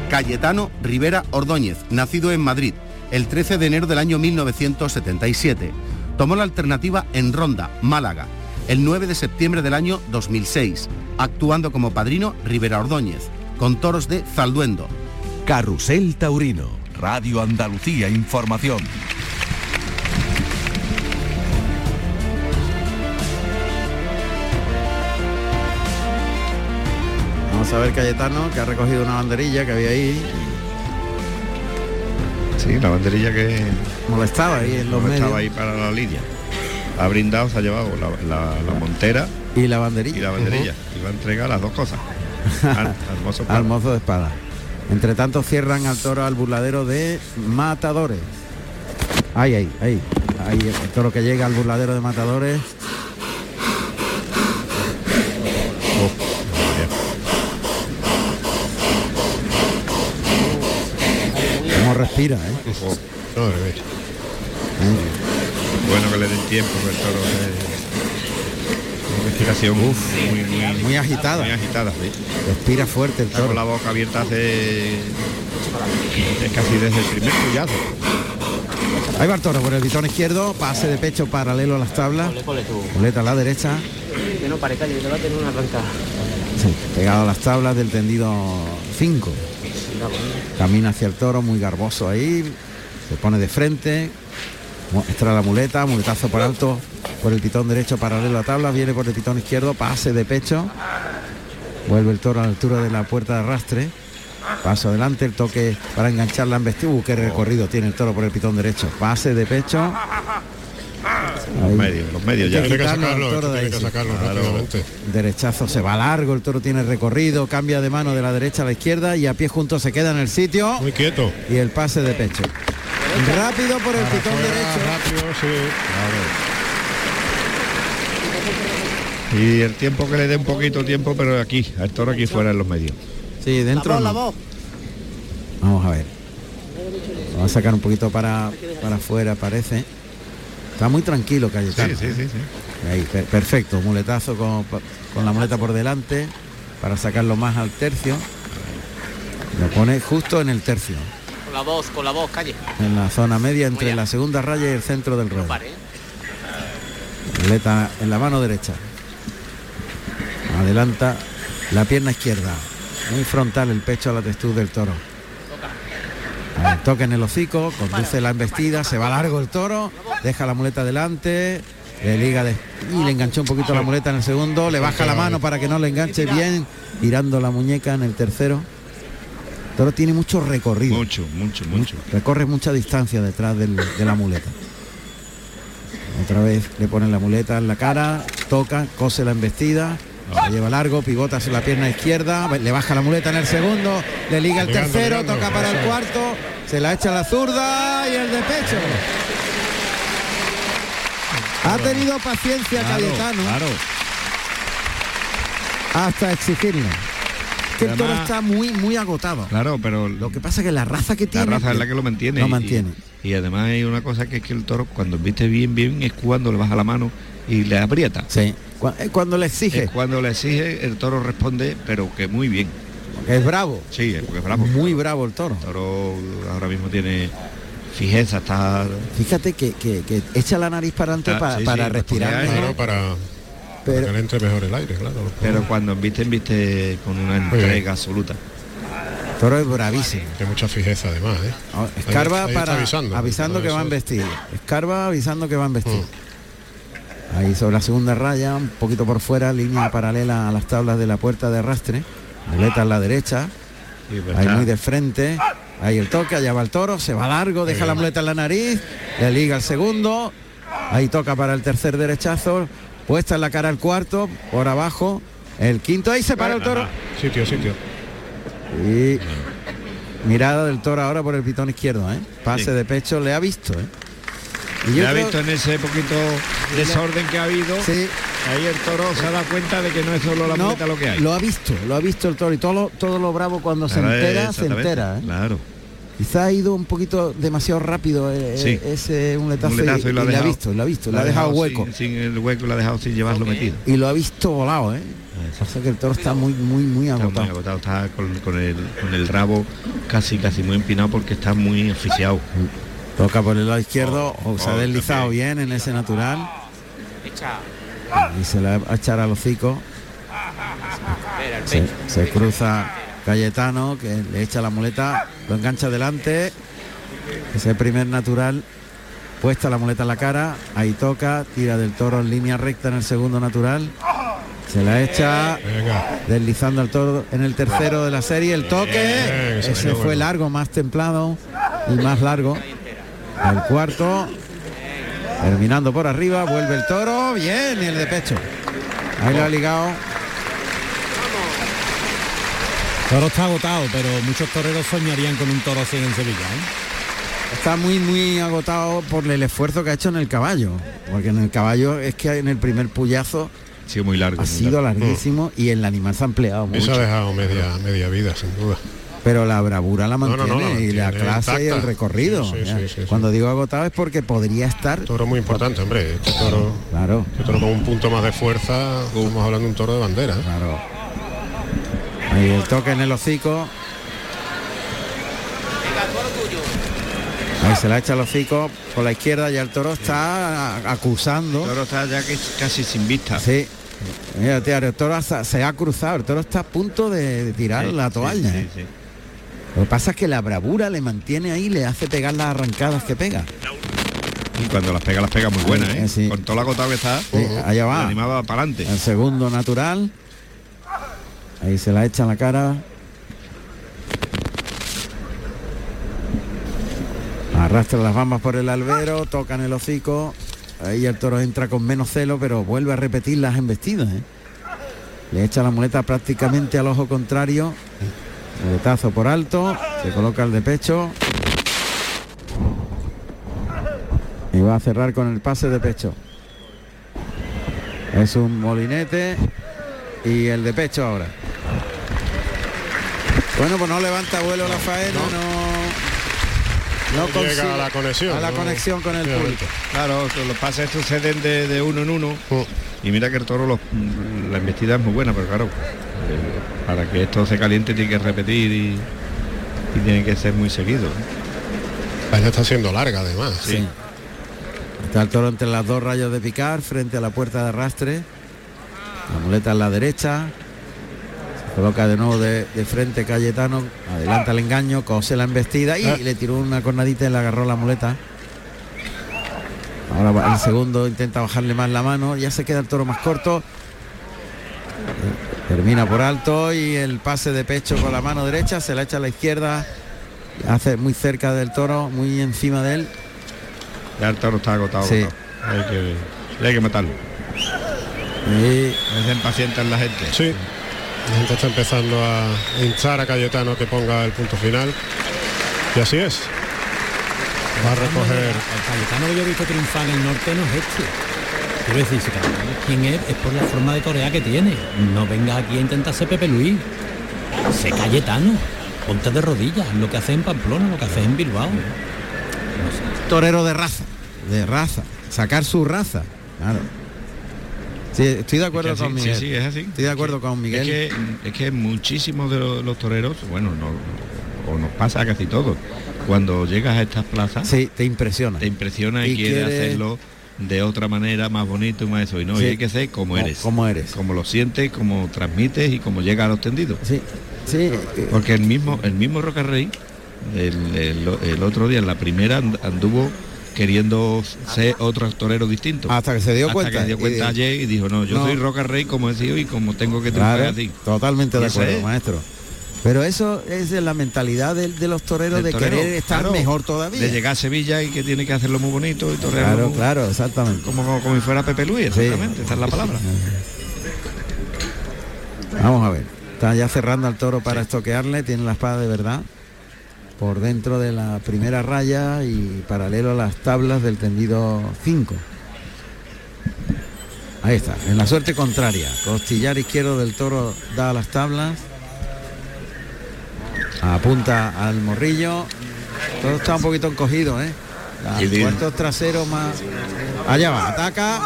S16: Cayetano Rivera Ordóñez, nacido en Madrid el 13 de enero del año 1977.
S15: tomó la alternativa en Ronda, Málaga, el 9 de septiembre del año 2006, actuando como padrino Rivera Ordóñez, con toros de Zalduendo.
S1: Carrusel Taurino, Radio Andalucía Información.
S2: Vamos a ver Cayetano, que ha recogido una banderilla que había ahí.
S4: Sí, la banderilla que
S2: molestaba ahí en los
S4: molestaba
S2: medios.
S4: ahí para la lidia. Ha brindado, se ha llevado la, la- la montera
S2: y la banderilla.
S4: Y la banderilla. Y va a entregar las dos cosas. Al, al mozo
S2: al mozo de espada. Entre tanto cierran al toro al burladero de matadores. Ahí, ahí, ahí. Ahí el toro que llega al burladero de matadores. Cómo respira, ¿eh?
S4: Bueno que le den tiempo, que el toro se- una respiración muy, muy-
S2: Muy agitada.
S4: Muy agitada, sí.
S2: Respira fuerte el
S4: Está con
S2: toro.
S4: la boca abierta hace. Es casi desde el primer puyazo.
S2: Ahí va el toro por el pitón izquierdo, pase de pecho paralelo a las tablas. Coleta a la derecha,
S13: Que no pare, calle, que va a tener una arrancada.
S2: sí, pegado a las tablas del tendido 5. Camina hacia el toro, muy garboso ahí. Se pone de frente. Muestra la muleta, muletazo por alto, por el pitón derecho paralelo a tabla, viene por el pitón izquierdo, pase de pecho. Vuelve el toro a la altura de la puerta de arrastre. Paso adelante, el toque para enganchar la embestida. Uh, qué recorrido tiene el toro por el pitón derecho. Pase de pecho.
S4: Los medios, los medios ya.
S2: Hay que Tiene que quitarlo al sacarlo, toro esto de tiene ahí, que sí. sacarlo rápidamente. Derechazo se va largo, el toro tiene recorrido, cambia de mano de la derecha a la izquierda y a pie juntos se queda en el sitio. Muy
S5: quieto.
S2: Y el pase de pecho. Rápido por el pitón derecho.
S4: Y el tiempo que le dé un poquito tiempo, pero aquí, al toro aquí fuera en los medios.
S2: Sí, dentro.
S11: La voz, la
S2: no.
S11: voz.
S2: Vamos a ver. Lo va a sacar un poquito para para afuera, parece. Está muy tranquilo Cayetano.
S4: Sí, sí, sí,
S2: Ahí, per- perfecto. Muletazo con, con la muleta por delante para sacarlo más al tercio. Lo pone justo en el tercio,
S13: Con la voz, con la voz, calle.
S2: en la zona media entre la segunda raya y el centro del ruedo.
S13: Pare.
S2: Muleta en la mano derecha. Adelanta la pierna izquierda. Muy frontal el pecho a la textura del toro. Al Eh, Toca en el hocico, conduce la embestida, se va largo el toro, deja la muleta delante, le liga de- y le enganchó un poquito la muleta en el segundo, le baja la mano para que no le enganche bien, girando la muñeca en el tercero. El toro tiene mucho recorrido.
S4: Mucho, mucho, mucho.
S2: Recorre mucha distancia detrás del- de la muleta. Otra vez le ponen la muleta en la cara, toca, cose la embestida, la lleva largo, pivota hacia la pierna izquierda, le baja la muleta en el segundo, le liga el
S13: Ligando,
S2: tercero,
S13: ligando,
S2: toca para el
S13: eso es.
S2: cuarto, se la echa a la zurda y el de pecho. Ha tenido paciencia
S4: Claro,
S2: Cayetano
S4: claro.
S2: hasta exigirlo. Que el toro
S4: Además-
S2: está muy, muy agotado.
S4: Claro, pero lo
S2: que pasa es que la raza que tiene
S4: La raza es la que lo mantiene.
S2: lo
S4: y-
S2: mantiene.
S4: Y, además hay una cosa que es que el toro cuando viste bien, bien es cuando le baja la mano y le aprieta.
S2: Sí. Cuando le exige.
S4: cuando le exige, el toro responde, pero que muy bien.
S2: Es bravo.
S4: Sí, es porque es bravo.
S2: Muy bravo el toro.
S4: El toro ahora mismo tiene fijeza, está.
S2: Fíjate que, que- que echa la nariz para adelante
S4: Ah,
S2: pa-
S4: sí,
S2: para
S4: sí,
S2: respirar.
S4: porque hay-
S2: mejor.
S4: Claro, para-
S2: Pero-
S5: que le entre mejor el aire, Ah, claro.
S4: Pero cuando viste, viste con una
S5: bien.
S4: entrega absoluta.
S2: Toro es bravísimo.
S5: Hay mucha fijeza además, ¿eh?
S2: Escarba
S5: Ahí- ahí está
S2: para avisando,
S5: avisando.
S2: que van vestidos. Escarba avisando que van vestidos.
S4: Mm.
S2: Ahí sobre la segunda raya, un poquito por fuera, línea paralela a las tablas de la puerta de arrastre. Muleta a la derecha.
S4: pues
S2: Ahí muy de frente. Ahí el toque, allá va el toro, se va largo, deja la muleta en la nariz, le liga el segundo. Ahí toca para el tercer derechazo. Puesta en la cara el cuarto, por abajo. El quinto, ahí se para el toro.
S5: Sitio, sitio.
S2: Y mirada del toro ahora por el pitón izquierdo, ¿eh? Pase
S4: Sí.
S2: de pecho, le ha visto, ¿eh? Y yo
S4: Ya ha
S2: creo-
S4: visto en ese poquito desorden que ha habido. Ahí el toro se ha dado cuenta de que no es solo la
S2: no,
S4: muleta lo que hay.
S2: lo ha visto, lo ha visto el toro y todo lo, todo lo bravo cuando se
S4: Ahora es
S2: entera, se
S4: exactamente,
S2: entera. ¿eh?
S4: Claro.
S2: Quizá ha ido un poquito demasiado rápido eh,
S4: Sí.
S2: ese un letazo, y, y le ha
S4: dejado-
S2: visto, lo ha visto,
S4: lo
S2: le ha dejado
S4: dejado
S2: hueco.
S4: Sin, sin el hueco lo ha dejado sin llevarlo metido.
S2: Y lo ha visto volado, ¿eh? Pasa que el toro está muy, muy, muy
S4: Está muy
S2: agotado.
S4: agotado, está con, con el, con el rabo casi casi muy empinado porque está muy asfixiado. Oh,
S2: Toca por el lado izquierdo, o se ha deslizado bien en ese natural. Y se la va a echar al hocico. Se, se cruza Cayetano, que le echa la muleta, lo engancha delante. Ese primer natural, puesta la muleta en la cara, ahí toca, tira del toro en línea recta en el segundo natural. Se la echa, deslizando al toro en el tercero de la serie, el toque.
S5: Bien, se
S2: Ese
S5: vio
S2: fue
S5: bueno.
S2: largo, más templado y más largo. El cuarto, terminando por arriba, vuelve el toro, bien, y el de pecho. Ahí lo ha ligado.
S12: toro está agotado, pero muchos toreros soñarían con un toro así en Sevilla. ¿eh?
S2: Está muy, muy agotado por el esfuerzo que ha hecho en el caballo. Porque en el caballo es que en el primer puyazo
S4: ha sido muy largo.
S2: ha
S4: muy
S2: sido
S4: largo.
S2: larguísimo y el animal se ha empleado mucho.
S5: Eso ha dejado media, media vida, sin duda.
S2: Pero la bravura la
S5: No, no,
S2: mantiene
S5: no, la
S2: y la
S5: mantiene
S2: clase y el
S5: intacta.
S2: recorrido.
S5: Sí, sí,
S2: ¿ya?
S5: sí, sí, sí.
S2: Cuando digo agotado es porque podría estar.
S5: Toro muy importante, hombre. Este toro,
S2: claro.
S5: este toro con un punto más de fuerza, estamos hablando de un toro de bandera.
S2: Claro. Ahí el toque en el hocico. Ahí se la echa el hocico por la izquierda y el toro está a- acusando. El toro está ya casi sin vista. Sí. Mira, tío, el toro hasta- se ha cruzado, el toro está a punto de, de tirar
S16: Sí,
S2: la
S16: sí,
S2: toalla.
S16: sí,
S2: ¿eh? Lo que pasa es que la bravura le mantiene ahí, le hace pegar las arrancadas que pega.
S4: Y cuando las pega, las pega muy buenas, ¿eh? Con todo la gota que está, oh,
S2: allá va.
S4: el animal va para adelante.
S2: El segundo natural. Ahí se la echa en la cara. Arrastra las bambas por el albero, tocan el hocico. Ahí el toro entra con menos celo, pero vuelve a repetir las embestidas. ¿eh? Le echa la muleta prácticamente al ojo contrario. Muletazo por alto. Se coloca el de pecho. Y va a cerrar con el pase de pecho. Es un molinete y el de pecho ahora. Bueno, pues no levanta vuelo la faena, no, no,
S5: No llega
S2: consigue
S5: a la conexión,
S2: a la
S5: ¿no?
S2: conexión con el
S5: Efectivamente.
S2: público.
S4: Claro, que los pases estos se den de, de uno en uno. Y mira que el toro, los- la embestida es muy buena, pero claro, eh, para que esto se caliente tiene que repetir y, y tiene que ser muy seguido.
S5: La está siendo larga además.
S4: Sí.
S2: Está el toro entre las dos rayas de picar frente a la puerta de arrastre. La muleta en la derecha. Se coloca de nuevo de, de frente Cayetano. Adelanta el engaño, cose la embestida y le tiró una cornadita y le agarró la muleta. Ahora va- el segundo intenta bajarle más la mano. Ya se queda el toro más corto. Termina por alto y el pase de pecho con la mano derecha se la echa a la izquierda. Hace muy cerca del toro, muy encima de él.
S4: Ya el toro está agotado.
S2: Sí.
S4: agotado. Hay, que, hay que matarlo.
S2: Y
S4: se impacientan la gente.
S5: Sí. La gente está empezando a hinchar a Cayetano que ponga el punto final. Y así es. Va a recoger.
S12: El Cayetano que yo he visto triunfar en el norte no es este. Quiero decir, si Cayetano es quien es, es por la forma de torear que tiene. No vengas aquí a intentar ser Pepe Luis. Sé Cayetano. Ponte de rodillas. Lo que hace en Pamplona, lo que hace en Bilbao.
S2: torero de raza. De raza. Sacar su raza. Claro. Sí, estoy de acuerdo
S4: Es que
S2: con
S4: así-
S2: Miguel.
S4: Sí, sí, es así.
S2: Estoy de acuerdo con Miguel.
S4: Es que, es que muchísimos de los, los toreros, bueno, no, o nos pasa a casi todos, cuando llegas a estas plazas,
S2: te impresiona.
S4: Te impresiona y,
S2: Y
S4: quieres
S2: quiere-
S4: hacerlo de otra manera, más bonito y más eso. Y no,
S2: Sí.
S4: y hay que ser como
S2: Como-
S4: eres.
S2: como eres.
S4: Como lo sientes, como transmites y como llega a los tendidos.
S2: Sí, sí.
S4: Porque el mismo, el mismo Roca Rey, el, el- el otro día, en la primera, and- anduvo queriendo ser otro torero distinto.
S2: Hasta que se dio
S4: Hasta que
S2: cuenta.
S4: se dio
S2: Y
S4: cuenta
S2: dijo,
S4: ayer y dijo, no, yo
S2: no.
S4: soy Roca Rey como he sido y como tengo que triunfar
S2: Claro,
S4: así.
S2: totalmente de
S4: Eso
S2: acuerdo,
S4: es.
S2: maestro. Pero eso es de la mentalidad del- de, los toreros de
S4: Del torero,
S2: querer estar
S4: claro.
S2: mejor todavía.
S4: De llegar a Sevilla y que tiene que hacerlo muy bonito y torearlo
S2: claro,
S4: muy-
S2: claro, exactamente.
S4: Como, como, como si fuera Pepe Luis, exactamente, esa es la palabra.
S2: Vamos a ver. Está ya cerrando al toro para estoquearle. Tiene la espada de verdad. Por dentro de la primera raya y paralelo a las tablas del tendido 5. Ahí está. En la suerte contraria. Costillar izquierdo del toro da a las tablas. Apunta al morrillo. Todo está un poquito encogido, ¿eh?
S4: Y
S2: Los
S4: bien.
S2: cuartos traseros más. Allá va, ataca.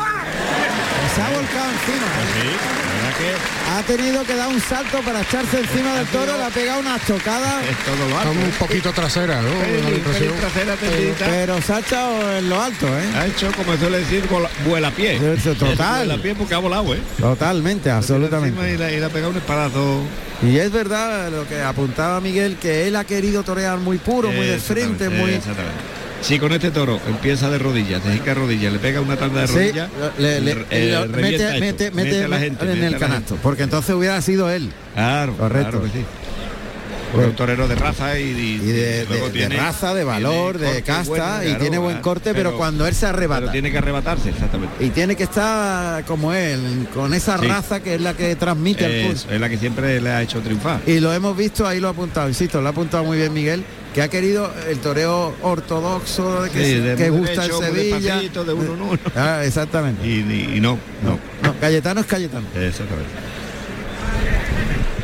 S2: Se ha volcado encima.
S4: Pues sí, la verdad que
S2: Ha tenido que dar un salto para echarse encima del toro, le ha pegado una chocada.
S5: Todo lo un poquito trasera, ¿no? Me da la impresión.
S2: Pero, pero se ha echado en lo alto, ¿eh?
S4: Ha hecho, como suele decir, vola- vuela pie.
S2: total.
S4: Vuela pie porque ha volado, ¿eh?
S2: Totalmente, absolutamente.
S4: Encima y le, y le ha pegado un espadazo.
S2: Y es verdad lo que apuntaba Miguel, que él ha querido torear muy puro, muy de frente,
S4: Exactamente,
S2: muy...
S4: exactamente. Si con este toro empieza de rodillas, de jica a rodillas, le pega una tanda de
S2: Sí,
S4: rodillas,
S2: le- le-
S4: el-
S2: le-
S4: el revienta
S2: mete,
S4: esto,
S2: mete, mete
S4: a la gente,
S2: en
S4: mete a
S2: el
S4: la
S2: canasto, porque entonces hubiera sido él.
S4: gente. Claro,
S2: Correcto. Pues,
S4: claro que sí. Porque un torero de raza y,
S2: de, de raza, de valor, de casta, y tiene buen corte, pero cuando él se arrebata.
S4: tiene que arrebatarse, exactamente.
S2: Y tiene que estar como él, con esa
S4: Sí.
S2: raza que es la que transmite al público.
S4: Es, es la que siempre le ha hecho triunfar.
S2: Y lo hemos visto, ahí lo ha apuntado, insisto, lo ha apuntado muy bien Miguel, que ha querido el toreo ortodoxo de que,
S4: Sí, de
S2: que
S4: muy
S2: gusta
S4: derecho,
S2: en
S4: muy
S2: Sevilla.
S4: despacito, de uno en uno.
S2: Ah, exactamente.
S4: Y, y- y no, no.
S2: No, Cayetano es Cayetano.
S4: Exactamente.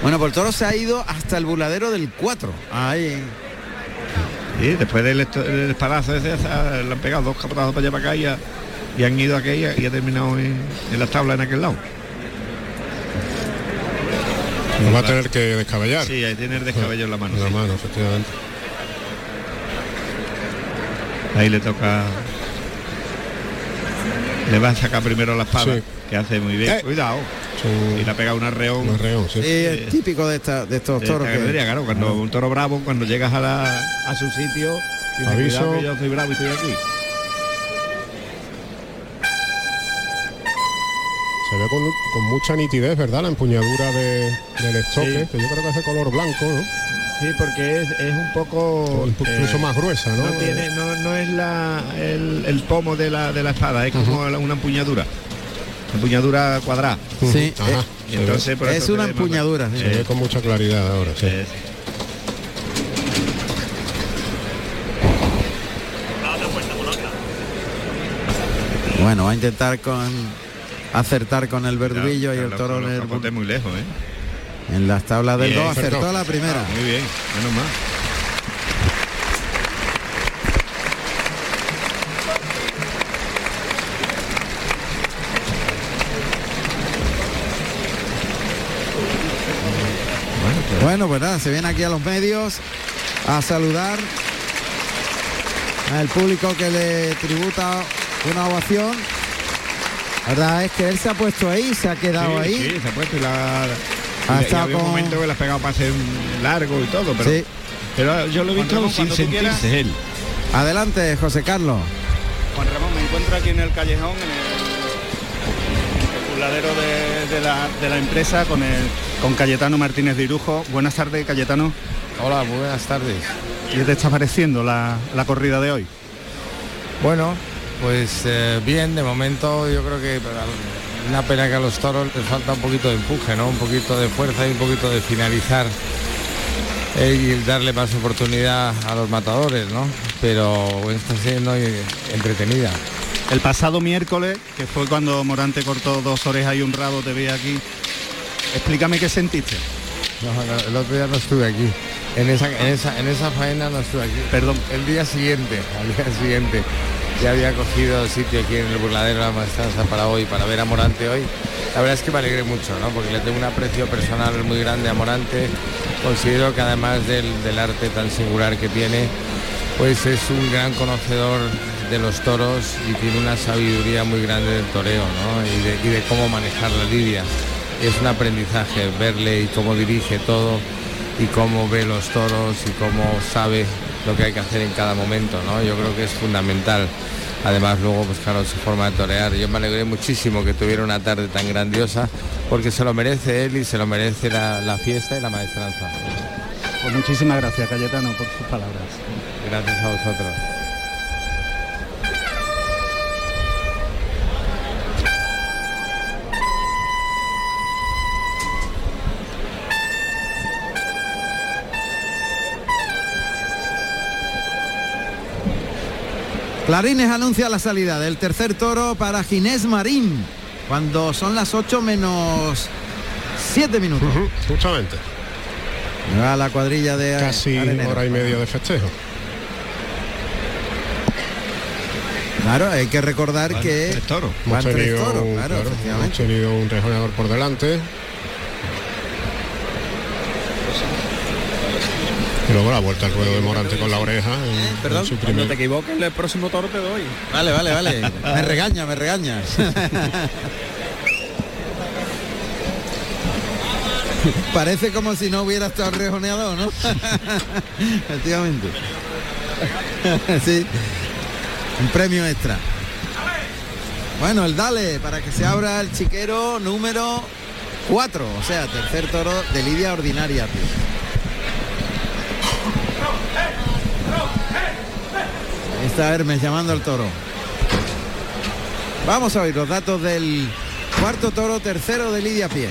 S2: Bueno, pues el toro se ha ido hasta el burladero del 4. Ahí.
S4: Y después del esto- del espadazo ese, esa- le han pegado dos capotazos para allá para acá y, ha- y han ido a aquella y ha terminado en, en las tablas en aquel lado.
S5: Lo va a tener que descabellar.
S4: Sí, ahí tiene el descabello en la mano.
S5: En la
S4: sí.
S5: mano, efectivamente.
S4: Ahí le toca. Le va a sacar primero la espada,
S5: Sí.
S4: que hace muy bien.
S5: Eh.
S4: Cuidado. Y le ha pegado un arreón. Un
S5: arreón,
S2: Sí, es Eh, típico de, esta, de estos toros. que-
S4: claro, cuando un toro bravo, cuando llegas a, la- a su sitio, dice,
S5: Aviso.
S4: "Cuidado que yo soy bravo y estoy aquí.
S5: Se ve con, con mucha nitidez, ¿verdad? La empuñadura de, del estoque, que yo creo que es de color blanco, ¿no?
S4: Sí, porque es, es un poco...
S5: Incluso
S4: eh,
S5: más gruesa, ¿no?
S4: No, tiene, no, no es la, el, el pomo de la, de la espada, es como la- una empuñadura. Empuñadura cuadrada.
S2: Sí,
S5: Ajá,
S2: eh,
S4: Y entonces, por
S2: es
S4: eso eh,
S2: una
S4: se ve más-
S2: empuñadura. sí.
S5: Se ve con mucha claridad ahora, sí.
S4: eh,
S2: Bueno, va a intentar con acertar con el verdurillo y
S4: Ya,
S2: el
S4: lo-
S2: toro en,
S4: lo
S2: el-
S4: capote muy lejos, ¿eh?
S2: en las tablas del
S4: Bien,
S2: 2.
S4: acertó.
S2: Acertó la primera.
S4: Ah, muy bien, menos mal.
S2: Bueno, pues nada, se viene aquí a los medios a saludar al público que le tributa una ovación. La verdad es que él se ha puesto ahí, se ha quedado
S4: Sí,
S2: ahí.
S4: sí, se ha puesto y la...
S2: Ha
S4: y- y
S2: estado
S4: había un
S2: con-
S4: momento que le ha pegado pase largo y todo, pero...
S2: Sí.
S4: Pero yo lo he visto
S6: Ramón,
S4: sin
S6: cuando tú quieras.
S4: sentirse él.
S2: Adelante, José Carlos.
S6: Juan Ramón, me encuentro aquí en el callejón, en el- el burladero de, de la, de la empresa con, el, con Cayetano Martínez de Irujo. Buenas tardes, Cayetano.
S16: Hola, muy buenas tardes.
S6: ¿Qué te está pareciendo la, la corrida de hoy?
S16: Bueno, pues eh, bien, de momento yo creo que para- una pena que a los toros les falta un poquito de empuje, ¿no? Un poquito de fuerza y un poquito de finalizar eh, y darle más oportunidad a los matadores, ¿no? Pero está siendo eh, entretenida.
S6: El pasado miércoles, que fue cuando Morante cortó dos orejas y un rabo, te vi aquí. Explícame qué sentiste.
S16: No, no, el otro día no estuve aquí. En esa, en esa, en esa faena no estuve aquí. Perdón. El día siguiente, al día siguiente. Ya había cogido sitio aquí en el burladero de la maestranza para hoy, para ver a Morante hoy. La verdad es que me alegré mucho, ¿no? Porque le tengo un aprecio personal muy grande a Morante. Considero que además del, del arte tan singular que tiene, pues es un gran conocedor de los toros y tiene una sabiduría muy grande del toreo, ¿no? Y de, y de cómo manejar la lidia es un aprendizaje verle y cómo dirige todo y cómo ve los toros y cómo sabe lo que hay que hacer en cada momento, ¿no? Yo creo que es fundamental. Además luego, pues claro, su forma de torear. Yo me alegré muchísimo que tuviera una tarde tan grandiosa porque se lo merece él y se lo merece la, la fiesta y la maestranza.
S6: Pues muchísimas gracias, Cayetano, por sus palabras.
S16: Gracias a vosotros.
S2: Clarines anuncia la salida del tercer toro para Ginés Marín cuando son las 8 menos 7 minutos.
S5: Justamente.
S2: Va la cuadrilla de
S5: Casi
S2: Arenero.
S5: hora y media de festejo.
S2: Claro, hay que recordar que
S5: Hemos
S2: van tres
S5: tenido,
S2: toros,
S5: un-
S2: claro,
S5: claro,
S2: efectivamente.
S5: hemos tenido un rejoneador por delante. Y luego la vuelta al ruedo de Morante con la oreja. en- en
S13: Perdón,
S5: su
S13: cuando
S5: primer-
S13: te equivoques, el próximo toro te doy.
S2: Vale, vale, vale. Me regaña, me regaña. Parece como si no hubiera estado rejoneado, ¿no? Efectivamente. sí. Un premio extra. Bueno, el dale, para que se abra el chiquero número 4, o sea, tercer toro de lidia ordinaria. Ahí está Hermes llamando al toro. Vamos a oír los datos del cuarto toro, tercero de Lidia Pie.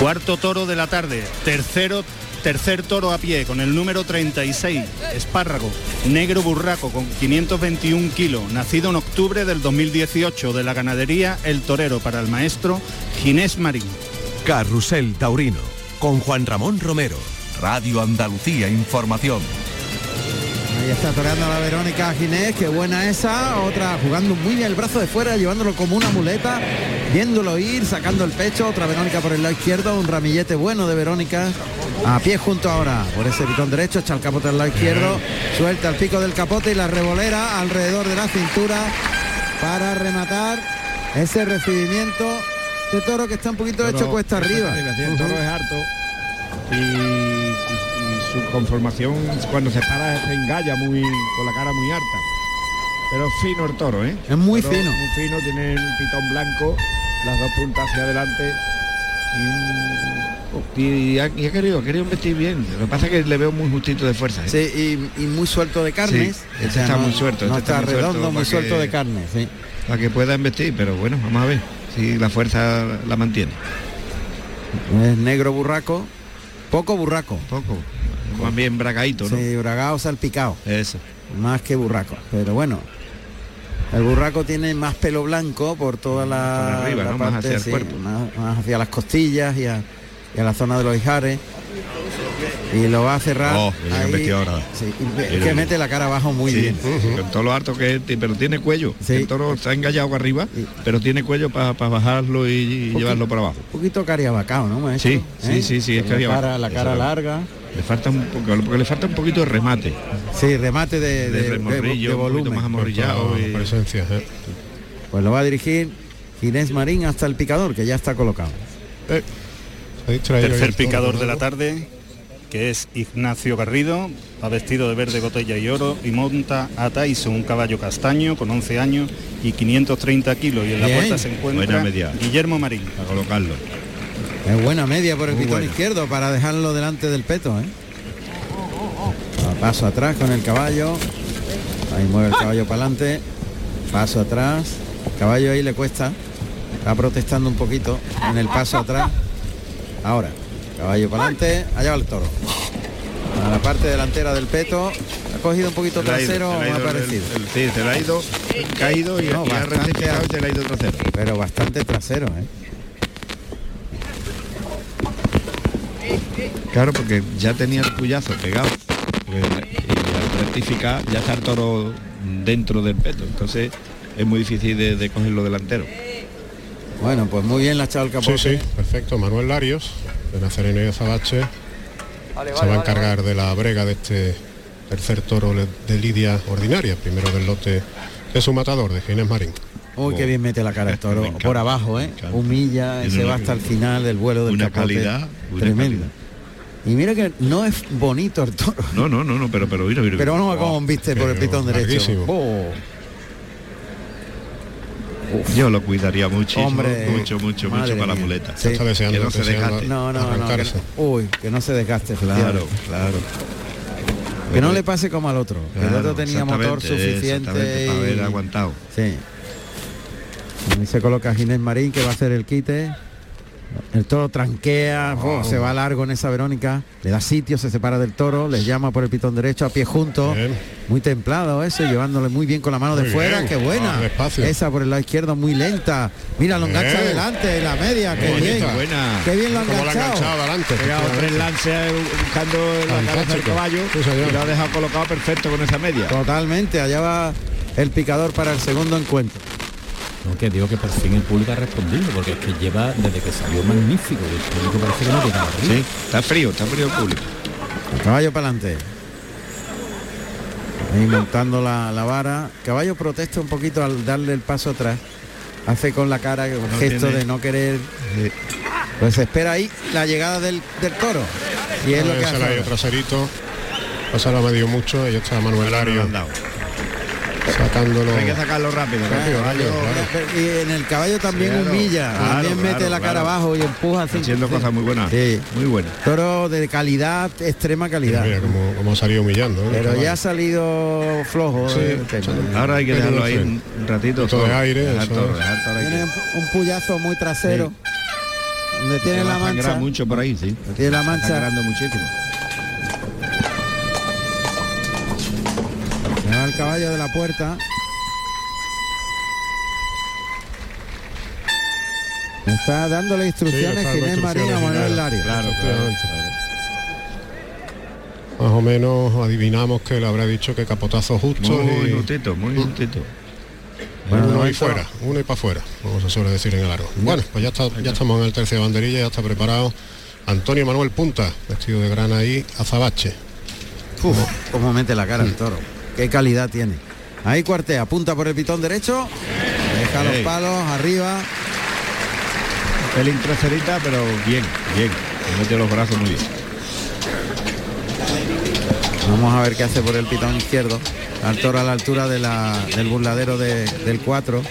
S6: Cuarto toro de la tarde, tercero, tercer toro a pie con el número 36, espárrago, negro burraco con 521 kilos, nacido en octubre del 2018 de la ganadería El Torero para el maestro Ginés Marín.
S1: Carrusel Taurino con Juan Ramón Romero, Radio Andalucía Información.
S2: Ahí está toreando la Verónica Ginés, qué buena esa, otra jugando muy bien el brazo de fuera, llevándolo como una muleta, viéndolo ir, sacando el pecho, otra Verónica por el lado izquierdo, un ramillete bueno de Verónica, a pie junto ahora, por ese pitón derecho, echa el capote al lado izquierdo, suelta el pico del capote y la revolera alrededor de la cintura para rematar ese recibimiento de toro que está un poquito hecho cuesta arriba.
S4: El toro es harto y, y- y su conformación cuando se para se engalla muy con la cara muy harta. Pero es fino el toro, ¿eh?
S2: Es muy
S4: Toro
S2: fino.
S4: Muy fino, tiene el pitón blanco, las dos puntas hacia adelante. y un- Y, ha, y ha querido, ha querido vestir bien. Lo que pasa es que le veo muy justito de fuerza. ¿eh?
S2: Sí, y, y muy suelto de carnes.
S4: Sí,
S2: O
S4: este
S2: sea,
S4: está
S2: no-
S4: muy suelto.
S2: no
S4: este
S2: está redondo, muy
S4: para
S2: suelto
S4: que-
S2: de carne. Sí.
S4: Para que pueda investir, pero bueno, vamos a ver si la fuerza la mantiene.
S2: Es negro burraco, poco burraco.
S4: Poco. Más bien bragadito, ¿no?
S2: Sí, bragado salpicado.
S4: Eso.
S2: Más que burraco. Pero bueno. El burraco tiene más pelo blanco por toda la,
S4: Por arriba,
S2: la
S4: ¿no? Más hacia el cuerpo.
S2: Más, más hacia las costillas y a, y a la zona de los ijares. Y lo va a cerrar.
S4: Oh, qué bien
S2: ahí.
S4: vestido ahora.
S2: Sí, y ve-
S4: Qué
S2: que
S4: bien.
S2: mete la cara abajo muy
S4: Sí,
S2: bien.
S4: Con todo lo harto que es, ti- pero tiene cuello. El toro está engallado arriba, pero tiene cuello para bajarlo y, y llevarlo para abajo.
S2: Un poquito cariabacao, ¿no? maestro?
S4: Sí, sí,
S2: ¿Eh?
S4: sí, sí, es
S2: Con
S4: que
S2: la cara, la
S4: eso
S2: cara
S4: es.
S2: larga.
S4: Le falta un poco, porque le falta un poquito de remate.
S2: Sí, remate de, de- de-
S4: remorrillo,
S2: de
S4: un poquito
S2: volumen. Ah.
S4: más amorrillado. y-
S2: Pues lo va a dirigir Ginés Marín hasta el picador, que ya está colocado.
S6: Tercer picador de la tarde, que es Ignacio Garrido, va vestido de verde gotella y oro y monta a Tyson, un caballo castaño con 11 años y 530 kilos. Y en la
S2: Bien.
S6: puerta se encuentra
S2: Buena media.
S6: Guillermo Marín.
S4: A colocarlo.
S2: Es buena media por el
S6: Muy
S2: pitón
S6: buena.
S2: izquierdo para dejarlo delante del peto. ¿eh? A Paso atrás con el caballo. Ahí mueve el caballo para adelante. Paso atrás. El caballo ahí le cuesta. Está protestando un poquito en el paso atrás. Ahora, caballo para adelante. Allá va el toro. A la parte delantera del peto. Ha cogido un poquito
S4: Se le ha ido,
S2: trasero.
S4: se le ha
S2: me ha
S4: ido el-
S2: parecido.
S4: el- sí, se le ha ido, caído y,
S2: No,
S4: y ha
S2: bastante
S4: rectificado y se le ha ido trasero.
S2: Pero bastante trasero, ¿eh?
S4: Claro, porque ya tenía el puyazo pegado. Porque- Y al rectificar ya está el toro dentro del peto. Entonces es muy difícil de, de cogerlo delantero.
S2: Bueno, pues muy bien la ha echado el
S5: Sí, sí, perfecto. Manuel Larios, de Nazareno y Azabache, se va a encargar de la brega de este tercer toro le- de Lidia Ordinaria, primero del lote de su matador, de Ginés Marín.
S2: Uy, qué bien mete la cara el toro. Por abajo, ¿eh? Humilla,
S5: Tiene
S2: se va
S5: una-
S2: hasta el final del vuelo del
S4: una
S2: capote.
S4: calidad, una
S2: Tremenda. Y mira que no es bonito el toro.
S4: No, no, no, no, pero pero mira, mira,
S2: Pero
S4: mira.
S2: vamos a como viste por el
S4: Pero
S2: pitón derecho.
S4: larguísimo.
S2: Oh,
S4: Yo lo cuidaría mucho,
S2: Hombre,
S4: mucho, mucho,
S2: madre
S4: mucho para la
S2: mía.
S4: muleta.
S2: Sí.
S4: que no se desgaste.
S2: No, no, no. que no- Uy, que no se desgaste.
S4: Claro,
S2: efectivamente.
S4: claro.
S2: Que no le pase como al otro. que el otro
S4: Claro,
S2: tenía motor
S4: exactamente,
S2: suficiente.
S4: exactamente, para haber
S2: y-
S4: aguantado.
S2: Sí. Ahí se coloca Ginés Marín que va a hacer el quite. El toro tranquea, ¡buah! se va largo en esa Verónica, le da sitio, se separa del toro, les llama por el pitón derecho a pie junto, muy templado ese, llevándole muy bien con la mano de
S5: Muy
S2: fuera,
S5: bien,
S2: qué buena.
S5: ah, despacio.
S2: Esa por el lado izquierdo muy lenta. Mira, lo engancha
S5: Bien.
S2: adelante, la media, qué
S5: Bonita,
S2: bien.
S5: buena.
S2: Qué bien lo ha
S5: Como la ha enganchado
S2: enganchado.
S5: adelante.
S4: Pegado tres lances buscando la cabeza del
S2: Fantástico.
S4: caballo
S2: Sí, señor.
S4: y lo ha dejado colocado perfecto con esa media.
S2: Totalmente, allá va el picador para el segundo encuentro.
S17: No, que digo que por fin el público ha respondido, porque es que lleva desde que salió magnífico. y El público parece que no llegaba arriba.
S4: Sí, está frío, está frío el público.
S2: Caballo para adelante. Ahí montando la, la vara. Caballo protesta un poquito al darle el paso atrás. Hace con la cara un
S4: No
S2: gesto
S4: tiene-
S2: de no querer. Pues espera ahí la llegada del, del toro. Y es lo que hace.
S5: Será
S2: ahora.
S5: traserito. Pasará medio mucho. Y está Manuel Lario. Sacándolo.
S4: Hay que sacarlo rápido.
S5: Rápido,
S4: ¿no?
S5: rápido,
S4: Caballo,
S5: claro.
S2: Y en el caballo también
S4: Claro,
S2: humilla,
S4: claro,
S2: también
S4: claro,
S2: mete la cara
S4: claro.
S2: abajo y empuja. así.
S4: Haciendo cosas muy buenas. Muy buenas.
S2: Toro de calidad, extrema calidad.
S5: Mira cómo, cómo ha salido humillando. ¿eh?
S2: Pero
S5: Caballo.
S2: ya ha salido flojo. eh,
S5: Sí,
S2: el tema.
S5: echando-
S4: Ahora hay que
S5: Pero
S4: dejarlo
S5: no
S4: ahí
S5: sé.
S4: un un ratito.
S5: Un poquito de
S4: solo.
S5: aire,
S4: Dejar
S5: eso
S4: toro,
S5: es.
S4: dejar toro ahí que-
S2: Tiene un puyazo muy trasero. Donde
S4: que
S2: tiene
S4: va
S2: la
S4: a sangrar
S2: mancha.
S4: mucho por ahí, sí.
S2: Tiene la
S4: Está
S2: mancha.
S4: sangrando muchísimo.
S2: Se va el caballo de la puerta. Está dándole
S5: Sí,
S2: instrucciones
S5: está dando
S2: Ginés María
S5: instrucciones,
S2: Manuel
S5: claro,
S2: Lario.
S5: claro, Más o menos adivinamos que le habrá dicho que capotazo justo.
S4: Muy
S5: y-
S4: justito, muy justito.
S5: uno y fuera, uno y para afuera, como se suele decir en el aro. Bueno, pues ya, está, ya estamos en el tercio de banderilla, ya está preparado Antonio Manuel Punta, vestido de grana y azabache.
S2: Uf, cómo mete la cara el toro. Qué calidad tiene. Ahí cuartea, apunta por el pitón derecho. Deja los
S4: Ey.
S2: palos arriba.
S4: Pelín traserita, pero bien, bien. Le Mete los brazos muy bien.
S2: Vamos a ver qué hace por el pitón izquierdo. Al toro a la altura de la- del burladero de- del 4.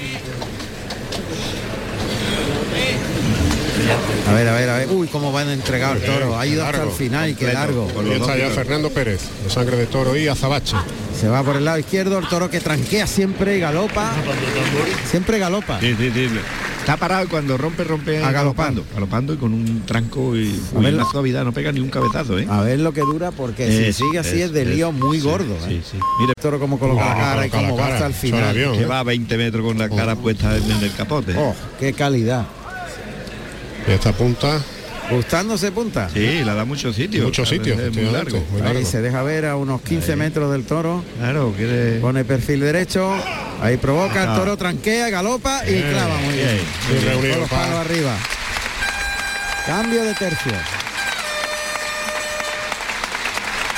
S2: A ver, a ver, a ver. Uy, cómo van entregado el toro. Ha ido hasta el final y qué largo.
S5: Y está ya Fernando Pérez, de sangre de toro y azabache.
S2: Se va por el lado izquierdo, el toro que tranquea siempre y galopa. Siempre galopa.
S4: Sí, sí, sí. Está parado y cuando rompe, rompe
S2: A
S4: galopando. Galopando y con un tranco y
S2: A
S4: uy,
S2: ver
S4: una
S2: lo-
S4: suavidad, no pega ni un cabezazo, ¿eh?
S2: A ver lo que dura porque si
S4: Eso,
S2: sigue así es de
S4: eso,
S2: lío muy
S4: eso,
S2: gordo.
S4: sí,
S2: ¿eh?
S4: sí. Mira
S2: el toro como coloca la cara y cómo va hasta el final.
S4: que va a 20 metros con la cara puesta en el capote.
S2: Oh, qué calidad.
S5: Y esta punta.
S2: Gustándose punta.
S4: Sí, la da muchos sitios.
S5: Muchos
S4: A
S5: sitios,
S4: veces es muy
S5: efectivamente,
S4: largo.
S5: muy
S2: Ahí se deja ver a unos 15 metros del toro.
S4: Claro, quiere.
S2: Pone perfil derecho. Ahí provoca, el
S4: Ah.
S2: toro tranquea, galopa y clava muy bien.
S4: bien, muy
S2: Con
S4: reunido,
S2: los
S4: pa.
S2: palos arriba. Cambio de tercio.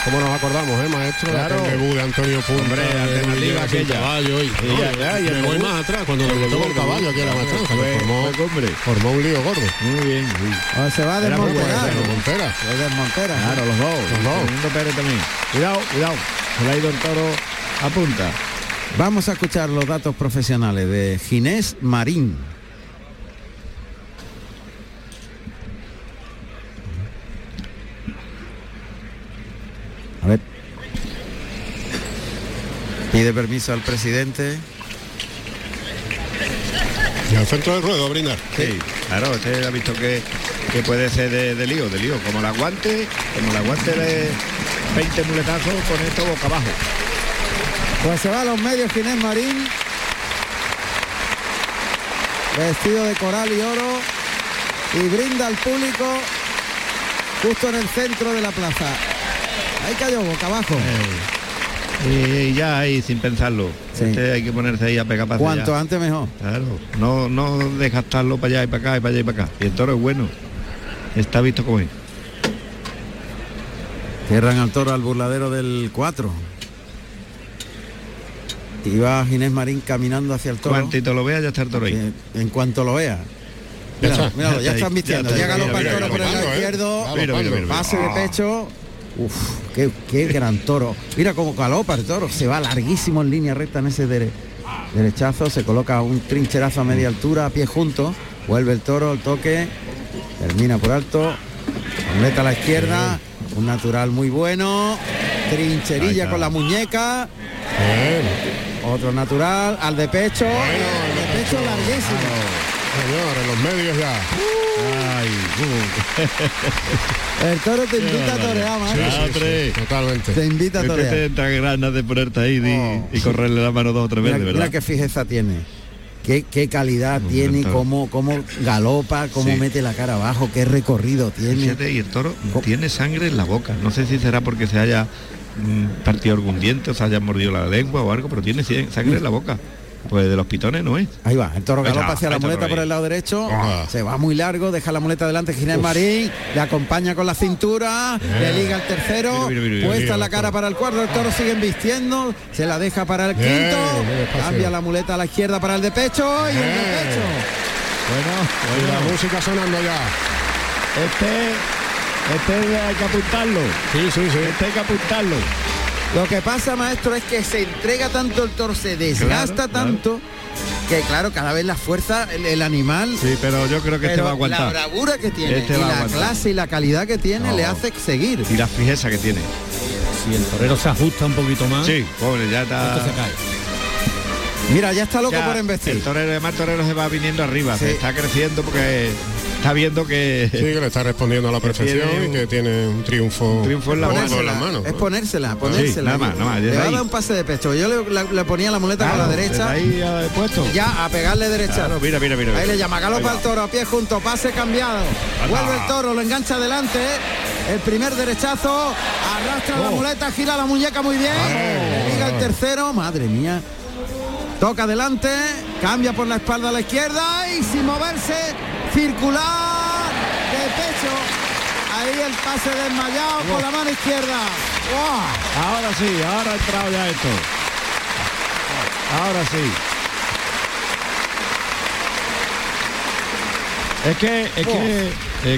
S5: ¿Cómo nos acordamos, eh, maestro?
S2: Claro.
S5: El debut de Antonio Punta.
S4: Hombre,
S5: el
S4: alternativa
S5: debut de
S4: aquella.
S5: caballo y-
S4: Sí,
S5: no,
S4: ya, ya, y el
S5: me voy
S4: debut.
S5: más atrás, cuando
S4: El
S5: le
S4: debut,
S5: tocó el
S4: el
S5: caballo
S4: debut.
S5: aquí a la maestranza,
S4: Fue-
S5: que formó,
S4: fue
S5: formó un lío gordo.
S4: Muy bien, sí.
S2: Ah, se va a
S4: Era muy bueno,
S2: desmontar.
S4: era muy
S5: Montera.
S2: Se desmontera.
S4: Claro, los dos.
S2: Los dos.
S4: Fernando Pérez también. Cuidado, cuidado. Se le ha ido el toro a punta.
S2: Vamos a escuchar los datos profesionales de Ginés Marín. A ver. Pide permiso al presidente.
S5: Y al centro del ruedo a brindar.
S4: Sí, claro, usted ha visto que, que puede ser de, de lío, de lío. Como la aguante, como la aguante de 20 muletazos, pone esto boca abajo.
S2: Pues se va a los medios Ginés Marín. Vestido de coral y oro. Y brinda al público justo en el centro de la plaza. Ahí cayó boca abajo.
S4: Y, y ya ahí, sin pensarlo. Este hay que ponerse ahí a pegar para
S2: Cuanto antes mejor.
S4: Claro, no, no desgastarlo para allá y para acá y para allá y para acá. Y el toro es bueno. Está visto como es.
S2: Cierran al toro al burladero del 4. Y va Ginés Marín caminando hacia el toro.
S4: Cuantito lo vea, ya está el toro ahí.
S2: En, en cuanto lo vea.
S4: Ya
S2: Míralo,
S4: está.
S2: míralo,
S4: Ya
S2: ya
S4: está
S2: están
S4: ahí,
S2: vistiendo.
S4: ya
S2: Ya,
S4: está ahí,
S2: galopa
S4: mira,
S2: el toro
S4: mira,
S2: por el
S4: mira,
S2: lado
S4: mira,
S2: izquierdo.
S4: mira, mira, mira, mira.
S2: Pase de
S4: Ah.
S2: pecho. Uf, qué, qué gran toro. Mira cómo galopa el toro. Se va larguísimo en línea recta en ese dere- derechazo. Se coloca un trincherazo a media altura, a pie juntos. Vuelve el toro, el toque. Termina por alto. Completa a la izquierda. Un natural muy bueno.
S4: Ahí
S2: Trincherilla
S4: está.
S2: con la muñeca. Otro natural. Al de pecho. de pecho larguísimo. Uh.
S5: Señor, en los medios ya.
S4: Ay,
S2: El toro te invita a torear,
S5: Sí,
S2: maestro.
S5: sí, sí, totalmente.
S2: Te invita a
S4: Este
S2: torear. Oh.
S4: te entra ganas de ponerte ahí di- y, correrle la mano dos o tres
S2: Mira,
S4: veces, ¿verdad?
S2: mira qué fijeza tiene. Qué, qué calidad tiene,
S4: toro.
S2: cómo, cómo galopa, cómo
S4: Sí.
S2: mete la cara abajo, qué recorrido tiene.
S4: Fíjate, y el toro tiene sangre en la boca. No sé si será porque se haya mm, partido algún diente o se haya mordido la lengua o algo, pero tiene sie- sangre en la boca. Pues de los pitones no es.
S2: Ahí va, el toro
S4: Ahí está,
S2: galopa hacia
S4: ahí
S2: la
S4: está
S2: muleta
S4: por ahí.
S2: por el lado derecho,
S4: Ah.
S2: se va muy largo, deja la muleta delante, gira el
S4: Uf.
S2: marín, le acompaña con la cintura, le
S4: Bien.
S2: liga el tercero,
S4: Mira, mira, mira,
S2: puesta
S4: mira,
S2: la cara para el cuarto, el toro sigue vistiendo, se la deja para el quinto,
S5: muy despacio.
S2: cambia la muleta a la izquierda para el de pecho y el de pecho.
S5: Eh. Bueno, la música sonando ya.
S16: Este, este hay que apuntarlo.
S5: Sí, sí, sí.
S16: Este hay que apuntarlo.
S2: Lo que pasa, maestro, es que se entrega tanto el toro, se desgasta
S4: Claro, claro.
S2: tanto, que claro, cada vez la fuerza, el, el animal.
S4: Sí, pero yo creo que este
S2: pero
S4: va a
S2: La
S4: aguantar.
S2: bravura que tiene
S4: Este
S2: y
S4: va a
S2: la
S4: aguantar.
S2: clase y la calidad que tiene
S4: No.
S2: le hace seguir.
S4: Y la fijeza que tiene.
S12: Si el torero se ajusta un poquito más.
S4: Sí, pobre, ya
S12: esto
S4: está.
S12: se cae.
S2: Mira, ya está loco
S4: Ya,
S2: por embestir.
S4: El torero, además, el torero se va viniendo arriba, se está creciendo porque está viendo que.
S5: Sí, que le está respondiendo a la perfección
S4: tiene
S5: y que tiene un triunfo,
S4: triunfo en la mano.
S5: en las manos.
S2: Es ponérsela,
S4: Sí,
S2: ponérsela.
S4: nada más, nada más,
S2: Le
S4: desde
S2: va a
S4: ahí.
S2: dar un pase de pecho. Yo le, la- le ponía la muleta
S4: Claro,
S2: con la derecha.
S4: desde ahí ya he puesto.
S2: Ya, a pegarle derecha.
S4: Claro, mira, mira, mira.
S2: Ahí
S4: mira.
S2: le llama
S4: Ahí
S2: galopa
S4: va.
S2: al toro a pie junto, pase cambiado.
S4: Anda.
S2: Vuelve el toro, lo engancha adelante. El primer derechazo, arrastra
S5: Oh.
S2: la muleta, gira la muñeca muy bien. Llega el tercero, madre mía. Toca adelante, cambia por la espalda a la izquierda y sin moverse, circular de pecho. Ahí el pase desmayado con la mano izquierda. ¡Wow!
S16: Ahora sí, ahora ha entrado ya esto. Ahora sí.
S4: Es que, es que eh,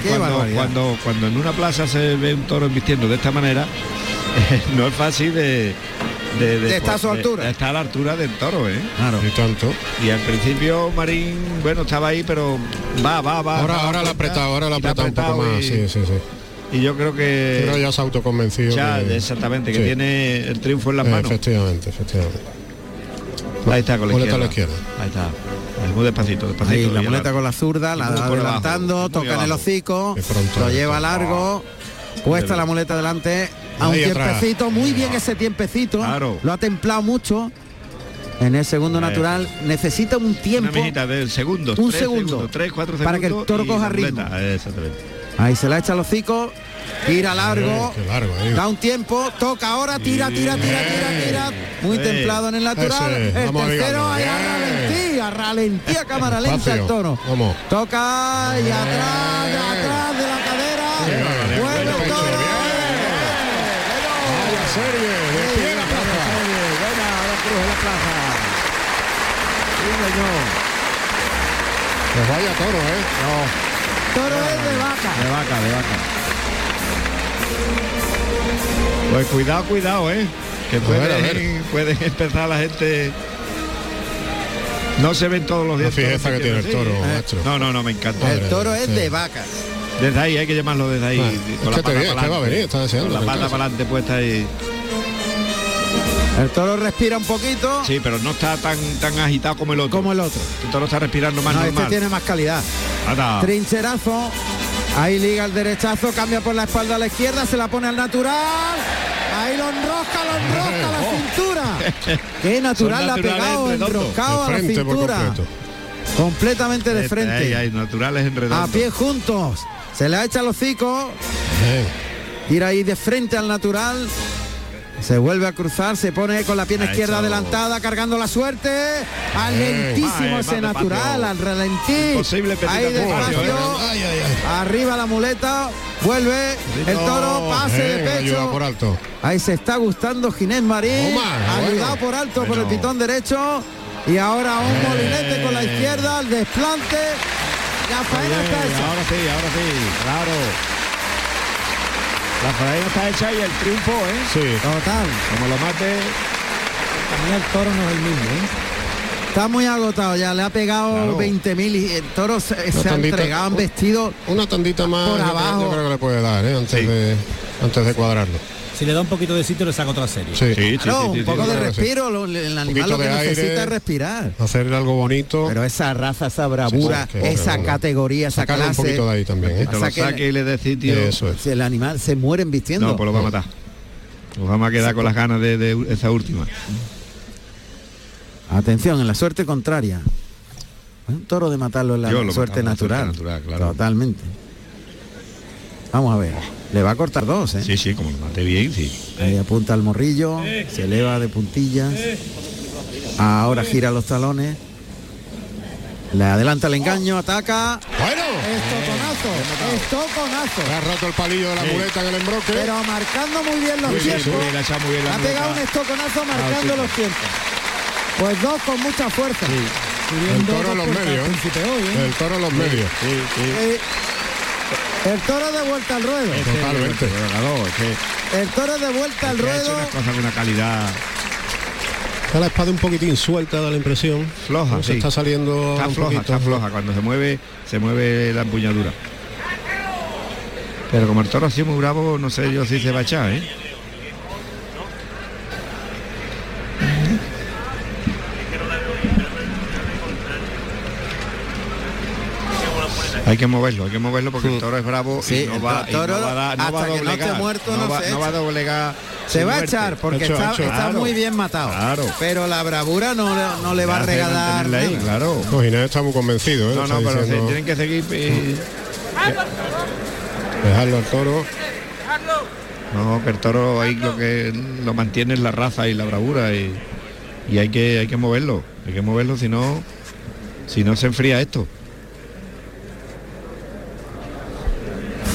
S16: Qué
S4: cuando,
S16: barbaridad.
S4: cuando, cuando en una plaza se ve un toro embistiendo de esta manera, no es fácil de, de,
S2: De estar a su
S4: de-
S2: altura.
S4: de estar a la altura del toro, ¿eh?
S2: Claro.
S5: Y tanto.
S4: Y al principio Marín, bueno, estaba ahí, pero va, va, va.
S5: Ahora,
S4: va,
S5: ahora la ha
S4: va,
S5: apretado, ahora la ha
S4: y la ha
S5: apretado un poco
S4: apretado
S5: más.
S4: y-
S5: Sí, sí, sí.
S4: Y yo creo que.
S5: Pero ya se ha autoconvencido.
S4: Ya,
S5: que-
S4: exactamente, que
S5: Sí.
S4: tiene el triunfo en las
S5: Eh,
S4: manos.
S5: Efectivamente, efectivamente.
S4: Ahí está con la
S5: Muleta
S4: izquierda.
S5: a la
S4: Ahí está. Ahí, Muy despacito, despacito.
S2: Ahí, la
S4: Villalba.
S2: muleta con la zurda, la
S4: Muy
S2: va
S4: por abajo,
S2: adelantando,
S4: muy
S2: toca en el
S4: abajo.
S2: hocico,
S4: De pronto,
S2: lo
S4: de
S2: lleva
S4: pronto.
S2: largo, puesta la muleta delante a un
S4: Ahí atrás.
S2: tiempecito, muy bien ese tiempecito, lo ha templado mucho en el segundo
S4: Ahí.
S2: natural, necesita un
S4: Una
S2: tiempo,
S4: minita del segundo.
S2: Un
S4: tres
S2: segundo.
S4: segundos, tres, cuatro segundos.
S2: Para que el toro
S4: y
S2: coja
S4: la
S2: ritmo.
S4: muleta. Exactamente.
S2: ahí se la echa al hocico, tira largo,
S5: Qué largo, ahí.
S2: da un tiempo, toca ahora, tira, tira, tira, tira, tira, muy
S5: Eh.
S2: templado en el natural,
S5: Ese,
S2: el
S5: vamos
S2: tercero
S5: ligando.
S2: ahí a ralentía, ralentía, cámara lenta el
S5: Espacio.
S2: toro.
S5: Vamos.
S2: Toca y atrás, de atrás de la cadera. Vuelve el toro.
S5: Vaya serie, de pie la plaza. Pues vaya toro, ¿eh?
S2: Toro es de vaca.
S4: De vaca, de vaca. Pues cuidado, cuidado, ¿eh? Que
S5: ver,
S4: pueden,
S5: a
S4: pueden empezar la gente... No se ven todos los días.
S5: La fijeza
S4: todos
S5: que tiene el
S4: los días,
S5: toro,
S4: ¿eh?
S5: macho.
S4: No, no, no, me encanta.
S2: El toro es de vaca.
S4: Desde ahí, hay que llamarlo desde ahí.
S5: Ah, es que te
S4: pata
S5: viene, es que
S4: pa'lante.
S5: va a venir, está deseando, me
S4: Con la pata
S5: encanta.
S4: para adelante puesta ahí.
S2: El toro respira un poquito.
S4: Sí, pero no está tan tan agitado como el otro. Como
S2: el otro.
S4: El toro está respirando más
S2: No, este
S4: normal.
S2: tiene más calidad.
S4: Anda.
S2: Trincherazo. Ahí liga el derechazo, cambia por la espalda a la izquierda, se la pone al natural. Ahí lo enrosca, lo enrosca a la cintura. Qué natural
S4: Oh. Son
S2: la ha
S4: naturales
S2: pegado,
S4: redondos.
S2: enroscado a la cintura. Completamente de
S4: Este, Ahí,
S2: frente.
S4: ahí, naturales en redondo.
S2: A pie juntos. Se le ha hecho el hocico. Tira ahí de frente al natural. Se vuelve a cruzar, se pone con la pierna
S4: Ha
S2: izquierda
S4: hecho-
S2: adelantada, cargando la suerte. Al
S4: Bien.
S2: lentísimo
S4: Más,
S2: ese
S4: más despacio.
S2: natural, al ralentí.
S4: Imposible pedir
S2: Ahí
S4: tanto espacio,
S2: despacio.
S4: ¿eh?
S2: Arriba la muleta. Vuelve el toro, pase de
S5: Venga, ayuda
S2: pecho.
S5: por alto.
S2: Ahí se está gustando Ginés Marín,
S5: Toma,
S2: ayudado
S5: bueno.
S2: por alto por el pitón derecho y ahora un molinete con la izquierda, el desplante. La faena está hecha.
S4: Ahora sí, ahora sí, claro. La faena está hecha y el triunfo, ¿eh?
S5: Sí.
S2: Total.
S4: Como lo mate.
S2: el toro no es el mismo, ¿eh? Está muy agotado ya, le ha pegado
S5: Claro.
S2: 20.000 y el toro se,
S5: Una
S2: se ha
S5: tandita-
S2: entregado, han vestido
S5: Una tandita más
S2: por
S5: Ah, yo creo-
S2: abajo.
S5: Yo creo que le puede dar, ¿eh? Antes, de, antes de cuadrarlo.
S12: Si le da un poquito de sitio le saca otra serie.
S5: Sí. Sí,
S2: Claro, un poco de
S5: claro, sí.
S2: respiro, lo- el animal
S5: poquito
S2: lo que
S5: de aire.
S2: necesita es respirar.
S5: Hacer algo bonito.
S2: Pero esa raza, esa bravura, esa categoría, esa
S5: Sacarle un
S2: clase.
S5: poquito de ahí también, ¿eh?
S2: Que te lo Saque- saque y le
S4: dé sitio.
S5: Eso es.
S2: Si el animal se muere vistiendo.
S4: No, pues lo va a matar. Nos vamos a quedar con las ganas de, de esa última.
S2: Atención, en la suerte contraria. Es un toro de matarlo en la
S4: Yo lo
S2: suerte
S4: mataba, suerte
S2: natural.
S4: natural, claro.
S2: Totalmente. Vamos a ver. Le va a cortar dos, ¿eh?
S4: Sí, sí, como lo mate bien, sí.
S2: Ahí apunta al morrillo, se eleva de puntillas. Ahora gira los talones. Le adelanta el engaño, ataca.
S5: Bueno,
S11: Estoconazo, estoconazo.
S5: Le ha roto el palillo de la
S11: Sí.
S5: muleta en el embroque.
S11: Pero marcando muy bien los
S5: Muy bien,
S11: tiempos.
S5: muy bien, la ha echado muy bien la
S11: ha pegado un
S5: muleta.
S4: Ah,
S11: estoconazo marcando
S5: chicos.
S11: los tiempos. Pues dos con mucha fuerza.
S5: El toro en los medios. ¿eh? El toro en los medios.
S11: Eh, el toro de vuelta al ruedo.
S4: Totalmente. que
S11: El toro de vuelta al
S4: que ha hecho
S11: ruedo.
S4: unas cosas de una calidad.
S5: Está la espada un poquitín suelta, da la impresión.
S4: Floja,
S5: ¿no? Se
S4: sí.
S5: está saliendo
S4: Está
S5: un
S4: floja,
S5: poquito.
S4: está floja. Cuando se mueve, se mueve la empuñadura. Pero como el toro ha sido muy bravo, no sé yo si se va a echar, ¿eh? Hay que moverlo, hay que moverlo porque el toro es bravo
S2: Sí,
S4: y no
S2: el
S4: va, y
S2: toro
S4: no va a dar- no va a
S2: hasta que no esté
S4: doblegar.
S2: muerto
S4: no
S2: no
S4: va-
S2: se
S4: no va a
S2: echa.
S4: doblegar.
S2: Se
S4: sin
S2: va a
S4: muerte.
S2: echar porque
S4: Hecho,
S2: está,
S4: hecho.
S2: está
S4: Claro.
S2: muy bien matado.
S4: Claro.
S2: Pero la bravura no, le- no le va a
S5: Hace
S2: regalar.
S5: mantenerla ahí,
S2: nada.
S5: claro. No, Ginés está muy convencido, ¿eh?
S4: No,
S5: Está
S4: no, pero se-
S5: diciendo,
S4: tienen que seguir. eh,
S5: Dejarlo al toro.
S4: No, que el toro ahí lo que lo mantiene es la raza y la bravura y, y hay que hay que moverlo, hay que moverlo si no si no se enfría esto.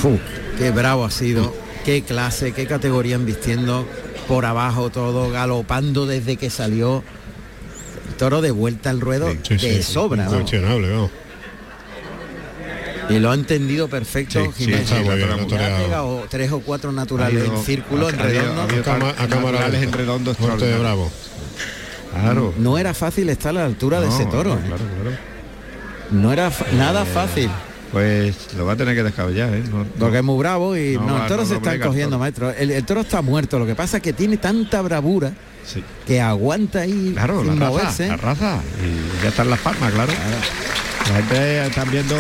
S2: Fu, qué bravo ha sido, qué clase, qué categoría vistiendo por abajo todo, galopando desde que salió. El toro de vuelta al ruedo
S5: Sí, sí,
S2: de
S5: sí.
S2: sobra. vamos.
S5: Incuestionable, vamos.
S2: Y lo ha entendido perfecto
S5: Sí, sí,
S2: Jiménez.
S5: está muy bien,
S2: Le ha
S5: toreado.
S2: pegado tres o cuatro naturales en círculo, en redondo.
S5: A, cama- a cámara
S4: naturales
S5: lenta.
S4: en redondo
S5: Corte de
S4: extraordinario.
S5: bravo.
S4: Claro.
S2: No era fácil estar a la altura de
S4: No,
S2: ese toro.
S4: no,
S2: ¿eh?
S4: claro, claro.
S2: No era fa- nada
S4: Eh,
S2: fácil.
S4: Pues lo va a tener que descabellar, ¿eh? No-
S2: Porque es muy bravo y
S4: No
S2: no,
S4: va,
S2: el toro
S4: no
S2: se
S4: lo
S2: está
S4: obliga el
S2: cogiendo,
S4: toro.
S2: maestro. El, el toro está muerto. Lo que pasa es que tiene tanta bravura que aguanta ahí
S4: Claro,
S2: sin
S4: la raza,
S2: moverse.
S4: la raza. Y ya están las palmas, claro. La gente está viendo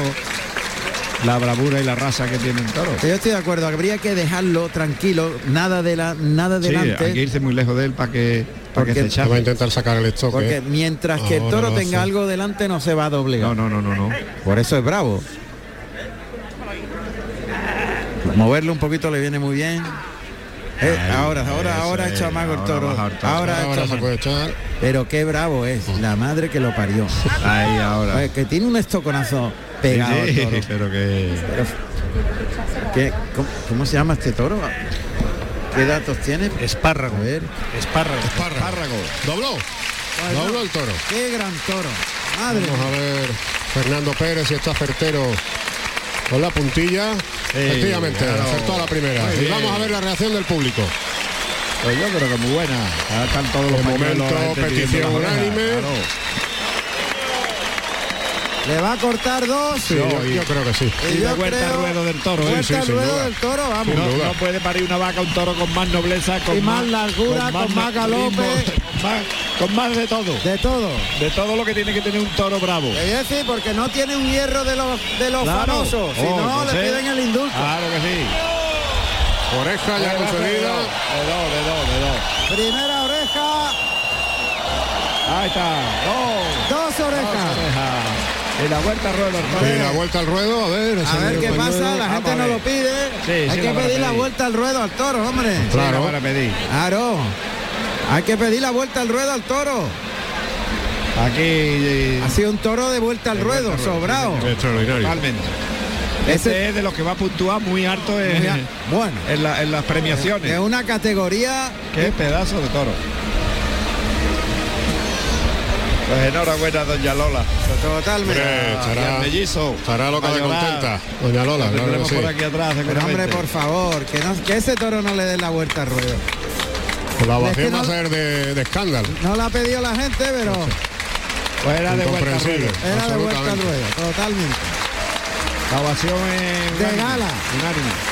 S4: la bravura y la raza que tiene el toro.
S2: Que Yo estoy de acuerdo, habría que dejarlo tranquilo, nada de la, nada
S4: Sí, hay
S2: delante,
S4: que irse muy lejos de él para que, para que
S2: Porque-
S4: se echa.
S5: Va a intentar sacar el estoque. ¿eh?
S2: porque mientras que el
S5: Ahora
S2: toro
S5: lo
S2: tenga
S5: hace.
S2: algo delante no se va a doblegar.
S4: No, no, no, no, no.
S2: Por eso es bravo. Moverlo un poquito le viene muy bien. Eh, ahora, ahora, ahora echa mago el toro.
S5: baja
S2: Ahora,
S5: el toro. Ahora
S2: echa
S5: se
S2: mago.
S5: puede echar.
S2: Pero qué bravo es, la madre que lo parió.
S4: Ahí ahora.
S2: Oye, que tiene un estoconazo pegado al
S4: Sí,
S2: toro.
S4: pero que
S2: Pero, ¿qué- cómo, cómo se llama este toro? ¿Qué datos tiene?
S6: Espárrago.
S2: A ver.
S6: Espárrago.
S5: Espárrago. Dobló.
S2: Bueno,
S5: Dobló el toro.
S2: Qué gran toro. Madre.
S5: Vamos a ver Fernando Pérez si está certero con la puntilla. Efectivamente,
S4: claro.
S5: acertó a la primera.
S4: Muy
S5: Y
S4: bien.
S5: vamos a ver la reacción del público.
S4: Pues yo creo que muy buena. Ahora están todos los
S5: De
S4: pañuelos,
S5: momento,
S4: la gente pidiendo
S5: petición
S4: las orejas,
S5: unánime.
S4: claro.
S2: Le va a cortar dos.
S5: Sí, yo, yo creo que sí.
S2: Y
S4: Y de
S2: yo
S4: vuelta al
S2: creo-
S4: ruedo del toro, ¿eh?
S2: vuelta
S4: Sí,
S2: al
S4: sin
S2: ruedo
S4: duda.
S2: del toro, vamos.
S4: No,
S2: Sin duda.
S4: no puede parir una vaca, un toro con más nobleza, con
S2: Y más largura, con más galope.
S4: ritmo, más- con más de todo.
S2: De todo.
S4: De todo lo que tiene que tener un toro bravo.
S2: Te voy a decir, porque no tiene un hierro de los, de los
S4: Claro.
S2: famosos. Si
S4: Oh,
S2: no,
S4: no
S2: le
S4: sé. Ah,
S2: piden el indulto.
S4: Claro que sí.
S5: Oreja ya
S4: Oreja,
S5: concedida.
S4: De dos, de dos, de dos.
S2: Primera oreja,
S4: Ahí está. Dos.
S2: dos
S4: Dos
S2: orejas.
S4: orejas. Y la vuelta al ruedo del toro.
S5: Y la vuelta al ruedo, a ver.
S2: A ver
S5: señor
S2: qué
S5: Pañuelo.
S2: pasa, la
S4: Vamos
S2: gente
S4: a
S2: no
S4: ver.
S2: lo pide.
S4: Ah, Sí,
S2: Hay
S4: sí
S2: que
S4: lo van a
S2: pedir la
S4: pedir.
S2: vuelta al ruedo al toro, hombre.
S4: Claro.
S5: Claro.
S4: van a pedir.
S2: Claro. Hay que pedir la vuelta al ruedo al toro.
S4: Aquí. eh,
S2: Ha sido un toro de vuelta al ruedo,
S4: vuelta al ruedo,
S2: sobrado.
S5: Extraordinario.
S4: Totalmente.
S2: Ese-
S4: Este es de los que va a puntuar muy alto en,
S2: Bueno,
S4: en la- en las
S2: de
S4: premiaciones.
S2: una categoría
S4: Qué pedazo de toro. Pues enhorabuena, doña Lola.
S5: Hombre,
S2: totalmente.
S5: estará,
S4: al mellizo.
S5: estará loca
S4: A
S5: de
S4: llorar.
S5: contenta. Doña Lola,
S4: Lo
S5: claro que
S4: tendremos
S5: sí.
S4: por aquí atrás,
S2: Pero hombre,
S4: seguramente.
S2: por favor, que, no, que ese toro no le dé la vuelta al ruedo.
S5: La ovación
S2: Es que
S5: va a
S2: no-
S5: ser de, de escándalo.
S2: No la ha pedido la gente, pero
S4: Pues era de vuelta al
S5: Incomprensible.
S4: ruedo.
S2: era de vuelta al
S5: absolutamente.
S2: ruedo, totalmente.
S4: La ovación es
S2: De
S4: unánime,
S2: gala.
S4: Eh, Unánime.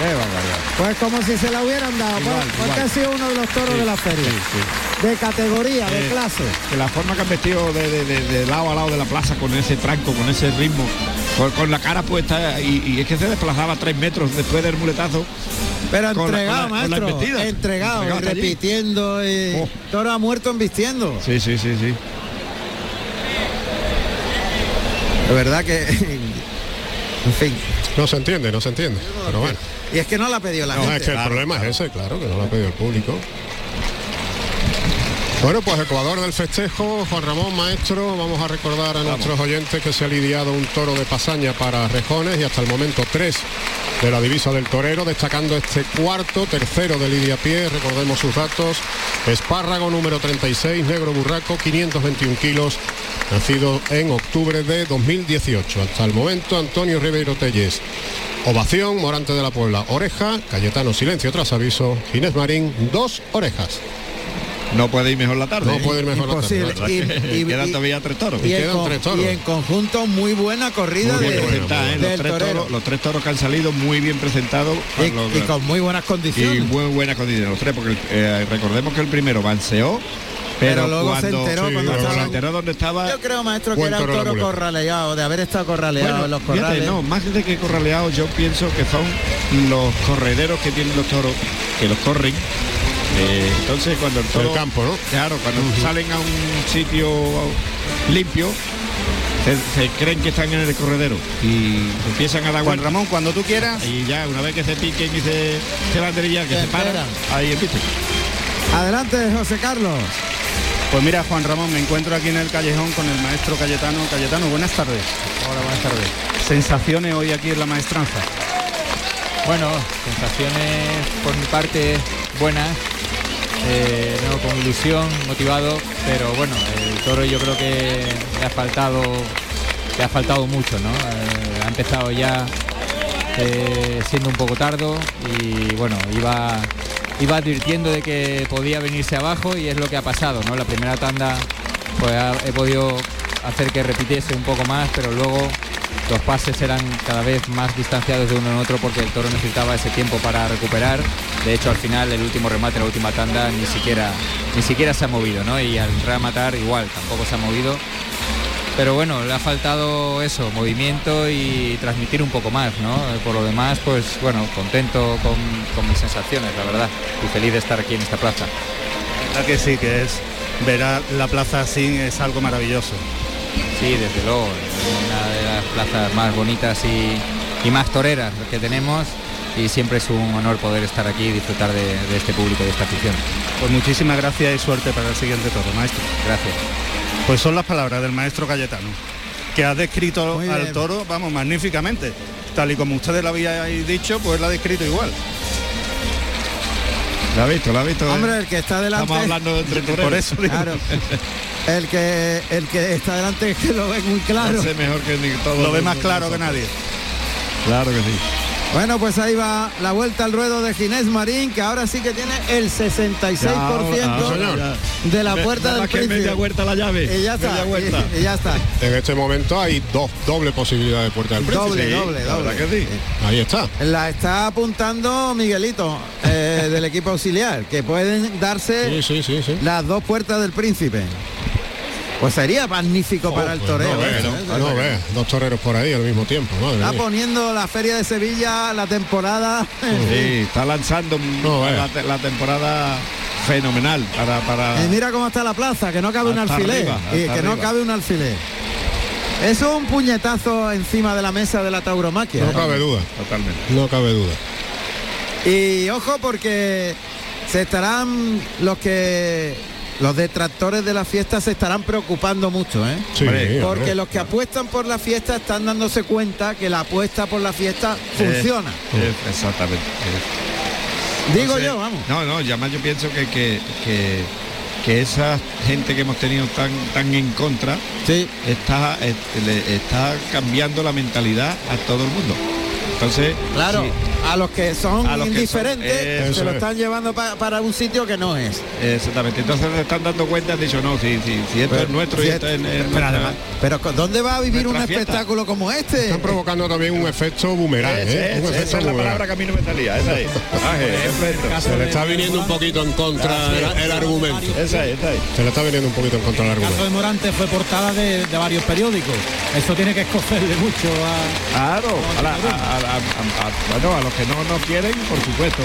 S4: Qué barbaridad.
S2: Pues como si se la hubieran dado,
S4: Igual,
S2: pues, porque
S4: igual.
S2: ha sido uno de los toros de la feria. De categoría, de
S4: Eh,
S2: clase.
S4: Que la forma que han vestido de, de- de- de lado a lado de la plaza con ese tranco, con ese ritmo, con, con la cara puesta y, y es que se desplazaba tres metros después del muletazo.
S2: Pero
S4: con
S2: entregado,
S4: la- con la- con la
S2: maestro.
S4: embestida.
S2: entregado, y
S4: Entregado hasta allí.
S2: repitiendo. y
S4: Oh.
S2: Toro ha muerto embistiendo.
S4: Sí, sí, sí, sí.
S2: De verdad que. en fin.
S5: No se entiende, no se entiende. Pero bueno.
S2: Y es que no la ha pedido la
S5: No,
S2: gente.
S5: es que el problema es ese, claro, que no lo ha pedido el público. Bueno, pues el jugador del festejo, Juan Ramón Maestro, vamos a recordar a nuestros oyentes que se ha lidiado un toro de pasaña para Rejones y hasta el momento tres de la divisa del torero, destacando este cuarto, tercero de Lidia Pie, recordemos sus datos, espárrago número 36, negro burraco, 521 kilos, nacido en octubre de 2018. Hasta el momento, Antonio Ribeiro Telles. Ovación, Morante de la Puebla, oreja, Cayetano, silencio tras aviso, Ginés Marín, dos orejas.
S4: No puede ir mejor la tarde.
S5: No puede ir mejor la tarde, la
S4: la
S5: verdad.
S4: tarde. Quedan todavía tres toros.
S2: Y, en con- y en conjunto muy buena corrida
S4: Muy bien
S2: de-
S4: presentada, ¿eh? los,
S2: del
S4: tres
S2: torero.
S4: toros, los tres toros que han salido muy bien presentados
S2: Y- y con muy buenas condiciones.
S4: y muy buenas condiciones los tres porque eh, recordemos que el primero banseó pero,
S2: Pero luego
S4: cuando,
S2: se enteró
S4: Sí,
S2: cuando
S4: pero
S2: estaba-
S4: se enteró dónde estaba
S2: Yo creo, maestro, que era un toro corraleado, de haber estado corraleado
S4: Bueno,
S2: en los
S4: fíjate,
S2: corrales.
S4: no, más de que corraleados yo pienso que son los correderos que tienen los toros, que los corren. Eh, entonces cuando el toro...
S5: El campo, ¿no?
S4: Claro, cuando
S5: Ujú.
S4: salen a un sitio limpio, se, se creen que están en el corredero y empiezan a dar
S6: Juan
S4: guarda.
S6: Ramón, cuando tú quieras.
S4: Y ya, una vez que se piquen y se, se banderillan, que
S6: Se
S4: se paran,
S6: enteran.
S4: ahí empiezan.
S2: Adelante, José Carlos.
S6: Pues mira, Juan Ramón, me encuentro aquí en el callejón con el maestro Cayetano. Cayetano, buenas tardes.
S18: Hola, buenas tardes.
S6: Sensaciones hoy aquí en la maestranza.
S18: Bueno, sensaciones por mi parte buenas, eh, no, con ilusión, motivado, pero bueno, el toro yo creo que le ha faltado, le ha faltado mucho, ¿no? Eh, ha empezado ya eh, siendo un poco tardo y bueno, iba, iba advirtiendo de que podía venirse abajo y es lo que ha pasado, ¿no? La primera tanda pues ha- he podido hacer que repitiese un poco más, pero luego los pases eran cada vez más distanciados de uno en otro porque el toro necesitaba ese tiempo para recuperar. De hecho, al final el último remate, la última tanda, ni siquiera, ni siquiera se ha movido, ¿no? Y al rematar igual, tampoco se ha movido. Pero bueno, le ha faltado eso, movimiento y transmitir un poco más, ¿no? Por lo demás, pues bueno, contento con, con mis sensaciones, la verdad, y feliz de estar aquí en esta plaza.
S6: La que sí, que es ver a la plaza así es algo maravilloso.
S18: Sí, desde luego, es una de las plazas más bonitas y, y más toreras que tenemos y siempre es un honor poder estar aquí y disfrutar de, de este público y de esta afición.
S6: Pues muchísimas gracias y suerte para el siguiente toro, maestro.
S18: Gracias.
S6: Pues son las palabras del maestro Cayetano, que ha descrito
S2: Muy
S6: al
S2: bien.
S6: toro, vamos, magníficamente. Tal y como ustedes lo habíais dicho, pues la ha descrito igual.
S4: La ha visto, la ha visto. ¿eh?
S2: Hombre, el que está delante.
S4: Estamos hablando de entre toreros.
S2: Por eso digo. Claro. El que, el que está delante es que lo ve muy claro.
S4: Lo sé mejor que ni todo
S6: Lo ve
S4: el
S6: más
S4: mundo
S6: claro que
S4: nosotros.
S6: nadie.
S4: Claro que sí.
S2: Bueno, pues ahí va la vuelta al ruedo de Ginés Marín, que ahora sí que tiene el 66%
S4: Ya, ahora, ahora, ya.
S2: de la
S4: Me-
S2: puerta
S4: nada
S2: del
S4: más que
S2: príncipe.
S4: media vuelta la llave,
S2: Y ya
S4: media
S2: está.
S4: vuelta.
S2: y- y ya está.
S5: En este momento hay dos doble posibilidad de puerta del príncipe.
S2: Doble, doble,
S5: la
S2: doble.
S5: verdad que sí. Ahí está.
S2: La está apuntando Miguelito eh, del equipo auxiliar, que pueden darse las dos puertas del príncipe. Pues sería magnífico para el
S5: Pues
S2: toreo.
S5: no ve,
S2: ¿eh? Ah, pues,
S5: no, no ve, dos toreros por ahí al mismo tiempo. madre
S2: Está
S5: mía.
S2: poniendo la Feria de Sevilla, la temporada.
S4: Sí, está lanzando la, te- la temporada fenomenal para, para
S2: Y mira cómo está la plaza, que no cabe un
S4: Hasta
S2: alfiler.
S4: arriba,
S2: y que
S4: hasta
S2: no
S4: arriba.
S2: cabe un alfiler. Eso es un puñetazo encima de la mesa de la tauromaquia.
S5: No
S2: ¿eh?
S5: cabe duda.
S4: Totalmente.
S5: No cabe duda.
S2: Y ojo porque se estarán los que los detractores de la fiesta se estarán preocupando mucho, ¿eh?
S5: Sí, hombre.
S2: porque los que apuestan por la fiesta están dándose cuenta que la apuesta por la fiesta funciona.
S4: Eh, eh, exactamente. eh.
S2: Digo
S4: Entonces,
S2: yo, vamos.
S4: No, no, y además yo pienso que, que, que, que esa gente que hemos tenido tan, tan en contra está, eh, le- está cambiando la mentalidad a todo el mundo. Entonces,
S2: Claro,
S4: sí,
S2: a los que son
S4: A los que son,
S2: indiferentes
S4: eso
S2: se lo
S4: es.
S2: están llevando pa- para un sitio que no es.
S4: exactamente. Entonces se están dando cuenta, han dicho, no, si, si, si esto
S2: Pero-
S4: es nuestro
S2: si
S4: y
S2: es-
S4: esto es,
S2: pero además- pero ¿dónde va a vivir un espectáculo como este?
S5: Están provocando también un efecto boomerang.
S4: Ese,
S5: ¿eh? Un efecto
S4: ese, esa es la
S5: boomerang.
S4: palabra que a mí no me salía, esa es. Ángel, perfecto.
S5: Se le está viniendo un poquito en contra el, el argumento. Se le está viniendo un poquito en contra el
S19: El caso
S5: argumento.
S19: de Morante fue portada de, de varios periódicos. Eso tiene que escocerle mucho a...
S4: Claro, a, la- a- a- a- a- a- bueno, a los que no no quieren, por supuesto.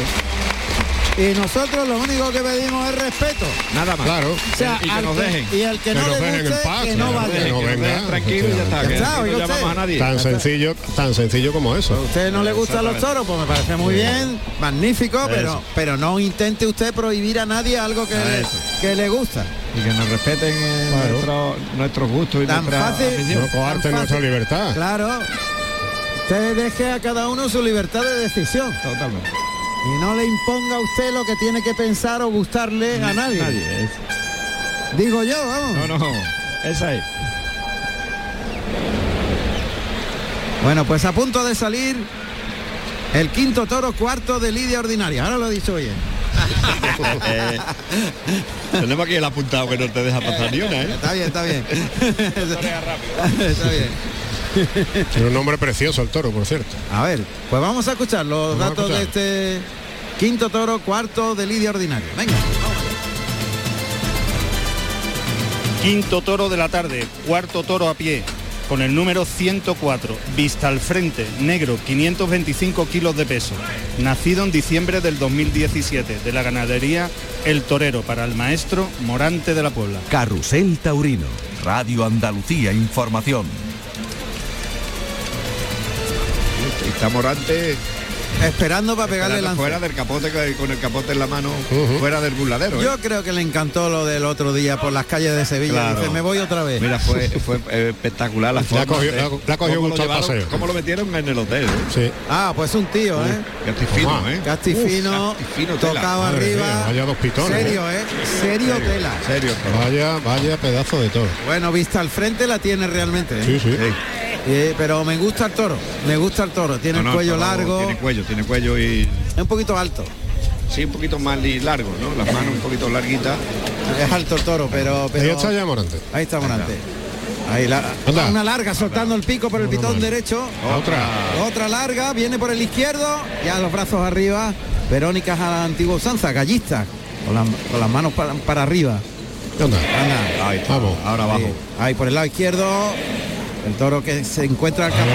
S2: Y nosotros lo único que pedimos es respeto.
S4: Nada más. Claro.
S2: O sea,
S4: Y que
S2: al
S4: nos dejen.
S2: Y al que,
S5: Que
S2: no
S5: nos
S2: le
S5: dejen en
S2: guste,
S5: paz,
S2: que no
S5: claro,
S2: vaya.
S5: que no vengan.
S4: tranquilo y ya está,
S5: Ya
S4: que
S5: está,
S4: no
S2: oiga
S4: llamamos
S2: usted.
S4: a nadie.
S5: Tan sencillo, tan sencillo como eso.
S2: ¿A usted no le gustan los toros? Pues me parece muy bien, magnífico,
S5: Eso.
S2: pero pero no intente usted prohibir a nadie algo que, le, que le gusta.
S4: Y que nos respeten eh, nuestro- nuestros gustos y
S2: Tan
S4: nuestra
S2: fácil,
S4: afición.
S2: tan fácil. Claro. Usted deje a cada uno su libertad de decisión.
S4: Totalmente.
S2: Y no le imponga a usted lo que tiene que pensar o gustarle a nadie.
S4: Nadie, es-
S2: Digo yo, vamos.
S4: No, no, esa es.
S2: Bueno, pues a punto de salir el quinto toro cuarto de lidia ordinaria. Ahora lo he dicho bien.
S4: Tenemos aquí el apuntado que no te deja pasar ni una, ¿eh?
S2: Está bien, está bien.
S4: está
S2: bien.
S5: Tiene un nombre precioso el toro, por cierto.
S2: A ver, pues vamos a escuchar los
S5: Vamos a
S2: datos
S5: escuchar.
S2: de este quinto toro cuarto de lidia ordinaria. Venga.
S6: Quinto toro de la tarde, cuarto toro a pie, con el número 104, vista al frente, negro, 525 kilos de peso, nacido en diciembre del 2017, de la ganadería El Torero, para el maestro Morante de la Puebla.
S1: Carrusel Taurino, Radio Andalucía Información.
S4: Está Morante
S2: esperando para
S1: pegarle el lance.
S4: fuera del capote con el capote en la mano, fuera del burladero. ¿eh?
S2: Yo creo que le encantó lo del otro día por las calles de Sevilla.
S4: Claro.
S2: Dice, me voy otra vez.
S4: Mira, fue, fue eh, espectacular la
S5: La
S4: forma.
S5: cogió-
S4: ¿eh?
S5: la- la cogió con
S4: ¿Cómo lo
S5: todo el
S4: llevaron-
S5: paseo.
S4: ¿Cómo lo metieron en el hotel?
S5: Sí.
S2: Ah, pues un tío, ¿eh?
S4: Castifino, ¿eh?
S2: Castifino,
S4: Uf, Castifino, tela.
S2: tocaba
S5: Madre
S2: arriba.
S5: mía, vaya dos pitones.
S2: Serio, ¿eh? Serio tela.
S4: Serio.
S5: Vaya, vaya pedazo de toro.
S2: Bueno, vista al frente la tiene realmente. ¿eh?
S5: Sí, sí.
S2: Eh, pero me gusta el toro, me gusta el toro. Tiene
S4: No, no,
S2: el cuello
S4: todo
S2: largo,
S4: Tiene cuello, tiene cuello y
S2: es un poquito alto.
S4: sí, un poquito más li- largo, ¿no? Las manos un poquito larguitas.
S2: Es alto el toro, pero... pero...
S5: Ahí está ya Morante.
S2: Ahí está Morante. Ahí la...
S5: Anda.
S2: Una larga, soltando el pico por el pitón derecho.
S5: Otra.
S2: Otra larga, viene por el izquierdo, ya los brazos arriba. Verónica es a la antigua usanza, gallista, con, la- con las manos para, para arriba.
S5: ¿Dónde?
S2: Anda.
S4: Ahí, ahora abajo.
S2: Sí. Ahí por el lado izquierdo. El toro que se encuentra al capote,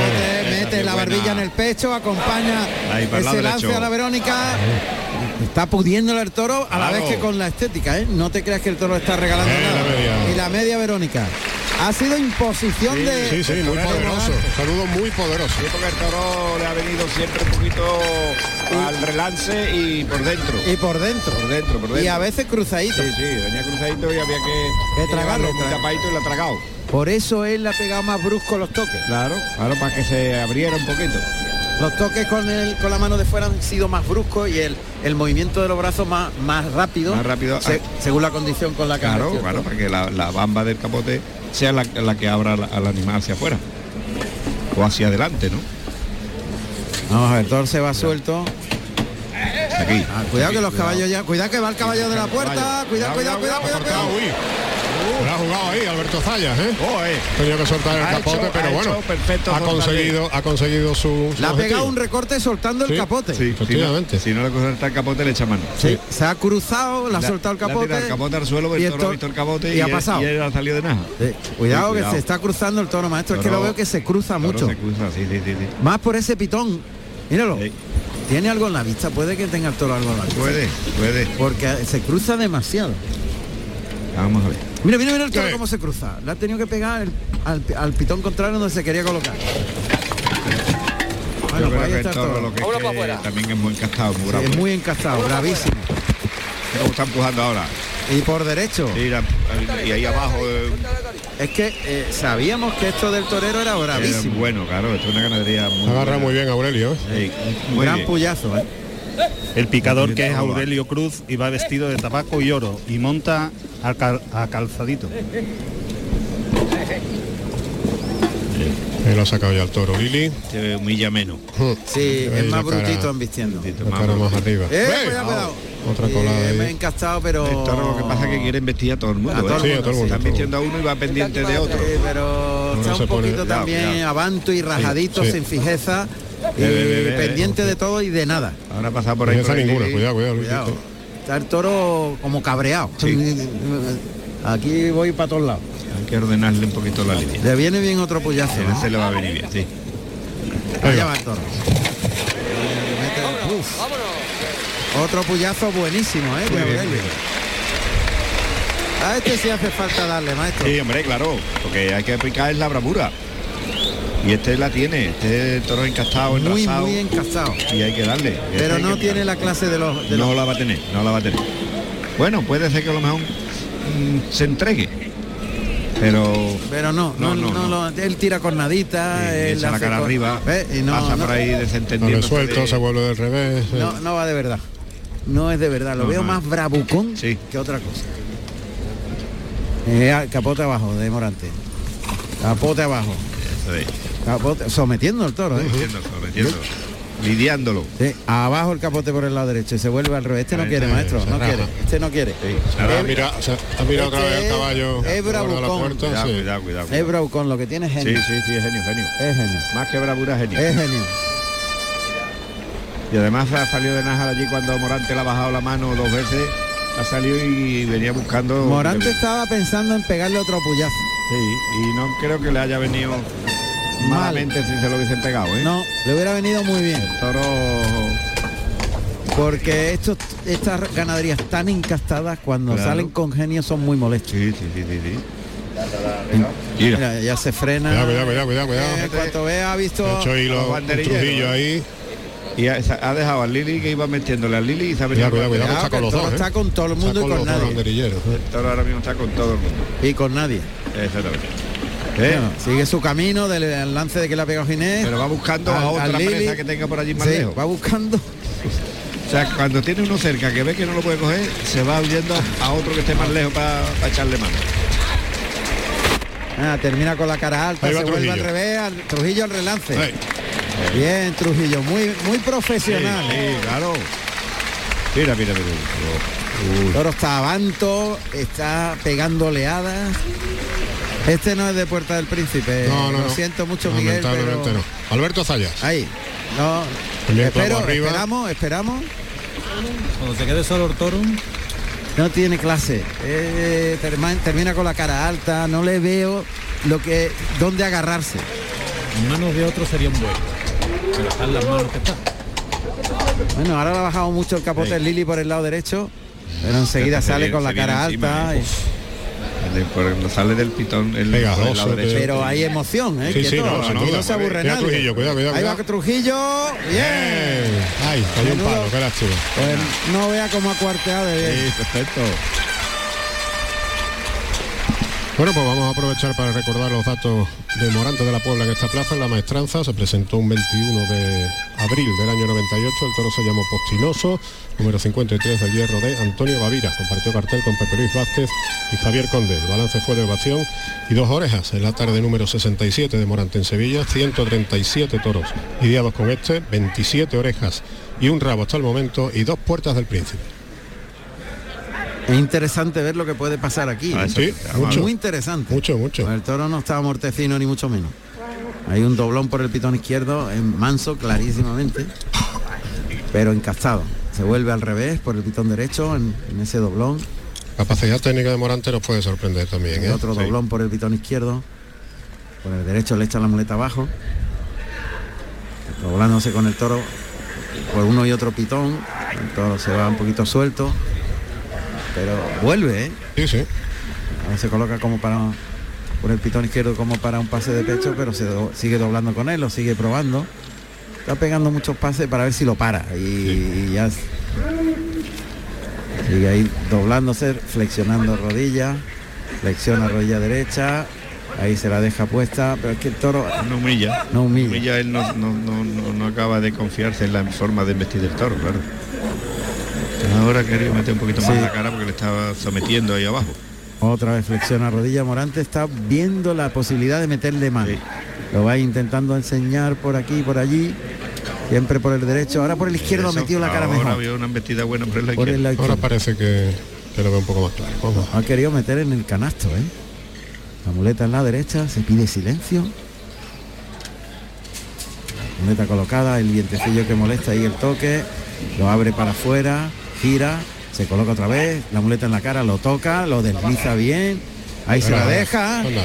S2: mete
S4: qué
S2: la
S4: buena.
S2: barbilla en el pecho, acompaña
S4: Ahí, para el lado
S2: ese lance
S4: derecho.
S2: a la Verónica. Está pudiéndole el toro a la
S4: Bravo.
S2: vez que con la estética, ¿eh? No te creas que el toro está regalando
S4: Eh,
S2: nada. Y la media Verónica. Ha sido imposición de.
S5: Sí, sí, muy
S2: de
S5: poderoso.
S2: Morante.
S5: Saludo muy poderoso.
S4: Sí, porque el toro le ha venido siempre un poquito al relance y por dentro.
S2: Y por dentro.
S4: Por dentro, por dentro.
S2: Y a veces cruzadito.
S4: Sí, sí, venía cruzadito y había que,
S2: Que tragarlo,
S4: llevarlo muy
S2: tragar.
S4: tapadito y lo ha tragado.
S2: Por eso él le ha pegado más brusco los toques.
S4: Claro, claro, para que se abriera un poquito.
S2: Los toques con, el, con la mano de fuera han sido más bruscos y el, el movimiento de los brazos más, más rápido.
S4: Más rápido.
S2: se- según la condición con la que
S4: Claro,
S2: ejerció.
S4: claro, para que la, la bamba del capote sea la, la que abra la- al animal hacia afuera. O hacia adelante, ¿no?
S2: Vamos a ver, todo se va suelto. Ah,
S4: Aquí.
S2: Cuidado que los caballos ya. Cuidado que va el caballo de la puerta. Cuidado, cuidado, cuidado, cuidado.
S5: Cortado, uy. Uh, la ha jugado ahí Alberto Zayas, ¿eh?
S4: Oh, eh.
S5: Tenía que soltar el
S4: Ha
S5: capote,
S4: hecho-
S5: pero
S4: ha
S5: bueno,
S4: hecho perfecto
S5: ha
S4: Jorge
S5: conseguido, ha conseguido su. su
S2: Le ha pegado
S5: objetivo.
S2: un recorte soltando
S5: Sí,
S2: el capote.
S4: Sí, si no,
S5: Efectivamente.
S4: si no le corta el capote, le echa mano.
S2: Sí, Se ha cruzado, le ha
S4: La-
S2: soltado el
S4: le ha
S2: capote.
S4: tirado el capote al suelo, el
S2: y el
S4: toro
S2: toro-
S4: ha visto el capote
S2: y ha
S4: él-
S2: pasado.
S4: Y él ha salido de nada.
S2: Cuidado
S4: Sí,
S2: que se está cruzando el toro maestro. es que lo
S4: Toro-
S2: veo que se cruza
S4: El toro
S2: mucho.
S4: se cruza, sí, sí, sí, sí.
S2: Más por ese pitón. Míralo. Tiene algo en la vista. Puede que tenga el toro algo en la vista.
S4: Puede, puede.
S2: Porque se cruza demasiado.
S4: Vamos a ver.
S2: Mira, mira, mira el toro
S4: Sí.
S2: cómo se cruza. Le ha tenido que pegar el- al, al pitón contrario donde se quería colocar. Bueno,
S4: Yo
S2: pues
S4: creo
S2: ahí
S4: que el
S2: está el
S4: toro
S2: toro.
S4: lo que es que también es muy encastado, muy bravo.
S2: es muy encastado, bravísimo.
S4: Mira Este cómo está empujando ahora.
S2: Y por derecho.
S4: Mira, y ahí abajo. eh,
S2: Es que eh, sabíamos que esto del torero era
S4: es
S2: bravísimo.
S4: eh, bueno, claro, esto es una ganadería muy
S5: Agarra
S4: buena.
S5: muy bien Aurelio. ¿eh?
S4: Sí,
S2: Un
S4: muy
S2: gran
S4: bien.
S2: puyazo, ¿eh?
S6: El picador que es Aurelio Cruz y va vestido de tabaco y oro y monta a, cal- a calzadito.
S5: Él lo ha sacado ya el toro, Lili.
S4: Se humilla menos.
S2: Sí,
S5: Ahí
S2: es más
S5: la cara-
S2: brutito embistiendo.
S5: La cara más arriba.
S2: Eh,
S5: ¡Ve!
S2: cuidado, cuidado.
S5: Otra colada
S2: Eh, me he
S5: ahí.
S2: encastado, pero.
S4: El toro lo que pasa es que quiere vestir a todo el mundo.
S2: A todo el
S5: Sí,
S4: ¿eh?
S5: a todo el mundo,
S4: Están
S5: todo el
S4: vistiendo a uno y va pendiente de otro.
S2: Eh, pero
S5: Uno
S2: está
S5: se
S2: un
S5: pone-
S2: poquito
S5: Ya,
S2: también
S5: ya.
S2: avanto y rajadito,
S5: sí.
S2: sin fijeza, y
S4: Ve, ve, ve, ve,
S2: pendiente de todo y de nada.
S4: eh, Ahora pasa por
S5: No
S4: ahí.
S5: está
S4: por ahí.
S5: ninguna, cuidado, cuidado. Luis.
S2: Cuidado. Está el toro como cabreado. Aquí voy para todos lados.
S4: Hay que ordenarle un poquito la línea.
S2: Le viene bien otro puyazo. ¿no?
S4: Se le va a venir bien, sí.
S2: Allá va el toro. Mete- Uf. Otro puyazo buenísimo, ¿eh? de
S4: bien,
S2: Aurelio. A este sí hace falta darle, maestro.
S4: Sí, hombre, claro, porque hay que aplicar es la bravura. Y este la tiene, este toro encastado,
S2: Muy,
S4: enlazado.
S2: muy encastado.
S4: Y hay que darle. Este
S2: Pero
S4: hay
S2: no
S4: que-
S2: tiene la clase de los... de
S4: No
S2: los-
S4: la va a tener, no la va a tener. Bueno, puede ser que a lo mejor mm, se entregue. Pero
S2: Pero no, no, no, lo- él tira cornadita, él
S4: echa la
S2: hace
S4: cara
S2: cor-
S4: arriba,
S2: ¿ves? Y no,
S4: pasa
S2: no-
S4: por ahí
S5: No
S4: desentendiendo.
S5: resuelto, se vuelve del revés. eh.
S2: no, no va de verdad. No es de verdad, lo
S5: No,
S2: veo
S5: no
S2: más bravucón que otra cosa. Eh, ah, capote abajo de Morante. Capote abajo. Capote- sometiendo al toro, ¿eh?
S4: Sometiendo, sometiendo. Lidiándolo.
S2: Sí, abajo el capote por el lado derecho y se vuelve al revés. Este no
S5: Ahí
S2: quiere,
S5: está,
S2: maestro.
S5: se
S2: No
S5: raja.
S2: quiere. Este no quiere.
S5: Ahora Ah, mira, o sea, ha mirado otra
S2: Este
S5: vez el
S2: es-
S5: caballo.
S2: es
S5: ahora a la
S2: bravucón.
S5: puerta,
S4: Cuidado,
S5: sí.
S4: cuidado, cuidado.
S2: Es bravucón, lo que tiene es genio.
S4: Sí, sí, sí, es genio, genio.
S2: Es genio.
S4: Más que bravura, es genio.
S2: Es genio.
S4: Y además ha salido de Nájara allí cuando Morante le ha bajado la mano dos veces. Ha salido y venía buscando.
S2: Morante estaba pensando en pegarle otro puyazo.
S4: Sí, y no creo que le haya venido malamente si se lo hubiesen pegado, ¿eh?
S2: No, le hubiera venido muy bien.
S4: toro.
S2: Porque estos, estas ganaderías tan encastadas cuando
S4: Claro.
S2: salen con genio son muy molestos.
S4: Sí, sí, sí, sí.
S2: Mira. ya se frena.
S5: Cuidado, cuidado, cuidado, cuidado, cuidado.
S2: En cuanto vea, ha visto.
S5: Ha hecho hilo,
S4: Los
S5: un
S4: banderilleros.
S5: trujillo ahí.
S4: Y ha, ha dejado al Lili que iba metiéndole al Lili y se ha venido
S5: Cuidado, cuidado, cuidado, que está con los dos.
S2: toro
S5: ¿eh?
S2: está con todo el
S5: Está
S2: mundo y
S5: con
S2: con
S5: los dos
S2: nadie.
S5: banderilleros. ¿eh?
S4: El toro ahora mismo está con todo el mundo.
S2: Y con nadie.
S4: Exactamente.
S2: Bueno, sigue su camino del al lance de que le ha pegado Ginés.
S4: Pero va buscando a otra
S2: Lili.
S4: presa que tenga por allí más
S2: Sí,
S4: lejos.
S2: Va buscando.
S4: O sea, cuando tiene uno cerca que ve que no lo puede coger, se va huyendo a otro que esté más lejos para echarle mano.
S2: Ah, termina con la cara alta,
S4: Ahí va
S2: se vuelve al
S4: Trujillo.
S2: revés, al- Trujillo al relance. Bien, Trujillo, muy, muy profesional.
S4: Sí, sí, claro. Mira, mira, mira.
S2: El Toro está avanto, está pegando oleadas. Este no es de Puerta del Príncipe.
S5: No, no,
S2: Eh, Lo
S5: no.
S2: siento mucho, Miguel. Pero...
S5: Lamentablemente no. Alberto Zayas.
S2: Ahí. No.
S5: También clavo
S2: Espero,
S5: arriba.
S2: esperamos, esperamos.
S12: Cuando se quede solo el toro,
S2: No tiene clase. Eh, terma- termina con la cara alta. No le veo lo que dónde agarrarse.
S17: En manos de otro sería un buen. Pero están las manos que están.
S2: Bueno, ahora le ha bajado mucho el capote
S17: Sí.
S2: del Lili por el lado derecho. Pero enseguida
S4: Se
S2: sale
S4: viene-
S2: con la
S4: se viene
S2: cara
S4: encima,
S2: alta.
S4: ¿eh?
S2: y-
S4: El- por el- sale del pitón el por el lado derecho.
S2: Pero hay emoción, ¿eh?
S4: eh, Sí,
S2: que
S4: sí,
S2: todo,
S4: no,
S2: aquí
S4: sin
S2: no,
S4: duda.
S2: se aburre
S4: Cuidado,
S2: nadie.
S4: Trujillo, cuidado, cuidado,
S2: Ahí va
S4: cuidado.
S2: Trujillo. Bien.
S5: Ay, cayó un
S2: Menudo.
S5: palo, qué lástima.
S2: Eh. Pues no vea cómo ha cuarteado de bien.
S4: perfecto.
S5: Bueno, pues vamos a aprovechar para recordar los datos de Morante de la Puebla en esta plaza, en la maestranza. Se presentó un 21 de abril del año 98. El toro se llamó Postinoso, número 53 del hierro de Antonio Bavira. Compartió cartel con Pepe Luis Vázquez y Javier Conde. El balance fue de ovación y dos orejas. En la tarde número 67 de Morante en Sevilla, 137 toros lidiados con este, 27 orejas y un rabo hasta el momento y dos puertas del príncipe.
S2: Es interesante ver lo que puede pasar aquí. ¿eh?
S5: Ah, sí, mucho.
S2: Muy interesante.
S5: Mucho, mucho.
S2: El toro no estaba mortecino ni mucho menos. Hay un doblón por el pitón izquierdo, en manso clarísimamente, pero encastado. Se vuelve al revés por el pitón derecho en, en ese doblón.
S5: Capacidad técnica de Morante nos puede sorprender también. ¿eh?
S2: Otro
S5: Sí.
S2: doblón por el pitón izquierdo. Por el derecho le echa la muleta abajo. Doblándose con el toro por uno y otro pitón. El toro se va un poquito suelto. Pero vuelve, ¿eh?
S5: Sí, sí.
S2: Ahora se coloca como para por el pitón izquierdo como para un pase de pecho, pero se do- sigue doblando con él, lo sigue probando. Está pegando muchos pases para ver si lo para. Y, y ya s- sigue ahí doblándose, flexionando rodilla, flexiona rodilla derecha, ahí se la deja puesta, pero es que el toro
S4: No humilla.
S2: No humilla.
S4: él no, no- no- no- no acaba de confiarse en la forma de vestir del toro, claro. Ahora quería meter un poquito más
S2: Sí.
S4: la cara porque le estaba sometiendo ahí abajo.
S2: Otra vez flexiona rodilla. Morante está viendo la posibilidad de meterle mano. Lo va intentando enseñar por aquí, por allí. Siempre por el derecho. Ahora por el izquierdo ha
S4: Eso,
S2: metido la cara
S4: ahora
S2: mejor.
S4: veo una embestida buena por el lado
S2: Por el
S4: izquierdo.
S2: lado
S5: Ahora
S2: izquierdo.
S5: parece que, que lo veo un poco más claro. Vamos.
S2: Ha querido meter en el canasto, ¿eh? La muleta en la derecha, se pide silencio. Muleta colocada, el vientecillo que molesta ahí el toque, lo abre para afuera, gira, se coloca otra vez, la muleta en la cara, lo toca, lo desliza bien, ahí se la
S5: Anda,
S2: deja.
S5: anda.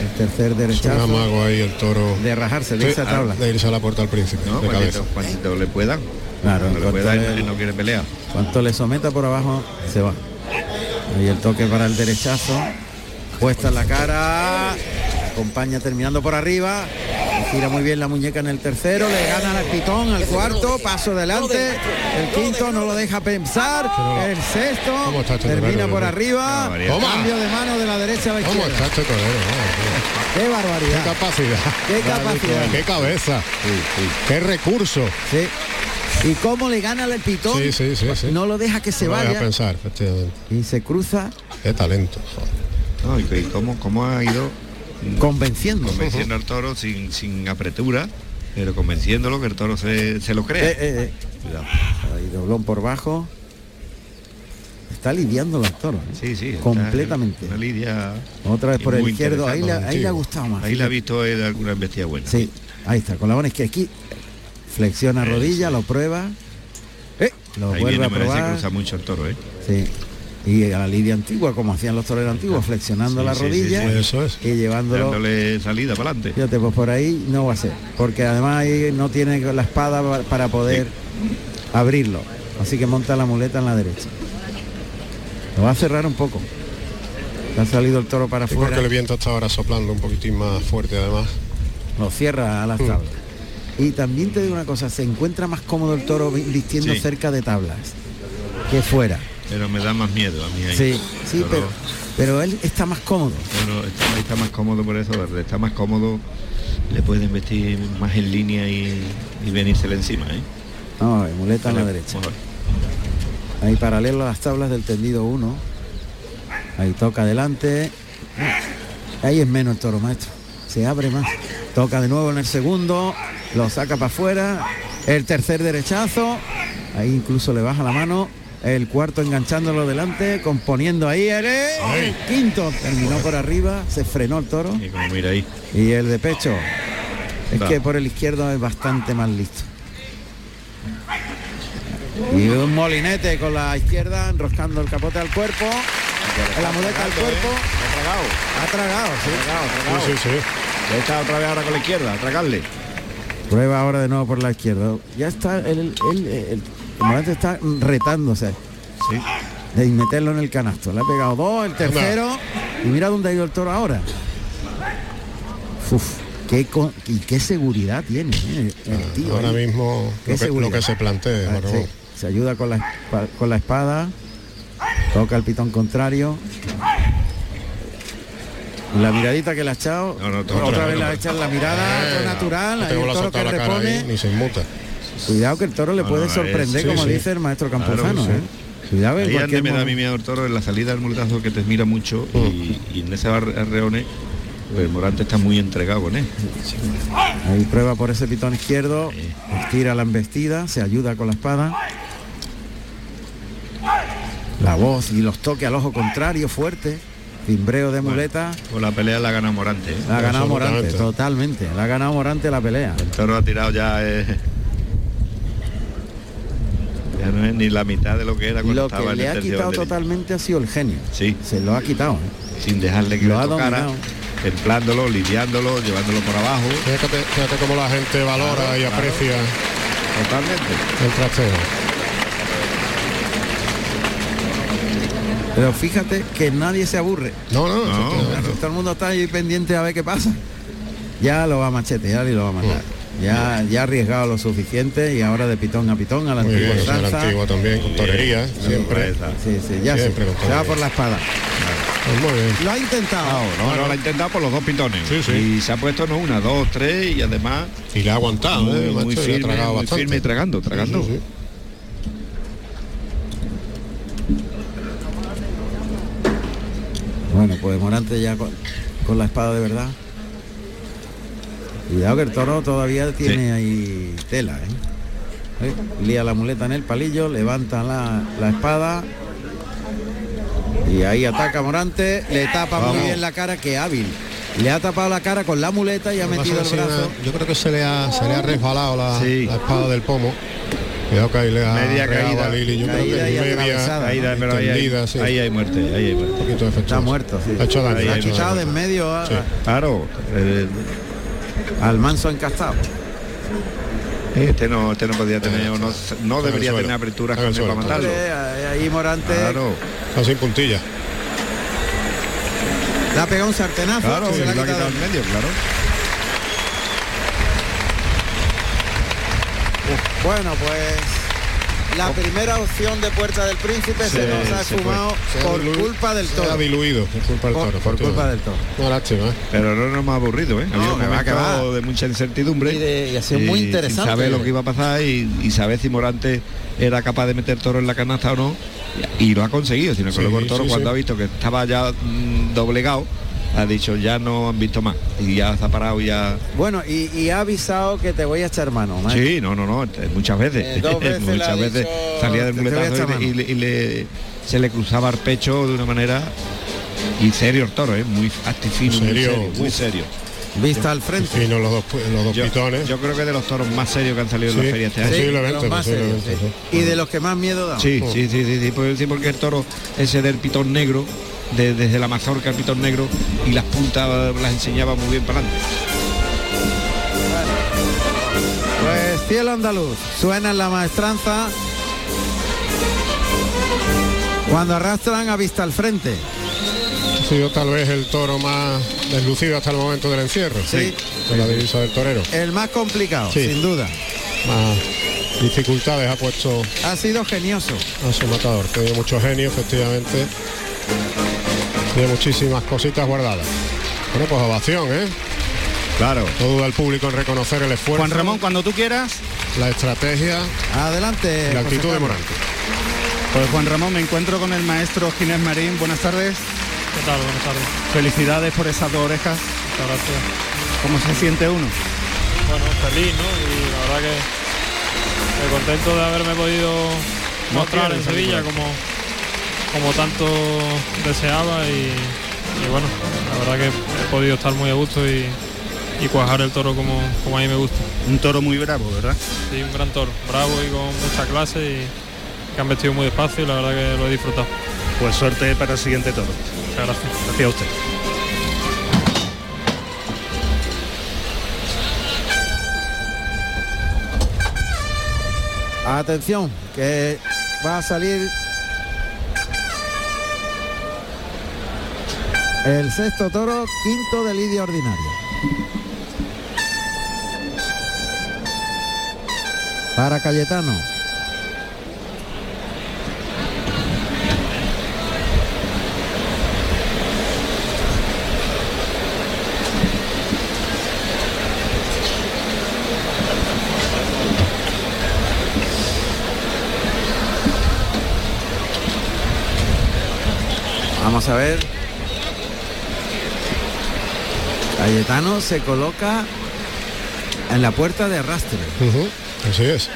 S2: El tercer
S5: Es un
S2: derechazo.
S5: amago ahí el toro.
S2: De rajarse, de irse a tabla. pues
S5: De irse a la puerta al príncipe.
S4: No,
S5: de
S4: cuando-
S5: cabeza.
S4: cuando le puedan.
S2: Claro, en
S4: No le puede
S2: cuanto
S4: dar,
S2: le-
S4: él no quiere pelear.
S2: Cuanto le someta por abajo, se va. Y el toque para el derechazo. Puesta en la cara. Acompaña terminando por arriba. Gira muy bien la muñeca en el tercero. Le gana al pitón al cuarto. Paso adelante. El quinto no lo deja pensar. El sexto
S5: este
S2: termina por arriba.
S5: Toma.
S2: Cambio de mano de la derecha a la
S5: ¿Cómo
S2: izquierda.
S5: está este torero? Madre
S2: ¡Qué
S5: mía.
S2: barbaridad!
S5: Qué capacidad.
S2: Qué capacidad.
S5: Qué cabeza. Qué recurso.
S2: Sí. Y cómo le gana al pitón.
S5: Sí, sí, sí, sí.
S2: No lo deja que se
S5: No deja
S2: vaya.
S5: pensar, efectivamente.
S2: Y se cruza.
S5: Qué talento.
S4: No, y, y cómo, cómo ha ido
S2: convenciendo.
S4: Convenciendo al toro sin, sin apretura, pero convenciéndolo que el toro se, se lo crea.
S2: Eh, eh, eh. Cuidado. Ahí doblón por bajo. Está lidiando los toros. ¿eh?
S4: Sí, sí. está
S2: Completamente.
S4: Una lidia.
S2: Otra vez por el
S4: muy
S2: izquierdo. Ahí le,
S4: interesante.
S2: ahí le ha gustado más.
S4: Ahí le ha visto él alguna embestida buena.
S2: Sí, ahí está, con la buena izquierda. Aquí flexiona rodilla, lo prueba. Eh, Lo
S4: Ahí
S2: vuelve
S4: viene,
S2: a
S4: merece
S2: probar.
S4: cruza mucho el toro, ¿eh?
S2: Sí. Y a la lidia antigua, como hacían los toreros antiguos, flexionando
S4: Ah. Sí,
S2: la
S4: sí, sí,
S2: rodilla
S4: sí.
S2: y llevándolo
S4: Dándole salida para adelante.
S2: Fíjate, pues por ahí no va a ser, porque además ahí no tiene la espada pa- para poder abrirlo. Así que monta la muleta en la derecha. Lo va a cerrar un poco. Ha salido el toro para
S5: Y porque
S2: afuera.
S5: el viento está ahora soplando un poquitín más fuerte además. Mm.
S2: Lo cierra a las tablas. Y también te digo una cosa, se encuentra más cómodo el toro vi- vistiendo
S4: Sí.
S2: cerca de tablas que fuera.
S4: Pero me da más miedo a mí ahí.
S2: Sí, sí,
S4: Toro-
S2: pero, pero él está más cómodo.
S4: Pero está, está más cómodo por eso, le está más cómodo, le pueden vestir más en línea y, y venírsele encima, ¿eh?
S2: Vamos a ver, muleta en la
S4: Vale,
S2: derecha.
S4: vamos a ver.
S2: Ahí paralelo a las tablas del tendido 1. Ahí toca adelante. Ahí es menos el toro maestro. Se abre más. Toca de nuevo en el segundo. Lo saca para afuera. El tercer derechazo. Ahí incluso le baja la mano. El cuarto enganchándolo delante, componiendo ahí el, el quinto. Terminó por arriba, se frenó el toro.
S4: Y como mira ahí.
S2: Y el de pecho. Es
S4: Va.
S2: que por el izquierdo es bastante más listo. Y un molinete con la izquierda, enroscando el capote al cuerpo. La muleta al cuerpo.
S4: Ha tragado.
S2: Ha tragado, sí.
S4: Sí, sí, Está otra vez ahora con la izquierda, a tragarle.
S2: Prueba ahora de nuevo por la izquierda. Ya está, el, el, el, el Morante está retándose.
S4: Sí.
S2: De meterlo en el canasto. Le ha pegado dos, el tercero. Y mira dónde ha ido el toro ahora. Uf, qué con- y qué seguridad tiene eh, el tío.
S5: Ah, ahora
S2: ahí.
S5: mismo
S2: Qué
S5: lo que,
S2: seguridad.
S5: lo que se plantee.
S2: Ah,
S5: Barbón.
S2: sí. Se ayuda con la, espa- con la espada. Toca el pitón contrario. La miradita que le ha echado. otra, vez le ha echado la mirada. todo natural.
S5: No
S2: ahí
S5: tengo
S2: el
S5: la
S2: toro que
S5: soltada la cara
S2: repone.
S5: ahí, ni se inmuta.
S2: Cuidado que el toro le
S5: No,
S2: puede
S5: no, es-
S2: sorprender,
S5: Ah, sí,
S2: como
S5: sí.
S2: dice el maestro
S5: Claro,
S2: Campuzano.
S5: sí.
S2: ¿eh? Cuidado en
S4: Ahí
S2: cualquier
S4: donde me da
S2: momento.
S4: mi miedo el toro en la salida del muletazo que te mira mucho y, y en ese ar- arreone, pues el Morante está muy entregado con él.
S2: Ahí prueba por ese pitón izquierdo, tira la embestida, se ayuda con la espada. La voz y los toques al ojo contrario fuerte, timbreo de muleta.
S4: Con Pues la pelea la ha ganado Morante. ¿eh?
S2: La ha ganado Morante, totalmente. La ha ganado Morante la pelea.
S4: El toro ha tirado ya. eh, ya no es ni la mitad de lo que era cuando
S2: Lo
S4: estaba
S2: que
S4: en
S2: le
S4: el
S2: ha
S4: tercio
S2: quitado
S4: banderín.
S2: totalmente ha sido el genio.
S4: Sí.
S2: Se lo ha quitado.
S4: Sin dejarle que
S2: Lo
S4: lo
S2: ha
S4: tocara,
S2: dominado.
S4: templándolo, lidiándolo, llevándolo por abajo.
S5: Fíjate, fíjate cómo la gente valora
S4: Claro,
S5: y
S4: claro.
S5: aprecia
S4: Totalmente.
S5: el trasteo.
S2: Pero fíjate que nadie se aburre.
S5: No, no,
S2: Todo el mundo está ahí pendiente a ver qué pasa. Ya lo va a machetear y lo va a matar.
S5: Mm.
S2: Ya, ya ha arriesgado lo suficiente y ahora de pitón a pitón a la
S5: Muy
S2: antigua
S5: bien, la
S2: usanza.
S5: antigua también, con torería, siempre.
S2: Sí, sí, ya sí.
S5: Siempre con
S2: Se va
S5: torería.
S2: por la espada.
S5: muy bien.
S2: Lo ha intentado.
S4: No, no, lo ha intentado por los dos pitones. Y se ha puesto no una, dos, tres y además.
S5: Y le ha aguantado,
S4: muy,
S5: ¿eh?
S4: muy
S5: Macho, y ha
S4: firme,
S5: tragado
S4: muy
S5: bastante.
S4: firme y tragando, tragando.
S2: Bueno, pues Morante ya con, con la espada de verdad. Cuidado que el toro todavía tiene ahí tela, ¿eh? ¿Eh? Lía la muleta en el palillo, levanta la, la espada. Y ahí ataca Morante, le tapa muy
S5: Vamos.
S2: bien la cara, que hábil. Le ha tapado la cara con la muleta y ha metido el
S5: Pasa encima,
S2: brazo.
S5: Yo creo que se le ha, se le ha resbalado la, la espada del pomo. Cuidado que ahí le ha
S4: Media
S5: regado
S4: caída.
S5: a Lili. Yo
S4: Caída
S5: creo que
S4: y
S5: media
S4: atravesada, Caída, pero ahí hay-
S5: extendida, sí.
S4: ahí hay muerte, ahí hay muerte.
S5: Un poquito
S2: Está muerto, sí.
S5: Ha hecho daño,
S2: Se
S5: ha
S2: ha
S5: hecho
S2: quitado
S5: daño.
S2: de en medio a-
S5: Sí.
S4: Claro. eh,
S2: al manso encastado.
S4: Este no, este no podía tener, o no, no
S5: en el
S4: debería
S5: suelo.
S4: tener aperturas
S5: Está en el
S4: para
S5: suelo.
S4: matarlo.
S2: Ahí Morante
S4: Claro.
S5: Está sin puntilla.
S2: le ha pegado un sartenazo.
S4: Claro,
S2: que se
S4: y
S2: le ha
S4: lo ha
S2: quitado.
S4: quitado en medio, claro.
S2: Bueno, pues la primera opción de Puerta del Príncipe se, nos ha
S5: se fue.
S2: esfumado
S5: Se ha
S2: por
S5: dilu-
S2: culpa del
S5: se
S2: toro.
S5: Ha diluido por culpa del
S2: Por-
S5: toro.
S2: por culpa del
S5: toro. Una lástima. ¿eh?
S4: Pero no nos hemos aburrido, ¿eh? Ha habido un
S5: que va,
S4: momento
S5: que va.
S4: de mucha incertidumbre.
S5: Y de- y ha sido muy interesante.
S4: Saber lo que iba a pasar y, y saber si Morante era capaz de meter toro en la canasta o no. Y, y lo ha conseguido, sino que
S5: Sí,
S4: luego el toro
S5: sí,
S4: cuando
S5: sí.
S4: ha visto que estaba ya mm, doblegado, ha dicho ya no han visto más. Y ya se ha parado ya.
S2: Bueno, y, y ha avisado que te voy a echar mano. ¿no?
S4: Sí, no, no, no, te- muchas veces.
S2: Eh, dos veces le ha
S4: muchas veces
S2: dicho,
S4: salía del
S2: "Te voy a
S4: muletazo
S2: echar
S4: y, le- y le- y le- se le cruzaba el pecho de una manera. Y serio el toro, ¿eh? muy artificial, muy
S5: Serio,
S4: serio, muy
S5: uf.
S4: serio.
S2: Vista al frente.
S5: Fino los dos, pu- los dos
S4: Yo-
S5: pitones.
S4: Yo creo que de los toros más serios que han salido en
S5: Sí,
S4: la feria este año.
S5: posiblemente,
S2: Los más serios,
S5: posiblemente,
S2: sí. Y de los que más miedo da.
S4: Sí,
S5: Oh.
S4: sí, sí, sí, sí, pues sí, porque el toro ese del pitón negro, de- desde la mazorca al pitón negro, y las puntas las enseñaba muy bien para adelante.
S2: Pues cielo andaluz, suena en la maestranza. Cuando arrastran a vista al frente.
S5: Ha sido tal vez el toro más deslucido hasta el momento del encierro.
S2: Sí.
S5: Con la divisa del torero.
S2: El más complicado,
S5: Sí.
S2: sin duda.
S5: Más dificultades ha puesto
S2: Ha sido genioso.
S5: a su matador. Tiene mucho genio, efectivamente. Tiene muchísimas cositas guardadas. Bueno, pues ovación, ¿eh?
S4: Claro.
S5: No duda el público en reconocer el esfuerzo.
S6: Juan Ramón, cuando tú quieras.
S5: La estrategia.
S2: Adelante.
S5: La
S6: José
S5: actitud de
S6: Carlos.
S5: Morante.
S6: Pues Juan Ramón, me encuentro con el maestro Ginés Marín. Buenas tardes.
S20: ¿Qué tal? Buenas tardes.
S6: Felicidades por esas dos orejas.
S20: Muchas gracias.
S6: ¿Cómo se siente uno?
S20: Bueno, feliz, ¿no? Y la verdad que, que contento de haberme podido
S6: No
S20: mostrar en
S6: quieres salir
S20: Sevilla
S6: por
S20: como, como tanto deseaba y, y bueno, la verdad que he podido estar muy a gusto y, y cuajar el toro como, como a mí me gusta.
S6: Un toro muy bravo, ¿verdad?
S20: Sí, un gran toro, bravo y con mucha clase y que han vestido muy despacio y la verdad que lo he disfrutado.
S6: Pues suerte para el siguiente toro.
S20: Muchas gracias.
S6: Hacia usted.
S2: Atención, que va a salir el sexto toro, quinto de lidia ordinaria. Para Cayetano. Vamos a ver. Cayetano se coloca en la puerta de arrastre.
S5: Así es.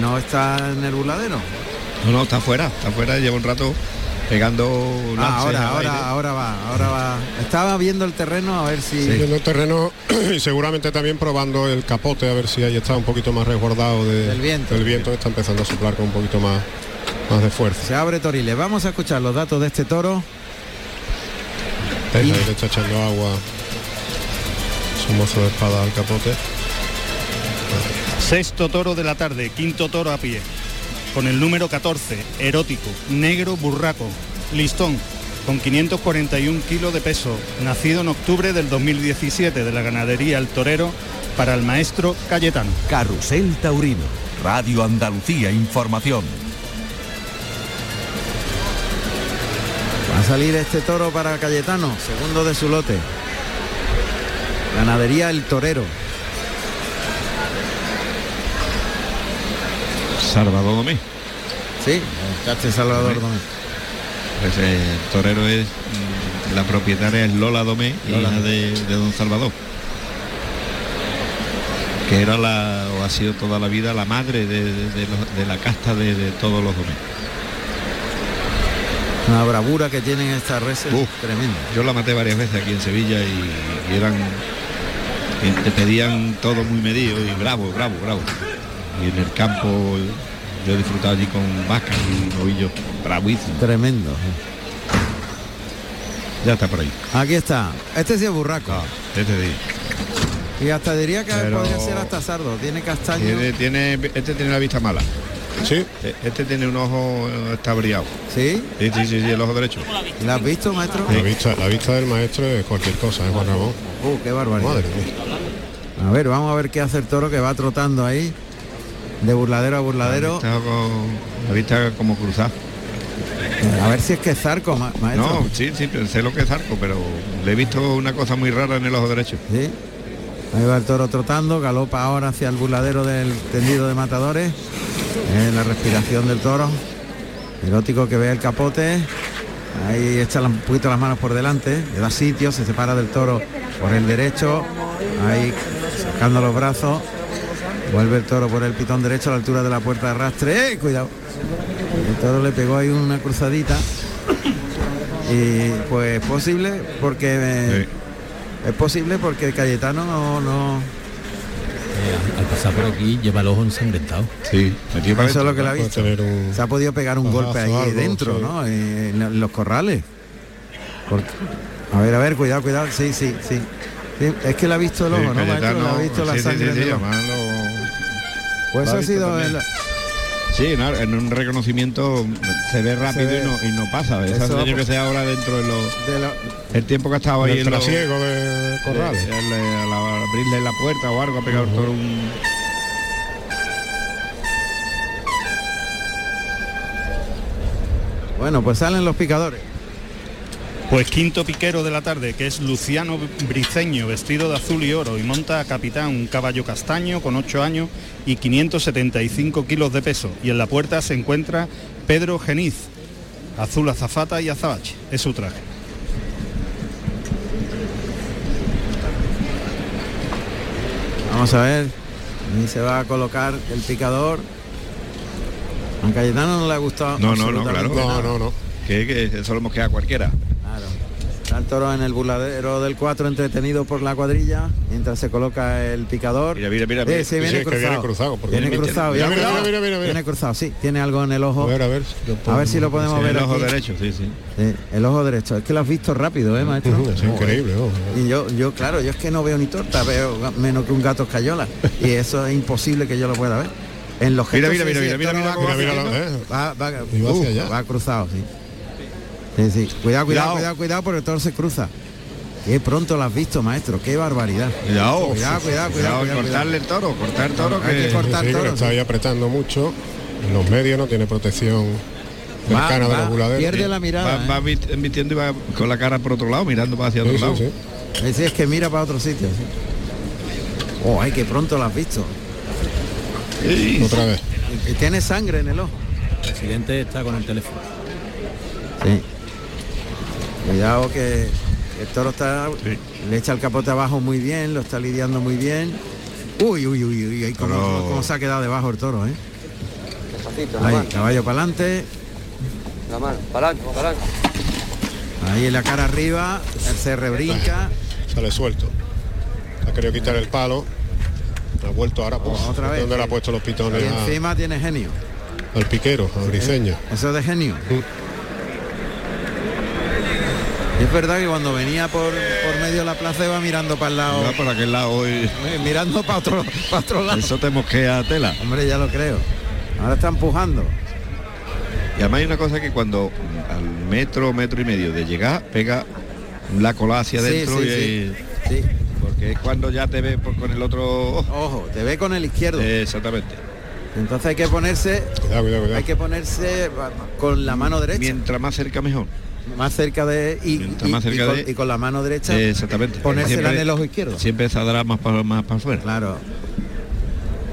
S2: No está en el burladero.
S4: No, no, está fuera, está fuera, lleva un rato pegando.
S2: Ah,
S4: lances
S2: ahora,
S4: al aire.
S2: ahora, ahora va, ahora va. Estaba viendo el terreno a ver si.
S5: Viendo el terreno y seguramente también probando el capote a ver si ahí está un poquito más resguardado de-
S2: Del viento.
S5: del viento que está empezando a soplar con un poquito más, más de fuerza.
S2: Se abre Toriles. Vamos a escuchar los datos de este toro.
S5: Ahí le está echando agua su mozo de espada al capote.
S6: Sexto toro de la tarde, quinto toro a pie. Con el número 14, erótico, negro burraco, listón, con 541 kilos de peso, nacido en octubre del 2017 de la ganadería El Torero para el maestro Cayetano.
S1: Carrusel Taurino, Radio Andalucía Información.
S2: Va a salir este toro para Cayetano, segundo de su lote. Ganadería El Torero.
S4: Salvador Domé.
S2: Sí, Cache Salvador Domé.
S4: Pues, eh, el torero es, mm, la propietaria es Lola Domé,
S2: Lola
S4: hija de, de Don Salvador. Que era la, o ha sido toda la vida la madre de, de- de los- de la casta de, de todos los Domé.
S2: Una bravura que tienen estas reses
S4: Uf.
S2: tremenda.
S4: Yo la maté varias veces aquí en Sevilla y, y eran. y te pedían todo muy medido y bravo, bravo, bravo. Y en el campo yo he disfrutado allí con vacas y novillos bravísimos.
S2: Tremendo.
S4: Ya está por ahí.
S2: Aquí está. Este sí es burraco.
S4: Este sí.
S2: Y hasta diría que
S4: Pero-
S2: podría ser hasta sardo. Tiene castaño.
S4: Tiene, tiene- este tiene la vista mala.
S5: Sí.
S4: Este tiene un ojo, eh, está brillado.
S2: ¿Sí?
S4: Sí, sí, sí, el ojo derecho.
S2: ¿La has visto, maestro?
S5: La vista, la vista del maestro es cualquier cosa, ¿eh, Juan Ramón?
S2: Uh, qué barbaridad.
S5: Madre mía.
S2: A ver, vamos a ver qué hace el toro que va trotando ahí. De burladero a burladero.
S4: Está con la vista como cruzada.
S2: A ver si es que es zarco, ma- maestro.
S4: No, sí, sí, sé lo que es zarco, pero le he visto una cosa muy rara en el ojo derecho.
S2: Sí. Ahí va el toro trotando, galopa ahora hacia el burladero del tendido de matadores. Eh, la respiración del toro. Erótico que ve el capote. Ahí echa la- un poquito las manos por delante. Le da sitio, se separa del toro por el derecho. Ahí sacando los brazos. Vuelve el toro por el pitón derecho a la altura de la puerta de arrastre. ¡Eh, cuidado! El toro le pegó ahí una cruzadita. Y pues posible porque eh, es posible porque el Cayetano no, no
S17: Eh, Al pasar por aquí lleva el ojo ensangrentado.
S4: Sí,
S2: para Eso es lo que la ha visto. se ha podido pegar un
S17: Bajazo,
S2: golpe ahí
S17: algo,
S2: dentro,
S17: sí.
S2: ¿no? Eh, En, en los corrales. Porque- a ver, a ver, cuidado, cuidado. Sí, sí, sí. Sí, es que le ha visto el ojo,
S4: Sí,
S2: ¿no? maestro?
S4: Cayetano,
S2: Le ha visto la
S4: sí, sí,
S2: sangre.
S4: sí,
S2: en el
S4: sí,
S2: ojo.
S4: además lo-
S2: Pues
S4: lo
S2: eso ha
S4: visto
S2: sido
S4: también.
S2: el-
S4: Sí, no, en un reconocimiento se ve rápido
S2: ve.
S4: Y, no, y no pasa. Esa
S2: Eso-
S4: señal que sea ahora dentro de los...
S2: de la-
S4: El tiempo que ha estado ahí
S5: Del
S4: en los-
S5: trasiego de Corrales.
S4: Eh, el, eh, al abrirle la puerta o algo ha pegado el toro un...
S2: Bueno, pues salen los picadores.
S6: Pues quinto piquero de la tarde, que es Luciano Briceño, vestido de azul y oro, y monta a capitán un caballo castaño con 8 años y 575 kilos de peso. Y en la puerta se encuentra Pedro Geniz, azul azafata y azabache. Es su traje.
S2: Vamos a ver. Y se va a colocar el picador. A Cayetano no le ha gustado.
S4: No, no, no, claro.
S2: absolutamente nada.
S4: Que, que eso lo mosquea a cualquiera.
S2: Está el toro en el burladero del 4 entretenido por la cuadrilla, mientras se coloca el picador. Mira,
S4: mira, mira.
S2: Sí,
S5: Sí,
S2: viene
S5: es que
S2: cruzado.
S5: viene cruzado, porque-
S2: Viene
S5: Mira,
S2: cruzado,
S5: mira,
S2: ya-
S5: mira, mira, mira, mira.
S2: Viene cruzado, sí. Tiene algo en el ojo.
S5: A ver, a ver. yo
S2: A
S5: puedo-
S2: ver si lo podemos
S5: Sí,
S2: ver.
S5: el ojo
S2: aquí.
S5: derecho,
S4: sí, sí.
S2: Sí, el ojo derecho. Es que lo has visto rápido, ¿eh, maestro?
S5: Es increíble, vamos.
S2: Y yo, yo, claro, yo es que no veo ni torta, veo ga- menos que un gato escayola. Y eso es imposible que yo lo pueda ver. En los
S4: Mira,
S2: gestos, sí,
S4: mira, mira,
S2: sí,
S4: mira,
S2: el
S4: mira,
S2: toro va
S4: mira, mira,
S2: corriendo,
S4: eh.
S2: va- va-
S4: Y va hacia
S2: uh,
S4: allá.
S2: va cruzado, sí. Sí, sí. Cuidado, cuidado,
S4: Cuidado.
S2: cuidado, cuidado, porque el toro se cruza. Qué pronto lo has visto, maestro. Qué barbaridad.
S4: Cuidado,
S2: cuidado, cuidado, cuidado. cuidado,
S4: Cortarle el toro, cortar el toro.
S2: Hay que cortar
S5: Eh, Sí, que
S2: toro,
S5: Está
S2: sí.
S5: ahí apretando mucho. En los medios no tiene protección cercana de los burladeros.
S4: Va,
S2: eh.
S4: va vi- embistiendo y va con la cara por otro lado, mirando para hacia
S5: Sí,
S4: otro lado.
S5: sí,
S2: Eh, sí, es que mira para otro sitio. sí. Oh, ay, qué pronto lo has visto.
S5: Otra vez.
S2: Y tiene sangre en el ojo.
S12: El presidente está con el teléfono.
S2: Sí. Cuidado que el toro está. Le echa el capote abajo muy bien, lo está lidiando muy bien. Uy, uy, uy, uy, ay, cómo,
S4: Toro.
S2: cómo se ha quedado debajo el toro, ¿eh?
S13: Despacito, la
S2: Ahí,
S13: mano,
S2: caballo para adelante,
S13: la mano, para adelante, para adelante.
S2: ahí en la cara arriba, el cerre brinca.
S5: Ah, Sale suelto. Ha querido quitar el palo. Ha vuelto ahora. pues,
S2: otra vez.
S5: ¿Dónde le ha puesto los
S2: Y
S5: pitones a-
S2: encima tiene genio.
S5: al piquero, a Briceño?
S2: Eso es de genio. Es verdad que cuando venía por, por medio de la plaza iba mirando para el lado.
S4: Va por aquel lado hoy.
S2: Eh, Mirando para otro, para otro lado.
S4: Eso te mosquea tela.
S2: Hombre, ya lo creo. Ahora está empujando.
S4: Y además hay una cosa que cuando al metro, metro y medio de llegar, pega la cola hacia
S2: Sí,
S4: adentro
S2: sí,
S4: y
S2: sí.
S4: porque es cuando ya te ve por- con el otro ojo.
S2: Ojo, te ve con el izquierdo.
S4: exactamente.
S2: Entonces hay que ponerse,
S5: Cuidado, cuidado, cuidado.
S2: hay que ponerse va, con la mano derecha.
S4: Mientras más cerca mejor.
S2: Más cerca de y, y-
S4: más
S2: y
S4: cerca
S2: con,
S4: de-
S2: y con la mano derecha
S4: exactamente.
S2: ponérsela
S4: Siempre-
S2: en el ojo izquierdo.
S4: Siempre saldrá más para más para afuera.
S2: Claro.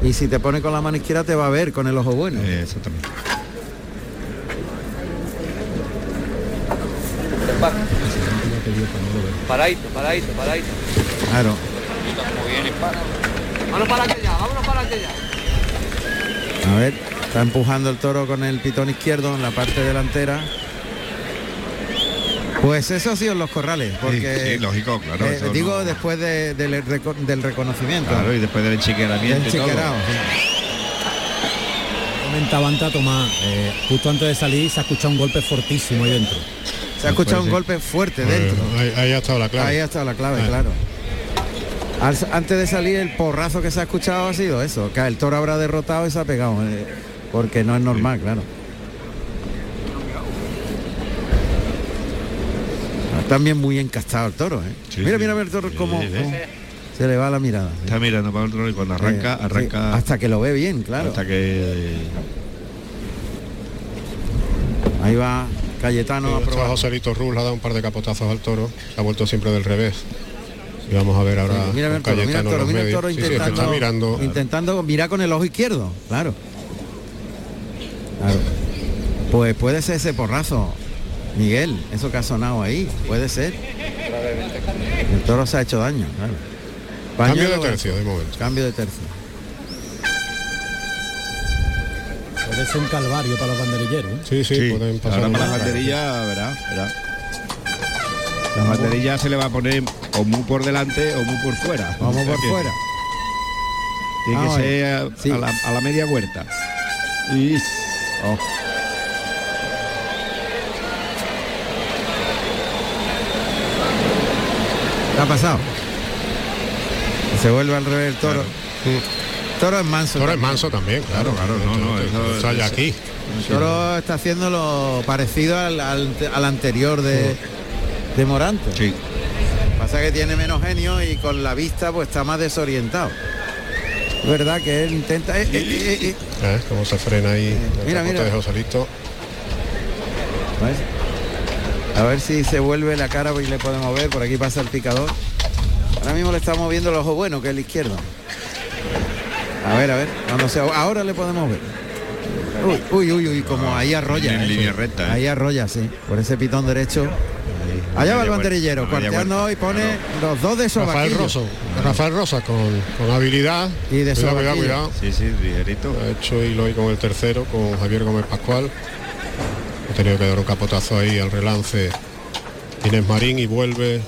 S2: Y si te pone con la mano izquierda te va a ver con el ojo bueno.
S4: exactamente.
S13: Paradito, paradito, paradito.
S2: Claro.
S13: Muy bien, para. Vámonos para allá, vámonos para allá.
S2: A ver, está empujando el toro con el pitón izquierdo en la parte delantera. Pues eso ha sido en los corrales, porque
S4: Sí, sí, lógico, claro,
S2: eh,
S4: eso
S2: digo
S4: no-
S2: después de- del, reco- del reconocimiento.
S4: Claro, y después del enchiqueramiento
S2: Del
S4: y todo.
S2: chiquerao,
S12: Comentaba antes a Tomás, eh, justo antes de salir se ha escuchado un golpe fortísimo ahí dentro.
S4: Pues
S2: Se ha escuchado un golpe fuerte
S5: Bueno,
S2: dentro.
S5: ahí, ahí ha estado la clave.
S2: Ahí ha estado la clave,
S5: Ah.
S2: claro. Al- Antes de salir el porrazo que se ha escuchado ha sido eso, que el toro habrá derrotado y se ha pegado, eh, porque no es normal, claro. Está También muy encastado el toro, ¿eh? mira, mira el toro cómo, cómo se le va la mirada.
S4: Está mirando para otro lado y cuando arranca,
S2: Eh, sí,
S4: arranca.
S2: hasta que lo ve bien, claro.
S4: Hasta que.
S2: Ahí va Cayetano
S5: a probar. Joselito Ruz le ha dado un par de capotazos al toro. Se ha vuelto siempre del revés. Y vamos a ver ahora.
S2: Sí, mira el
S5: con
S2: toro, mira el
S5: Cayetano
S2: toro,
S5: los
S2: mira el
S5: medios.
S2: toro
S5: Sí, sí, es que
S2: intentando,
S5: está mirando.
S2: intentando mirar con el ojo izquierdo, claro. Claro. Pues puede ser ese porrazo, Miguel, eso que ha sonado ahí, puede ser. El toro se ha hecho daño, claro.
S5: Cambio de
S2: Pañuelo,
S5: tercio de momento.
S2: Cambio de tercio.
S12: Puede ser un calvario para los banderilleros. ¿eh?
S5: Sí, sí,
S12: pueden pasar
S4: Ahora
S12: un
S4: con la
S12: rato.
S4: batería, verá, verá. La batería se le va a poner o muy por delante o muy por fuera.
S2: Vamos
S4: O sea
S2: por
S4: que
S2: fuera.
S4: Tiene que
S2: Vamos a
S4: ser
S2: ver.
S4: a, a
S2: Sí.
S4: la, a la media vuelta. Y... oh.
S2: ¿Qué ha pasado? Se vuelve al revés el toro. Toro es manso.
S5: Toro es manso también, claro, claro. No, no, eso, ya aquí.
S2: El toro está haciendo lo parecido al, al- al anterior de, de Morante.
S4: Sí.
S2: Pasa que tiene menos genio y con la vista pues está más desorientado. Es verdad que él intenta. eh, eh, eh, eh, eh.
S5: ¿Eh? Cómo se frena ahí el
S2: mira,
S5: capote
S2: mira.
S5: de Joselito.
S2: A ver si se vuelve la cara pues, y le podemos ver. Por aquí pasa el picador. Ahora mismo le estamos viendo el ojo bueno, que es el izquierdo. A ver, a ver. cuando se- ahora le podemos ver. Uy, uy, uy, uy, como ahí arrolla.
S4: En
S2: ¿eh?
S4: línea recta, ¿eh?
S2: Ahí arrolla, sí. Por ese pitón derecho. Allá va el
S5: media
S2: banderillero,
S5: vuelta, a media
S2: cuarteando y pone los dos de
S5: Rafael
S2: sobaquillo.
S5: Rosa, Rafael Rosa con, con habilidad.
S2: Y de
S5: cuidado, cuidado,
S2: sobaquillo.
S5: cuidado.
S4: Sí, sí, ligerito.
S5: Ha hecho hilo ahí con el tercero, con Javier Gómez Pascual. Ha tenido que dar un capotazo ahí al relance Inés Marín y vuelve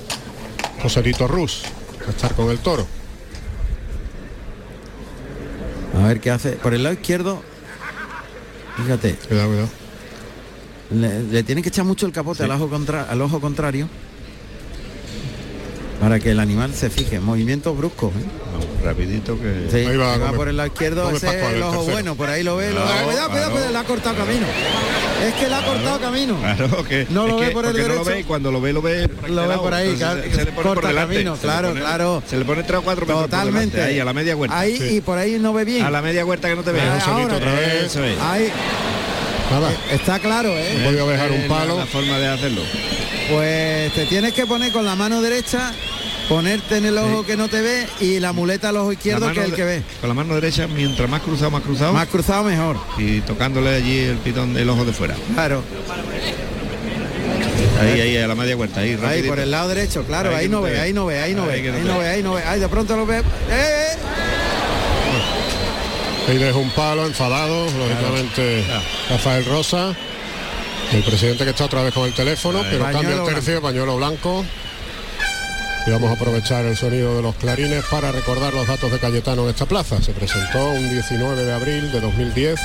S5: Joselito Rus a estar con el toro.
S2: A ver qué hace. Por el lado izquierdo. Fíjate.
S5: Cuidado, cuidado.
S2: Le, le tienen que echar mucho el capote al, ojo contra- al ojo contrario. Para que el animal se fije. Movimientos bruscos. ¿eh?
S4: Rapidito que.
S2: Sí, ahí va, por el lado izquierdo, ese es el ojo bueno, por ahí lo ve, lo-
S4: Claro,
S2: cuidado, cuidado,
S4: claro.
S2: cuidado, le ha cortado camino. Es que le
S4: Ah,
S2: ha cortado camino.
S4: Claro, que
S2: No lo
S4: es
S2: ve
S4: que-
S2: por el
S4: porque no lo
S2: derecho.
S4: ve y cuando lo ve lo ve por
S2: Lo ve
S4: lado,
S2: por ahí,
S4: entonces
S2: claro,
S4: se- se le pone por
S2: corta
S4: delante,
S2: camino,
S4: se le
S2: claro,
S4: pone-
S2: claro.
S4: Se le pone 3 o 4 metros por
S2: Totalmente.
S4: delante, ahí a la media vuelta.
S2: Ahí
S4: Sí.
S2: y por ahí no ve bien.
S4: A la media vuelta que no te veo.
S2: Ah,
S4: Solito
S2: ahora,
S4: otra vez. Eso es.
S2: Ahí
S5: Nada.
S2: Eh, está claro, ¿eh?
S4: He podido dejar un palo. La forma de hacerlo.
S2: Pues te tienes que poner con la mano derecha, ponerte en el ojo que no te ve y la muleta al ojo
S4: La
S2: izquierdo
S4: mano
S2: que es el
S4: de-
S2: que ve.
S4: Con la mano derecha, mientras más cruzado, más cruzado. Más
S2: cruzado mejor.
S4: Y tocándole allí el pitón del ojo de fuera.
S2: Claro.
S4: Ahí, ahí, a la media vuelta, ahí,
S2: Ahí
S4: rapidito.
S2: por el lado derecho, claro,
S4: Ahí
S2: ahí
S4: que
S2: no
S4: no te
S2: ve,
S4: ve.
S2: ahí no ve, ahí no ve,
S4: Ahí que no
S2: ahí
S4: te
S2: no
S4: ve.
S2: ve, ahí no ve, ahí de pronto lo ve. ¡Eh, eh!
S5: Ahí deja un palo enfadado, lógicamente Rafael Rosa. El presidente que está otra vez con el teléfono,
S16: Ahí.
S5: pero cambia el
S16: Pañuelo
S5: tercio, pañuelo blanco. Y vamos a aprovechar el sonido de los clarines para recordar los datos de Cayetano en esta plaza. Se presentó un 19 de abril de 2010.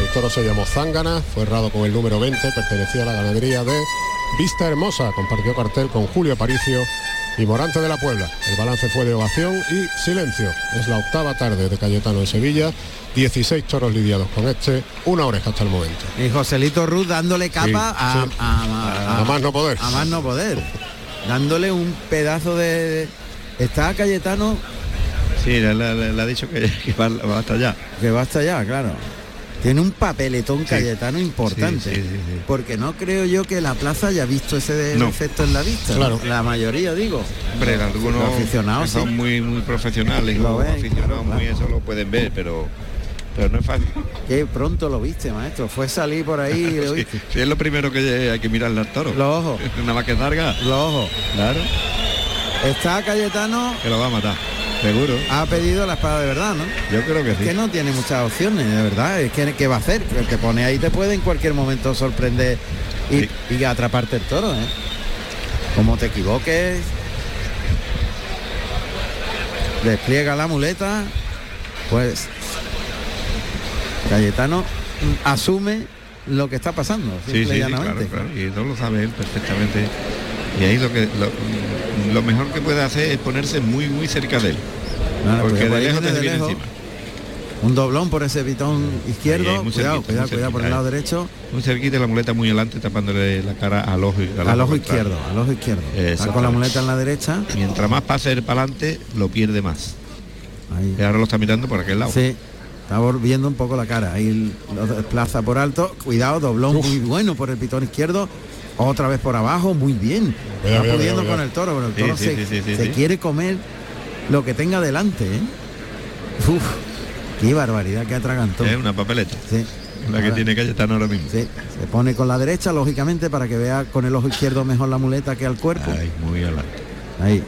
S5: El toro se llamó Zángana, fue errado con el número 20, pertenecía a la ganadería de Vista Hermosa. Compartió cartel con Julio Aparicio y Morante de la Puebla. El balance fue de ovación y silencio. Es la octava tarde de Cayetano en Sevilla. 16 toros lidiados con este, una oreja hasta el momento.
S2: Y Joselito Ruz dándole capa
S5: Sí,
S2: a,
S5: sí.
S2: a-
S5: A más no poder.
S2: A más no poder. Dándole un pedazo de. Está Cayetano
S4: Sí, le, le- le- le ha dicho que, que va, va hasta allá.
S2: que va hasta allá, claro. Tiene un papeletón Cayetano importante. Porque no creo yo que la plaza haya visto ese de-
S4: No.
S2: efecto en la vista.
S4: Claro.
S2: La mayoría, digo.
S4: Hombre, algunos
S2: Los aficionados,
S4: son
S2: sí.
S4: muy, muy profesionales,
S2: Lo
S4: los
S2: ven,
S4: aficionados
S2: claro,
S4: muy
S2: claro.
S4: eso lo pueden ver, pero, pero no es fácil.
S2: Qué pronto lo viste, maestro. Fue salir por ahí y lo
S4: Sí,
S2: viste.
S4: sí, es lo primero que hay que mirar al toro.
S2: Los ojos.
S4: Nada más que salga.
S2: Los ojos.
S4: Claro,
S2: Está Cayetano,
S4: que lo va a matar. Seguro.
S2: ha pedido la espada de verdad, ¿no?
S4: Yo creo que sí.
S2: que no tiene muchas opciones, de verdad. Es que, ¿Qué va a hacer? El que pone ahí te puede en cualquier momento sorprender y, y atraparte el toro, ¿eh? Como te equivoques. Despliega la muleta. Pues Cayetano mm, asume lo que está pasando.
S4: Sí,
S2: simple y
S4: sí, sí,
S2: llanamente.
S4: claro, claro. Y no lo sabe él perfectamente Y ahí lo que lo, lo mejor que puede hacer es ponerse muy muy cerca de él.
S2: Nada,
S4: porque
S2: cuidado,
S4: de
S2: ahí
S4: lejos te
S2: viene de
S4: viene
S2: lejos.
S4: encima.
S2: Un doblón por ese pitón
S4: Ahí
S2: izquierdo.
S4: es, muy
S2: Cuidado, cuidado,
S4: cerquita, muy
S2: cuidado por
S4: cerquita,
S2: el lado
S4: ahí.
S2: derecho.
S4: Muy cerquita y la muleta muy adelante tapándole la cara al ojo.
S2: Al ojo izquierdo, al ojo izquierdo. Va con la muleta en la derecha.
S4: Mientras más pase el para adelante, lo pierde más. Y ahora lo está mirando por aquel lado.
S2: Sí. Está volviendo un poco la cara. Ahí lo desplaza por alto. Cuidado, doblón muy bueno por el pitón izquierdo. Otra vez por abajo, muy bien. Está
S4: Cuidado, cuidado,
S2: pudiendo
S4: cuidado.
S2: con el toro, pero el
S4: Sí,
S2: toro
S4: sí,
S2: se,
S4: sí, sí, sí,
S2: se
S4: sí.
S2: quiere comer lo que tenga delante. ¿eh? Uf, qué barbaridad que atragantó.
S4: Es una papeleta.
S2: Sí.
S4: La que
S2: Ahora-
S4: tiene Cayetano ahora mismo.
S2: Sí. Se pone con la derecha, lógicamente, para que vea con el ojo izquierdo mejor la muleta que al cuerpo.
S4: Muy adelante.
S2: Ahí,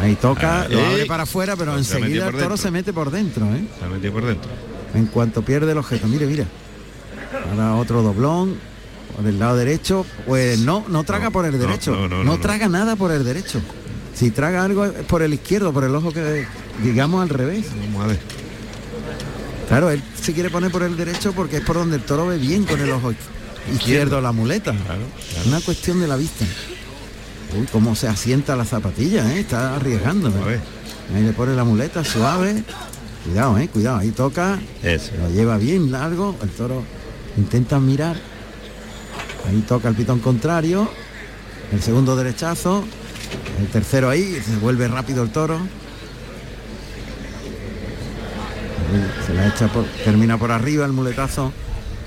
S2: ahí toca,
S4: Ah,
S2: lo abre
S4: ey.
S2: para afuera, pero
S4: Se ha metido
S2: enseguida
S4: por
S2: el toro
S4: dentro.
S2: se mete por dentro, ¿eh?
S4: La metió por dentro.
S2: En cuanto pierde el objeto, mire, mira. Ahora otro doblón por el lado derecho. Pues no, no traga por el derecho. No,
S4: no, no, no, no.
S2: traga nada por el derecho. Si traga algo es por el izquierdo, por el ojo que digamos al revés.
S4: Vamos a ver.
S2: Claro, él se quiere poner por el derecho porque es por donde el toro ve bien con el ojo izquierdo la muleta. Una cuestión de la vista. Uy, cómo se asienta la zapatilla, ¿eh? está arriesgando. ¿eh? Ahí le pone la muleta suave. Cuidado, ¿eh? cuidado, ahí toca.
S4: Eso.
S2: Lo lleva bien largo. El toro intenta mirar. Ahí toca el pitón contrario. El segundo derechazo. El tercero ahí. Se vuelve rápido el toro. Ahí Se la echa por, termina por arriba el muletazo.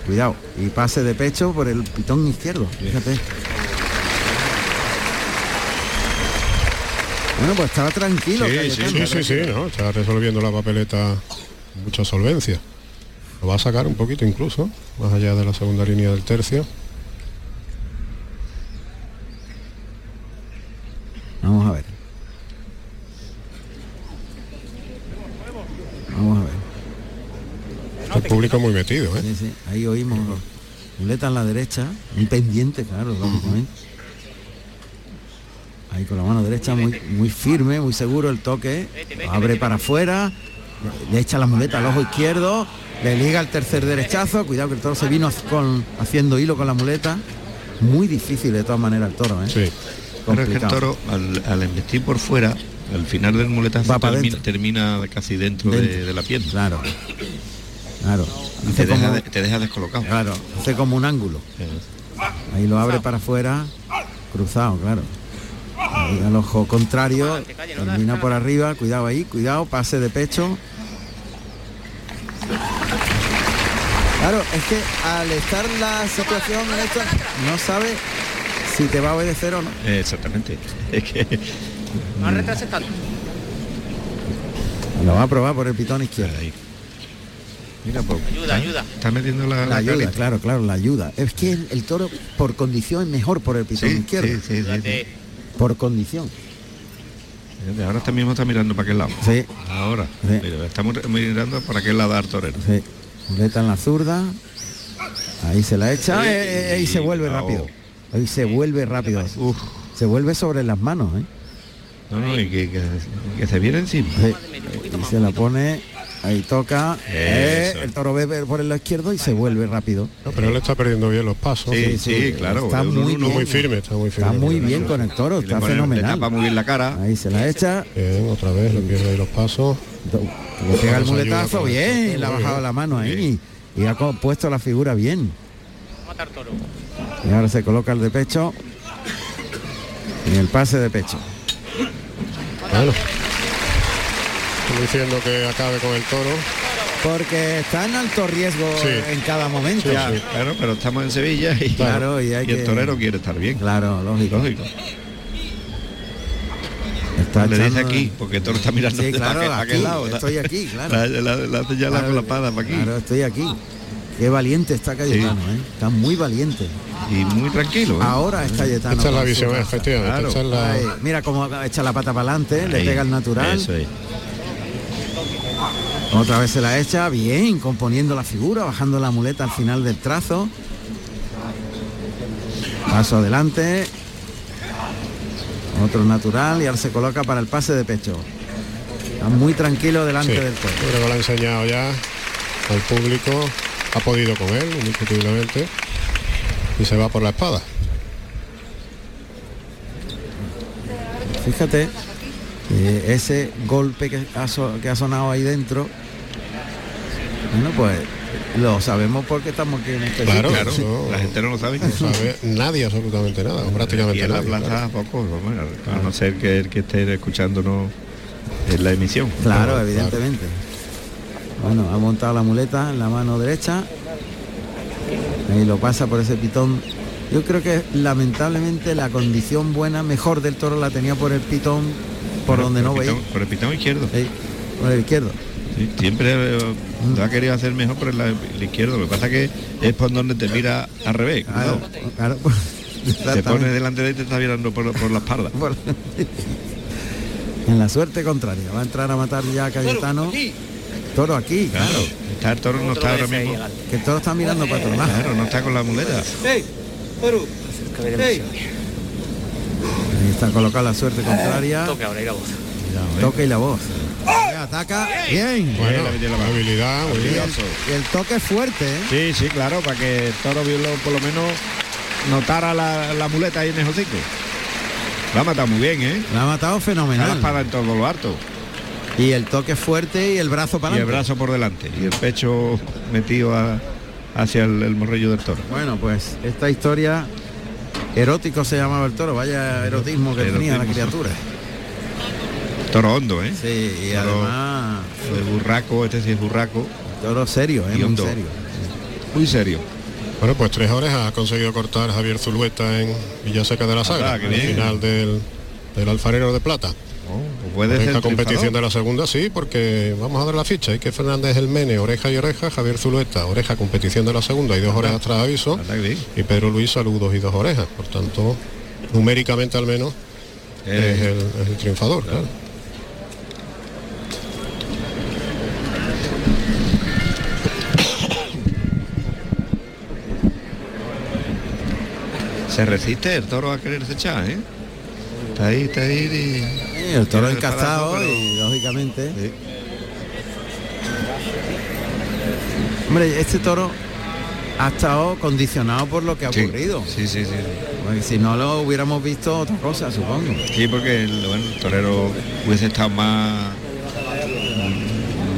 S2: Cuidado. Y pase de pecho por el pitón izquierdo. Fíjate. Bueno, pues estaba tranquilo.
S5: Sí, sí,
S2: Cayetano.
S5: sí, sí, sí, no, está resolviendo la papeleta con mucha solvencia. Lo va a sacar un poquito incluso, más allá de la segunda línea del tercio.
S2: Vamos a ver. Vamos a ver.
S5: Está el público muy metido, ¿eh?
S2: Sí, sí, Ahí oímos muleta en la derecha, un pendiente, claro, lógicamente. Ahí con la mano derecha muy, muy firme, muy seguro el toque. lo abre para afuera, le- le echa la muleta al ojo izquierdo, le liga el tercer derechazo. Cuidado que el toro se vino haz- con, haciendo hilo con la muleta. Muy difícil de todas maneras el toro, ¿eh?
S5: Sí.
S4: Pero es que el toro al, al embestir por fuera, al final del muletazo
S2: Va para
S4: termina,
S2: dentro.
S4: termina casi dentro, de-
S2: Dentro.
S4: De, la pierna.
S2: Claro. Claro.
S4: Y te,
S2: Hace
S4: deja,
S2: como-
S4: de- te deja descolocado.
S2: Claro, hace como un ángulo. Ahí lo abre para afuera, cruzado, claro. Ahí al ojo contrario, termina por arriba, cuidado ahí, cuidado, pase de pecho. Claro, es que al estar la situación en esto, no sabe si te va a obedecer o no.
S4: Eh, Exactamente. Es que
S2: Mm, Lo va a probar por el pitón izquierdo.
S4: Mira, pues,
S13: Ayuda, ayuda.
S4: Está metiendo la,
S2: La ayuda,
S4: carita.
S2: claro, claro, la ayuda. Es que el, el toro por condición es mejor por el pitón izquierdo.
S4: sí, sí, sí, sí.
S2: Por condición.
S4: Fíjate, Ahora está mismo está mirando para aquel lado.
S2: Sí.
S4: Ahora.
S2: Sí.
S4: Mira, estamos mirando para aquel lado al torero.
S2: Sí. Muleta en la zurda. Ahí se la echa.
S4: Sí,
S2: eh, eh, y se vuelve
S4: bravo.
S2: rápido. Ahí se vuelve rápido. Uf, Se vuelve sobre las manos. ¿eh?
S4: No, no, y que, que- que se viene encima.
S2: Sí. Y se la pone. Ahí toca. eh,
S5: Eso.
S2: el toro ve por el lado izquierdo y se vuelve rápido.
S5: No, pero él está perdiendo bien los pasos.
S4: Sí, sí, claro,
S2: Está
S4: uno-
S2: muy
S4: uno-
S2: bien.
S5: Muy firme, está muy firme.
S2: Está muy bien con el toro.
S5: Y le
S2: Está
S5: pone- le
S2: fenomenal.
S5: tapa
S4: muy bien la cara.
S2: Ahí se la echa.
S5: Bien, otra vez, le pierde ahí los pasos.
S2: Le pega el
S5: Nos ayuda
S2: muletazo.
S5: con esto.
S2: Bien. Le ha
S5: Muy
S2: bajado
S4: ¿eh?
S5: bien.
S2: la mano ahí. Y ha co- puesto la figura bien. Y ahora se coloca el de pecho. Y el pase de pecho.
S5: Bueno. Estoy diciendo que acabe con el toro.
S2: Porque está en alto riesgo en cada momento.
S4: Ya, claro, pero estamos en Sevilla y,
S2: Claro, y hay
S4: el
S2: que-
S4: torero quiere estar bien.
S2: Claro, lógico.
S4: Lógico.
S2: Está
S4: le dice
S2: echando-
S4: aquí, porque el toro está mirando
S2: Sí,
S4: de
S2: claro,
S4: aquel- aquel
S2: aquí,
S4: lado.
S2: estoy aquí, claro.
S4: La, la- la hace ya la
S2: Claro,
S4: colapada para aquí.
S2: Claro, estoy aquí. Qué valiente está Cayetano, ¿eh? Está muy valiente.
S4: Y muy tranquilo.
S5: ¿eh?
S2: Ahora es Cayetano.
S5: Esta es la
S2: con su
S5: visión,
S2: raza.
S5: efectivamente,
S2: Claro.
S5: esta es la-
S2: Ahí, Mira cómo echa la pata para adelante, le
S5: Ahí,
S2: pega el natural.
S5: eso es.
S2: Otra vez se la echa, bien, componiendo la figura, bajando la muleta al final del trazo. Paso adelante. Otro natural y ahora se coloca para el pase de pecho. Está muy tranquilo delante
S5: Sí,
S2: del toro.
S5: yo creo que lo ha enseñado ya al público. Ha podido con él, indiscutiblemente. Y se va por la espada.
S2: Fíjate eh, ese golpe que ha, so- que ha sonado ahí dentro. Bueno, pues lo sabemos porque estamos aquí en este
S5: Claro,
S2: sitio.
S5: claro, no.
S4: La gente no lo sabe.
S5: No sabe nadie absolutamente nada, o prácticamente
S4: Y en la
S5: nadie,
S4: plaza
S5: claro.
S4: poco, bueno, a no ser que el que esté escuchándonos en la emisión.
S2: Claro, evidentemente. Bueno, ha montado la muleta en la mano derecha y lo pasa por ese pitón. Yo creo que lamentablemente la condición buena, mejor del toro, la tenía por el pitón, por
S4: Claro,
S2: donde no
S4: el
S2: veía.
S4: pitón- Por el pitón izquierdo.
S2: por el izquierdo. Mm.
S4: Sí, siempre eh, lo ha querido hacer mejor por el, la- el izquierdo. Lo que pasa que es por donde te mira al revés.
S2: Claro,
S4: ¿no?
S2: Ah, claro.
S4: Te
S2: Exactamente.
S4: pones delante de él y te está mirando por, por la espalda.
S2: En la suerte contraria. Va a entrar a matar ya a Cayetano. Toro aquí, claro.
S4: Está el toro no está ahora mismo.
S2: Que el toro está mirando para otro lado.
S4: Claro, no está con la muleta.
S13: ¡Ey! ¡Toru! ¡Ey!
S2: Ahí está colocada la suerte contraria.
S13: Toque ahora, y la voz.
S2: Toque y la voz.
S4: Oh.
S2: Ataca. Bien.
S5: Bueno, la habilidad, muy bien.
S2: Y el toque es fuerte, ¿eh?
S4: Sí, sí, claro, para que el toro Biolo por lo menos notara la, la muleta ahí en el hocico. La ha matado muy bien, ¿eh?
S2: La ha matado fenomenal.
S4: La espada en todo lo harto.
S2: Y el toque fuerte y el brazo para
S4: Y el
S2: adelante.
S4: brazo por delante. Y el pecho metido a- hacia el, el morrillo del toro.
S2: Bueno, pues esta historia erótico se llamaba el toro. Vaya erotismo que tenía la
S4: Erotismo.
S2: criatura.
S4: Toro hondo, ¿eh?
S2: Sí, y
S4: Toro
S2: además
S4: de burraco, este sí es burraco.
S2: Toro serio, ¿eh?
S5: Y
S2: Muy
S5: hondo.
S2: serio.
S4: Muy serio.
S5: Bueno, pues tres horas ha conseguido cortar Javier Zulueta en Villaseca de la Sagra,
S4: qué
S5: en el
S4: bien. Oh,
S5: final del, del Alfarero de Plata.
S4: pues puede
S5: En
S4: ser
S5: esta competición
S4: triunfador.
S5: de la segunda, sí, porque vamos a dar la ficha. Hay que Fernández el Mene, oreja y oreja, Javier Zulueta, oreja, competición de la segunda y dos orejas tras aviso. Y Pedro Luis, saludos y dos orejas. Por tanto, numéricamente al menos,
S4: Eh,
S5: es, el, es el triunfador. claro.
S4: Se resiste el toro a quererse echar, ¿eh? Está ahí, está ahí. y-
S2: Sí, el toro
S4: Quiere
S2: encastado
S4: repararlo, pero-
S2: y lógicamente. Hombre, este toro ha estado condicionado por lo que ha
S4: Sí,
S2: ocurrido.
S4: Sí, sí, sí.
S2: Porque si no lo hubiéramos visto otra cosa, supongo.
S4: Sí, porque el, bueno, el torero hubiese estado más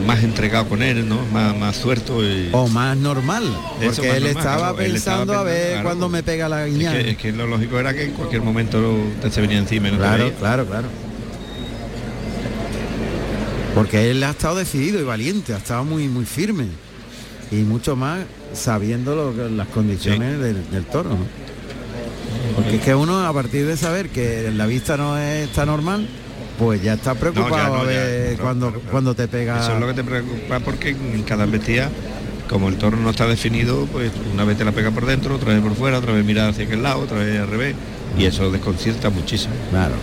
S4: más entregado con él, ¿no? Más, más suelto y...
S2: O más normal. Porque
S4: Eso, más
S2: él,
S4: normal,
S2: estaba
S4: claro, él estaba
S2: pensando a ver
S4: pensando, claro, pues,
S2: cuándo me pega la
S4: Es
S2: guiñada.
S4: que, es que lo lógico era que en cualquier momento lo- te se venía encima. y ¿no? te
S2: Claro,
S4: veía.
S2: claro, claro. Porque él ha estado decidido y valiente, ha estado muy, muy firme. Y mucho más sabiendo lo que- las condiciones del, del toro. ¿no? Porque es que uno a partir de saber que la vista no es- está normal, pues ya está preocupado
S4: no,
S2: a
S4: ya,
S2: ver
S4: claro,
S2: cuando, cuando te pega.
S4: Eso es lo que te preocupa porque en cada embestida, como el toro no está definido, pues una vez te la pega por dentro, otra vez por fuera, otra vez mira hacia aquel lado, otra vez al revés. Y eso desconcierta muchísimo.
S2: Claro.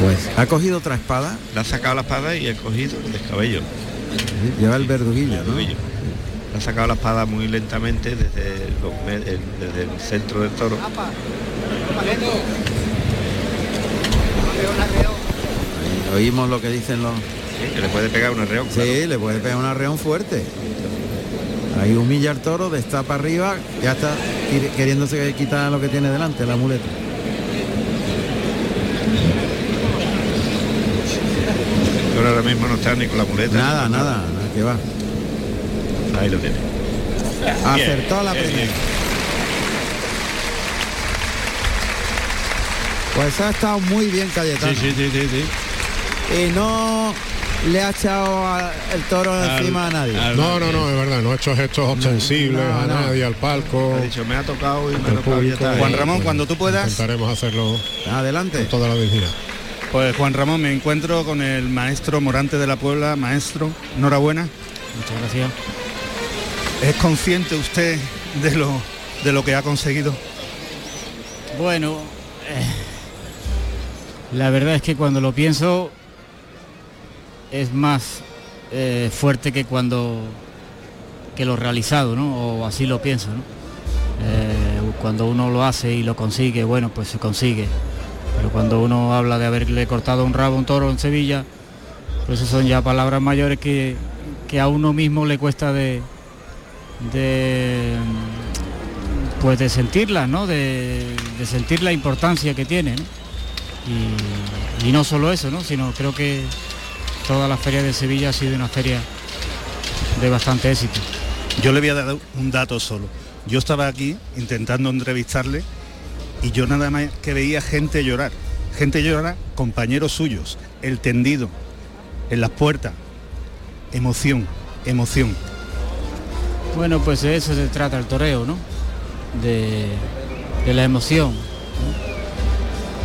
S2: Pues ha cogido otra espada,
S4: Le ha sacado la espada y ha cogido el descabello.
S2: lleva el verduguillo, ¿no?
S4: Verduguillo. Le ha sacado la espada muy lentamente desde, los me- el, desde el centro del toro.
S2: Oímos lo que dicen los.
S4: Sí, que le puede pegar un arreón.
S2: Sí, le puede pegar un arreón fuerte. Ahí humilla al toro, destapa arriba, ya está quir- queriéndose quitar lo que tiene delante, la muleta.
S4: Pero ahora mismo no está ni con la muleta.
S2: Nada, nada, nada, que va.
S4: Ahí lo tiene.
S2: Acertó la
S4: Bien, bien,
S2: primera. Pues ha estado muy bien Cayetano.
S20: Sí, sí, sí, sí.
S2: Y Eh, no le ha echado a- el toro encima a nadie.
S5: No, no, no, es verdad, no ha hecho gestos ostensibles a nadie, al
S2: Oh.
S5: palco.
S4: me ha tocado y me
S5: al público.
S6: Juan Ramón, cuando tú puedas.
S5: Intentaremos hacerlo
S2: Adelante.
S5: con toda la dignidad.
S6: Pues Juan Ramón, me encuentro con el maestro Morante de la Puebla. Maestro, enhorabuena.
S13: Muchas gracias.
S6: ¿Es consciente usted de lo, de lo que ha conseguido?
S13: Bueno, eh, la verdad es que cuando lo pienso es más eh, fuerte que cuando que lo realizado, ¿no? O así lo pienso, ¿no? Eh, cuando uno lo hace y lo consigue, bueno, pues se consigue. Pero cuando uno habla de haberle cortado un rabo a un toro en Sevilla, pues eso son ya palabras mayores que, que a uno mismo le cuesta de, de mm, pues de sentirla, ¿no? De, de sentir la importancia que tiene, ¿no? Y, y no solo eso, ¿no? sino creo que toda la feria de Sevilla ha sido una feria de bastante éxito.
S6: Yo le voy a dar un dato solo. Yo estaba aquí intentando entrevistarle y yo nada más que veía gente llorar. Gente llorar, compañeros suyos, el tendido, en las puertas. Emoción, emoción.
S13: Bueno, pues de eso se trata el toreo, ¿no? De, de la emoción. ¿no?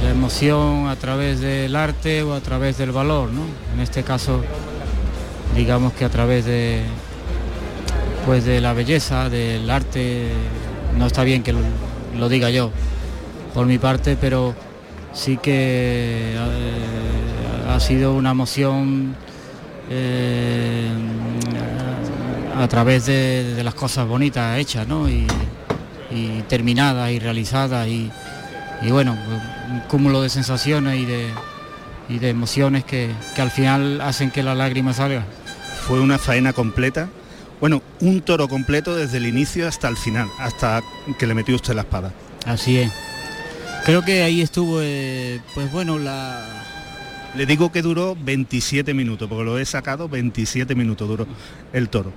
S13: La emoción a través del arte o a través del valor, ¿no? En este caso, digamos que a través de pues de la belleza, del arte, no está bien que lo, lo diga yo por mi parte, pero sí que eh, ha sido una emoción eh, a través de, de, las cosas bonitas hechas ¿no? y, y terminadas y realizadas y, y, bueno, un cúmulo de sensaciones y de, y de emociones que, que al final hacen que la lágrima salga.
S6: Fue una faena completa. Bueno, un toro completo desde el inicio hasta el final, hasta que le metió usted la espada.
S13: Así es. Creo que ahí estuvo, eh, pues bueno, la...
S6: Le digo que duró 27 minutos, porque lo he sacado 27 minutos duró el toro.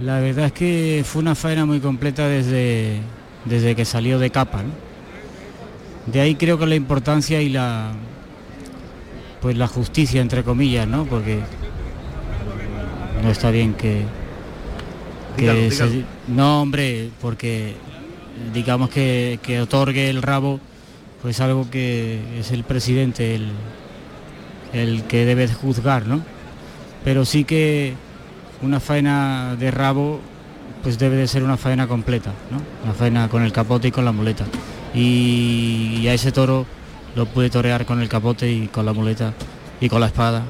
S13: La verdad es que fue una faena muy completa desde, desde que salió de capa. ¿no? De ahí creo que la importancia y la pues la justicia entre comillas, ¿no? Porque no está bien que, que dígalo, se, dígalo. no hombre, porque digamos que, que, otorgue el rabo, pues algo que es el presidente el, el, que debe juzgar, ¿no? Pero sí que una faena de rabo, pues debe de ser una faena completa, ¿no? Una faena con el capote y con la muleta. Y, y a ese toro lo pude torear con el capote y con la muleta y con la espada,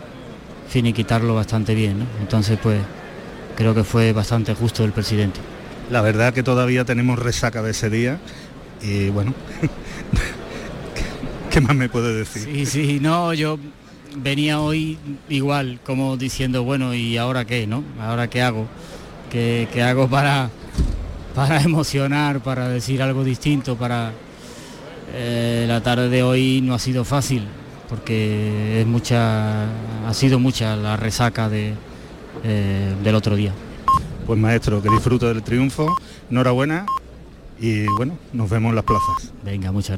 S13: fin y quitarlo bastante bien, ¿no? Entonces, pues creo que fue bastante justo el presidente.
S6: La verdad que todavía tenemos resaca de ese día y bueno, ¿qué más me puede decir?
S13: Sí, sí, no, yo venía hoy igual, como diciendo, bueno, ¿y ahora qué, no? ¿Ahora qué hago? ¿Qué, qué hago para, para emocionar, para decir algo distinto, para... Eh, la tarde de hoy no ha sido fácil porque es mucha, ha sido mucha la resaca de, eh, del otro día.
S6: Pues maestro, que disfruto del triunfo, enhorabuena y bueno, nos vemos en las plazas.
S13: Venga, muchas gracias.